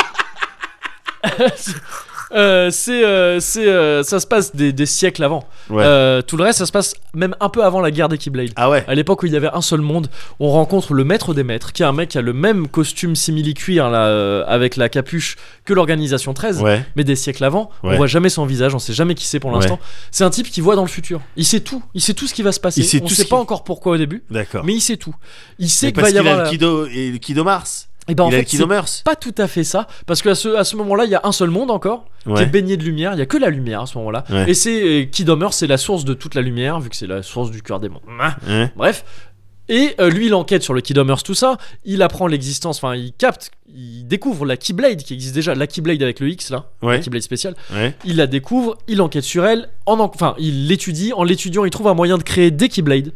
Speaker 1: Euh, c'est, euh, c'est, euh, ça se passe des, des siècles avant.
Speaker 2: Ouais.
Speaker 1: Euh, tout le reste, ça se passe même un peu avant la guerre des Keyblade.
Speaker 2: Ah ouais.
Speaker 1: À l'époque où il y avait un seul monde, on rencontre le maître des maîtres, qui est un mec qui a le même costume simili-cuir là, euh, avec la capuche que l'organisation 13,
Speaker 2: Ouais.
Speaker 1: mais des siècles avant. On
Speaker 2: Ouais.
Speaker 1: voit jamais son visage, on sait jamais qui c'est pour
Speaker 2: Ouais.
Speaker 1: l'instant. C'est un type qui voit dans le futur. Il sait tout, il sait tout ce qui va se passer.
Speaker 2: Il sait
Speaker 1: on
Speaker 2: tout
Speaker 1: sait
Speaker 2: ce
Speaker 1: pas
Speaker 2: qui-
Speaker 1: encore pourquoi au début,
Speaker 2: D'accord.
Speaker 1: mais il sait tout. Il sait
Speaker 2: C'est
Speaker 1: qu'il va
Speaker 2: parce
Speaker 1: y
Speaker 2: qu'il
Speaker 1: avoir
Speaker 2: a le
Speaker 1: la-
Speaker 2: Kido et le Kido Mars.
Speaker 1: Eh ben, en
Speaker 2: il a
Speaker 1: fait,
Speaker 2: le Kido Mars.
Speaker 1: c'est pas tout à fait ça, parce qu'à ce, à ce moment-là, il y a un seul monde encore, qui est
Speaker 2: Ouais.
Speaker 1: baigné de lumière, il y a que la lumière à ce moment-là.
Speaker 2: Ouais.
Speaker 1: Et c'est euh, Kidomer, c'est la source de toute la lumière, vu que c'est la source du cœur des mondes.
Speaker 2: Hein
Speaker 1: Bref. Et euh, lui, il enquête sur le Kidomers, tout ça. Il apprend l'existence, enfin, il capte, il découvre la Keyblade qui existe déjà, la Keyblade avec le X là,
Speaker 2: Ouais.
Speaker 1: la Keyblade spéciale.
Speaker 2: Ouais.
Speaker 1: Il la découvre, il enquête sur elle, en en- enfin, il l'étudie. En l'étudiant, il trouve un moyen de créer des Keyblades,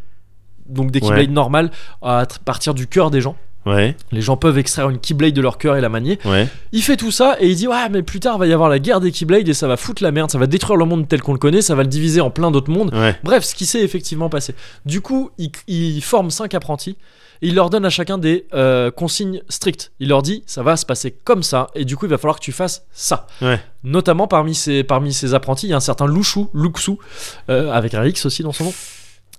Speaker 1: donc des
Speaker 2: Ouais.
Speaker 1: Keyblades normales à tr- partir du cœur des gens.
Speaker 2: Ouais.
Speaker 1: Les gens peuvent extraire une Keyblade de leur cœur et la manier.
Speaker 2: Ouais.
Speaker 1: Il fait tout ça et il dit Ouais, mais plus tard, va y avoir la guerre des Keyblade et ça va foutre la merde, ça va détruire le monde tel qu'on le connaît, ça va le diviser en plein d'autres mondes.
Speaker 2: Ouais.
Speaker 1: Bref, ce qui s'est effectivement passé. Du coup, il, il forme cinq apprentis et il leur donne à chacun des euh, consignes strictes. Il leur dit Ça va se passer comme ça et du coup, il va falloir que tu fasses ça.
Speaker 2: Ouais.
Speaker 1: Notamment parmi ces, parmi ces apprentis, il y a un certain Louchou, Luxu, euh, avec un X aussi dans son nom.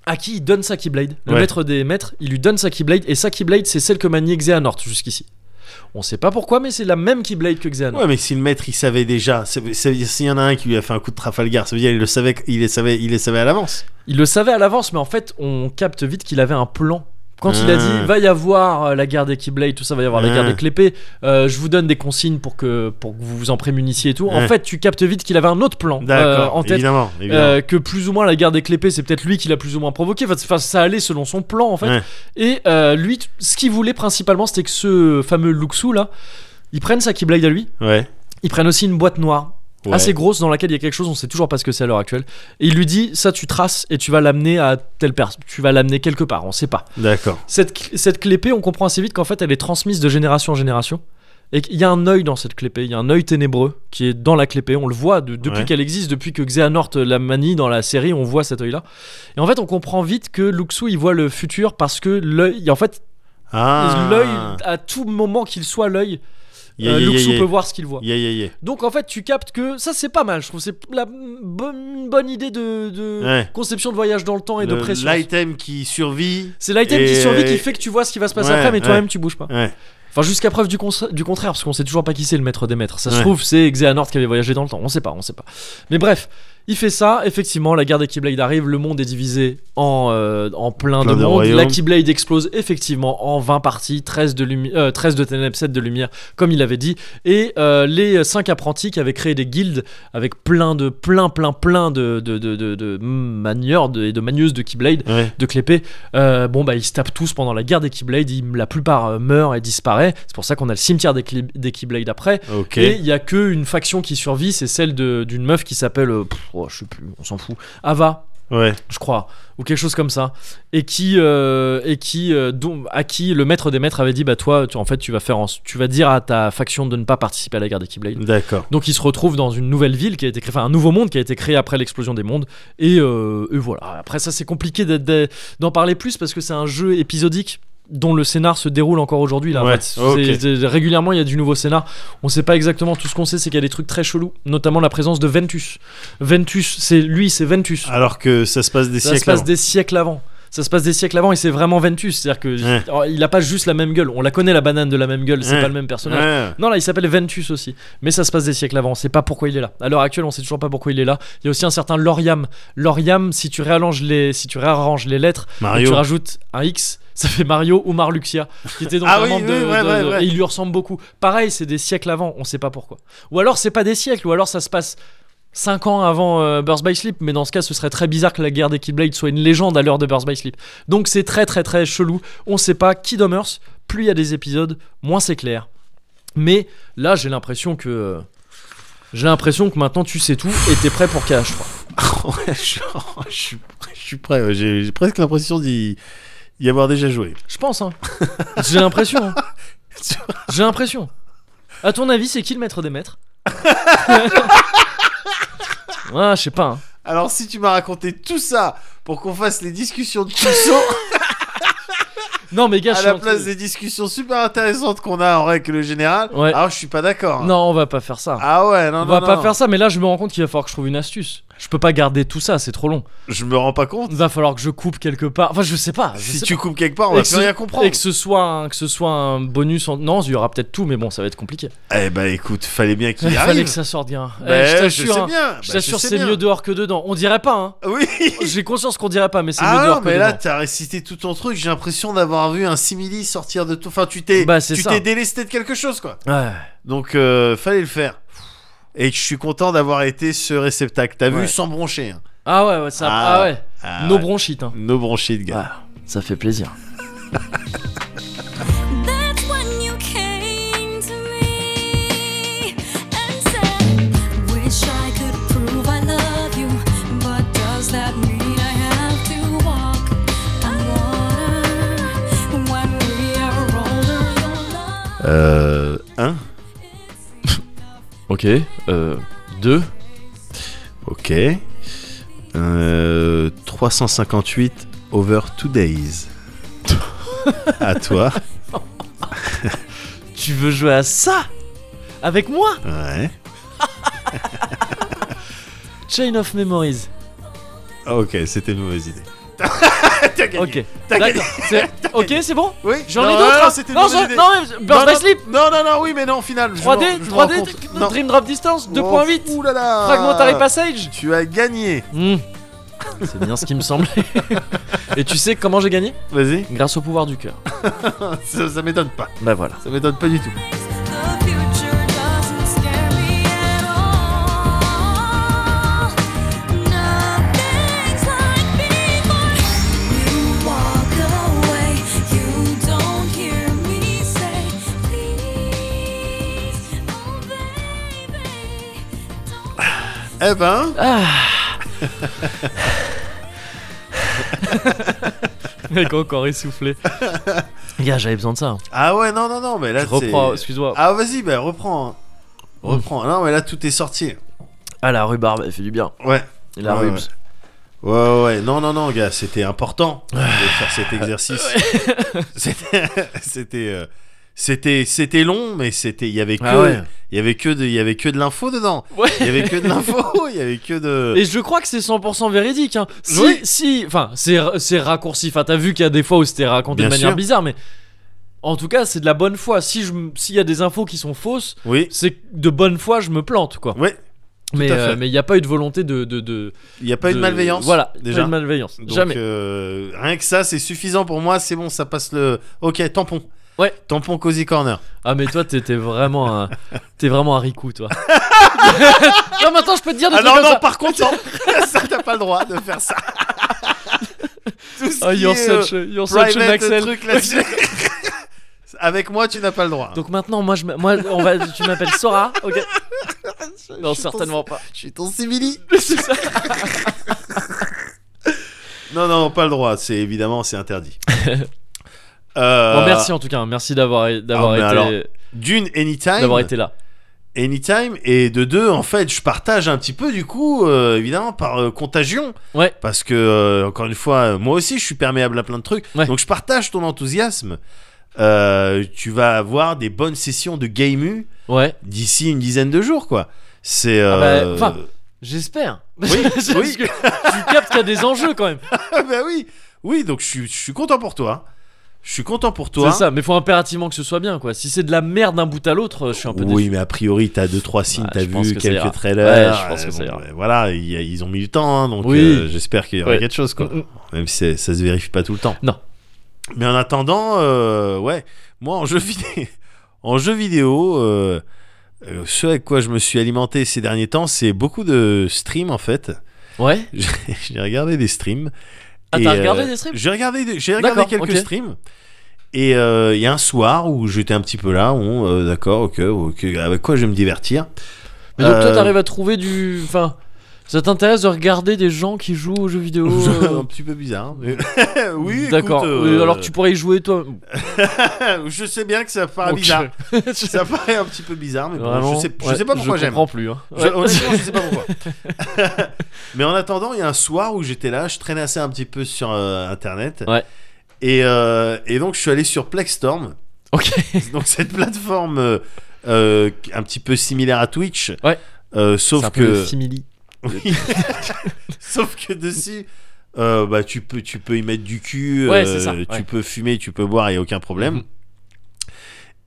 Speaker 1: À qui il donne sa Keyblade. Le
Speaker 2: Ouais.
Speaker 1: maître des maîtres, il lui donne sa Keyblade, et sa Keyblade, c'est celle que maniait Xehanort jusqu'ici. On sait pas pourquoi, mais c'est la même Keyblade que Xehanort.
Speaker 2: Ouais, mais si le maître il savait déjà, c'est- c'est- s'il y en a un qui lui a fait un coup de Trafalgar, ça veut dire il le savait, il le savait, il le savait à l'avance.
Speaker 1: Il le savait à l'avance, mais en fait, on capte vite qu'il avait un plan. Quand il a dit
Speaker 2: Ah.
Speaker 1: va y avoir euh, la guerre des Keyblade, tout ça, va y avoir la
Speaker 2: Ah.
Speaker 1: guerre des Clépées, euh, je vous donne des consignes pour que, pour que vous vous en prémunissiez et tout. En
Speaker 2: Ah.
Speaker 1: fait, tu captes vite qu'il avait un autre plan euh,
Speaker 2: D'accord.
Speaker 1: en tête.
Speaker 2: Évidemment. évidemment.
Speaker 1: Euh, que plus ou moins la guerre des clépés, c'est peut-être lui qui l'a plus ou moins provoqué. Enfin, enfin, ça allait selon son plan en fait.
Speaker 2: Ouais.
Speaker 1: Et euh, lui, t- ce qu'il voulait principalement, c'était que ce fameux Luxu là, il prenne sa Keyblade à lui.
Speaker 2: ouais.
Speaker 1: Il prenne aussi une boîte noire
Speaker 2: Ouais.
Speaker 1: assez grosse dans laquelle il y a quelque chose, on sait toujours pas ce que c'est à l'heure actuelle. Et il lui dit ça, tu traces et tu vas l'amener à telle personne. Tu vas l'amener quelque part, on sait pas.
Speaker 2: D'accord.
Speaker 1: Cette cl- cette clépée, on comprend assez vite qu'en fait, elle est transmise de génération en génération. Et qu'il y a un œil dans cette clépée, il y a un œil ténébreux qui est dans la clépée, on le voit de- depuis
Speaker 2: Ouais.
Speaker 1: qu'elle existe, depuis que Xehanort la manie dans la série, on voit cet œil-là. Et en fait, on comprend vite que Luxu, il voit le futur parce que l'œil, en fait,
Speaker 2: Ah.
Speaker 1: l'œil, à tout moment qu'il soit l'œil,
Speaker 2: Yeah,
Speaker 1: euh,
Speaker 2: yeah,
Speaker 1: Luxu
Speaker 2: yeah,
Speaker 1: peut
Speaker 2: yeah.
Speaker 1: voir ce qu'il voit.
Speaker 2: Yeah, yeah, yeah.
Speaker 1: Donc en fait, tu captes que ça c'est pas mal. Je trouve que c'est la bonne, bonne idée de, de
Speaker 2: Ouais.
Speaker 1: conception de voyage dans le temps et de
Speaker 2: Le-
Speaker 1: pression.
Speaker 2: L'item qui survit.
Speaker 1: C'est l'item qui
Speaker 2: Et-
Speaker 1: survit qui fait que tu vois ce qui va se passer
Speaker 2: Ouais,
Speaker 1: après, mais
Speaker 2: ouais.
Speaker 1: toi-même tu bouges pas.
Speaker 2: Ouais.
Speaker 1: Enfin, jusqu'à preuve du, contra- du contraire, parce qu'on sait toujours pas qui c'est le maître des maîtres. Ça se
Speaker 2: Ouais.
Speaker 1: trouve, c'est Xehanort qui avait voyagé dans le temps. On sait pas, on sait pas. Mais bref, Il fait ça, effectivement, la guerre des Keyblade arrive, le monde est divisé en, euh, en plein,
Speaker 2: Plein
Speaker 1: de,
Speaker 2: de
Speaker 1: monde. La
Speaker 2: royaumes.
Speaker 1: Keyblade explose effectivement en 20 parties, 13 de, lumi- euh, 13 de ténèbres, 7 de lumière, comme il avait dit. Et euh, les 5 apprentis qui avaient créé des guildes avec plein de, plein, plein, plein de, de, de, de, de manieurs de- et de manieuses de Keyblade,
Speaker 2: Ouais.
Speaker 1: de Clépé, euh, bon bah ils se tapent tous pendant la guerre des Keyblade, ils- la plupart euh, meurent et disparaissent, c'est pour ça qu'on a le cimetière des, Kli- des Keyblade après,
Speaker 2: Ok.
Speaker 1: et il y a qu'une faction qui survit, c'est celle de- d'une meuf qui s'appelle, euh, pff, oh, je sais plus, on s'en fout, Ava,
Speaker 2: Ouais.
Speaker 1: je crois, ou quelque chose comme ça, et qui, euh, et qui, euh, dont- à qui le maître des maîtres avait dit, bah toi, tu, en fait, tu vas faire, en- tu vas dire à ta faction de ne pas participer à la guerre des Keyblade.
Speaker 2: D'accord.
Speaker 1: Donc ils se retrouvent dans une nouvelle ville qui a été créée, enfin un nouveau monde qui a été créé après l'explosion des mondes. Et, euh, et voilà. Après ça c'est compliqué d'être- d'être- d'en parler plus parce que c'est un jeu épisodique dont le scénar se déroule encore aujourd'hui là. en
Speaker 2: Ouais,
Speaker 1: fait. C'est-
Speaker 2: ok.
Speaker 1: c'est- régulièrement il y a du nouveau scénar. On sait pas exactement tout ce qu'on sait, c'est qu'il y a des trucs très chelous, notamment la présence de Ventus. Ventus, c'est lui, c'est Ventus.
Speaker 2: Alors que ça se passe Ah, des
Speaker 1: ça
Speaker 2: siècles.
Speaker 1: se passe
Speaker 2: avant.
Speaker 1: des siècles avant. Ça se passe des siècles avant et c'est vraiment Ventus, c'est-à-dire que
Speaker 2: Ouais.
Speaker 1: alors, il a pas juste la même gueule. On la connaît la banane de la même gueule, c'est
Speaker 2: Ouais.
Speaker 1: pas le même personnage.
Speaker 2: Ouais.
Speaker 1: Non, là, il s'appelle Ventus aussi. Mais ça se passe des siècles avant. On sait pas pourquoi il est là. À l'heure actuelle, on sait toujours pas pourquoi il est là. Il y a aussi un certain Loriam. Loriam, si tu réarranges les, si tu réarranges les lettres, et tu
Speaker 2: Mario.
Speaker 1: rajoutes un X, ça fait Mario ou Marluxia. Qui était donc
Speaker 2: Ah
Speaker 1: un
Speaker 2: oui,
Speaker 1: membre de-
Speaker 2: oui, ouais,
Speaker 1: de-
Speaker 2: ouais,
Speaker 1: de-
Speaker 2: ouais.
Speaker 1: et il lui ressemble beaucoup. Pareil, c'est des siècles avant. On sait pas pourquoi. Ou alors, c'est pas des siècles. Ou alors, ça se passe. 5 ans avant euh, Birth by Sleep, mais dans ce cas, ce serait très bizarre que la guerre des Keyblade soit une légende à l'heure de Birth by Sleep. Donc c'est très très très chelou. On sait pas qui demeure. Plus il y a des épisodes, moins c'est clair. Mais là, j'ai l'impression que euh, j'ai l'impression que maintenant tu sais tout et t'es prêt pour KH3.
Speaker 2: Ouais, je, je suis- je suis prêt. ouais. J'ai j'ai presque l'impression d'y y avoir déjà joué.
Speaker 1: Je pense. Hein. j'ai l'impression. hein. J'ai l'impression. À ton avis, c'est qui le maître des maîtres Ah, je sais pas. hein.
Speaker 2: Alors si tu m'as raconté tout ça pour qu'on fasse les discussions de Toussaint
Speaker 1: Non, mais gars, je
Speaker 2: à
Speaker 1: suis
Speaker 2: la
Speaker 1: en-
Speaker 2: place des discussions super intéressantes qu'on a en règle générale,
Speaker 1: Ouais.
Speaker 2: alors je suis pas d'accord. hein.
Speaker 1: Non, on va pas faire ça.
Speaker 2: Ah ouais, non,
Speaker 1: on
Speaker 2: non,
Speaker 1: va pas
Speaker 2: non.
Speaker 1: faire ça, mais là, je me rends compte qu'il va falloir que je trouve une astuce. Je peux pas garder tout ça, c'est trop long.
Speaker 2: Je me rends pas compte.
Speaker 1: Il va falloir que je coupe quelque part. Enfin, je sais pas. je
Speaker 2: Si
Speaker 1: sais
Speaker 2: tu coupes quelque part, on va
Speaker 1: Et que
Speaker 2: plus
Speaker 1: ce-
Speaker 2: rien comprendre.
Speaker 1: Et que ce soit un, que ce soit un bonus en... Non, il y aura peut-être tout, mais bon, ça va être compliqué.
Speaker 2: Eh bah écoute, fallait bien qu'il
Speaker 1: Il
Speaker 2: y
Speaker 1: fallait
Speaker 2: arrive.
Speaker 1: que ça sorte bien. Eh,
Speaker 2: Bah,
Speaker 1: je
Speaker 2: je
Speaker 1: t'assure,
Speaker 2: sais
Speaker 1: hein.
Speaker 2: bien.
Speaker 1: Je
Speaker 2: Bah,
Speaker 1: t'assure,
Speaker 2: sais
Speaker 1: c'est
Speaker 2: bien.
Speaker 1: mieux dehors que dedans. On dirait pas, hein.
Speaker 2: Oui.
Speaker 1: J'ai conscience qu'on dirait pas, mais c'est mieux
Speaker 2: Ah
Speaker 1: dehors
Speaker 2: non,
Speaker 1: que
Speaker 2: mais là
Speaker 1: dedans.
Speaker 2: t'as récité tout ton truc. J'ai l'impression d'avoir vu un simili sortir de tout. Enfin, tu t'es,
Speaker 1: Bah, c'est
Speaker 2: tu
Speaker 1: ça.
Speaker 2: t'es délesté de quelque chose, quoi.
Speaker 1: Ouais.
Speaker 2: Donc euh, fallait le faire. Et je suis content d'avoir été ce réceptacle. T'as
Speaker 1: Ouais.
Speaker 2: vu sans broncher. hein.
Speaker 1: Ah ouais, ouais, ça. Ah,
Speaker 2: Ah.
Speaker 1: ouais.
Speaker 2: Ah,
Speaker 1: Nos
Speaker 2: ouais. Ah
Speaker 1: bronchites, hein.
Speaker 2: Nos bronchites, gars.
Speaker 1: Ça fait plaisir.
Speaker 3: That's when you came to me and said, Wish I could prove I love you, but does that mean I have to walk on water when we are older? Your love
Speaker 2: Euh, un.
Speaker 3: is enough.
Speaker 1: Ok. Euh. 2.
Speaker 2: Ok. Euh, 358 over two days. à toi.
Speaker 1: Tu veux jouer à ça Avec moi
Speaker 2: Ouais.
Speaker 1: Chain of Memories.
Speaker 2: Ah, Ok, c'était une mauvaise idée. T'as gagné.
Speaker 1: Ok.
Speaker 2: T'as gagné.
Speaker 1: D'accord. C'est- Ok, c'est bon
Speaker 2: Oui.
Speaker 1: J'en
Speaker 2: non,
Speaker 1: ai
Speaker 2: non,
Speaker 1: d'autres.
Speaker 2: Non,
Speaker 1: hein.
Speaker 2: c'était une
Speaker 1: Non,
Speaker 2: mauvaise
Speaker 1: je-
Speaker 2: idée.
Speaker 1: non, mais Burst by
Speaker 2: non.
Speaker 1: Sleep
Speaker 2: Non, non, non, oui, mais non, au final. je m'en-
Speaker 1: 3D,
Speaker 2: je m'en
Speaker 1: 3D,
Speaker 2: compte. Non.
Speaker 1: Dream Drop Distance,
Speaker 2: Oh,
Speaker 1: 2.8,
Speaker 2: Ouh là là.
Speaker 1: Fragmentary Passage.
Speaker 2: Tu as gagné.
Speaker 1: Hmm. C'est bien ce qui me semblait. Et tu sais comment j'ai gagné
Speaker 2: Vas-y.
Speaker 1: Grâce au pouvoir du cœur.
Speaker 2: Ça, ça m'étonne pas.
Speaker 1: Bah voilà.
Speaker 2: Ça m'étonne pas du tout.
Speaker 3: The future doesn't scare me at all. Nothing's like before. You walk away. You don't hear me say, please, oh baby, don't.
Speaker 2: Eh ben.
Speaker 1: Mec encore essoufflé. Gars, j'avais besoin de ça. hein.
Speaker 2: Ah ouais, non, non, non, mais là.
Speaker 1: Je reprends,
Speaker 2: c'est-
Speaker 1: excuse-moi.
Speaker 2: Ah vas-y, bah reprends. Reprends. Non, mais là, tout est sorti.
Speaker 1: Ah, la rhubarbe, elle fait du bien.
Speaker 2: Ouais.
Speaker 1: Et la
Speaker 2: Ah Ouais,
Speaker 1: rubs.
Speaker 2: Ouais, ouais, ouais. non, non, non, gars, c'était important de faire cet exercice. C'était, c'était, euh, c'était, c'était long, mais c'était, il y avait que,
Speaker 1: Ah ouais.
Speaker 2: il y avait que de, il y avait que de l'info dedans.
Speaker 1: Ouais.
Speaker 2: Il y avait que de l'info, il y avait que de.
Speaker 1: Et je crois que c'est 100% véridique. Hein. Si,
Speaker 2: Oui.
Speaker 1: si, enfin, c'est c'est raccourci. Enfin, t'as vu qu'il y a des fois où c'était raconté
Speaker 2: Bien
Speaker 1: de manière
Speaker 2: sûr.
Speaker 1: bizarre, mais en tout cas, c'est de la bonne foi. Si je, m- s'il y a des infos qui sont fausses,
Speaker 2: Oui,
Speaker 1: c'est que de bonne foi, je me plante, quoi.
Speaker 2: ouais,
Speaker 1: Mais
Speaker 2: à
Speaker 1: euh,
Speaker 2: fait.
Speaker 1: mais il n'y a pas eu de volonté de. de, de
Speaker 2: Il n'y a pas eu de
Speaker 1: de-
Speaker 2: malveillance.
Speaker 1: Voilà,
Speaker 2: déjà.
Speaker 1: Pas eu de malveillance.
Speaker 2: Donc,
Speaker 1: Jamais.
Speaker 2: euh, rien que ça, c'est suffisant pour moi. C'est bon, ça passe le. Ok, tampon.
Speaker 1: Ouais.
Speaker 2: Tampon Cozy Corner.
Speaker 1: Ah, mais toi, t'es t'es vraiment un. T'es vraiment un ricou, toi. non, maintenant, je peux te dire des
Speaker 2: Ah
Speaker 1: trucs
Speaker 2: non,
Speaker 1: comme
Speaker 2: non,
Speaker 1: ça.
Speaker 2: par contre, non. ça, t'as pas le droit de faire ça. Tout ce
Speaker 1: Oh,
Speaker 2: qui
Speaker 1: you're
Speaker 2: est, euh,
Speaker 1: such, a- you're such an
Speaker 2: private
Speaker 1: Axel.
Speaker 2: truc là-dessus. Avec moi, tu n'as pas le droit.
Speaker 1: Donc maintenant, moi, je, m'a- moi on va, tu m'appelles Sora, ok Non,
Speaker 2: Je suis ton-
Speaker 1: certainement pas.
Speaker 2: Je suis ton civili.
Speaker 1: C'est ça.
Speaker 2: Non, non, pas le droit. C'est évidemment, c'est interdit. Euh,
Speaker 1: Bon, merci en tout cas, hein. merci d'avoir d'avoir
Speaker 2: Ah, mais
Speaker 1: été
Speaker 2: alors, D'une, anytime.
Speaker 1: d'avoir été là.
Speaker 2: Anytime et de deux en fait je partage un petit peu du coup euh, évidemment par euh, contagion
Speaker 1: Ouais.
Speaker 2: parce que euh, encore une fois euh, moi aussi je suis perméable à plein de trucs
Speaker 1: Ouais.
Speaker 2: donc je partage ton enthousiasme Euh, tu vas avoir des bonnes sessions de game
Speaker 1: Ouais,
Speaker 2: d'ici une dizaine de jours quoi c'est
Speaker 1: bah,
Speaker 2: euh,
Speaker 1: enfin, j'espère. Oui,
Speaker 2: oui.
Speaker 1: tu captes qu'il y a des enjeux quand même.
Speaker 2: ah bah oui oui donc je suis, je suis content pour toi je suis content pour
Speaker 1: C'est
Speaker 2: toi
Speaker 1: ça, mais faut impérativement que ce soit bien quoi. Si c'est de la merde d'un bout à l'autre, euh, je suis un peu
Speaker 2: oui,
Speaker 1: déçu.
Speaker 2: mais a priori, t'as deux trois signes,
Speaker 1: Bah,
Speaker 2: t'as
Speaker 1: je pense
Speaker 2: vu
Speaker 1: que ça ira.
Speaker 2: quelques trailers.
Speaker 1: Ouais, je pense que ça ira.
Speaker 2: ben, voilà, il y a- ils ont mis le temps, hein, donc
Speaker 1: Oui.
Speaker 2: euh, j'espère qu'il y aura
Speaker 1: Ouais.
Speaker 2: quelque chose, quoi.
Speaker 1: Mm, mm.
Speaker 2: Même si c'est- ça se vérifie pas tout le temps.
Speaker 1: Non.
Speaker 2: Mais en attendant, euh, ouais, moi en jeu vidéo, en jeu vidéo euh, euh, ce avec quoi je me suis alimenté ces derniers temps, c'est beaucoup de streams en fait.
Speaker 1: Ouais.
Speaker 2: J'ai j'ai regardé des streams.
Speaker 1: Ah,
Speaker 2: Et,
Speaker 1: t'as
Speaker 2: euh,
Speaker 1: regardé des streams
Speaker 2: J'ai regardé, des- j'ai regardé
Speaker 1: D'accord,
Speaker 2: quelques
Speaker 1: ok.
Speaker 2: streams. Et euh, il y a un soir où j'étais un petit peu là, on, euh, d'accord, ok, ok, avec quoi je vais me divertir
Speaker 1: Mais donc toi,
Speaker 2: euh,
Speaker 1: t'arrives à trouver du. Enfin, ça t'intéresse de regarder des gens qui jouent aux jeux vidéo euh,
Speaker 2: Un petit peu bizarre. hein, mais- oui,
Speaker 1: D'accord.
Speaker 2: écoute, euh,
Speaker 1: Oui, Alors que tu pourrais y jouer toi.
Speaker 2: je sais bien que ça paraît
Speaker 1: Ok.
Speaker 2: bizarre. ça paraît un petit peu bizarre, mais bon,
Speaker 1: Vraiment,
Speaker 2: je, sais, je
Speaker 1: ouais,
Speaker 2: sais pas pourquoi
Speaker 1: Je
Speaker 2: j'aime.
Speaker 1: comprends plus. hein.
Speaker 2: Je-
Speaker 1: Ouais.
Speaker 2: honnêtement, je sais pas pourquoi. Mais en attendant, il y a un soir où j'étais là, je traînassais un petit peu sur euh, internet.
Speaker 1: Ouais.
Speaker 2: Et, euh, et donc, je suis allé sur Plexstorm.
Speaker 1: Ok.
Speaker 2: Donc, cette plateforme euh, euh, un petit peu similaire à Twitch.
Speaker 1: Ouais.
Speaker 2: Euh,
Speaker 1: C'est
Speaker 2: sauf
Speaker 1: un peu le
Speaker 2: que.
Speaker 1: simili.
Speaker 2: Oui. Sauf que dessus, euh, bah, tu, peux, tu peux y mettre du cul,
Speaker 1: Ouais,
Speaker 2: euh,
Speaker 1: c'est ça,
Speaker 2: tu
Speaker 1: ouais.
Speaker 2: peux fumer, tu peux boire, il n'y a aucun problème.
Speaker 1: Mhm.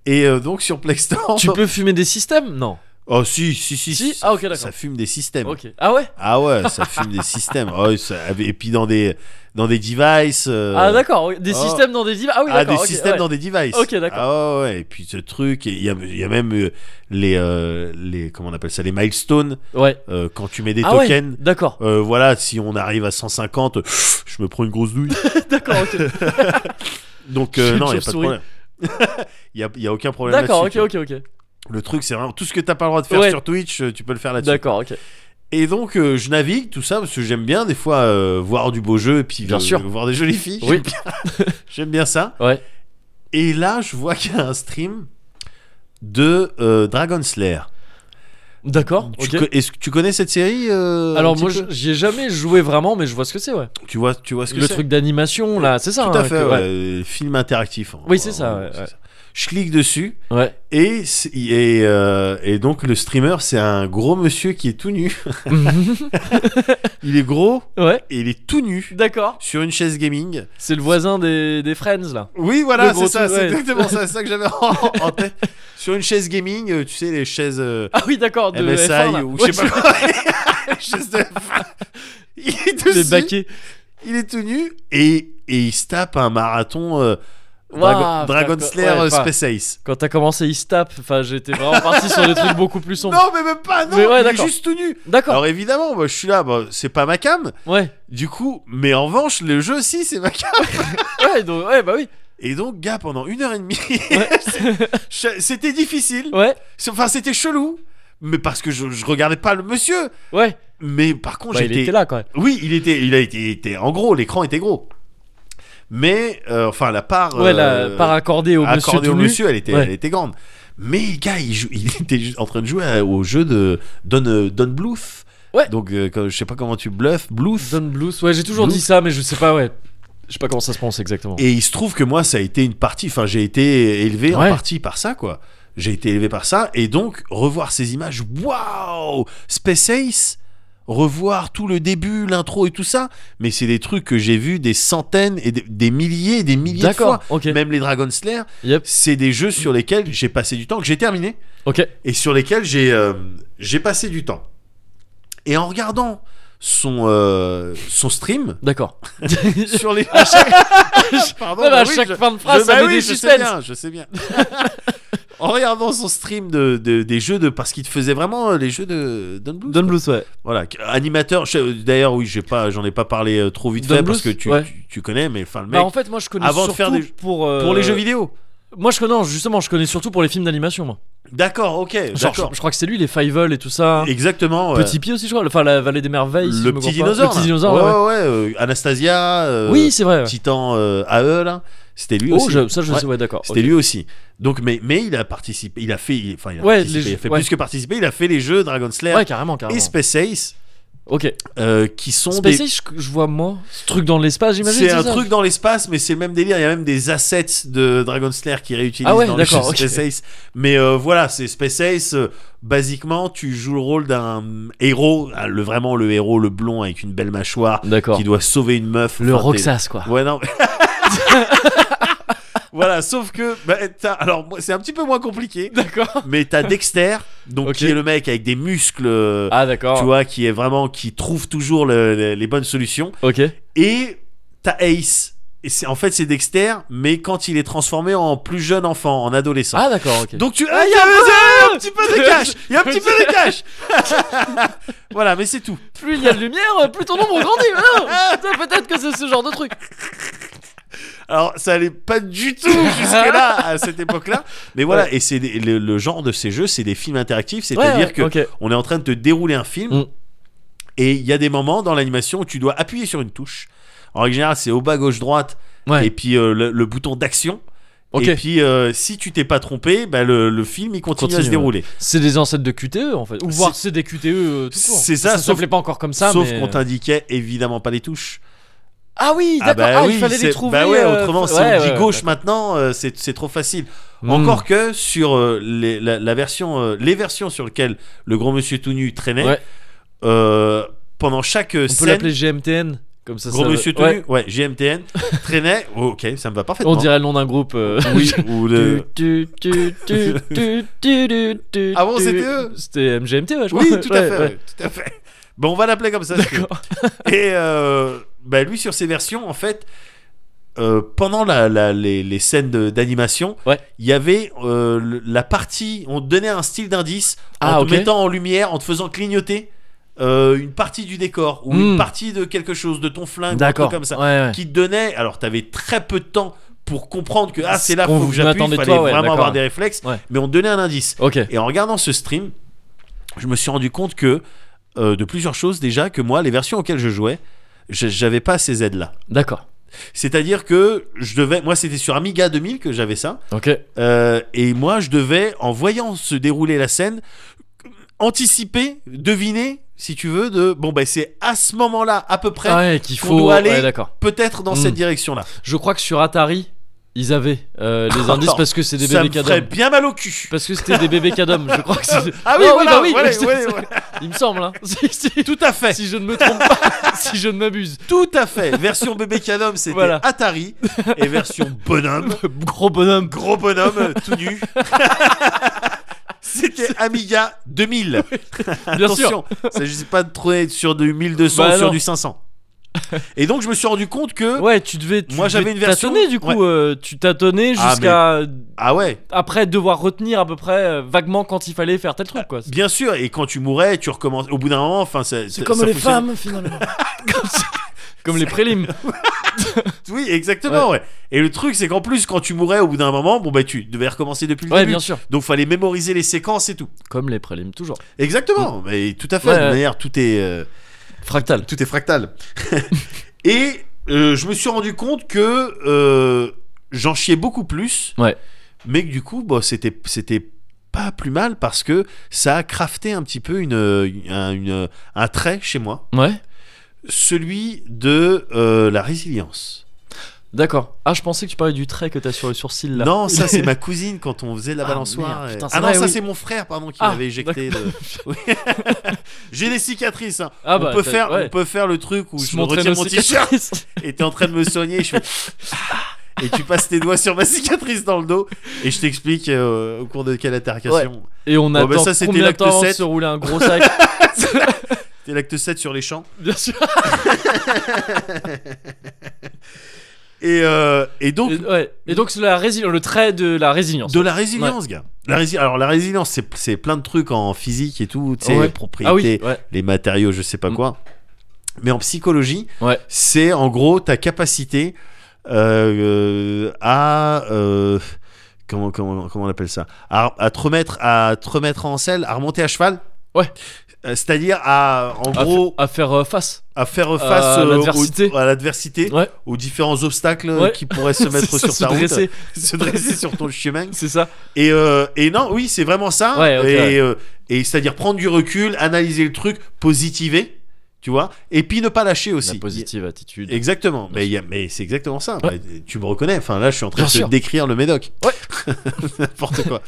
Speaker 2: Et euh, donc sur Plexstorm.
Speaker 1: Tu peux fumer des systèmes Non.
Speaker 2: Oh, si, si, si.
Speaker 1: Si
Speaker 2: ça-
Speaker 1: Ah ok d'accord.
Speaker 2: ça fume des systèmes.
Speaker 1: Ok. Ah ouais
Speaker 2: Ah ouais, ça fume des systèmes. Oh, ça- et puis dans des, dans des devices. euh,
Speaker 1: Ah d'accord. oui, Des
Speaker 2: oh.
Speaker 1: systèmes dans des divas. Ah oui
Speaker 2: ah,
Speaker 1: d'accord.
Speaker 2: des
Speaker 1: ok,
Speaker 2: systèmes
Speaker 1: ouais.
Speaker 2: dans des devices.
Speaker 1: Ok, d'accord.
Speaker 2: Ah ouais, ouais, et puis ce truc, et il y a, il y a même euh, les, euh, les. Comment on appelle ça Les milestones.
Speaker 1: Ouais.
Speaker 2: euh, quand tu mets des
Speaker 1: ah
Speaker 2: tokens.
Speaker 1: ouais. D'accord.
Speaker 2: Euh, voilà, si on arrive à 150, je me prends une grosse douille.
Speaker 1: D'accord. ok.
Speaker 2: Donc, euh,
Speaker 1: J'ai
Speaker 2: non, il
Speaker 1: une
Speaker 2: n'y a pas de
Speaker 1: chauve-souris.
Speaker 2: problème. Il n'y a, y a aucun problème là-dessus.
Speaker 1: D'accord. Ok.
Speaker 2: tu vois.
Speaker 1: Ok. Ok.
Speaker 2: Le truc, c'est vraiment tout ce que t'as pas le droit de faire
Speaker 1: Ouais.
Speaker 2: sur Twitch, euh, tu peux le faire là-dessus.
Speaker 1: D'accord. Ok.
Speaker 2: Et donc, euh, je navigue tout ça parce que j'aime bien des fois euh, voir du beau jeu et puis
Speaker 1: Bien
Speaker 2: euh,
Speaker 1: sûr.
Speaker 2: voir des jolies filles.
Speaker 1: Oui.
Speaker 2: J'aime bien ça.
Speaker 1: Ouais.
Speaker 2: Et là, je vois qu'il y a un stream de euh, Dragon Slayer.
Speaker 1: D'accord.
Speaker 2: Tu
Speaker 1: Oh, Ok.
Speaker 2: co- Est-ce que tu connais cette série euh, un
Speaker 1: Alors
Speaker 2: petit
Speaker 1: moi
Speaker 2: peu
Speaker 1: je- j'y ai jamais joué vraiment mais je vois ce que c'est ouais.
Speaker 2: tu vois, tu vois ce que
Speaker 1: Le
Speaker 2: c'est
Speaker 1: truc d'animation là c'est ça.
Speaker 2: Tout à
Speaker 1: hein,
Speaker 2: fait,
Speaker 1: que-
Speaker 2: ouais, euh, film interactif. hein.
Speaker 1: Oui, c'est ça,
Speaker 2: Vraiment,
Speaker 1: ouais,
Speaker 2: c'est
Speaker 1: ouais.
Speaker 2: Je clique dessus
Speaker 1: Ouais.
Speaker 2: et, c'est- et, euh, et donc le streamer, c'est un gros monsieur qui est tout nu. Il est gros
Speaker 1: Ouais.
Speaker 2: et il est tout nu
Speaker 1: D'accord.
Speaker 2: sur une chaise gaming.
Speaker 1: C'est le voisin des, des Friends là.
Speaker 2: Oui, voilà,
Speaker 1: Le gros
Speaker 2: c'est ça,
Speaker 1: tout,
Speaker 2: c'est
Speaker 1: ouais.
Speaker 2: exactement ça, c'est ça que j'avais en, en tête. Sur une chaise gaming, euh, tu sais, les chaises euh,
Speaker 1: Ah oui d'accord. De F1,
Speaker 2: MSI
Speaker 1: là.
Speaker 2: ou
Speaker 1: Ouais,
Speaker 2: je sais pas quoi. Les chaises de- Il est tout
Speaker 1: Les
Speaker 2: nu,
Speaker 1: baquets.
Speaker 2: il est tout nu et, et il se tape un marathon euh,
Speaker 1: Waouh,
Speaker 2: Dragon, Dragon
Speaker 1: d'accord,
Speaker 2: Slayer
Speaker 1: ouais,
Speaker 2: euh,
Speaker 1: enfin,
Speaker 2: Space Ace.
Speaker 1: Quand t'as commencé il se tape. Enfin j'étais vraiment parti sur des trucs beaucoup plus sombres.
Speaker 2: Non, mais même pas, non,
Speaker 1: Mais ouais,
Speaker 2: il est
Speaker 1: d'accord.
Speaker 2: juste tout nu.
Speaker 1: D'accord.
Speaker 2: Alors évidemment, moi je suis là, bah, c'est pas ma cam,
Speaker 1: Ouais.
Speaker 2: du coup, mais en revanche, le jeu si c'est ma cam.
Speaker 1: Ouais donc ouais bah oui.
Speaker 2: Et donc, gars, pendant une heure et demie,
Speaker 1: Ouais.
Speaker 2: je- c'était difficile,
Speaker 1: ouais.
Speaker 2: C'est- enfin c'était chelou, mais parce que je, je regardais pas le monsieur,
Speaker 1: Ouais.
Speaker 2: mais par contre,
Speaker 1: Bah, il
Speaker 2: j'étais.
Speaker 1: était là quand même.
Speaker 2: Oui, il était, il a été, il était- en gros, l'écran était gros. Mais, euh, enfin, la part.
Speaker 1: Ouais, la
Speaker 2: euh,
Speaker 1: part accordée au monsieur
Speaker 2: accordée
Speaker 1: tout
Speaker 2: au
Speaker 1: nu.
Speaker 2: monsieur, elle était,
Speaker 1: Ouais.
Speaker 2: elle était grande. Mais le gars, il, jou- il était ju- en train de jouer à- au jeu de Don, euh, Don Bluth.
Speaker 1: Ouais.
Speaker 2: Donc, euh, quand- je sais pas comment tu bluffes, Bluth.
Speaker 1: Don Bluth, ouais, j'ai toujours
Speaker 2: Bluth.
Speaker 1: dit ça, mais je sais pas, ouais. Je sais pas comment ça se prononce exactement.
Speaker 2: Et il se trouve que moi, ça a été une partie. Enfin, j'ai été élevé en
Speaker 1: Ouais.
Speaker 2: partie par ça, quoi. J'ai été élevé par ça. Et donc, revoir ces images, waouh Space Ace Revoir tout le début, l'intro et tout ça. Mais c'est des trucs que j'ai vus des centaines et des, des milliers et des milliers de fois.
Speaker 1: D'accord, ok.
Speaker 2: Même les Dragon Slayer,
Speaker 1: Yep.
Speaker 2: c'est des jeux sur lesquels j'ai passé du temps, que j'ai terminé.
Speaker 1: Ok,
Speaker 2: et sur lesquels j'ai euh, j'ai passé du temps. Et en regardant son, euh, son stream
Speaker 1: D'accord.
Speaker 2: sur les. À chaque, Pardon,
Speaker 1: Ah bah, à
Speaker 2: Oh, oui,
Speaker 1: chaque
Speaker 2: je-
Speaker 1: fin de phrase,
Speaker 2: je-
Speaker 1: ça
Speaker 2: bah
Speaker 1: met
Speaker 2: oui,
Speaker 1: des
Speaker 2: je
Speaker 1: suspens.
Speaker 2: sais bien, je sais bien. en regardant son stream de, de- des jeux de. Parce qu'il te faisait vraiment euh, les jeux de Don Bluth,
Speaker 1: Don
Speaker 2: quoi.
Speaker 1: Bluth, ouais.
Speaker 2: Voilà, qu- animateur. je- euh, D'ailleurs, oui, j'ai pas, j'en ai pas parlé euh, trop vite
Speaker 1: Don
Speaker 2: fait parce que
Speaker 1: Bluth,
Speaker 2: tu,
Speaker 1: ouais.
Speaker 2: tu, tu connais, mais enfin, le mec.
Speaker 1: Bah, en fait, moi je connais
Speaker 2: avant de
Speaker 1: surtout
Speaker 2: faire des-
Speaker 1: pour euh,
Speaker 2: pour les jeux vidéo.
Speaker 1: Moi je connais non, justement, je connais surtout pour les films d'animation moi.
Speaker 2: D'accord, ok,
Speaker 1: Genre, je,
Speaker 2: d'accord.
Speaker 1: je crois que c'est lui les Fievel et tout ça.
Speaker 2: Exactement. ouais.
Speaker 1: Petit Pied aussi je crois, enfin la Vallée des merveilles. si je
Speaker 2: le
Speaker 1: me
Speaker 2: petit
Speaker 1: gourre pas.
Speaker 2: dinosaure.
Speaker 1: Le
Speaker 2: là.
Speaker 1: petit dinosaure. ouais, ouais.
Speaker 2: ouais, ouais, euh, Anastasia. euh,
Speaker 1: oui, c'est vrai. ouais.
Speaker 2: Titan euh, AE là. C'était lui
Speaker 1: Oh,
Speaker 2: aussi.
Speaker 1: je- ça je
Speaker 2: Ouais.
Speaker 1: sais, ouais, d'accord.
Speaker 2: C'était
Speaker 1: ok.
Speaker 2: lui aussi. Donc, mais, mais il a participé, il a fait, il- enfin, il a,
Speaker 1: Ouais,
Speaker 2: participé,
Speaker 1: les
Speaker 2: il a
Speaker 1: jeux-
Speaker 2: fait
Speaker 1: ouais.
Speaker 2: plus que participer, il a fait les jeux Dragon Slayer
Speaker 1: Ouais, carrément, carrément.
Speaker 2: et Space Ace,
Speaker 1: Ok.
Speaker 2: euh, qui sont
Speaker 1: Space
Speaker 2: des.
Speaker 1: Ace, je, je vois moi. Ce truc dans l'espace, j'imagine.
Speaker 2: C'est un
Speaker 1: ça
Speaker 2: truc dans l'espace, mais c'est le même délire. Il y a même des assets de Dragon Slayer qui réutilisent
Speaker 1: Ah ouais,
Speaker 2: dans les jeux
Speaker 1: d'accord, ok.
Speaker 2: Space Ace. Mais euh, voilà, c'est Space Ace. euh, basiquement, tu joues le rôle d'un héros, ah, le, vraiment le héros, le blond avec une belle mâchoire,
Speaker 1: D'accord.
Speaker 2: qui doit sauver une meuf.
Speaker 1: Le
Speaker 2: Enfin, t'es-
Speaker 1: Roxas quoi.
Speaker 2: Ouais, non. mais- voilà, sauf que. bah, t'as- alors, moi, c'est un petit peu moins compliqué.
Speaker 1: D'accord.
Speaker 2: Mais t'as Dexter, donc
Speaker 1: Ok.
Speaker 2: qui est le mec avec des muscles. euh,
Speaker 1: Ah
Speaker 2: Tu
Speaker 1: d'accord.
Speaker 2: vois, qui est vraiment. Qui trouve toujours le- le- les bonnes solutions.
Speaker 1: Ok.
Speaker 2: Et t'as Ace. Et c'est, en fait, c'est Dexter, mais quand il est transformé en plus jeune enfant, en adolescent.
Speaker 1: Ah d'accord. Ok.
Speaker 2: Donc tu. Ah, il y a il y a un petit peu de cash Il y a un petit peu de cash Voilà, mais c'est tout.
Speaker 1: plus il y a de lumière, plus ton nombre grandit. Ah, putain, Peut-être que c'est ce genre de truc.
Speaker 2: Alors, ça allait pas du tout jusque-là, à cette époque-là. Mais voilà, et c'est des- le, le genre de ces jeux, c'est des films interactifs, c'est-à-dire
Speaker 1: Ouais,
Speaker 2: que
Speaker 1: ok.
Speaker 2: on est en train de te dérouler un film,
Speaker 1: Mm.
Speaker 2: et il y a des moments dans l'animation où tu dois appuyer sur une touche. En règle générale, c'est au bas, gauche, droite,
Speaker 1: Ouais.
Speaker 2: et puis euh, le, le bouton d'action.
Speaker 1: Ok.
Speaker 2: Et puis, euh, si tu t'es pas trompé, bah, le, le film il continue, à
Speaker 1: Continue,
Speaker 2: se dérouler.
Speaker 1: C'est des ancêtres de QTE en fait. Ou voir c'est des QTE euh, tout court.
Speaker 2: C'est ça,
Speaker 1: Ça
Speaker 2: sauf-
Speaker 1: s'appelait pas encore comme ça.
Speaker 2: Sauf
Speaker 1: mais- euh.
Speaker 2: qu'on t'indiquait évidemment pas les touches.
Speaker 1: Ah oui, d'accord.
Speaker 2: Ah bah
Speaker 1: Ah,
Speaker 2: oui,
Speaker 1: il fallait les
Speaker 2: c'est-
Speaker 1: trouver.
Speaker 2: Bah ouais,
Speaker 1: euh,
Speaker 2: autrement, si
Speaker 1: ouais,
Speaker 2: on dit
Speaker 1: ouais,
Speaker 2: gauche maintenant, euh, c'est c'est trop facile.
Speaker 1: ouais. Hmm.
Speaker 2: Encore que sur euh, les, la, la version, euh, les versions sur lesquelles le grand monsieur tout nu traînait,
Speaker 1: Ouais.
Speaker 2: euh, pendant chaque euh,
Speaker 1: On peut
Speaker 2: scène,
Speaker 1: l'appeler GMTN. Comme ça.
Speaker 2: gros
Speaker 1: ça-
Speaker 2: monsieur tout
Speaker 1: ouais.
Speaker 2: nu, ouais, GMTN, traînait. oh, ok, ça me va parfaitement.
Speaker 1: On dirait le nom d'un groupe. euh,
Speaker 2: Oui, ou le-
Speaker 1: Tu, tu, tu, tu, tu, tu, tu,
Speaker 2: Ah bon,
Speaker 1: tu.
Speaker 2: c'était eux
Speaker 1: C'était MGMT, ouais, je
Speaker 2: Oui,
Speaker 1: crois.
Speaker 2: tout à
Speaker 1: Ouais,
Speaker 2: fait,
Speaker 1: ouais.
Speaker 2: ouais, tout à fait. Bon, on va l'appeler comme ça. si tu veux.
Speaker 1: D'accord.
Speaker 2: Et euh, bah, lui, sur ses versions, en fait, euh, pendant la, la- les, les scènes de- d'animation, il
Speaker 1: Ouais.
Speaker 2: y avait euh, le- la partie, on te donnait un style d'indice en
Speaker 1: Ah,
Speaker 2: te
Speaker 1: ok.
Speaker 2: mettant en lumière, en te faisant clignoter euh, une partie du décor ou une
Speaker 1: Hmm.
Speaker 2: partie de quelque chose, de ton flingue, ou un truc
Speaker 1: D'accord.
Speaker 2: comme ça,
Speaker 1: Ouais, ouais.
Speaker 2: qui te donnait. Alors, t'avais très peu de temps pour comprendre que ah, c'est là
Speaker 1: Ce qu'on
Speaker 2: faut que j'appuie,
Speaker 1: attendait
Speaker 2: il
Speaker 1: de
Speaker 2: fallait
Speaker 1: toi, ouais,
Speaker 2: vraiment
Speaker 1: d'accord.
Speaker 2: avoir des réflexes,
Speaker 1: Ouais.
Speaker 2: mais on te donnait un indice.
Speaker 1: Ok.
Speaker 2: Et en regardant ce stream, je me suis rendu compte que euh, de plusieurs choses déjà que moi, les versions auxquelles je jouais, je- j'avais pas ces aides là.
Speaker 1: D'accord.
Speaker 2: C'est-à-dire que je devais, moi c'était sur Amiga 2000 que j'avais ça,
Speaker 1: Ok.
Speaker 2: euh, et moi je devais, en voyant se dérouler la scène, anticiper, deviner, si tu veux, de bon ben c'est à ce moment-là à peu près,
Speaker 1: Ah ouais, qu'il
Speaker 2: qu'on
Speaker 1: faut.
Speaker 2: doit aller-
Speaker 1: Ouais, d'accord.
Speaker 2: peut-être dans
Speaker 1: Mm.
Speaker 2: cette direction-là.
Speaker 1: Je crois que sur Atari, ils avaient euh, les indices parce que c'est des
Speaker 2: Ça
Speaker 1: bébés
Speaker 2: me ferait
Speaker 1: cadom.
Speaker 2: bien mal au cul.
Speaker 1: Parce que c'était des bébés cadom, je crois que c'est.
Speaker 2: Ah oui,
Speaker 1: Non,
Speaker 2: voilà,
Speaker 1: bah oui,
Speaker 2: voilà,
Speaker 1: c'est-
Speaker 2: voilà,
Speaker 1: c'est-
Speaker 2: voilà.
Speaker 1: Il me semble, hein. Si, si,
Speaker 2: tout à fait.
Speaker 1: si je ne me trompe pas, si je ne m'abuse.
Speaker 2: Tout à fait. Version bébé canom, c'était
Speaker 1: Voilà.
Speaker 2: Atari. Et version bonhomme,
Speaker 1: Gros bonhomme.
Speaker 2: gros bonhomme, euh, tout nu. C'était Amiga 2000.
Speaker 1: Bien sûr.
Speaker 2: Attention, il s'agissait pas de trouver sur du 1200
Speaker 1: Bah
Speaker 2: ou sur
Speaker 1: non.
Speaker 2: du 500. Et donc je me suis rendu compte que
Speaker 1: Ouais, tu devais. Tu
Speaker 2: Moi,
Speaker 1: devais
Speaker 2: j'avais une version-
Speaker 1: tâtonner, du coup,
Speaker 2: Ouais.
Speaker 1: euh, tu tâtonnais
Speaker 2: Ah,
Speaker 1: jusqu'à
Speaker 2: ah ouais,
Speaker 1: après devoir retenir à peu près euh, vaguement quand il fallait faire tel truc quoi.
Speaker 2: bien sûr. Et quand tu mourais, tu recommences. Au bout d'un moment, enfin, ça- ça- ça fonctionnait.
Speaker 1: finalement. comme, comme les prélims.
Speaker 2: Oui, exactement. Ouais. Et le truc, c'est qu'en plus, quand tu mourais, au bout d'un moment, bon bah tu devais recommencer depuis le
Speaker 1: Ouais,
Speaker 2: début.
Speaker 1: bien sûr.
Speaker 2: Donc fallait mémoriser les séquences et tout.
Speaker 1: Comme les prélims toujours.
Speaker 2: Exactement. Mais tout à fait.
Speaker 1: Mm. Ouais,
Speaker 2: de
Speaker 1: ouais.
Speaker 2: manière, tout est. euh,
Speaker 1: Fractal.
Speaker 2: tout est fractal. et euh, je me suis rendu compte que euh, j'en chiais beaucoup plus.
Speaker 1: Ouais.
Speaker 2: Mais que du coup, bah, c'était, c'était pas plus mal parce que ça a crafté un petit peu une, une- un- une- un trait chez moi,
Speaker 1: Ouais.
Speaker 2: celui de euh, la résilience.
Speaker 1: D'accord. Ah, je pensais que tu parlais du trait que t'as sur le sourcil là.
Speaker 2: Non, ça c'est ma cousine quand on faisait la
Speaker 1: Ah,
Speaker 2: balançoire.
Speaker 1: merde,
Speaker 2: et-
Speaker 1: putain, c'est
Speaker 2: ah non,
Speaker 1: vrai,
Speaker 2: ça
Speaker 1: oui.
Speaker 2: c'est mon frère, pardon, qui
Speaker 1: Ah,
Speaker 2: m'avait éjecté. de- Oui. J'ai des cicatrices. hein.
Speaker 1: Ah bah,
Speaker 2: on, peut
Speaker 1: t'as-
Speaker 2: faire,
Speaker 1: ouais.
Speaker 2: on peut faire le truc où
Speaker 1: Se
Speaker 2: je me
Speaker 1: montrer
Speaker 2: retire
Speaker 1: nos
Speaker 2: mon t-shirt
Speaker 1: cicatrices.
Speaker 2: et t'es en train de me soigner et je fais Ah et tu passes tes doigts sur ma cicatrice dans le dos et je t'explique euh, au cours de quelle altercation
Speaker 1: Et on
Speaker 2: bah,
Speaker 1: attend
Speaker 2: ça, c'était
Speaker 1: combien de
Speaker 2: l'acte
Speaker 1: temps avant de
Speaker 2: sept.
Speaker 1: se rouler un gros sac
Speaker 2: T'es l'acte 7 sur les champs.
Speaker 1: Bien sûr.
Speaker 2: Et, euh, et donc,
Speaker 1: Et, ouais. Et donc c'est la résil- le trait de la résilience.
Speaker 2: de la résilience, gars. La rési- Alors, la résilience, c'est- c'est plein de trucs en physique et tout, tu sais,
Speaker 1: Ouais.
Speaker 2: les propriétés,
Speaker 1: Ah oui. Ouais.
Speaker 2: les matériaux, je sais pas
Speaker 1: Mm.
Speaker 2: quoi. Mais en psychologie,
Speaker 1: Ouais.
Speaker 2: c'est en gros ta capacité euh, euh, à. euh, comment, comment, comment on appelle ça à, à te remettre, à te remettre en selle, à remonter à cheval.
Speaker 1: Ouais.
Speaker 2: Euh, C'est-à-dire à, en
Speaker 1: À,
Speaker 2: gros,
Speaker 1: fa- à faire euh, face.
Speaker 2: à faire face
Speaker 1: à
Speaker 2: euh, au-
Speaker 1: l'adversité.
Speaker 2: à l'adversité,
Speaker 1: Ouais.
Speaker 2: aux différents obstacles
Speaker 1: Ouais.
Speaker 2: qui pourraient se mettre
Speaker 1: C'est
Speaker 2: sur
Speaker 1: ça,
Speaker 2: ta
Speaker 1: se dresser.
Speaker 2: route, se dresser sur ton chemin.
Speaker 1: C'est ça.
Speaker 2: Et, euh, et non, oui, c'est vraiment ça.
Speaker 1: Ouais, ok,
Speaker 2: et
Speaker 1: ouais.
Speaker 2: euh, et c'est-à-dire prendre du recul, analyser le truc, positiver, tu vois, et puis ne pas lâcher aussi.
Speaker 1: La positive attitude.
Speaker 2: Exactement, mais, il y a- mais c'est exactement ça.
Speaker 1: Ouais.
Speaker 2: Mais Tu me reconnais, enfin là je suis en train
Speaker 1: Bien
Speaker 2: de te
Speaker 1: sûr.
Speaker 2: décrire le médoc. N'importe quoi.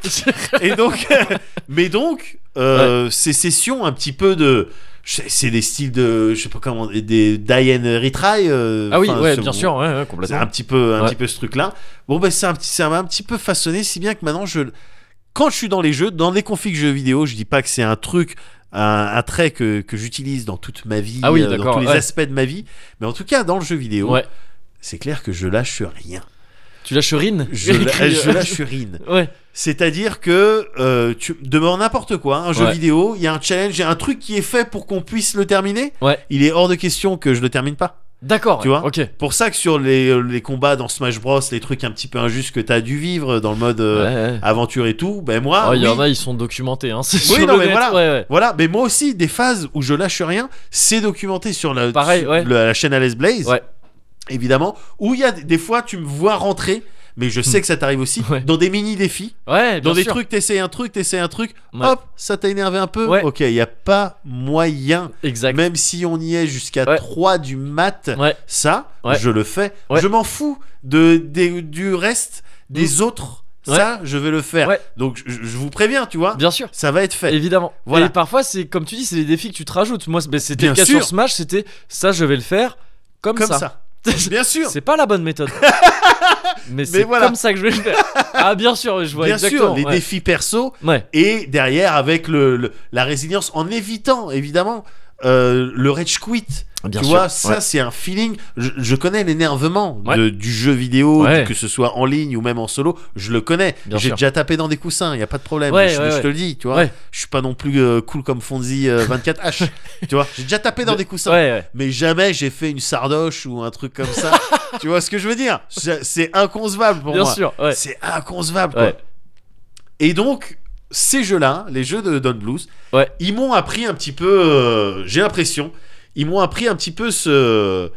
Speaker 2: Et donc, mais donc, euh, ces sessions un petit peu de. C'est c'est des styles de. Je sais pas comment. Des Diane Retry. euh,
Speaker 1: ah oui,
Speaker 2: enfin,
Speaker 1: ouais,
Speaker 2: ce-
Speaker 1: bien sûr, ouais, ouais,
Speaker 2: c'est
Speaker 1: complètement.
Speaker 2: un petit peu, un
Speaker 1: Ouais.
Speaker 2: petit peu ce truc-là. Bon, ben, c'est un petit, ça m'a un petit peu façonné, si bien que maintenant, je, quand je suis dans les jeux, dans les configs jeux vidéo, je dis pas que c'est un truc, un, un trait que, que j'utilise dans toute ma vie,
Speaker 1: Ah oui,
Speaker 2: euh, dans
Speaker 1: d'accord,
Speaker 2: tous les
Speaker 1: ouais.
Speaker 2: aspects de ma vie, mais en tout cas, dans le jeu vidéo,
Speaker 1: Ouais.
Speaker 2: c'est clair que je lâche rien.
Speaker 1: Tu lâches Rine
Speaker 2: Je,
Speaker 1: Il
Speaker 2: la-
Speaker 1: crie,
Speaker 2: je
Speaker 1: euh,
Speaker 2: lâche rien.
Speaker 1: Ouais.
Speaker 2: C'est-à-dire que euh, tu demandes n'importe quoi, un jeu
Speaker 1: Ouais.
Speaker 2: vidéo, il y a un challenge, il y a un truc qui est fait pour qu'on puisse le terminer.
Speaker 1: Ouais.
Speaker 2: Il est hors de question que je le termine pas.
Speaker 1: D'accord.
Speaker 2: Tu vois euh,
Speaker 1: Ok.
Speaker 2: Pour ça que sur les, euh, les combats dans Smash Bros, les trucs un petit peu injustes que t'as dû vivre dans le mode euh,
Speaker 1: Ouais, ouais.
Speaker 2: aventure et tout, ben moi,
Speaker 1: Ah, il y
Speaker 2: oui,
Speaker 1: en a, ils sont documentés. Hein. c'est
Speaker 2: Oui,
Speaker 1: sur
Speaker 2: non,
Speaker 1: le
Speaker 2: mais
Speaker 1: net,
Speaker 2: voilà.
Speaker 1: Ouais, ouais.
Speaker 2: voilà, mais moi aussi des phases où je lâche rien, c'est documenté sur la,
Speaker 1: Pareil,
Speaker 2: sur
Speaker 1: ouais.
Speaker 2: la, la chaîne Alice Blaze,
Speaker 1: Ouais.
Speaker 2: évidemment, où il y a des, des fois tu me vois rentrer, mais je sais que ça t'arrive aussi,
Speaker 1: Hmm. Ouais.
Speaker 2: dans des mini défis,
Speaker 1: Ouais, bien
Speaker 2: dans des
Speaker 1: sûr.
Speaker 2: trucs, t'essayes un truc, t'essayes un truc,
Speaker 1: Ouais.
Speaker 2: hop, ça t'a énervé un peu,
Speaker 1: Ouais.
Speaker 2: ok, il y a pas moyen
Speaker 1: Exact.
Speaker 2: Même si on y est jusqu'à
Speaker 1: Ouais.
Speaker 2: 3 du mat,
Speaker 1: Ouais.
Speaker 2: ça,
Speaker 1: Ouais.
Speaker 2: je le fais.
Speaker 1: Ouais. Mm.
Speaker 2: Je m'en fous de, des- du reste des autres. Ça, je vais le faire.
Speaker 1: Ouais.
Speaker 2: Donc, je, je vous préviens, tu vois,
Speaker 1: Bien sûr.
Speaker 2: ça va être fait.
Speaker 1: Évidemment.
Speaker 2: Voilà.
Speaker 1: Et parfois, c'est comme tu dis, c'est des défis que tu te rajoutes. Moi, c'est- ben, c'était
Speaker 2: Bien
Speaker 1: le cas
Speaker 2: sûr.
Speaker 1: sur Smash, c'était ça, je vais le faire comme,
Speaker 2: Comme ça.
Speaker 1: C'est-
Speaker 2: Bien sûr.
Speaker 1: C'est pas la bonne méthode. Mais c'est
Speaker 2: voilà.
Speaker 1: comme ça que je vais le faire. Ah, bien sûr, je vois
Speaker 2: Bien sûr,
Speaker 1: exactement.
Speaker 2: les
Speaker 1: ouais.
Speaker 2: défis perso
Speaker 1: Ouais.
Speaker 2: et derrière avec le, le- la résilience en évitant évidemment euh, le rage quit.
Speaker 1: Bien
Speaker 2: tu
Speaker 1: sûr.
Speaker 2: vois, ça
Speaker 1: Ouais.
Speaker 2: c'est un feeling. Je, je connais l'énervement
Speaker 1: Ouais.
Speaker 2: de- du jeu vidéo,
Speaker 1: Ouais.
Speaker 2: que ce soit en ligne ou même en solo. Je le connais.
Speaker 1: Bien
Speaker 2: J'ai
Speaker 1: sûr.
Speaker 2: déjà tapé dans des coussins, il y a pas de problème.
Speaker 1: Ouais,
Speaker 2: je,
Speaker 1: ouais,
Speaker 2: je
Speaker 1: ouais.
Speaker 2: te le dis, tu vois.
Speaker 1: Ouais.
Speaker 2: Je suis pas non plus euh, cool comme Fonzie euh, 24H. tu vois, j'ai déjà tapé dans
Speaker 1: De-
Speaker 2: des coussins.
Speaker 1: Ouais, ouais.
Speaker 2: Mais jamais j'ai fait une sardoche ou un truc comme ça. tu vois ce que je veux dire C'est c'est inconcevable pour
Speaker 1: Bien
Speaker 2: moi.
Speaker 1: sûr. Ouais.
Speaker 2: C'est inconcevable. Quoi.
Speaker 1: Ouais.
Speaker 2: Et donc, ces jeux-là, les jeux de Don Blues,
Speaker 1: Ouais.
Speaker 2: ils m'ont appris un petit peu, euh, j'ai l'impression, ils m'ont appris un petit peu ce.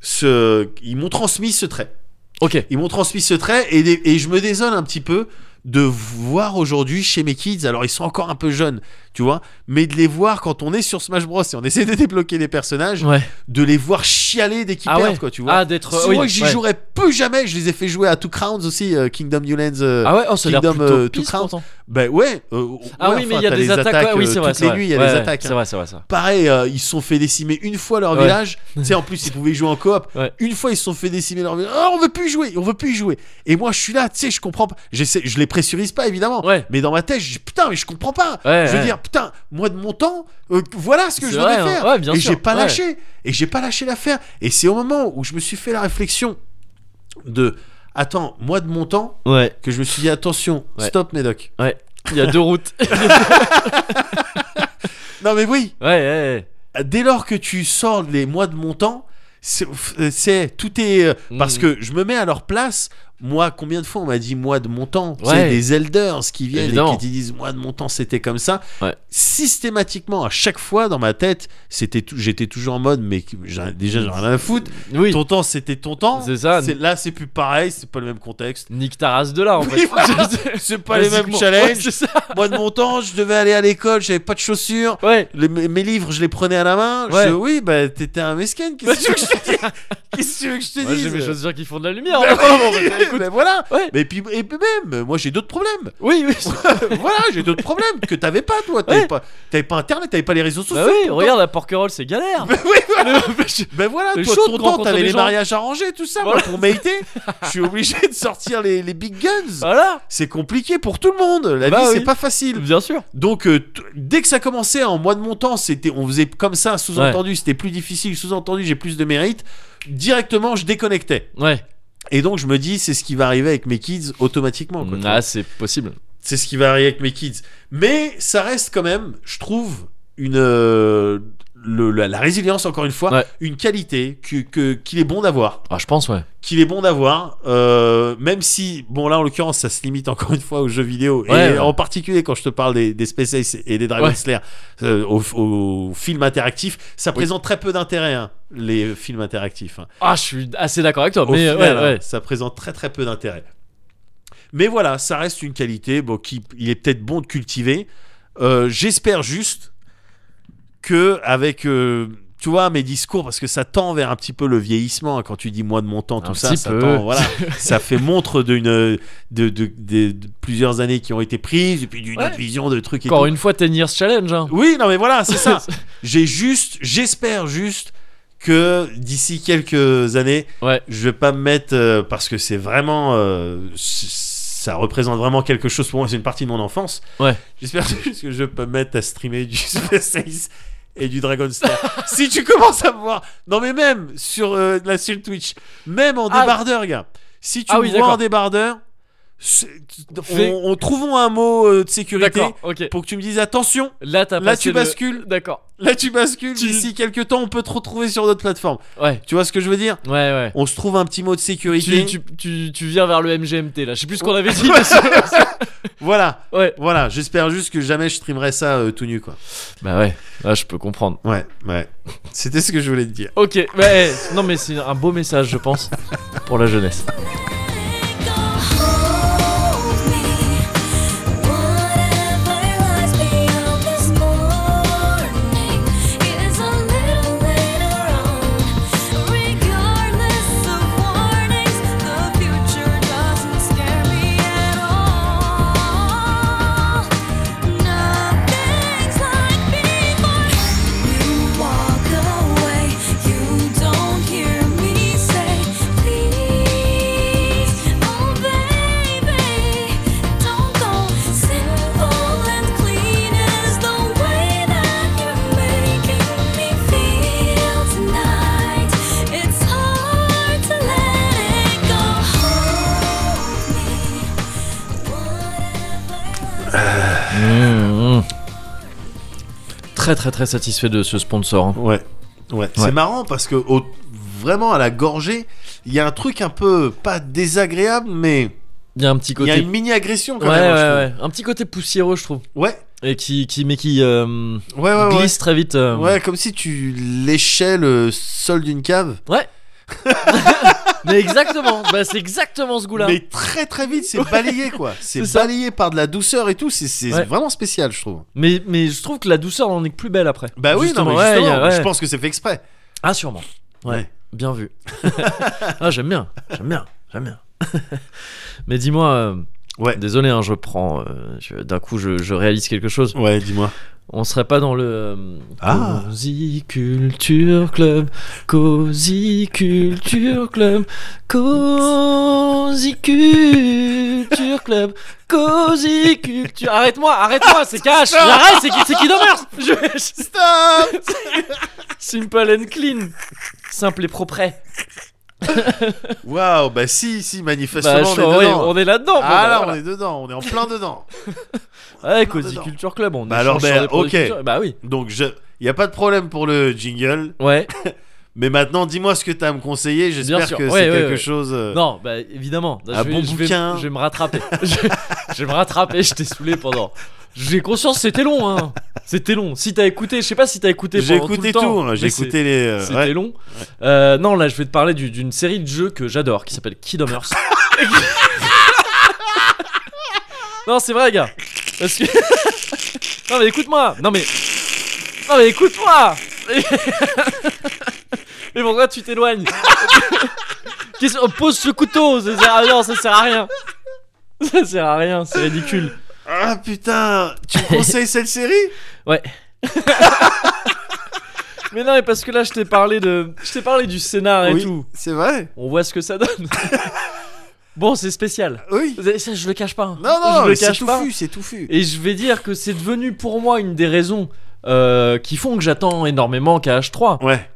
Speaker 2: ce ils m'ont transmis ce trait.
Speaker 1: Ok.
Speaker 2: Ils m'ont transmis ce trait et, des- et je me désole un petit peu de voir aujourd'hui chez mes kids, alors ils sont encore un peu jeunes, tu vois, mais de les voir quand on est sur Smash Bros et on essaie de débloquer les personnages,
Speaker 1: Ouais.
Speaker 2: de les voir chialer dès qu'ils
Speaker 1: Ah
Speaker 2: perdent,
Speaker 1: ouais.
Speaker 2: quoi, tu vois.
Speaker 1: Ah, d'être.
Speaker 2: C'est
Speaker 1: oui,
Speaker 2: moi que j'y
Speaker 1: ouais.
Speaker 2: jouerais plus jamais, je les ai fait jouer à Two Crowns aussi, euh, Kingdom New Lands. euh,
Speaker 1: Ah ouais, oh, ça a l'air
Speaker 2: Kingdom,
Speaker 1: plutôt
Speaker 2: euh,
Speaker 1: peace,
Speaker 2: tout craint.
Speaker 1: pourtant.
Speaker 2: Ben ouais. euh,
Speaker 1: Ah
Speaker 2: ouais,
Speaker 1: oui, mais
Speaker 2: enfin,
Speaker 1: il y a
Speaker 2: t'as
Speaker 1: des
Speaker 2: les
Speaker 1: attaques. ouais, oui,
Speaker 2: euh,
Speaker 1: c'est vrai.
Speaker 2: Toutes
Speaker 1: c'est
Speaker 2: les
Speaker 1: vrai.
Speaker 2: nuits, il y a
Speaker 1: Ouais,
Speaker 2: des
Speaker 1: ouais,
Speaker 2: attaques. hein.
Speaker 1: C'est vrai, c'est vrai, c'est vrai.
Speaker 2: Pareil, euh, ils se sont fait décimer une fois leur
Speaker 1: Ouais.
Speaker 2: village. tu sais, en plus, ils pouvaient jouer en coop.
Speaker 1: Ouais.
Speaker 2: Une fois, ils se sont fait décimer leur village. Ah, on veut plus y jouer, on veut plus y jouer. Et moi, je suis là, tu sais, je comprends pas. J'essaie, je les pressurise pas, évidemment.
Speaker 1: Ouais.
Speaker 2: Mais dans ma tête, je dis putain, mais je comprends pas.
Speaker 1: Ouais,
Speaker 2: je veux
Speaker 1: ouais.
Speaker 2: dire, putain, moi de mon temps, euh, voilà ce que
Speaker 1: C'est
Speaker 2: je devais
Speaker 1: vrai, hein.
Speaker 2: faire.
Speaker 1: Ouais, bien
Speaker 2: et
Speaker 1: sûr.
Speaker 2: j'ai pas
Speaker 1: Ouais.
Speaker 2: lâché. Et j'ai pas lâché l'affaire. Et c'est au moment où je me suis fait la réflexion de attends, moi de mon temps,
Speaker 1: Ouais.
Speaker 2: que je me suis dit attention,
Speaker 1: Ouais.
Speaker 2: stop, médoc.
Speaker 1: Il y a deux routes. ouais,
Speaker 2: Non, mais oui,
Speaker 1: ouais, ouais.
Speaker 2: dès lors que tu sors les mois de mon temps, c'est- c'est tout est euh, parce
Speaker 1: Mhm.
Speaker 2: que je me mets à leur place. Moi, combien de fois on m'a dit mois de mon temps Tu sais,
Speaker 1: Ouais.
Speaker 2: des elders qui viennent et
Speaker 1: Évidemment.
Speaker 2: qui te disent mois de mon temps, c'était comme ça.
Speaker 1: Ouais.
Speaker 2: Systématiquement, à chaque fois dans ma tête, c'était tout- j'étais toujours en mode mais j'ai- déjà j'en ai rien à foutre.
Speaker 1: Oui.
Speaker 2: Ton temps, c'était ton temps.
Speaker 1: C'est ça.
Speaker 2: Là, c'est plus pareil, c'est pas le même contexte.
Speaker 1: Nique ta race de là en
Speaker 2: Oui,
Speaker 1: fait.
Speaker 2: voilà. C'est pas les mêmes
Speaker 1: Basiquement. Ouais,
Speaker 2: challenges.
Speaker 1: c'est ça.
Speaker 2: Moi de mon temps, je devais aller à l'école, j'avais pas de chaussures.
Speaker 1: Ouais.
Speaker 2: Les- mes mes livres, je les prenais à la main.
Speaker 1: Ouais.
Speaker 2: Je, oui, bah t'étais un mesquin. Qu'est-ce que tu veux Bah, que je te dise Qu'est-ce que tu veux que je te
Speaker 1: Moi j'ai
Speaker 2: dise
Speaker 1: mes chaussures qui font de la lumière.
Speaker 2: Bah,
Speaker 1: en fait.
Speaker 2: bon, bah, bah, voilà.
Speaker 1: Ouais.
Speaker 2: Mais puis et puis même, moi j'ai d'autres problèmes.
Speaker 1: Oui, oui.
Speaker 2: voilà, j'ai d'autres problèmes que t'avais pas toi. T'avais
Speaker 1: Ouais.
Speaker 2: pas, t'avais pas internet, t'avais pas les réseaux sociaux.
Speaker 1: Bah oui,
Speaker 2: pourtant.
Speaker 1: regarde la porquerolles, c'est galère.
Speaker 2: Bah oui, voilà. Ben voilà,
Speaker 1: C'est
Speaker 2: toi,
Speaker 1: chaud de
Speaker 2: ton
Speaker 1: rencontrer
Speaker 2: temps, t'avais
Speaker 1: des
Speaker 2: les
Speaker 1: gens.
Speaker 2: mariages arrangés, tout ça. Moi,
Speaker 1: Voilà.
Speaker 2: pour m'aider, je suis obligé de sortir les, les big guns.
Speaker 1: Voilà,
Speaker 2: C'est compliqué pour tout le monde. La
Speaker 1: Bah
Speaker 2: vie, c'est
Speaker 1: oui.
Speaker 2: pas facile.
Speaker 1: bien sûr.
Speaker 2: Donc, euh, t- dès que ça commençait en mois de montant, c'était, on faisait comme ça, sous-entendu, c'était plus difficile, sous-entendu, j'ai plus de mérite. Directement, je déconnectais.
Speaker 1: Ouais,
Speaker 2: Et donc, je me dis, c'est ce qui va arriver avec mes kids automatiquement. Oh, quoi.
Speaker 1: ah, c'est possible.
Speaker 2: C'est ce qui va arriver avec mes kids. Mais ça reste quand même, je trouve, une. euh, le- la, la résilience, encore une fois,
Speaker 1: Ouais.
Speaker 2: une qualité que, que- qu'il est bon d'avoir.
Speaker 1: Ah, je pense, ouais.
Speaker 2: Qu'il est bon d'avoir, euh, même si, bon, là en l'occurrence, ça se limite encore une fois aux jeux vidéo, et
Speaker 1: Ouais, ouais.
Speaker 2: en particulier quand je te parle des, des Space Ace et des Dragon
Speaker 1: Ouais.
Speaker 2: Slayer, euh, aux, aux films interactifs, ça présente très peu d'intérêt, hein, les films interactifs. hein.
Speaker 1: Ah, je suis assez d'accord avec toi.
Speaker 2: Au
Speaker 1: mais euh,
Speaker 2: final,
Speaker 1: ouais,
Speaker 2: hein,
Speaker 1: ouais.
Speaker 2: ça présente très très peu d'intérêt. Mais voilà, ça reste une qualité bon, qui, il est peut-être bon de cultiver. Euh, J'espère juste que avec euh, tu vois mes discours parce que ça tend vers un petit peu le vieillissement hein, quand tu dis moi de mon temps tout
Speaker 1: Un
Speaker 2: ça
Speaker 1: petit
Speaker 2: ça,
Speaker 1: peu.
Speaker 2: tend, voilà, ça fait montre d'une de, de- de- de plusieurs années qui ont été prises et puis d'une
Speaker 1: Ouais.
Speaker 2: autre vision de trucs et
Speaker 1: Encore
Speaker 2: tout.
Speaker 1: une fois, 10 Years Challenge. hein.
Speaker 2: Oui, non, mais voilà, c'est ça. J'ai juste, j'espère juste que d'ici quelques années,
Speaker 1: Ouais.
Speaker 2: je vais pas me mettre euh, parce que c'est vraiment, euh, c- ça représente vraiment quelque chose pour moi. C'est une partie de mon enfance.
Speaker 1: Ouais.
Speaker 2: J'espère juste que je vais pas me mettre à streamer du Space Ace et du Dragon Star. si tu commences à me voir, non mais même sur euh, la sur Twitch, même en
Speaker 1: Ah.
Speaker 2: débardeur, gars. Si tu
Speaker 1: Ah
Speaker 2: me
Speaker 1: oui,
Speaker 2: vois
Speaker 1: d'accord.
Speaker 2: en débardeur, c'est-
Speaker 1: Fais-
Speaker 2: on, on- trouvons un mot euh, de sécurité
Speaker 1: D'accord, ok.
Speaker 2: pour que tu me dises attention.
Speaker 1: Là, t'as
Speaker 2: Là,
Speaker 1: passé
Speaker 2: tu
Speaker 1: le-
Speaker 2: bascules.
Speaker 1: D'accord.
Speaker 2: Là, tu bascules.
Speaker 1: Tu-
Speaker 2: D'ici quelques temps, on peut te retrouver sur d'autres plateformes.
Speaker 1: Ouais,
Speaker 2: Tu vois ce que je veux dire
Speaker 1: ouais, ouais.
Speaker 2: On se trouve un petit mot de
Speaker 1: Tu,
Speaker 2: sécurité.
Speaker 1: tu, tu, tu viens vers le MGMT là, je sais plus ce qu'on avait dit. mais c'est-
Speaker 2: Voilà,
Speaker 1: ouais.
Speaker 2: voilà. J'espère juste que jamais je streamerai ça euh, tout nu, quoi.
Speaker 1: Bah ouais, là je peux comprendre.
Speaker 2: Ouais, ouais. C'était ce que je voulais te dire.
Speaker 1: Ok, mais non mais c'est un beau message je pense pour la jeunesse.
Speaker 3: oh, It's hard to let it go.
Speaker 1: Mmh, mmh. Très très très satisfait de ce sponsor. hein.
Speaker 2: Ouais, ouais. C'est marrant parce que au- vraiment à la gorgée, il y a un truc un peu pas désagréable, mais
Speaker 1: Il y a un petit
Speaker 2: il y
Speaker 1: côté.
Speaker 2: a une mini agression
Speaker 1: Ouais,
Speaker 2: quand
Speaker 1: ouais,
Speaker 2: même. hein,
Speaker 1: ouais. Un petit côté poussiéreux, je trouve.
Speaker 2: je trouve. ouais,
Speaker 1: Et qui, qui mais qui euh,
Speaker 2: ouais, ouais, ouais.
Speaker 1: glisse très vite. euh,
Speaker 2: Ouais, comme si tu léchais le sol d'une cave.
Speaker 1: Mais exactement, bah, c'est exactement ce goût-là.
Speaker 2: Mais très très vite, c'est balayé quoi. C'est
Speaker 1: C'est ça.
Speaker 2: balayé par de la douceur et tout. C'est c'est
Speaker 1: Ouais.
Speaker 2: vraiment spécial, je trouve.
Speaker 1: Mais, mais je trouve que la douceur en est plus belle après.
Speaker 2: Bah oui,
Speaker 1: Justement,
Speaker 2: non, mais
Speaker 1: ouais,
Speaker 2: justement,
Speaker 1: y a- ouais.
Speaker 2: je pense que c'est fait exprès.
Speaker 1: Ah, sûrement. Ouais.
Speaker 2: Ouais.
Speaker 1: Bien vu. ah, j'aime bien, j'aime bien, j'aime bien. mais dis-moi, euh,
Speaker 2: Ouais.
Speaker 1: désolé, hein, je prends. euh, je- D'un coup, je, je réalise quelque chose.
Speaker 2: Ouais, dis-moi.
Speaker 1: On serait pas dans le. euh,
Speaker 2: Ah.
Speaker 1: Cozy Culture Club. Cozy Culture Club. Cozy Culture Club. Cozy Culture. Arrête-moi, arrête-moi, c'est cash. Arrête, c'est qui, c'est qui Dommers Je- je-
Speaker 2: Stop
Speaker 1: Simple and clean. Simple et propre.
Speaker 2: Waouh, bah si, si,
Speaker 1: Bah,
Speaker 2: manifestement,
Speaker 1: je-
Speaker 2: on est
Speaker 1: ouais,
Speaker 2: dedans.
Speaker 1: on est là-dedans. bon,
Speaker 2: Ah
Speaker 1: bah,
Speaker 2: là,
Speaker 1: voilà.
Speaker 2: on est dedans, on est en plein dedans.
Speaker 1: Ouais, Cozy
Speaker 2: dedans.
Speaker 1: Culture Club, on
Speaker 2: Bah
Speaker 1: est
Speaker 2: alors, bah, ok.
Speaker 1: Bah oui.
Speaker 2: Donc, je... y a pas de problème pour le jingle.
Speaker 1: Ouais.
Speaker 2: Mais maintenant, dis-moi ce que t'as à me conseiller. J'espère
Speaker 1: Bien sûr,
Speaker 2: que
Speaker 1: ouais,
Speaker 2: c'est
Speaker 1: ouais,
Speaker 2: quelque
Speaker 1: ouais.
Speaker 2: chose. euh,
Speaker 1: Non, bah évidemment.
Speaker 2: Un
Speaker 1: je vais,
Speaker 2: bon
Speaker 1: je vais-
Speaker 2: bouquin.
Speaker 1: je vais me rattraper. je, je vais me rattraper, je t'ai saoulé pendant. J'ai conscience, c'était long, hein. C'était long. Si t'as écouté, je sais pas si t'as écouté
Speaker 2: J'ai
Speaker 1: pendant
Speaker 2: écouté
Speaker 1: tout,
Speaker 2: tout,
Speaker 1: le temps,
Speaker 2: hein, j'ai
Speaker 1: mais c'est-
Speaker 2: écouté les. euh,
Speaker 1: C'était
Speaker 2: ouais.
Speaker 1: long. Euh, non, là, je vais te parler du- d'une série de jeux que j'adore qui s'appelle Kid Homers. non, c'est vrai, gars. Parce que. non, mais écoute-moi. Non, mais. Non, mais écoute-moi. mais pourquoi tu t'éloignes Qu'est-ce- oh, Pose ce couteau. Ça sert à... Non, ça sert à rien. Ça sert à rien, c'est ridicule.
Speaker 2: Ah putain, tu me conseilles cette série
Speaker 1: Ouais. Mais non, mais parce que là, je t'ai parlé de, je t'ai parlé du scénar et
Speaker 2: Oui,
Speaker 1: tout.
Speaker 2: C'est vrai
Speaker 1: On voit ce que ça donne. bon, c'est spécial.
Speaker 2: Oui.
Speaker 1: Ça, je le cache pas.
Speaker 2: Non, non,
Speaker 1: je le
Speaker 2: c'est
Speaker 1: cache pas.
Speaker 2: touffu, c'est touffu.
Speaker 1: Et je vais dire que c'est devenu pour moi une des raisons euh, qui font que j'attends énormément KH3.
Speaker 2: Ouais.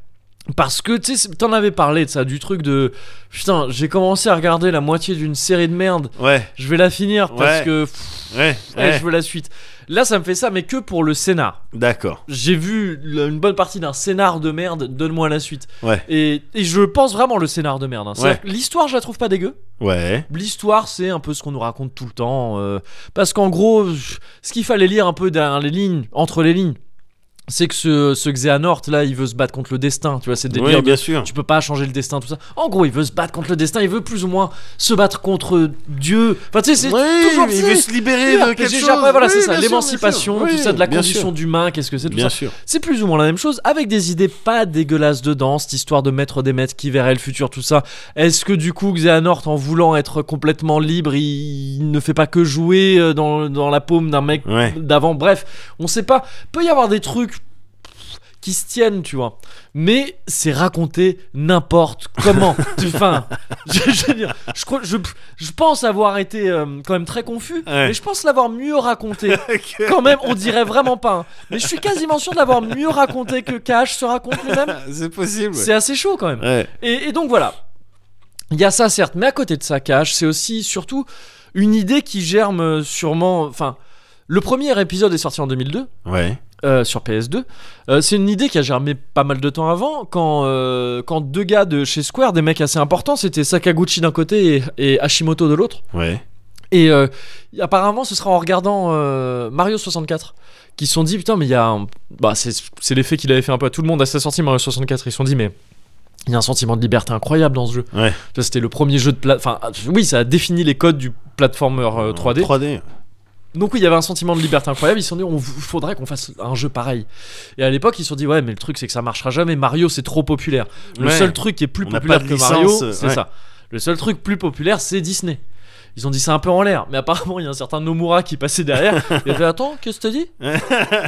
Speaker 1: Parce que, tu sais, c'est- t'en avais parlé de ça, du truc de. Putain, j'ai commencé à regarder la moitié d'une série de merde.
Speaker 2: Ouais.
Speaker 1: Je vais la finir parce
Speaker 2: Ouais.
Speaker 1: que. pff,
Speaker 2: Ouais.
Speaker 1: ouais,
Speaker 2: ouais.
Speaker 1: je veux la suite. Là, ça me fait ça, mais que pour le scénar.
Speaker 2: D'accord.
Speaker 1: J'ai vu la- une bonne partie d'un scénar de merde, donne-moi la suite.
Speaker 2: Ouais.
Speaker 1: Et, et je pense vraiment le scénar de merde. hein. C'est-à-dire que L'histoire, je la trouve pas dégueu.
Speaker 2: Ouais.
Speaker 1: L'histoire, c'est un peu ce qu'on nous raconte tout le temps. euh, parce qu'en gros, je- ce qu'il fallait lire un peu derrière les lignes, entre les lignes, c'est que ce, ce Xehanort, là, il veut se battre contre le destin. Tu vois, c'est le délire
Speaker 2: Oui,
Speaker 1: de-
Speaker 2: bien sûr.
Speaker 1: Tu peux pas changer le destin, tout ça. En gros, il veut se battre contre le destin, il veut plus ou moins se battre contre Dieu. Enfin, tu sais, c'est
Speaker 2: Oui,
Speaker 1: toujours
Speaker 2: mais il veut se libérer de quelque
Speaker 1: RPG
Speaker 2: chose.
Speaker 1: japonais, voilà,
Speaker 2: Oui,
Speaker 1: c'est ça,
Speaker 2: bien sûr,
Speaker 1: l'émancipation,
Speaker 2: bien
Speaker 1: tout
Speaker 2: sûr.
Speaker 1: ça, de la
Speaker 2: Bien
Speaker 1: condition
Speaker 2: sûr.
Speaker 1: d'humain, qu'est-ce que c'est, tout
Speaker 2: Bien
Speaker 1: ça.
Speaker 2: sûr.
Speaker 1: C'est plus ou moins la même chose, avec des idées pas dégueulasses dedans, cette histoire de maître des maîtres qui verrait le futur, tout ça. Est-ce que du coup, Xehanort, en voulant être complètement libre, il ne fait pas que jouer euh, dans, dans la paume d'un mec
Speaker 2: Ouais.
Speaker 1: d'avant Bref, on sait pas. Peut y avoir des trucs qui se tiennent, tu vois. Mais c'est raconté n'importe comment. enfin, je, je veux dire, je, crois- je- je pense avoir été euh, quand même très confus,
Speaker 2: Ouais.
Speaker 1: mais je pense l'avoir mieux raconté.
Speaker 2: Ok.
Speaker 1: Quand même, on dirait vraiment pas. hein. Mais je suis quasiment sûr de l'avoir mieux raconté que Cash se raconte lui-même.
Speaker 2: C'est possible.
Speaker 1: C'est assez chaud quand même.
Speaker 2: Ouais.
Speaker 1: Et, et donc voilà. Il y a ça certes, mais à côté de ça, Cash, c'est aussi surtout une idée qui germe euh, sûrement. Enfin, le premier épisode est sorti en 2002
Speaker 2: Ouais.
Speaker 1: euh, sur PS2. Euh, c'est une idée qui a germé pas mal de temps avant, quand, euh, quand deux gars de chez Square, des mecs assez importants, c'était Sakaguchi d'un côté et, et Hashimoto de l'autre.
Speaker 2: Ouais.
Speaker 1: Et euh, apparemment, ce sera en regardant euh, Mario 64 qui se sont dit putain mais il y a un- bah c'est c'est l'effet qu'il avait fait un peu à tout le monde à sa sortie Mario 64 ils se sont dit mais il y a un sentiment de liberté incroyable dans ce jeu
Speaker 2: Ouais.
Speaker 1: Tu vois, c'était le premier jeu de pla... enfin oui ça a défini les codes du platformer euh, 3D
Speaker 2: 3D.
Speaker 1: donc oui, il y avait un sentiment de liberté incroyable. Ils se sont dit, on faudrait qu'on fasse un jeu pareil. Et à l'époque, ils se sont dit, ouais, mais le truc c'est que ça marchera jamais. Mario, c'est trop populaire. Le
Speaker 2: Ouais.
Speaker 1: seul truc qui est plus
Speaker 2: On n'a
Speaker 1: populaire
Speaker 2: pas de
Speaker 1: que
Speaker 2: licence,
Speaker 1: Mario,
Speaker 2: euh,
Speaker 1: c'est
Speaker 2: ouais.
Speaker 1: ça. Le seul truc plus populaire, c'est Disney. Ils ont dit ça un peu en l'air, mais apparemment il y a un certain Nomura qui passait derrière. Il a fait attends, qu'est-ce que t'as dit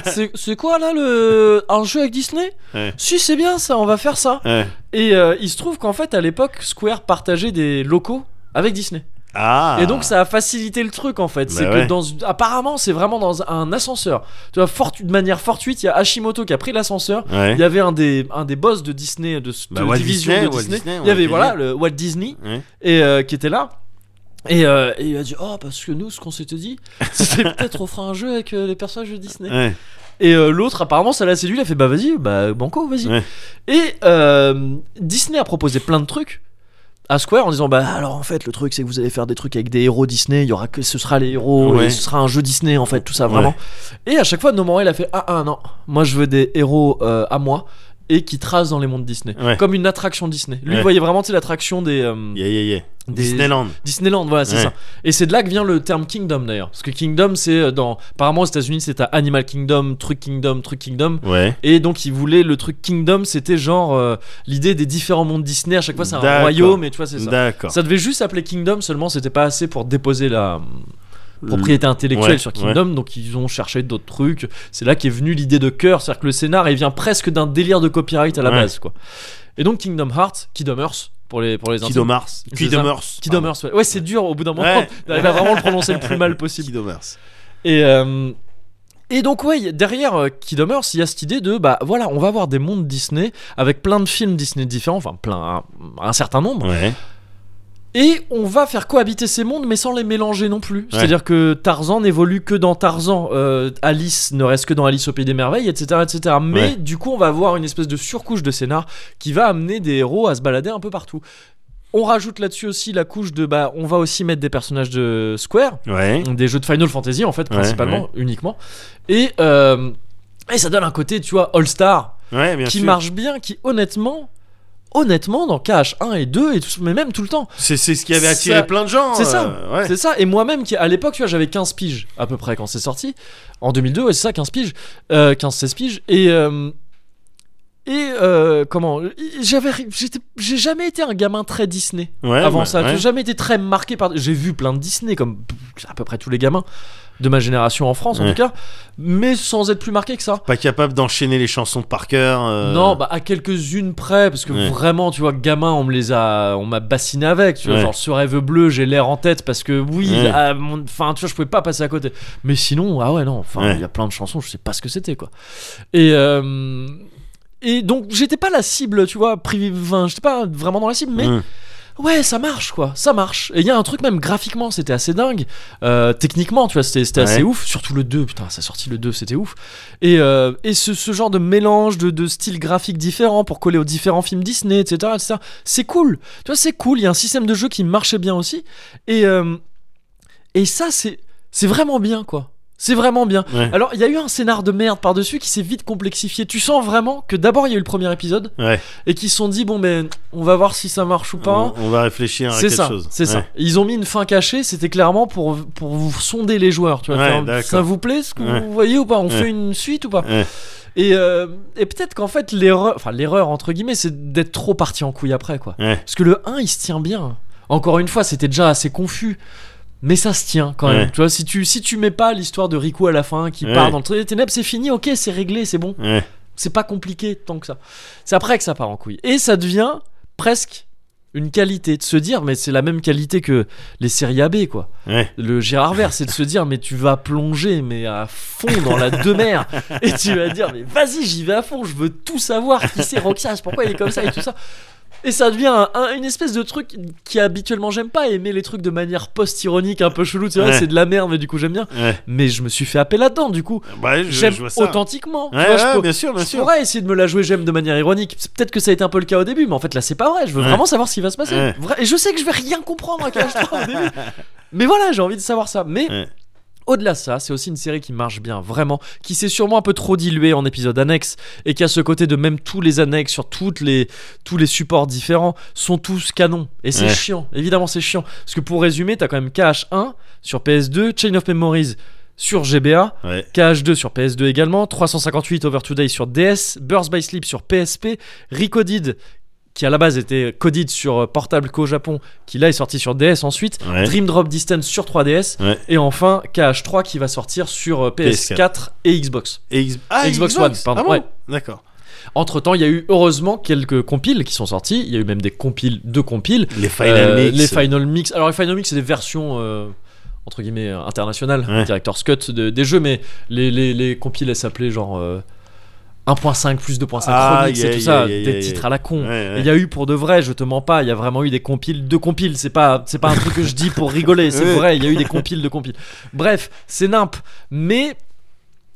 Speaker 1: C'est- C'est quoi là le un jeu avec Disney
Speaker 2: Ouais.
Speaker 1: Si c'est bien ça, on va faire ça.
Speaker 2: Ouais.
Speaker 1: Et euh, il se trouve qu'en fait à l'époque Square partageait des locaux avec Disney.
Speaker 2: Ah.
Speaker 1: Et donc ça a facilité le truc en fait.
Speaker 2: Bah
Speaker 1: c'est que
Speaker 2: ouais.
Speaker 1: dans, apparemment c'est vraiment dans un ascenseur. Tu vois, fortu- de manière fortuite, il y a Hashimoto qui a pris l'ascenseur.
Speaker 2: Ouais.
Speaker 1: Il y avait un des, un des boss de Disney, de cette
Speaker 2: Bah, Walt
Speaker 1: division
Speaker 2: Disney,
Speaker 1: de
Speaker 2: Walt
Speaker 1: Disney.
Speaker 2: Disney,
Speaker 1: il y avait
Speaker 2: Walt
Speaker 1: voilà
Speaker 2: Disney.
Speaker 1: le Walt Disney
Speaker 2: Ouais.
Speaker 1: et euh, qui était là. Et, euh, et il a dit oh parce que nous ce qu'on s'était dit c'était peut-être on fera un jeu avec euh, les personnages de Disney.
Speaker 2: Ouais.
Speaker 1: Et euh, l'autre apparemment ça l'a séduit, il a fait bah vas-y bah banco vas-y.
Speaker 2: Ouais.
Speaker 1: Et euh, Disney a proposé plein de trucs à Square en disant bah alors en fait le truc c'est que vous allez faire des trucs avec des héros Disney, il y aura que ce sera les héros,
Speaker 2: Ouais.
Speaker 1: et ce sera un jeu Disney en fait tout ça vraiment. Et à chaque fois Nomura il a fait ah ah non, moi je veux des héros euh, à moi et qui tracent dans les mondes Disney,
Speaker 2: Ouais.
Speaker 1: comme une attraction Disney. Lui
Speaker 2: Ouais.
Speaker 1: il voyait vraiment tu sais, l'attraction des, euh,
Speaker 2: Yeah, yeah, yeah.
Speaker 1: des-
Speaker 2: Disneyland.
Speaker 1: Disneyland, voilà, c'est
Speaker 2: Ouais.
Speaker 1: ça. Et c'est de là que vient le terme Kingdom d'ailleurs. Parce que Kingdom, c'est euh, dans. Apparemment, aux États-Unis, c'est à Animal Kingdom, Truc Kingdom, Truc Kingdom.
Speaker 2: Ouais.
Speaker 1: Et donc, ils voulaient le truc Kingdom, c'était genre euh, l'idée des différents mondes Disney. À chaque fois, c'est un
Speaker 2: D'accord.
Speaker 1: royaume, et tu vois, c'est ça.
Speaker 2: D'accord.
Speaker 1: Ça devait juste s'appeler Kingdom, seulement c'était pas assez pour déposer la euh, propriété intellectuelle
Speaker 2: Ouais,
Speaker 1: sur Kingdom, donc ils ont cherché d'autres trucs. C'est là qu'est venue l'idée de cœur, c'est-à-dire que le scénar, il vient presque d'un délire de copyright à la
Speaker 2: Ouais.
Speaker 1: base, quoi. Et donc Kingdom Hearts, Kingdom Hearts pour les pour les intimes.
Speaker 2: Kidomars.
Speaker 1: C'est
Speaker 2: Kidomars.
Speaker 1: Kidomers, ouais. Ouais, c'est dur au bout d'un moment
Speaker 2: Ouais.
Speaker 1: d'arriver à vraiment le prononcer le plus mal possible.
Speaker 2: Kidomars.
Speaker 1: Et, euh, et donc, ouais, y a- derrière euh, Kidomers, il y a cette idée de bah voilà, on va avoir des mondes Disney avec plein de films Disney différents, enfin plein, un, un certain nombre,
Speaker 2: Ouais.
Speaker 1: et on va faire cohabiter ces mondes mais sans les mélanger non plus. C'est-à-dire que Tarzan n'évolue que dans Tarzan, euh, Alice ne reste que dans Alice au Pays des Merveilles, etc. etc. Mais
Speaker 2: Ouais.
Speaker 1: du coup, on va avoir une espèce de surcouche de scénar qui va amener des héros à se balader un peu partout. On rajoute là-dessus aussi la couche de bah on va aussi mettre des personnages de Square,
Speaker 2: Ouais.
Speaker 1: des jeux de Final Fantasy en fait
Speaker 2: Ouais,
Speaker 1: principalement uniquement et euh, et ça donne un côté tu vois All Star
Speaker 2: Ouais, bien
Speaker 1: qui
Speaker 2: sûr.
Speaker 1: marche bien qui honnêtement honnêtement dans KH1 et 2 et tout, mais même tout le temps
Speaker 2: C'est c'est ce qui avait attiré
Speaker 1: Ça-
Speaker 2: plein de gens.
Speaker 1: c'est ça.
Speaker 2: euh, ouais.
Speaker 1: c'est ça et moi-même qui à l'époque tu vois j'avais 15 piges à peu près quand c'est sorti en 2002 ouais c'est ça 15 piges 15 16 piges et euh, Et euh, comment J'avais, j'étais- j'ai jamais été un gamin très Disney.
Speaker 2: Ouais,
Speaker 1: avant
Speaker 2: ouais,
Speaker 1: ça,
Speaker 2: ouais.
Speaker 1: j'ai jamais été très marqué par. J'ai vu plein de Disney comme à peu près tous les gamins de ma génération en France en
Speaker 2: Ouais.
Speaker 1: tout cas, mais sans être plus marqué que ça.
Speaker 2: Pas capable d'enchaîner les chansons par cœur. euh,
Speaker 1: Non, bah à quelques-unes près, parce que
Speaker 2: Ouais.
Speaker 1: vraiment, tu vois, gamin, on me les a, on m'a bassiné avec, tu vois,
Speaker 2: Ouais.
Speaker 1: genre ce rêve bleu, j'ai l'air en tête parce que oui,
Speaker 2: Ouais.
Speaker 1: à mon- enfin, tu vois, je pouvais pas passer à côté. Mais sinon, ah ouais, non, enfin, il
Speaker 2: Ouais.
Speaker 1: y a plein de chansons, je sais pas ce que c'était, quoi. Et euh, et donc, j'étais pas la cible, tu vois, privé, enfin, j'étais pas vraiment dans la cible, mais
Speaker 2: hum,
Speaker 1: ouais, ça marche, quoi, ça marche. Et il y a un truc même graphiquement, c'était assez dingue, Euh, techniquement, tu vois, c'était c'était assez
Speaker 2: Ouais.
Speaker 1: ouf, surtout le 2, putain, ça sorti le 2, c'était ouf. Et, euh, et ce, ce genre de mélange de, de styles graphiques différents pour coller aux différents films Disney, etc. etc. c'est cool. Tu vois, c'est cool. Il y a un système de jeu qui marchait bien aussi. Et, euh, et ça, c'est, c'est vraiment bien, quoi. C'est vraiment bien.
Speaker 2: Ouais.
Speaker 1: Alors, il y a eu un scénar de merde par-dessus qui s'est vite complexifié. Tu sens vraiment que d'abord, il y a eu le premier épisode
Speaker 2: Ouais.
Speaker 1: et qu'ils se sont dit, bon, ben, on va voir si ça marche ou pas.
Speaker 2: On, on va réfléchir à
Speaker 1: C'est
Speaker 2: quelque
Speaker 1: ça,
Speaker 2: chose.
Speaker 1: c'est ça.
Speaker 2: Ouais.
Speaker 1: Ils ont mis une fin cachée, c'était clairement pour, pour vous sonder les joueurs. Tu vois,
Speaker 2: Ouais,
Speaker 1: faire,
Speaker 2: d'accord.
Speaker 1: ça vous plaît ce que
Speaker 2: Ouais.
Speaker 1: vous voyez ou pas On
Speaker 2: Ouais.
Speaker 1: fait une suite ou pas
Speaker 2: Ouais.
Speaker 1: Et, euh, et peut-être qu'en fait, l'erreur, enfin l'erreur entre guillemets, c'est d'être trop parti en couille après. quoi.
Speaker 2: Ouais.
Speaker 1: Parce que le 1, il se tient bien. Encore une fois, c'était déjà assez confus. Mais ça se tient quand même.
Speaker 2: Ouais.
Speaker 1: Tu vois, si tu, si tu mets pas l'histoire de Rico à la fin qui
Speaker 2: Ouais.
Speaker 1: part dans le truc des ténèbres, c'est fini, ok, c'est réglé, c'est bon.
Speaker 2: Ouais.
Speaker 1: C'est pas compliqué tant que ça. C'est après que ça part en couille. Et ça devient presque une qualité de se dire, mais c'est la même qualité que les séries AB, quoi.
Speaker 2: Ouais.
Speaker 1: Le Gérard Vert, c'est de se dire, mais tu vas plonger, mais à fond dans la demeure. Et tu vas dire, mais vas-y, j'y vais à fond, je veux tout savoir qui c'est Roxas, pourquoi il est comme ça et tout ça. Et ça devient un- un- une espèce de truc qui habituellement j'aime pas, aimer les trucs de manière post-ironique, un peu chelou, tu vois,
Speaker 2: Ouais.
Speaker 1: c'est de la merde, mais du coup j'aime bien.
Speaker 2: ouais.
Speaker 1: Mais je me suis fait happer là-dedans, du coup.
Speaker 2: Bah, je,
Speaker 1: J'aime
Speaker 2: je vois ça.
Speaker 1: authentiquement. tu
Speaker 2: Ouais,
Speaker 1: vois, je
Speaker 2: ouais,
Speaker 1: peux-
Speaker 2: bien sûr, bien
Speaker 1: je
Speaker 2: sûr.
Speaker 1: pourrais essayer de me la jouer j'aime de manière ironique. C'est Peut-être que ça a été un peu le cas au début, mais en fait là c'est pas vrai. Je veux
Speaker 2: Ouais.
Speaker 1: vraiment savoir ce qui va se passer.
Speaker 2: Ouais.
Speaker 1: Vra- Et je sais que je vais rien comprendre hein, à Cage 3 au début. Mais voilà, j'ai envie de savoir ça. Mais
Speaker 2: Ouais.
Speaker 1: au-delà de ça, c'est aussi une série qui marche bien, vraiment, qui s'est sûrement un peu trop diluée en épisodes annexes et qui a ce côté de même tous les annexes sur toutes les, tous les supports différents sont tous canons. Et c'est
Speaker 2: Ouais.
Speaker 1: chiant, évidemment c'est chiant. Parce que pour résumer, t'as quand même KH1 sur PS2, Chain of Memories sur GBA,
Speaker 2: Ouais.
Speaker 1: KH2 sur PS2 également, 358 Over Today sur DS, Burst by Sleep sur PSP, Recoded qui à la base était coded sur euh, portable qu'au Japon, qui là est sorti sur DS ensuite,
Speaker 2: Ouais.
Speaker 1: Dream Drop Distance sur 3DS,
Speaker 2: Ouais.
Speaker 1: et enfin KH3 qui va sortir sur euh, PS4, et Xbox.
Speaker 2: Et X- ah,
Speaker 1: Xbox
Speaker 2: Xbox,
Speaker 1: One, pardon,
Speaker 2: Ah bon
Speaker 1: ouais.
Speaker 2: D'accord.
Speaker 1: Entre temps, il y a eu heureusement quelques compiles qui sont sortis, il y a eu même des compiles de compiles,
Speaker 2: Les Final
Speaker 1: Euh,
Speaker 2: Mix.
Speaker 1: les Final Mix. Alors les Final Mix, c'est des versions euh, entre guillemets euh, internationales,
Speaker 2: Ouais.
Speaker 1: Director's Cut de- des jeux, mais les les les compiles elles s'appelaient genre euh, 1.5 plus 2.5
Speaker 2: Ah,
Speaker 1: remix et
Speaker 2: yeah,
Speaker 1: tout
Speaker 2: yeah,
Speaker 1: ça,
Speaker 2: yeah,
Speaker 1: des
Speaker 2: yeah,
Speaker 1: titres
Speaker 2: yeah.
Speaker 1: à la con.
Speaker 2: Ouais, ouais.
Speaker 1: Et Il y a eu pour de vrai, je te mens pas, il y a vraiment eu des compiles de compiles. C'est pas, c'est pas un truc que je dis pour rigoler, c'est
Speaker 2: Ouais.
Speaker 1: vrai. Il y a eu des compiles de compiles. Bref, c'est nimp. Mais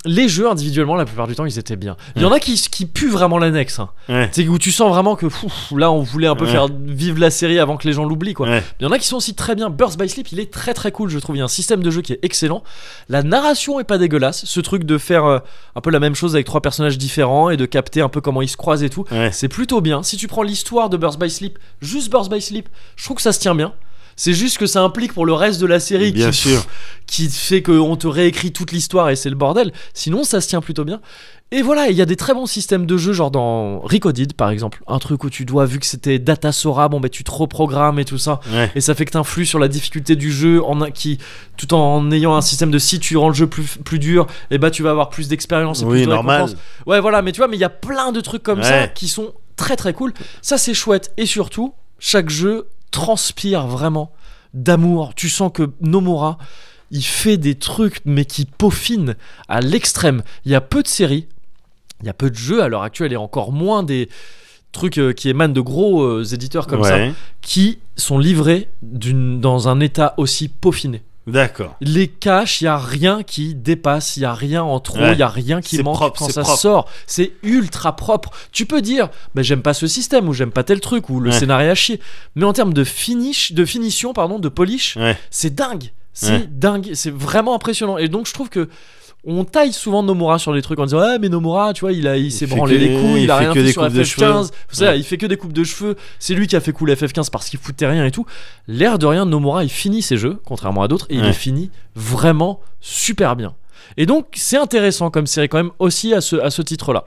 Speaker 1: les jeux individuellement, la plupart du temps, ils étaient bien. Il y en a qui, qui puent vraiment l'annexe. hein.
Speaker 2: Ouais.
Speaker 1: C'est où tu sens vraiment que pff, là, on voulait un peu
Speaker 2: Ouais.
Speaker 1: faire vivre la série avant que les gens l'oublient, quoi.
Speaker 2: Ouais.
Speaker 1: Il y en a qui sont aussi très bien. Burst by Sleep, il est très très cool, je trouve. Il y a un système de jeu qui est excellent. La narration est pas dégueulasse. Ce truc de faire euh, un peu la même chose avec trois personnages différents et de capter un peu comment ils se croisent et tout,
Speaker 2: Ouais.
Speaker 1: c'est plutôt bien. Si tu prends l'histoire de Burst by Sleep, juste Burst by Sleep, je trouve que ça se tient bien. C'est juste que ça implique pour le reste de la série
Speaker 2: Bien
Speaker 1: qui,
Speaker 2: sûr.
Speaker 1: qui fait qu'on te réécrit toute l'histoire et c'est le bordel. Sinon, ça se tient plutôt bien. Et voilà, il y a des très bons systèmes de jeu, genre dans Recoded par exemple, un truc où tu dois, vu que c'était Data Sora, bon ben tu te reprogrammes et tout ça,
Speaker 2: Ouais.
Speaker 1: et ça fait que t'influes sur la difficulté du jeu en un- qui tout en ayant un système de si tu rends le jeu plus, plus dur et bah tu vas avoir plus d'expérience et plus
Speaker 2: Oui,
Speaker 1: de
Speaker 2: normal.
Speaker 1: récompenses. ouais voilà mais tu vois mais il y a plein de trucs comme
Speaker 2: Ouais.
Speaker 1: ça qui sont très très cool ça c'est chouette et surtout chaque jeu transpire vraiment d'amour tu sens que Nomura il fait des trucs mais qui peaufinent à l'extrême il y a peu de séries il y a peu de jeux à l'heure actuelle et encore moins des trucs euh, qui émanent de gros euh, éditeurs comme ça
Speaker 2: ouais.
Speaker 1: qui sont livrés d'une- dans un état aussi peaufiné.
Speaker 2: D'accord.
Speaker 1: Les caches, il y a rien qui dépasse, il y a rien en trop, il
Speaker 2: Ouais.
Speaker 1: y a rien qui
Speaker 2: C'est
Speaker 1: manque
Speaker 2: propre,
Speaker 1: quand
Speaker 2: c'est
Speaker 1: ça
Speaker 2: propre.
Speaker 1: sort. C'est ultra propre. Tu peux dire, bah, j'aime pas ce système ou j'aime pas tel truc ou le
Speaker 2: Ouais.
Speaker 1: scénario est à chier. Mais en termes de finish, de finition, pardon, de polish,
Speaker 2: Ouais.
Speaker 1: c'est dingue. C'est
Speaker 2: Ouais.
Speaker 1: dingue, c'est vraiment impressionnant. Et donc je trouve que on taille souvent Nomura sur des trucs en disant ah mais Nomura tu vois il a il s'est
Speaker 2: fait
Speaker 1: branlé
Speaker 2: que-
Speaker 1: les couilles il,
Speaker 2: il
Speaker 1: a
Speaker 2: fait
Speaker 1: rien
Speaker 2: que
Speaker 1: fait
Speaker 2: des
Speaker 1: sur
Speaker 2: coupes de
Speaker 1: FF15
Speaker 2: cheveux.
Speaker 1: Vous savez, il fait que des coupes de cheveux c'est lui qui a fait cool FF15 parce qu'il foutait rien et tout l'air de rien Nomura il finit ses jeux contrairement à d'autres et il
Speaker 2: Ouais.
Speaker 1: les finit vraiment super bien et donc c'est intéressant comme série quand même aussi à ce, à ce titre là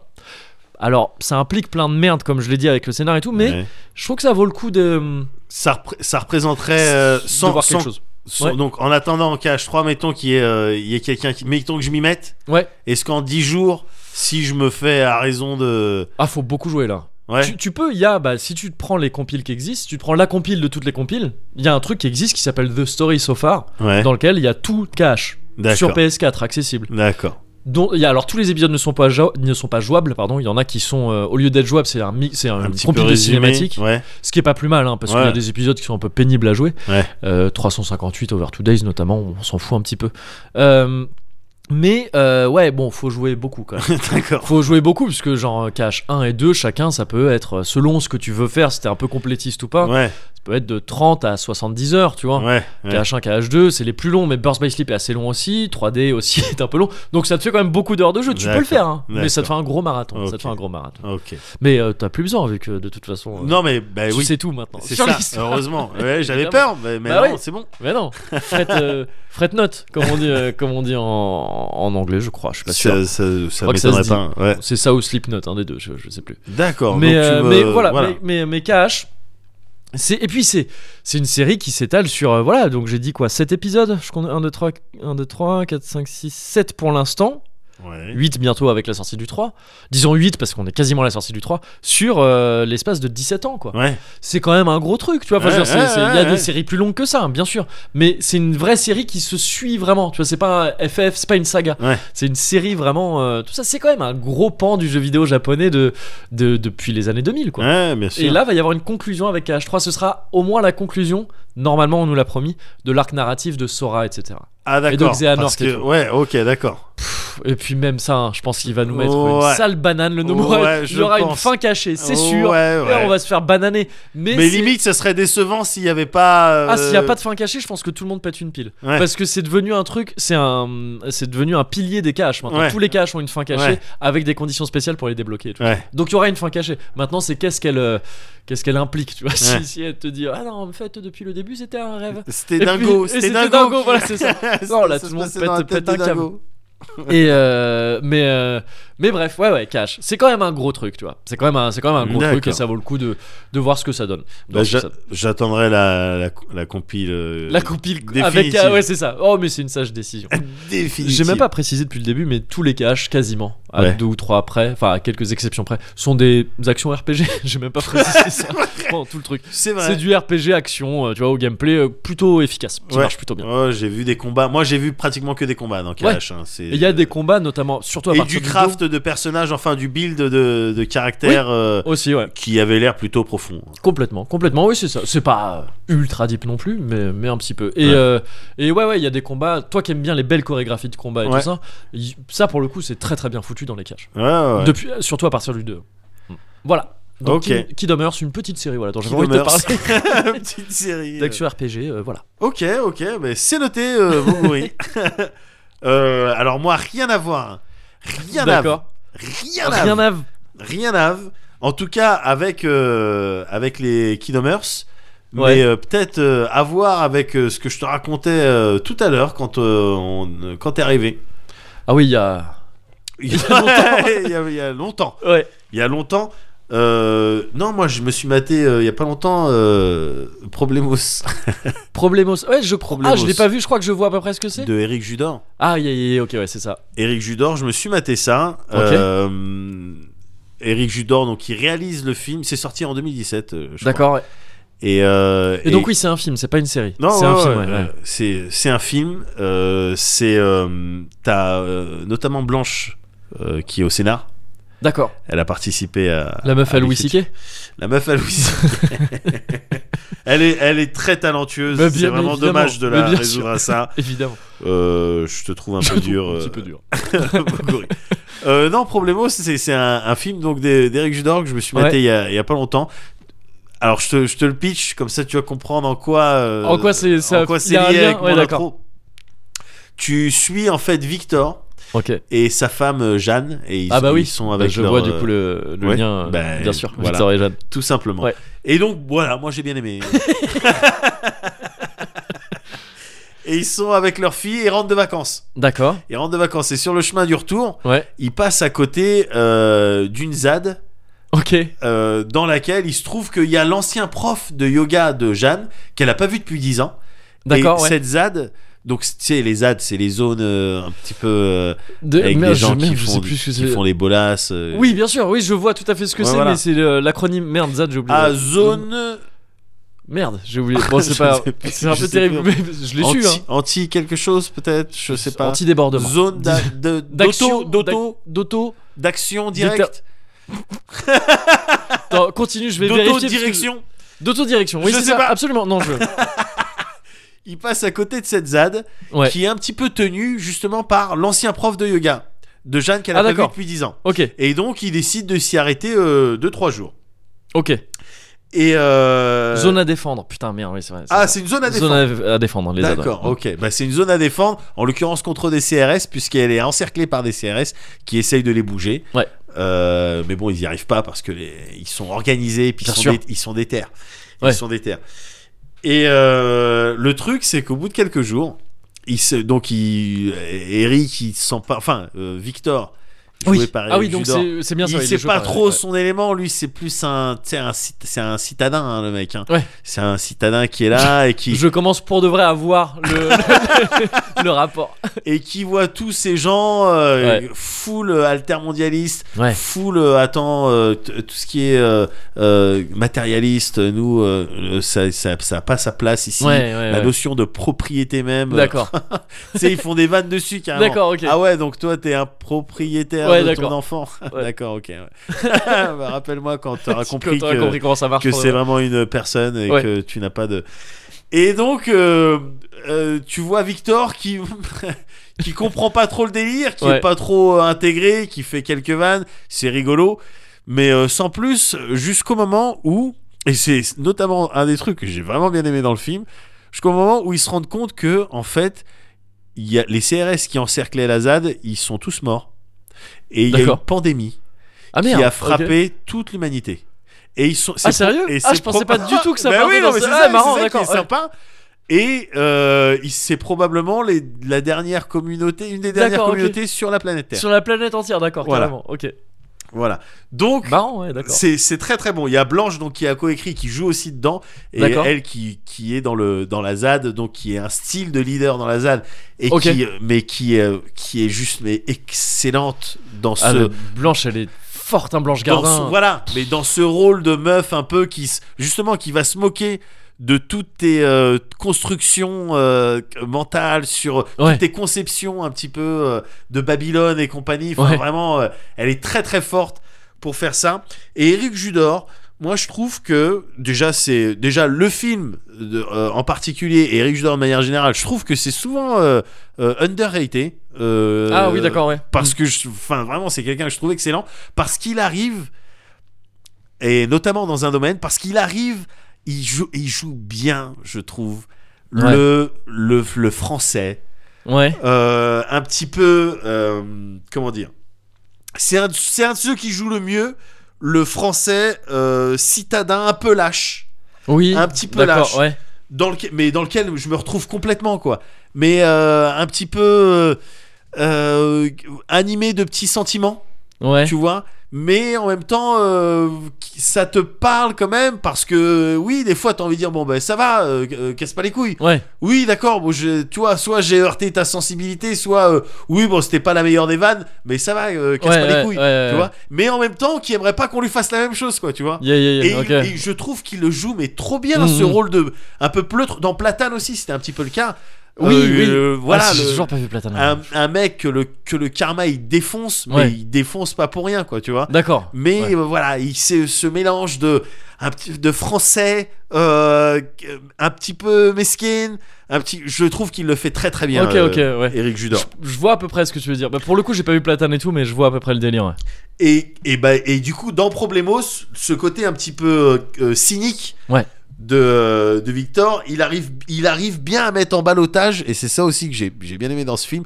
Speaker 1: Alors, ça implique plein de merde, comme je l'ai dit avec le scénar et tout, mais
Speaker 2: Ouais.
Speaker 1: je trouve que ça vaut le coup de,
Speaker 2: ça, repré- ça représenterait euh,
Speaker 1: de
Speaker 2: sans,
Speaker 1: voir quelque
Speaker 2: sans-
Speaker 1: chose.
Speaker 2: sans-
Speaker 1: Ouais.
Speaker 2: donc en attendant en KH3 mettons qu'il y ait, euh, il y ait quelqu'un qui mettons que je m'y mette
Speaker 1: Ouais.
Speaker 2: est-ce qu'en 10 jours si je me fais à raison de
Speaker 1: Ah, faut beaucoup jouer là.
Speaker 2: ouais
Speaker 1: Tu, tu peux, il y a, bah, si tu te prends les compiles qui existent, si tu te prends la compile de toutes les compiles, il y a un truc qui existe qui s'appelle The Story So Far,
Speaker 2: ouais
Speaker 1: dans lequel il y a tout cache sur
Speaker 2: d'accord
Speaker 1: PS4 accessible.
Speaker 2: d'accord
Speaker 1: Dont, il y a, alors tous les épisodes ne sont pas, jo- ne sont pas jouables, pardon. Il y en a qui sont, euh, au lieu d'être jouables, c'est un, mi- c'est un,
Speaker 2: un
Speaker 1: une
Speaker 2: petit peu
Speaker 1: Euh, compile de
Speaker 2: résumé
Speaker 1: cinématiques,
Speaker 2: ouais
Speaker 1: ce qui est pas plus mal, hein, parce
Speaker 2: Ouais.
Speaker 1: qu'il y a des épisodes qui sont un peu pénibles à jouer.
Speaker 2: Ouais.
Speaker 1: Euh, 358 Over Two Days notamment, on s'en fout un petit peu. Euh, mais euh, ouais, bon, faut jouer beaucoup quand même.
Speaker 2: d'accord
Speaker 1: Faut jouer beaucoup parce que genre cache 1 et 2 chacun ça peut être euh, selon ce que tu veux faire si t'es un peu complétiste ou pas
Speaker 2: ouais
Speaker 1: ça peut être de 30 à 70 heures tu vois
Speaker 2: ouais ouais.
Speaker 1: KH1 KH2 c'est les plus longs mais Burst by Sleep est assez long aussi 3D aussi est un peu long donc ça te fait quand même beaucoup d'heures de jeu tu peux le
Speaker 2: D'accord,
Speaker 1: faire hein, mais ça te fait
Speaker 2: d'accord.
Speaker 1: un gros marathon ça
Speaker 2: Ok.
Speaker 1: te fait un gros marathon
Speaker 2: ok
Speaker 1: mais euh, t'as plus besoin avec eux de toute façon euh,
Speaker 2: non mais bah
Speaker 1: tu
Speaker 2: oui
Speaker 1: sais tout maintenant
Speaker 2: c'est
Speaker 1: sur
Speaker 2: ça
Speaker 1: l'histoire.
Speaker 2: heureusement ouais j'avais
Speaker 1: Évidemment.
Speaker 2: peur mais, mais
Speaker 1: Bah
Speaker 2: non
Speaker 1: oui.
Speaker 2: c'est bon
Speaker 1: mais non fret, euh, fret note comme on dit euh, comme on dit en, en anglais je crois je suis pas sûr
Speaker 2: ça, ça, ça
Speaker 1: crois que ça se
Speaker 2: m'étonnerait
Speaker 1: dit.
Speaker 2: pas ouais
Speaker 1: c'est ça ou slip note un des deux je- je sais plus
Speaker 2: d'accord
Speaker 1: mais,
Speaker 2: donc tu
Speaker 1: euh,
Speaker 2: me-
Speaker 1: mais voilà, Mais, mais, mais KH, c'est, et puis c'est, c'est une série qui s'étale sur. euh, voilà, donc j'ai dit quoi 7 épisodes Je compte 1, 2, 3, 1, 2, 3, 4, 5, 6, 7 pour l'instant.
Speaker 2: Ouais.
Speaker 1: 8 bientôt avec la sortie du 3. Disons 8 parce qu'on est quasiment à la sortie du 3. Sur euh, l'espace de 17 ans, quoi.
Speaker 2: ouais
Speaker 1: C'est quand même un gros truc, tu vois. Enfin, je veux
Speaker 2: Ouais,
Speaker 1: dire, c'est-
Speaker 2: ouais,
Speaker 1: c'est- Il y a
Speaker 2: ouais,
Speaker 1: des
Speaker 2: ouais.
Speaker 1: séries plus longues que ça, hein, bien sûr. Mais c'est une vraie série qui se suit vraiment. Tu vois, c'est pas un FF, c'est pas une saga.
Speaker 2: Ouais.
Speaker 1: C'est une série vraiment. euh, tout ça, c'est quand même un gros pan du jeu vidéo japonais de, de- depuis les années 2000, quoi.
Speaker 2: ouais bien sûr
Speaker 1: Et là, va y avoir une conclusion avec KH3. Ce sera au moins la conclusion, normalement, on nous l'a promis, de l'arc narratif de Sora, etc.
Speaker 2: ah
Speaker 1: donc,
Speaker 2: d'accord
Speaker 1: Xehanort
Speaker 2: parce
Speaker 1: et
Speaker 2: que
Speaker 1: tout.
Speaker 2: ouais ok d'accord
Speaker 1: Pff, Et puis, même ça, hein, je pense qu'il va nous mettre
Speaker 2: Ouais.
Speaker 1: une sale banane, le nombre.
Speaker 2: Ouais,
Speaker 1: Il
Speaker 2: je
Speaker 1: y aura une
Speaker 2: pense.
Speaker 1: fin cachée, c'est sûr.
Speaker 2: ouais, ouais.
Speaker 1: Et on va se faire bananer. Mais,
Speaker 2: Mais
Speaker 1: c'est-
Speaker 2: limite, ça serait décevant s'il n'y avait pas. euh,
Speaker 1: Ah, s'il n'y a pas de fin cachée, je pense que tout le monde pète une pile.
Speaker 2: Ouais.
Speaker 1: Parce que c'est devenu un truc, c'est un, c'est devenu un pilier des caches maintenant.
Speaker 2: Ouais.
Speaker 1: Tous les caches ont une fin cachée
Speaker 2: Ouais.
Speaker 1: avec des conditions spéciales pour les débloquer. tu vois.
Speaker 2: Ouais,
Speaker 1: Donc il y aura une fin cachée. Maintenant, c'est qu'est-ce qu'elle, euh, qu'est-ce qu'elle implique, tu vois.
Speaker 2: Ouais.
Speaker 1: Si, si elle te dit, ah non, en fait, depuis le début, c'était un rêve.
Speaker 2: c'était
Speaker 1: Et
Speaker 2: dingo.
Speaker 1: puis- et
Speaker 2: C'était dingo. qui-
Speaker 1: voilà, c'est ça. Non, là, tout le monde
Speaker 2: passait
Speaker 1: pète-
Speaker 2: dans la tête
Speaker 1: pète un
Speaker 2: de dingo.
Speaker 1: Et euh, mais euh, mais bref, ouais ouais, cache. C'est quand même un gros truc, tu vois. C'est quand même un, c'est quand même un gros truc
Speaker 2: D'accord.
Speaker 1: et ça vaut le coup de, de voir ce que ça donne.
Speaker 2: Bah,
Speaker 1: Donc,
Speaker 2: j'a-
Speaker 1: ça-
Speaker 2: J'attendrai la, la, la compile. euh,
Speaker 1: la compile avec,
Speaker 2: définitive.
Speaker 1: ah, ouais, c'est ça. Oh mais c'est une sage décision.
Speaker 2: Définitive.
Speaker 1: J'ai même pas précisé depuis le début, mais tous les caches, quasiment, à
Speaker 2: Ouais.
Speaker 1: deux ou trois près, enfin à quelques exceptions près, sont des actions RPG. J'ai même pas précisé ça pendant tout le truc.
Speaker 2: C'est vrai.
Speaker 1: C'est du RPG action, euh, tu vois, au gameplay euh, plutôt efficace, qui
Speaker 2: Ouais.
Speaker 1: marche plutôt bien.
Speaker 2: Oh, j'ai vu des combats. Moi, j'ai vu pratiquement que des combats dans Clash. hein, c'est-
Speaker 1: Et Il y a des combats, notamment, surtout à
Speaker 2: Et
Speaker 1: partir
Speaker 2: du
Speaker 1: du
Speaker 2: craft de personnages, enfin du build de, de caractères euh,
Speaker 1: dos. aussi, ouais,
Speaker 2: qui avait l'air plutôt profond.
Speaker 1: complètement, complètement. Oui, c'est ça. C'est pas euh, ultra deep non plus, mais, mais un petit peu. Et
Speaker 2: Ouais.
Speaker 1: euh, et ouais, ouais, il y a des combats. Toi qui aimes bien les belles chorégraphies de combat et
Speaker 2: Ouais.
Speaker 1: tout ça, y- ça pour le coup, c'est très très bien foutu dans les caches.
Speaker 2: Ouais, ouais.
Speaker 1: Depuis, euh, surtout à partir du 2. Voilà. Donc,
Speaker 2: Ok.
Speaker 1: Kid- Kid Hammers, une petite série, voilà, dont j'avais
Speaker 2: Kingdom
Speaker 1: envie de te
Speaker 2: Hearts.
Speaker 1: parler.
Speaker 2: Petite série. euh,
Speaker 1: D'action RPG, euh, voilà.
Speaker 2: Ok, ok, mais c'est noté, euh, Moguri. Euh, alors moi, rien à voir. Rien à voir.
Speaker 1: D'accord.
Speaker 2: Rien à
Speaker 1: Rien
Speaker 2: voir.
Speaker 1: à
Speaker 2: Rien à voir. En tout cas, avec, euh, avec les Kingdomers.
Speaker 1: Ouais.
Speaker 2: Mais euh, peut-être euh, à voir avec euh, ce que je te racontais euh, tout à l'heure quand, euh, on- euh, quand t'es arrivé.
Speaker 1: Ah oui, il y a.
Speaker 2: Il y a il y a- il y a longtemps.
Speaker 1: Ouais.
Speaker 2: Il y a longtemps. euh, non, moi je me suis maté euh, il y a pas longtemps euh, Problemos
Speaker 1: Ah, Problemos. Ouais, je crois. Ah,
Speaker 2: Problemos.
Speaker 1: je l'ai pas vu, je crois que je vois à peu près ce que c'est.
Speaker 2: de Eric Judor.
Speaker 1: Ah, yeah, yeah, yeah, ok, ouais, c'est ça.
Speaker 2: Eric Judor, je me suis maté ça.
Speaker 1: Ok.
Speaker 2: Euh, Eric Judor, donc il réalise le film. C'est sorti en 2017. euh, je crois.
Speaker 1: D'accord. ouais.
Speaker 2: Et, euh,
Speaker 1: Et, donc, oui, c'est un film, c'est pas une série.
Speaker 2: non,
Speaker 1: c'est
Speaker 2: ouais,
Speaker 1: un
Speaker 2: ouais,
Speaker 1: film, ouais,
Speaker 2: euh,
Speaker 1: ouais.
Speaker 2: C'est c'est un film. euh, c'est euh, t'as euh, notamment Blanche euh, qui est au scénar.
Speaker 1: D'accord.
Speaker 2: Elle a participé à
Speaker 1: La meuf à Louis
Speaker 2: l'écriture.
Speaker 1: C.K.
Speaker 2: La meuf à Louis. C.K. elle est elle est très talentueuse.
Speaker 1: Mais bien-
Speaker 2: C'est vraiment
Speaker 1: mais évidemment.
Speaker 2: dommage de
Speaker 1: Mais
Speaker 2: la
Speaker 1: bien
Speaker 2: résoudre à ça.
Speaker 1: Évidemment.
Speaker 2: Euh, je te trouve un peu dur.
Speaker 1: un petit
Speaker 2: euh,
Speaker 1: peu dur.
Speaker 2: Moguri. Euh, non, Problemo, c'est c'est un, un film donc d'E- d'Eric Judor que je me suis maté
Speaker 1: Ouais.
Speaker 2: il y, a, il y a pas longtemps. Alors je te, je te le pitch, comme ça tu vas comprendre en quoi, euh,
Speaker 1: En quoi c'est- ça-
Speaker 2: en quoi
Speaker 1: il y
Speaker 2: c'est
Speaker 1: a un
Speaker 2: lié
Speaker 1: lien,
Speaker 2: avec mon
Speaker 1: ouais, d'accord.
Speaker 2: intro. Tu suis en fait Victor
Speaker 1: Ok.
Speaker 2: et sa femme euh, Jeanne et ils,
Speaker 1: Ah bah
Speaker 2: sont-
Speaker 1: oui.
Speaker 2: ils sont avec
Speaker 1: je
Speaker 2: leur,
Speaker 1: vois du
Speaker 2: euh,
Speaker 1: coup le, le
Speaker 2: ouais,
Speaker 1: lien, euh,
Speaker 2: bah,
Speaker 1: bien sûr.
Speaker 2: voilà.
Speaker 1: Victor et Jeanne.
Speaker 2: tout simplement.
Speaker 1: Ouais.
Speaker 2: Et donc voilà, moi j'ai bien aimé. et ils sont avec leur fille et ils rentrent de vacances.
Speaker 1: D'accord.
Speaker 2: Ils rentrent de vacances et sur le chemin du retour,
Speaker 1: Ouais.
Speaker 2: ils passent à côté euh, d'une ZAD
Speaker 1: Ok.
Speaker 2: euh, dans laquelle il se trouve qu'il y a l'ancien prof de yoga de Jeanne qu'elle n'a pas vu depuis 10 ans.
Speaker 1: D'accord.
Speaker 2: Et
Speaker 1: Ouais.
Speaker 2: cette ZAD, donc tu sais, les ZAD, c'est les zones euh, un petit peu euh,
Speaker 1: De-
Speaker 2: avec
Speaker 1: merde,
Speaker 2: des gens
Speaker 1: je- merde,
Speaker 2: qui,
Speaker 1: je
Speaker 2: font,
Speaker 1: sais plus ce que
Speaker 2: qui
Speaker 1: c'est.
Speaker 2: font les bolasses. euh,
Speaker 1: Oui, bien sûr. Oui, je vois tout à fait ce que
Speaker 2: Ouais,
Speaker 1: c'est,
Speaker 2: voilà.
Speaker 1: mais c'est le- l'acronyme. Merde, Zad, j'ai oublié.
Speaker 2: À Ah, zone
Speaker 1: Merde, j'ai oublié. Bon,
Speaker 2: Je
Speaker 1: c'est pas.
Speaker 2: sais plus,
Speaker 1: C'est un
Speaker 2: je
Speaker 1: peu
Speaker 2: sais
Speaker 1: terrible.
Speaker 2: plus.
Speaker 1: Mais je l'ai su.
Speaker 2: anti,
Speaker 1: Hein.
Speaker 2: anti quelque chose peut-être, je sais pas.
Speaker 1: Anti débordement.
Speaker 2: Zone d'a- de-
Speaker 1: D'action,
Speaker 2: d'auto, d'auto,
Speaker 1: d'auto.
Speaker 2: d'action
Speaker 1: Déter-
Speaker 2: directe,
Speaker 1: Attends, continue, je vais vérifier. parce que-
Speaker 2: d'auto-direction.
Speaker 1: D'autodirection. Oui,
Speaker 2: Je
Speaker 1: c'est
Speaker 2: sais
Speaker 1: ça,
Speaker 2: pas.
Speaker 1: Absolument. Non, je.
Speaker 2: Il passe à côté de cette ZAD
Speaker 1: Ouais.
Speaker 2: qui est un petit peu tenue justement par l'ancien prof de yoga de Jeanne qu'elle a
Speaker 1: Ah,
Speaker 2: pas vu
Speaker 1: d'accord.
Speaker 2: depuis 10 ans.
Speaker 1: Ok.
Speaker 2: Et donc il décide de s'y arrêter 2-3 jours.
Speaker 1: Ok.
Speaker 2: Et euh,
Speaker 1: Zone à défendre. Putain, merde. Oui, c'est vrai. c'est
Speaker 2: Ah,
Speaker 1: ça.
Speaker 2: c'est une zone à défendre.
Speaker 1: Zone à- à défendre. Les ados.
Speaker 2: D'accord, ok. Bah, c'est une zone à défendre, en l'occurrence contre des CRS, puisqu'elle est encerclée par des CRS qui essayent de les bouger.
Speaker 1: Ouais.
Speaker 2: Euh, mais bon, ils n'y arrivent pas parce que les- ils sont organisés, puis ils
Speaker 1: Bien
Speaker 2: sont,
Speaker 1: sûr.
Speaker 2: dé- ils sont des terres.
Speaker 1: Ouais.
Speaker 2: Ils sont des terres. Et euh, le truc, c'est qu'au bout de quelques jours, il se, donc il, Eric, il sent pas, enfin euh, Victor, joué
Speaker 1: Oui.
Speaker 2: par
Speaker 1: Ah oui,
Speaker 2: Eric
Speaker 1: donc
Speaker 2: Judor,
Speaker 1: c'est c'est bien ça.
Speaker 2: il
Speaker 1: est
Speaker 2: sait
Speaker 1: joué
Speaker 2: pas
Speaker 1: par-
Speaker 2: trop
Speaker 1: ouais.
Speaker 2: son élément, lui c'est plus un, tu sais, un, cit- c'est un citadin hein, le mec. hein.
Speaker 1: Ouais.
Speaker 2: C'est un citadin qui est là et qui
Speaker 1: Je commence pour de vrai à voir le, le, le rapport.
Speaker 2: et qui voit tous ces gens euh, full euh, altermondialiste,
Speaker 1: Ouais.
Speaker 2: full euh, attends euh, t- tout ce qui est euh, euh, matérialiste, euh, nous euh, euh, ça ça ça a pas sa place ici.
Speaker 1: Ouais, ouais,
Speaker 2: La
Speaker 1: ouais.
Speaker 2: notion de propriété même. euh,
Speaker 1: D'accord.
Speaker 2: tu sais, ils font des vannes dessus carrément.
Speaker 1: D'accord, ok.
Speaker 2: Ah ouais, donc toi t'es un propriétaire
Speaker 1: Ouais,
Speaker 2: de ton
Speaker 1: d'accord.
Speaker 2: enfant.
Speaker 1: Ouais.
Speaker 2: d'accord, ok. ouais. Bah, Rappelle-moi quand t'auras compris
Speaker 1: Quand t'auras
Speaker 2: que
Speaker 1: compris comment ça marche.
Speaker 2: que
Speaker 1: pour de
Speaker 2: c'est
Speaker 1: vrai.
Speaker 2: vraiment une personne et
Speaker 1: euh, Ouais.
Speaker 2: que tu n'as pas de. Et donc, euh, euh, tu vois Victor qui qui comprend pas trop le délire, qui
Speaker 1: Ouais.
Speaker 2: est pas trop euh, intégré, qui fait quelques vannes, c'est rigolo, mais euh, sans plus. Jusqu'au moment où, et c'est notamment un des trucs que j'ai vraiment bien aimé dans le film, jusqu'au moment où ils se rendent compte que en fait, il y a les CRS qui encerclaient la ZAD, ils sont tous morts, et il y a une
Speaker 1: D'accord.
Speaker 2: pandémie
Speaker 1: Ah
Speaker 2: qui
Speaker 1: merde.
Speaker 2: a
Speaker 1: ok.
Speaker 2: frappé toute l'humanité. Et ils sont.
Speaker 1: Ah
Speaker 2: c'est
Speaker 1: sérieux
Speaker 2: et
Speaker 1: Ah
Speaker 2: c'est
Speaker 1: je pensais
Speaker 2: proba-
Speaker 1: pas du tout que ça
Speaker 2: bah
Speaker 1: partait
Speaker 2: oui,
Speaker 1: dans
Speaker 2: non, mais
Speaker 1: ce-
Speaker 2: c'est
Speaker 1: Ah,
Speaker 2: ça, c'est
Speaker 1: marrant,
Speaker 2: ça qui est
Speaker 1: d'accord. ouais.
Speaker 2: sympa. Et euh, il- c'est probablement les, la dernière communauté, une des dernières
Speaker 1: D'accord, ok.
Speaker 2: communautés sur la planète Terre.
Speaker 1: Sur la planète entière, d'accord,
Speaker 2: Voilà.
Speaker 1: carrément. OK.
Speaker 2: Voilà. Donc
Speaker 1: Marrant, ouais, Bah, d'accord.
Speaker 2: c'est c'est très très bon. Il y a Blanche donc qui a coécrit, qui joue aussi dedans, et
Speaker 1: D'accord.
Speaker 2: elle qui qui est dans le dans la ZAD, donc qui est un style de leader dans la ZAD, et
Speaker 1: Ok.
Speaker 2: qui mais qui euh, qui est juste mais excellente dans ce
Speaker 1: Ah, mais Blanche, elle est forte hein, Blanche
Speaker 2: dans
Speaker 1: Gardin.
Speaker 2: ce- voilà, mais dans ce rôle de meuf un peu qui s- justement qui va se moquer de toutes tes euh, constructions euh, mentales sur
Speaker 1: Ouais.
Speaker 2: toutes tes conceptions un petit peu euh, de Babylone et compagnie. Enfin,
Speaker 1: Ouais.
Speaker 2: vraiment, euh, elle est très très forte pour faire ça. Et Eric Judor. Moi, je trouve que déjà, c'est déjà le film de- euh, en particulier et Eric Judor de manière générale. Je trouve que c'est souvent euh, euh, underrated. euh,
Speaker 1: Ah oui, d'accord, ouais.
Speaker 2: parce que je, enfin vraiment c'est quelqu'un que je trouve excellent parce qu'il arrive et notamment dans un domaine parce qu'il arrive il joue il joue bien je trouve le le, le français
Speaker 1: Ouais.
Speaker 2: Euh, un petit peu euh, comment dire c'est un, c'est un de ceux qui joue le mieux le français euh, citadin un peu lâche
Speaker 1: Oui.
Speaker 2: un petit peu
Speaker 1: D'accord,
Speaker 2: lâche
Speaker 1: ouais.
Speaker 2: dans lequel, mais dans lequel je me retrouve complètement quoi. Mais euh, un petit peu euh, euh, animé de petits sentiments,
Speaker 1: Ouais.
Speaker 2: tu vois. Mais en même temps, euh, qui- ça te parle quand même parce que oui, des fois t'as envie de dire bon ben ça va, euh, euh, casse pas les couilles.
Speaker 1: Ouais.
Speaker 2: Oui, d'accord. Bon, je, tu vois, soit j'ai heurté ta sensibilité, soit euh, oui bon c'était pas la meilleure des vannes, mais ça va, euh, casse
Speaker 1: Ouais,
Speaker 2: pas les
Speaker 1: ouais,
Speaker 2: couilles,
Speaker 1: ouais,
Speaker 2: tu
Speaker 1: ouais.
Speaker 2: vois. Mais en même temps, qui aimerait pas qu'on lui fasse la même chose quoi, tu vois.
Speaker 1: Yeah, yeah,
Speaker 2: Et,
Speaker 1: yeah. OK. Ah,
Speaker 2: il- et je trouve qu'il le joue mais trop bien
Speaker 1: Mhm.
Speaker 2: ce rôle de un peu pleutre dans Platane aussi c'était un petit peu le cas.
Speaker 1: Oui, oui.
Speaker 2: euh, voilà
Speaker 1: Ah, si,
Speaker 2: le-
Speaker 1: J'ai toujours pas vu Platane.
Speaker 2: un, un mec que le que le karma il défonce mais
Speaker 1: Ouais.
Speaker 2: il défonce pas pour rien quoi tu vois.
Speaker 1: D'accord.
Speaker 2: Mais
Speaker 1: Ouais.
Speaker 2: euh, voilà il c'est ce mélange de un petit de français euh, un petit peu mesquine un petit je trouve qu'il le fait très très bien.
Speaker 1: OK,
Speaker 2: euh,
Speaker 1: OK, ouais.
Speaker 2: Eric Judor.
Speaker 1: Je vois à peu près ce que tu veux dire. Bah, pour le coup, j'ai pas vu Platane et tout, mais je vois à peu près le délire. Ouais.
Speaker 2: Et, et, bah, et du coup, dans Problemos, ce côté un petit peu euh, euh, cynique
Speaker 1: Ouais.
Speaker 2: de, de Victor, il arrive, il arrive bien à mettre en balotage, et c'est ça aussi que j'ai j'ai bien aimé dans ce film,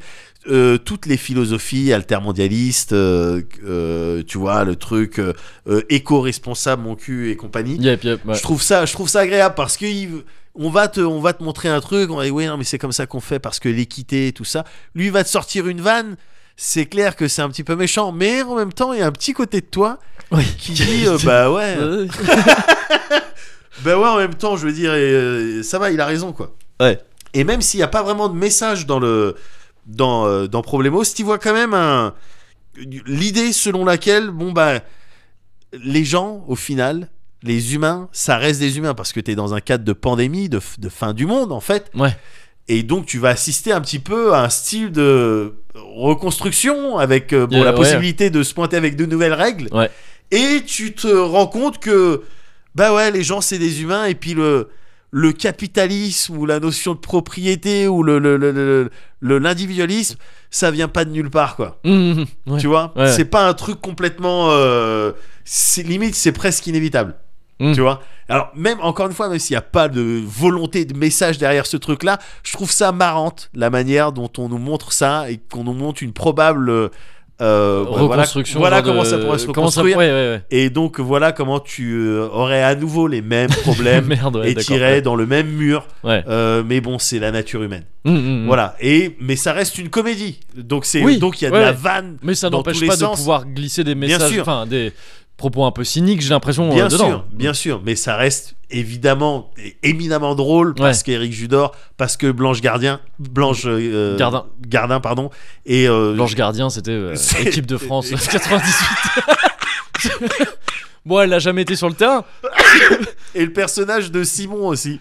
Speaker 2: euh, toutes les philosophies altermondialistes, euh, euh, tu vois, le truc euh, euh, éco-responsable, mon cul et compagnie.
Speaker 1: Yep, yep, ouais.
Speaker 2: Je trouve ça, je trouve ça agréable parce que il- on va te, on va te montrer un truc. On va dire oui, non, mais c'est comme ça qu'on fait parce que l'équité et tout ça. Lui il va te sortir une vanne. C'est clair que c'est un petit peu méchant, mais en même temps, il y a un petit côté de toi
Speaker 1: Oui.
Speaker 2: qui dit euh, bah ouais,
Speaker 1: Ouais.
Speaker 2: bah ouais. En même temps, je veux dire, euh, ça va, il a raison quoi.
Speaker 1: Ouais.
Speaker 2: Et même s'il n'y a pas vraiment de message dans le dans euh, dans Problemos, tu vois quand même un l'idée selon laquelle bon bah les gens au final les humains ça reste des humains parce que t'es dans un cadre de pandémie de, f- de fin du monde en fait
Speaker 1: Ouais.
Speaker 2: et donc tu vas assister un petit peu à un style de reconstruction avec euh, bon,
Speaker 1: Euh,
Speaker 2: la
Speaker 1: ouais.
Speaker 2: possibilité de se pointer avec de nouvelles règles
Speaker 1: Ouais.
Speaker 2: et tu te rends compte que bah ouais les gens c'est des humains et puis le le capitalisme ou la notion de propriété ou le le- le- le- le- l'individualisme ça vient pas de nulle part quoi
Speaker 1: Mhm, ouais.
Speaker 2: tu vois
Speaker 1: Ouais, ouais.
Speaker 2: c'est pas un truc complètement euh, c'est limite c'est presque inévitable
Speaker 1: Mm.
Speaker 2: tu vois alors même encore une fois même s'il n'y a pas de volonté de message derrière ce truc là je trouve ça marrante la manière dont on nous montre ça et qu'on nous montre une probable euh, bah, voilà-
Speaker 1: Reconstruction.
Speaker 2: voilà,
Speaker 1: genre de-
Speaker 2: comment ça pourrait se
Speaker 1: comment ça-
Speaker 2: reconstruire
Speaker 1: Ouais, ouais,
Speaker 2: et donc voilà comment tu euh, aurais à nouveau les mêmes
Speaker 1: ouais.
Speaker 2: problèmes
Speaker 1: Merde, ouais,
Speaker 2: et
Speaker 1: d'accord.
Speaker 2: tirer dans le même mur
Speaker 1: Ouais.
Speaker 2: Euh, mais bon c'est la nature humaine
Speaker 1: Mhm, mhm.
Speaker 2: voilà et mais ça reste une comédie donc c'est
Speaker 1: Oui,
Speaker 2: donc il y a de
Speaker 1: ouais.
Speaker 2: la vanne
Speaker 1: Mais ça
Speaker 2: dans tous
Speaker 1: n'empêche
Speaker 2: les
Speaker 1: pas
Speaker 2: sens.
Speaker 1: de pouvoir glisser des
Speaker 2: Bien
Speaker 1: messages,
Speaker 2: sûr.
Speaker 1: enfin des propos un peu cyniques, j'ai l'impression,
Speaker 2: Bien
Speaker 1: euh, dedans.
Speaker 2: sûr, bien sûr, mais ça reste évidemment é- éminemment drôle parce
Speaker 1: Ouais.
Speaker 2: qu'Éric Judor, parce que Blanche Gardien, Blanche euh,
Speaker 1: Gardin.
Speaker 2: Gardin, pardon, et euh,
Speaker 1: L'ange gardien, c'était euh,
Speaker 2: C'est-
Speaker 1: équipe de France 98. bon, elle n'a jamais été sur le terrain.
Speaker 2: et le personnage de Simon aussi.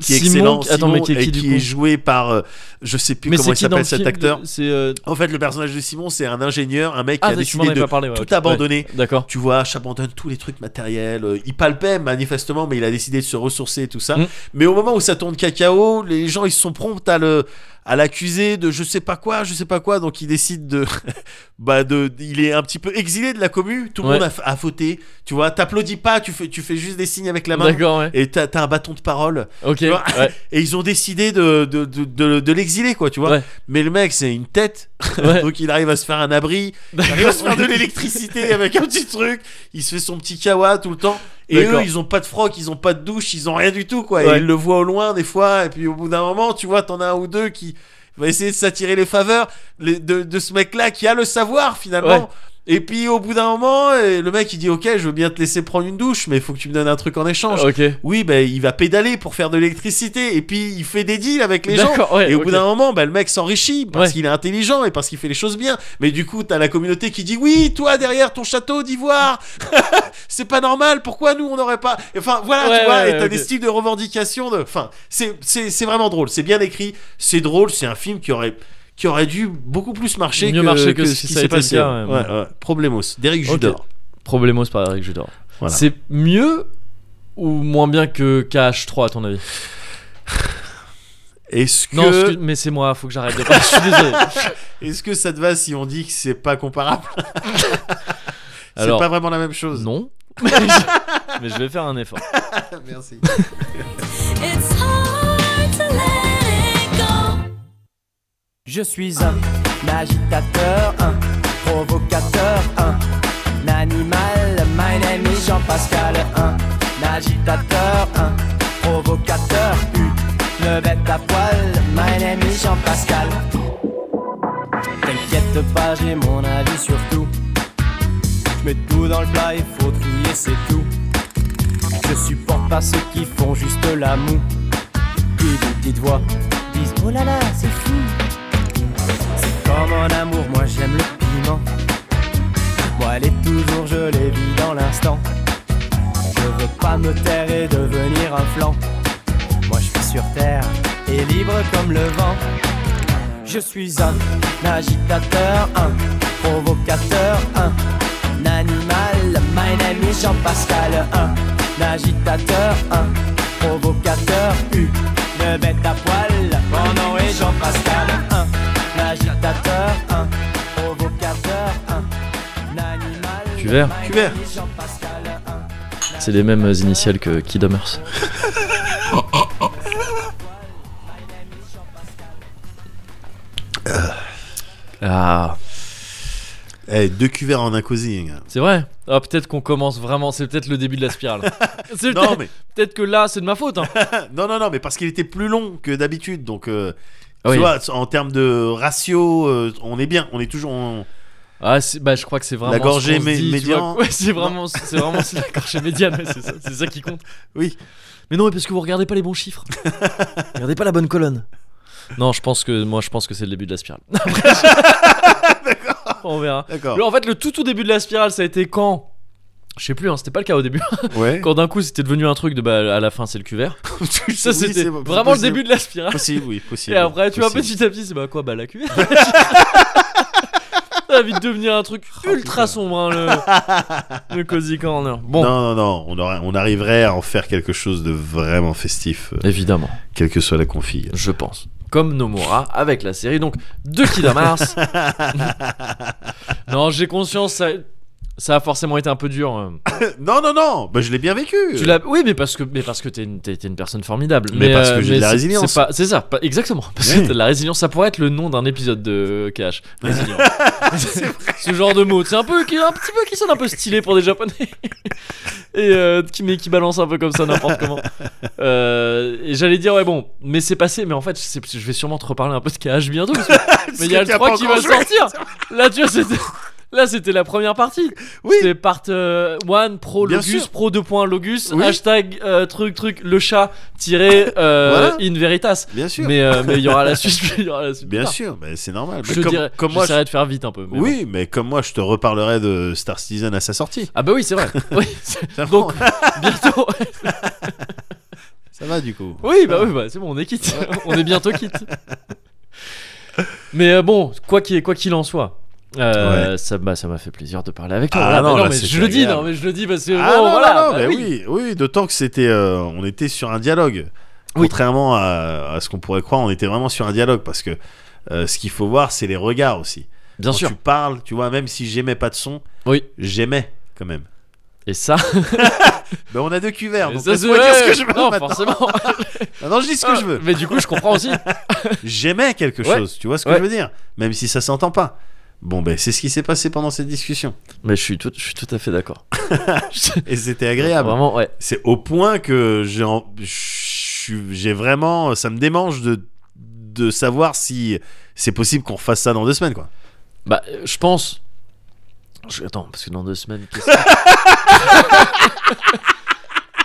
Speaker 2: Qui est
Speaker 1: Simon,
Speaker 2: excellent,
Speaker 1: qui- attends,
Speaker 2: Simon,
Speaker 1: mais qui est
Speaker 2: et
Speaker 1: qui, du
Speaker 2: qui
Speaker 1: coup
Speaker 2: est joué par, euh, je sais plus
Speaker 1: mais
Speaker 2: comment
Speaker 1: c'est
Speaker 2: il
Speaker 1: qui dans le
Speaker 2: s'appelle cet
Speaker 1: film
Speaker 2: acteur.
Speaker 1: C'est euh...
Speaker 2: En fait, le personnage de Simon, c'est un ingénieur, un mec
Speaker 1: ah,
Speaker 2: qui a
Speaker 1: d'accord, tu m'en
Speaker 2: décidé
Speaker 1: avais
Speaker 2: de
Speaker 1: pas parlé. ouais,
Speaker 2: tout
Speaker 1: ok, ouais.
Speaker 2: abandonner.
Speaker 1: D'accord.
Speaker 2: Tu vois, j'abandonne tous les trucs matériels. Euh, Il palpait manifestement, mais il a décidé de se ressourcer et tout ça.
Speaker 1: Mm.
Speaker 2: Mais au moment où ça tourne cacao, les gens ils sont prompts à le à l'accuser de je sais pas quoi, je sais pas quoi. Donc il décide de bah de il est un petit peu exilé de la commu. Tout le
Speaker 1: Ouais.
Speaker 2: monde a, f- a fauté. Tu vois, t'applaudis pas, tu fais tu fais juste des signes avec la main.
Speaker 1: D'accord, ouais.
Speaker 2: Et t'as t'as un bâton de parole.
Speaker 1: Ok.
Speaker 2: vois,
Speaker 1: Ouais.
Speaker 2: Et ils ont décidé de, de, de, de- de l'exiler, quoi, tu vois.
Speaker 1: Ouais.
Speaker 2: Mais le mec, c'est une tête.
Speaker 1: Ouais.
Speaker 2: Donc il arrive à se faire un abri. Il arrive à se faire de l'électricité avec un petit truc. Il se fait son petit kawa tout le temps. Et
Speaker 1: D'accord.
Speaker 2: eux, ils ont pas de froc, ils ont pas de douche, ils ont rien du tout, quoi.
Speaker 1: Ouais.
Speaker 2: Et ils le voient au loin, des fois. Et puis au bout d'un moment, tu vois, t'en as un ou deux qui va essayer de s'attirer les faveurs les- de, de ce mec-là qui a le savoir, finalement.
Speaker 1: Ouais.
Speaker 2: Et puis au bout d'un moment, et le mec il dit ok, je veux bien te laisser prendre une douche, mais il faut que tu me donnes un truc en échange.
Speaker 1: Ok.
Speaker 2: Oui, ben il va pédaler pour faire de l'électricité et puis il fait des deals avec les gens.
Speaker 1: D'accord, ouais.
Speaker 2: Et au
Speaker 1: ok.
Speaker 2: bout d'un moment, bah, le mec s'enrichit parce
Speaker 1: Ouais.
Speaker 2: qu'il est intelligent et parce qu'il fait les choses bien. Mais du coup, t'as la communauté qui dit Oui, toi derrière ton château d'ivoire, c'est pas normal, pourquoi nous on n'aurait pas. Enfin voilà,
Speaker 1: Ouais,
Speaker 2: tu vois,
Speaker 1: ouais,
Speaker 2: et t'as
Speaker 1: ouais,
Speaker 2: des
Speaker 1: ok.
Speaker 2: styles de revendication. De... Enfin, c'est- c'est c'est vraiment drôle, c'est bien écrit, c'est drôle, c'est un film qui aurait, qui aurait dû beaucoup plus marcher
Speaker 1: Mieux
Speaker 2: que,
Speaker 1: marcher que ce
Speaker 2: ce
Speaker 1: qui
Speaker 2: qui
Speaker 1: ça a
Speaker 2: s'est
Speaker 1: été
Speaker 2: passé.
Speaker 1: le cas, ouais.
Speaker 2: Ouais, ouais. Problemos, d'Eric
Speaker 1: Ok.
Speaker 2: Judor.
Speaker 1: Problemos par Eric Judor.
Speaker 2: Voilà.
Speaker 1: C'est mieux ou moins bien que KH3 à ton avis
Speaker 2: Est-ce que,
Speaker 1: Non, excuse- mais c'est moi, faut que j'arrête de parler. Je suis désolé.
Speaker 2: est-ce que ça te va si on dit que c'est pas comparable C'est
Speaker 1: Alors,
Speaker 2: pas vraiment la même chose.
Speaker 1: non. mais je- mais je vais faire un effort.
Speaker 2: Merci.
Speaker 3: It's hard to let it go.
Speaker 4: Je suis un agitateur, un provocateur, un animal. My name is Jean-Pascal, un agitateur, un provocateur, une bête à poil. My name is Jean-Pascal. T'inquiète pas, j'ai mon avis sur tout. Je mets tout dans le plat, il faut trier, c'est tout. Je supporte pas ceux qui font juste la moue. Puis des petites voix disent Oh là là, c'est fou. Comme en amour, moi j'aime le piment. Moi elle est toujours, je l'ai vis dans l'instant. Je veux pas me taire et devenir un flanc. Moi je suis sur terre et libre comme le vent. Je suis un agitateur, un provocateur, un animal. My name is Jean-Pascal, un agitateur, un provocateur, une bête à poil. Mon nom est Jean-Pascal, un agitateur, un provocateur, un animal.
Speaker 1: Cuvert.
Speaker 4: My name
Speaker 2: Cuvert.
Speaker 4: is Jean-Pascal, un
Speaker 1: C'est les mêmes initiales que Kid Hammers. Ah,
Speaker 2: Eh, deux cuverts en un cosy. hein.
Speaker 1: c'est vrai. Ah, peut-être qu'on commence vraiment. C'est peut-être le début de la spirale. C'est
Speaker 2: Non
Speaker 1: peut-être,
Speaker 2: mais,
Speaker 1: peut-être que là, c'est de ma faute. hein.
Speaker 2: non, non, non, mais parce qu'il était plus long que d'habitude, donc euh,
Speaker 1: Ah Oui.
Speaker 2: tu vois, en termes de ratio, euh, on est bien, on est toujours. en-
Speaker 1: Ah, c'est- bah, je crois que c'est vraiment.
Speaker 2: La gorgée
Speaker 1: ce qu'on se
Speaker 2: mé-
Speaker 1: dit, tu
Speaker 2: médiane.
Speaker 1: vois. Ouais, c'est vraiment, c'est vraiment c'est la gorgée médiane. ouais, c'est, ça, c'est ça qui compte.
Speaker 2: Oui.
Speaker 1: Mais non, mais parce que vous regardez pas les bons chiffres. regardez pas la bonne colonne. Non, je pense que moi, je pense que c'est le début de la spirale. Après, je- On verra.
Speaker 2: D'accord.
Speaker 1: Mais en fait, le tout tout début de la spirale, ça a été quand Je sais plus. hein, c'était pas le cas au début.
Speaker 2: Ouais.
Speaker 1: Quand d'un coup, c'était devenu un truc de bah à la fin, c'est le cuvert. Ça,
Speaker 2: Oui,
Speaker 1: c'était
Speaker 2: c'est
Speaker 1: vraiment
Speaker 2: possible.
Speaker 1: le début de la spirale.
Speaker 2: Possible, oui, possible.
Speaker 1: Et après, tu vois,
Speaker 2: Possible.
Speaker 1: petit à petit, c'est bah quoi Bah la cuvée Ça va vite devenir un truc
Speaker 2: Oh,
Speaker 1: ultra sombre, hein, le, le Cozy Corner. Bon,
Speaker 2: Non, non, non, on, aurait- on arriverait à en faire quelque chose de vraiment festif, euh,
Speaker 1: évidemment,
Speaker 2: quelle que soit la config.
Speaker 1: je pense. Comme Nomura avec la série, donc de Kidamas. non, j'ai conscience, ça, ça a forcément été un peu dur. hein.
Speaker 2: non, non, non, bah, je l'ai bien vécu.
Speaker 1: Tu l'as, oui, mais parce que, mais parce que t'es une, t'es- t'es une personne formidable. euh,
Speaker 2: Mais parce que j'ai de la
Speaker 1: c'est-
Speaker 2: résilience.
Speaker 1: C'est, pas- c'est ça, pas- exactement. Parce
Speaker 2: Oui.
Speaker 1: que t'as de la résilience, ça pourrait être le nom d'un épisode de Cash. Résilience. Ce genre de mot, c'est un peu qui, un petit peu qui sonne un peu stylé pour des Japonais et euh, qui mais qui balance un peu comme ça n'importe comment. Euh, et j'allais dire ouais bon, mais c'est passé. Mais en fait, c'est- je vais sûrement te reparler un peu de Cash bientôt. parce que- mais il y a le 3 qui va sortir. Là, tu vois, c'était. Là, c'était la première partie.
Speaker 2: Oui.
Speaker 1: C'était part 1, pro
Speaker 2: Bien
Speaker 1: logus,
Speaker 2: sûr.
Speaker 1: pro 2 points logus,
Speaker 2: Oui.
Speaker 1: hashtag euh, truc truc le chat tiré euh,
Speaker 2: Voilà.
Speaker 1: in veritas.
Speaker 2: Bien sûr.
Speaker 1: Mais euh, mais il y aura la suite. il y aura la suite plus
Speaker 2: Bien
Speaker 1: tard.
Speaker 2: sûr, mais c'est normal.
Speaker 1: Je
Speaker 2: Mais
Speaker 1: te
Speaker 2: comme,
Speaker 1: dirais,
Speaker 2: comme moi, je-
Speaker 1: j'essaierai de faire vite un peu. mais bon.
Speaker 2: oui, mais comme moi, je te reparlerai de Star Citizen à sa sortie.
Speaker 1: Ah bah oui, c'est vrai. Oui, c'est-
Speaker 2: Ça
Speaker 1: Donc- bientôt.
Speaker 2: ça va du coup.
Speaker 1: Oui, bah oui, bah, c'est bon, on est quitte. on est bientôt quitte. Mais euh, bon, quoi qu'il quoi qu'il en soit. euh, ça m'a ça m'a fait plaisir de parler avec toi.
Speaker 2: Ah
Speaker 1: Voilà,
Speaker 2: non,
Speaker 1: mais
Speaker 2: là,
Speaker 1: mais
Speaker 2: c'est
Speaker 1: je le dis,
Speaker 2: agréable.
Speaker 1: non, mais je le dis parce que
Speaker 2: Ah
Speaker 1: bon,
Speaker 2: non,
Speaker 1: voilà,
Speaker 2: non, non,
Speaker 1: bah
Speaker 2: mais
Speaker 1: oui.
Speaker 2: oui, oui, d'autant que c'était, euh, on était sur un dialogue.
Speaker 1: Oui.
Speaker 2: Contrairement à, à ce qu'on pourrait croire, on était vraiment sur un dialogue parce que euh, ce qu'il faut voir, c'est les regards aussi.
Speaker 1: bien
Speaker 2: Quand
Speaker 1: sûr.
Speaker 2: tu parles, tu vois, même si j'aimais pas de son,
Speaker 1: Oui.
Speaker 2: j'aimais quand même.
Speaker 1: Et ça,
Speaker 2: Ben on a deux cuverts,
Speaker 1: et
Speaker 2: donc
Speaker 1: ça,
Speaker 2: laisse-moi
Speaker 1: c'est-
Speaker 2: dire ce que je veux
Speaker 1: non,
Speaker 2: maintenant.
Speaker 1: forcément.
Speaker 2: Ah non, je dis ce que je veux.
Speaker 1: Mais du coup, je comprends aussi.
Speaker 2: J'aimais quelque
Speaker 1: Ouais.
Speaker 2: chose, tu vois ce que
Speaker 1: Ouais.
Speaker 2: je veux dire Même si ça s'entend pas. Bon, ben c'est ce qui s'est passé pendant cette discussion.
Speaker 1: Mais je suis tout, je suis tout à fait d'accord.
Speaker 2: Et c'était agréable.
Speaker 1: Vraiment, ouais.
Speaker 2: C'est au point que j'ai en- je suis- j'ai vraiment. Ça me démange de, de savoir si c'est possible qu'on refasse ça dans deux semaines, quoi.
Speaker 1: Bah, euh, je pense. Je- Attends, parce que dans deux semaines, qu'est-ce qui...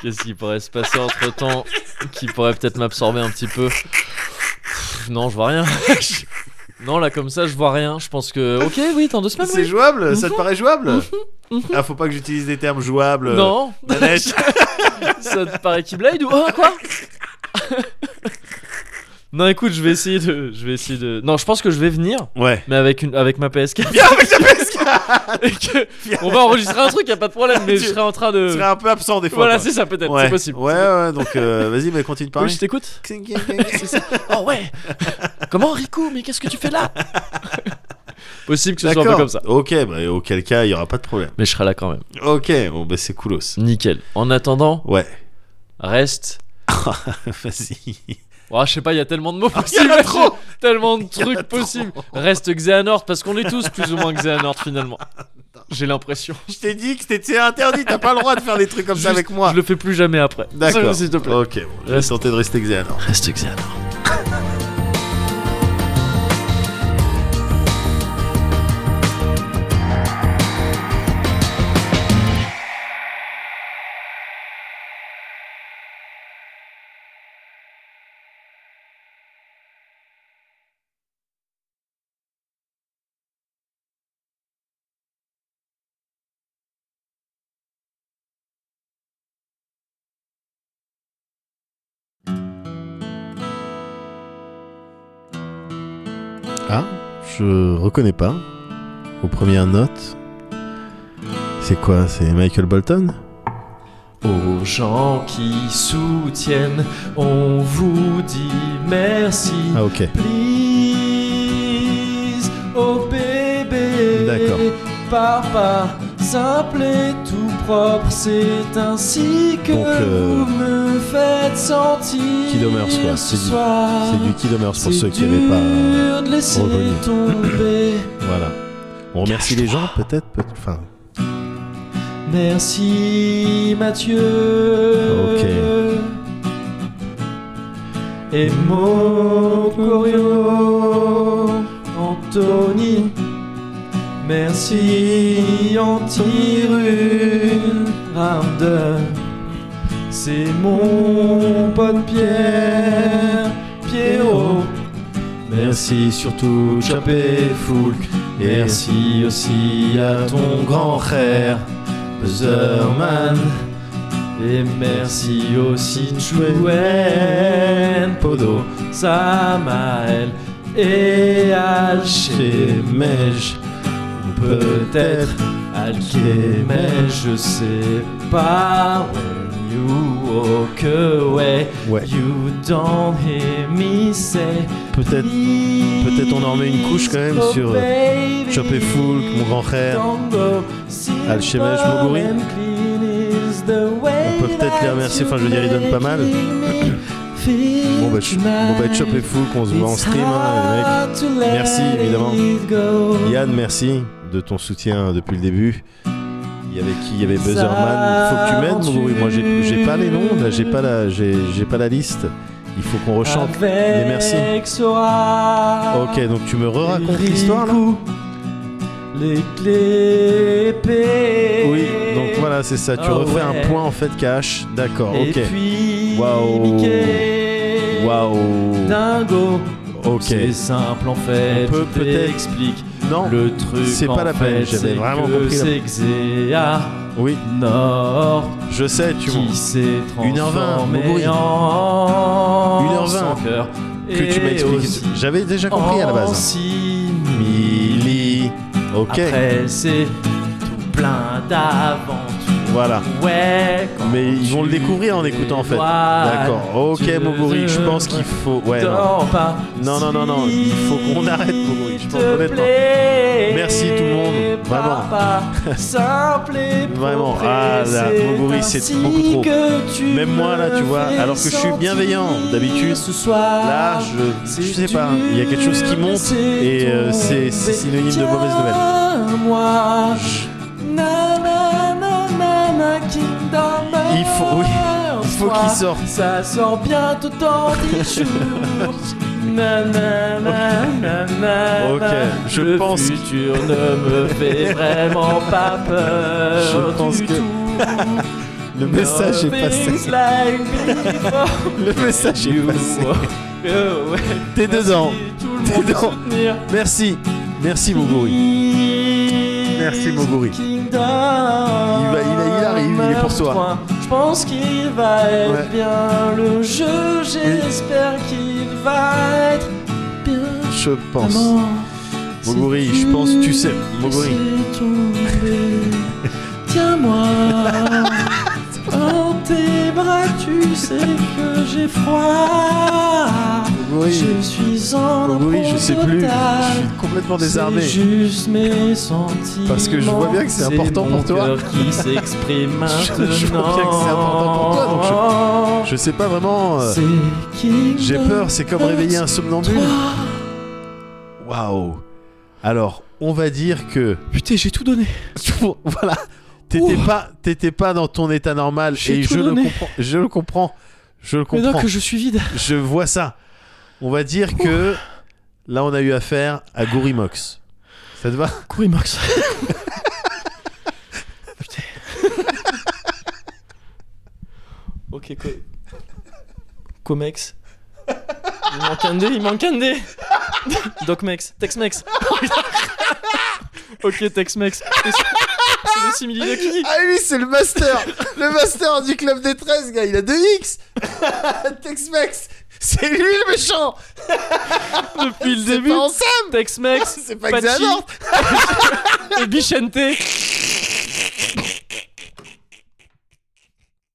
Speaker 1: Qu'est-ce qui pourrait se passer entre temps Qui pourrait peut-être m'absorber un petit peu Pff, Non, je vois rien. Je- non, là, comme ça, je vois rien. Je pense que. Ok, oui, dans deux semaines.
Speaker 2: C'est
Speaker 1: Ah oui.
Speaker 2: jouable Ça te
Speaker 1: Mhm.
Speaker 2: paraît jouable Ah, faut pas que j'utilise des termes jouables. euh,
Speaker 1: Non,
Speaker 2: Nanette.
Speaker 1: ça te paraît Keyblade ou oh, quoi Non, écoute, je vais essayer de. Je vais essayer de. Non, je pense que je vais venir.
Speaker 2: Ouais.
Speaker 1: Mais avec, une, avec ma PS4.
Speaker 2: Viens avec la PSK
Speaker 1: et que- on va enregistrer un truc, y a pas de problème, mais
Speaker 2: Tu-
Speaker 1: je serai en train de.
Speaker 2: Tu serais un peu absent des fois.
Speaker 1: Voilà,
Speaker 2: quoi.
Speaker 1: c'est ça peut-être,
Speaker 2: Ouais.
Speaker 1: c'est possible.
Speaker 2: Ouais, ouais, donc euh, vas-y, mais continue de
Speaker 1: Oui,
Speaker 2: parler.
Speaker 1: je t'écoute.
Speaker 2: Cling, cling, cling.
Speaker 1: C'est ça. Oh ouais Comment Rico Mais qu'est-ce que tu fais là Possible que ce soit un peu
Speaker 2: D'accord.
Speaker 1: comme ça.
Speaker 2: Ok, bah, auquel cas, il y aura pas de problème.
Speaker 1: Mais je serai là quand même.
Speaker 2: Ok, bon, bah, c'est coolos.
Speaker 1: Nickel. En attendant,
Speaker 2: Ouais,
Speaker 1: reste.
Speaker 2: vas-y.
Speaker 1: Oh, je sais pas, il y a tellement de mots
Speaker 2: Il y
Speaker 1: possibles.
Speaker 2: en a trop
Speaker 1: tellement de trucs possibles. Reste Xehanort parce qu'on est tous plus ou moins Xehanort finalement. J'ai l'impression.
Speaker 2: Je t'ai dit que c'était interdit, t'as pas le droit de faire des trucs comme ça
Speaker 1: Juste,
Speaker 2: avec moi.
Speaker 1: Je le fais plus jamais après.
Speaker 2: D'accord.
Speaker 1: S'il te plaît.
Speaker 2: Ok, bon, je vais
Speaker 1: Reste-
Speaker 2: tenter de rester Xehanort.
Speaker 1: Reste Xehanort.
Speaker 2: Ah, je reconnais pas. Aux premières notes. C'est quoi C'est Michael Bolton
Speaker 1: Aux gens qui soutiennent, on vous dit merci.
Speaker 2: Ah, ok.
Speaker 1: Please, oh bébé.
Speaker 2: D'accord.
Speaker 1: Papa, simple et tout propre, c'est ainsi que
Speaker 2: Donc, euh,
Speaker 1: vous me faites sentir.
Speaker 2: Kid Homers, quoi,
Speaker 1: ce
Speaker 2: c'est du-
Speaker 1: soir.
Speaker 2: C'est du Kid Homers pour
Speaker 1: C'est
Speaker 2: ceux qui n'avaient pas. euh,
Speaker 1: dur de laisser
Speaker 2: reconnu.
Speaker 1: tomber.
Speaker 2: Voilà. On remercie les gens, peut-être. peut- Enfin,
Speaker 1: Merci Mathieu.
Speaker 2: Ok.
Speaker 1: Et mon Corio, Anthony. Merci en tire une round. C'est mon pote Pierre, Pierrot.
Speaker 2: merci surtout Chopé Foulk.
Speaker 1: Merci aussi à ton grand frère Buzzerman Et merci aussi Chouen Podo, Samael et Alchemej Peut-être Alchemej, je sais pas When you walk away
Speaker 2: Ouais.
Speaker 1: You don't hear me say
Speaker 2: Peut-être
Speaker 1: Peut-être
Speaker 2: on en remet une couche quand même sur, euh, Chopé Foulk, mon grand frère. Alchemèche Moguri.
Speaker 1: On
Speaker 2: peut peut-être les remercier, enfin, je veux dire, ils donnent pas mal. Bon bah, ch- bon, bah Chop et Foulk, on se voit en stream, hein, mec. Merci, évidemment. les mecs. Yann, merci de ton soutien depuis le début. Il y avait qui Il y avait Buzzerman. Faut que tu m'aides, Moguri. Moi, j'ai j'ai pas les noms, là, j'ai pas, la- j'ai j'ai pas la liste. Il faut qu'on rechante. Mais merci. Ok, donc tu me re-racontes l'histoire, là
Speaker 1: Les clés
Speaker 2: Oui, donc voilà, c'est ça. Tu
Speaker 1: Oh,
Speaker 2: refais
Speaker 1: ouais.
Speaker 2: un point en fait cash. D'accord,
Speaker 1: Et
Speaker 2: ok.
Speaker 1: puis
Speaker 2: Waouh.
Speaker 1: Mickey,
Speaker 2: Waouh.
Speaker 1: Dingo.
Speaker 2: Ok.
Speaker 1: C'est simple en fait.
Speaker 2: On peut
Speaker 1: je
Speaker 2: peut-être-
Speaker 1: t'explique
Speaker 2: Non,
Speaker 1: le truc.
Speaker 2: c'est pas
Speaker 1: en
Speaker 2: la
Speaker 1: fait,
Speaker 2: peine, j'avais
Speaker 1: c'est
Speaker 2: vraiment
Speaker 1: que
Speaker 2: compris la-
Speaker 1: C'est Xéa
Speaker 2: oui,
Speaker 1: Nord
Speaker 2: je sais, tu m'en-
Speaker 1: qui s'est
Speaker 2: 1h20,
Speaker 1: transformé
Speaker 2: Moguri.
Speaker 1: en
Speaker 2: 1h20,
Speaker 1: sans cœur
Speaker 2: que tu
Speaker 1: et
Speaker 2: m'as expliqué.
Speaker 1: aussi
Speaker 2: J'avais déjà compris à la
Speaker 1: en
Speaker 2: base.
Speaker 1: simili.
Speaker 2: Milly. Ok,
Speaker 1: Après c'est tout plein d'aventures.
Speaker 2: voilà.
Speaker 1: Ouais. quand
Speaker 2: Mais ils
Speaker 1: tu
Speaker 2: vont le découvrir en
Speaker 1: les
Speaker 2: écoutant en fait.
Speaker 1: vois,
Speaker 2: D'accord. Ok,
Speaker 1: tu
Speaker 2: Moguri, je pense qu'il faut. Ouais. Non,
Speaker 1: dors pas.
Speaker 2: non, non, non. non, Il faut qu'on arrête, Moguri. Je pense honnêtement. Merci, tout le monde, vraiment.
Speaker 1: Simple et
Speaker 2: Vraiment,
Speaker 1: propre,
Speaker 2: ah là,
Speaker 1: et
Speaker 2: Moguri, c'est
Speaker 1: ainsi
Speaker 2: beaucoup trop.
Speaker 1: que tu
Speaker 2: Même moi,
Speaker 1: me
Speaker 2: là, tu vois,
Speaker 1: fais
Speaker 2: alors que je suis
Speaker 1: sentir
Speaker 2: bienveillant, d'habitude.
Speaker 1: Ce soir,
Speaker 2: Là, je, je sais pas. Il y a quelque chose qui monte et euh, c'est c'est synonyme de mauvaise nouvelle.
Speaker 1: Moi,
Speaker 2: Je-
Speaker 1: na, na, na, na, na, Kingdom
Speaker 2: Il faut- oui,
Speaker 1: Hearts
Speaker 2: Il faut
Speaker 1: 3.
Speaker 2: qu'il sorte.
Speaker 1: Ça sort bientôt dans 10 jours. Na, na, na, na, na,
Speaker 2: Ok,
Speaker 1: na.
Speaker 2: je
Speaker 1: Le
Speaker 2: pense que-
Speaker 1: futur ne me fait vraiment pas peur.
Speaker 2: Je pense
Speaker 1: du
Speaker 2: que-
Speaker 1: tout.
Speaker 2: Le message est passé.
Speaker 1: Nothing's like before.
Speaker 2: Le message est
Speaker 1: You
Speaker 2: passé.
Speaker 1: walk away.
Speaker 2: T'es dedans.
Speaker 1: Merci tout le
Speaker 2: T'es
Speaker 1: monde de
Speaker 2: dedans.
Speaker 1: soutenir.
Speaker 2: Merci. Merci, Moguri. Merci, Moguri.
Speaker 1: Il va,
Speaker 2: il- il arrive, il est pour toi.
Speaker 1: Je pense qu'il va être
Speaker 2: Ouais.
Speaker 1: bien le jeu. J'espère qu'il va être bien.
Speaker 2: Je pense.
Speaker 1: Maman,
Speaker 2: Moguri,
Speaker 1: si
Speaker 2: je pense, tu sais, Moguri.
Speaker 1: laissais tomber, Tiens-moi dans tes bras, tu sais que j'ai froid.
Speaker 2: Moguri,
Speaker 1: Je suis en
Speaker 2: Moguri, je sais plus. Je suis complètement désarmé.
Speaker 1: C'est juste mes sentiments.
Speaker 2: Parce que je vois bien que c'est important
Speaker 1: mon
Speaker 2: pour toi.
Speaker 1: cœur qui s'exprime
Speaker 2: Je-
Speaker 1: maintenant.
Speaker 2: je vois bien que c'est important pour toi, donc Je sais pas vraiment. euh,
Speaker 1: C'est Kingdom
Speaker 2: J'ai peur, c'est comme
Speaker 1: Hearts
Speaker 2: réveiller un somnambule.
Speaker 1: 3.
Speaker 2: Waouh. Alors, on va dire que.
Speaker 1: Oh.
Speaker 5: Putain, j'ai tout donné.
Speaker 2: voilà. T'étais pas, t'étais pas dans ton état normal
Speaker 5: J'ai
Speaker 2: et
Speaker 5: tout
Speaker 2: je le
Speaker 5: donné.
Speaker 2: comprends. Je le comprends. Je le
Speaker 5: Mais non,
Speaker 2: comprends.
Speaker 5: que je suis vide.
Speaker 2: Je vois ça. On va dire que là, on a eu affaire à Gourimox. Ça te va
Speaker 5: Courimox.
Speaker 1: Ok, co- Comex. Il manque un dé, il manque un dé. Docmex, Texmex. ok, Texmex. C'est c'est le simili de qui
Speaker 2: Ah oui, c'est le master Le master du club des 13, gars, il a 2x Tex-Mex C'est lui le méchant
Speaker 1: Depuis le début.
Speaker 2: ensemble
Speaker 1: Tex-Mex,
Speaker 2: C'est
Speaker 1: Pachi
Speaker 2: Xehanort.
Speaker 1: et Bichente.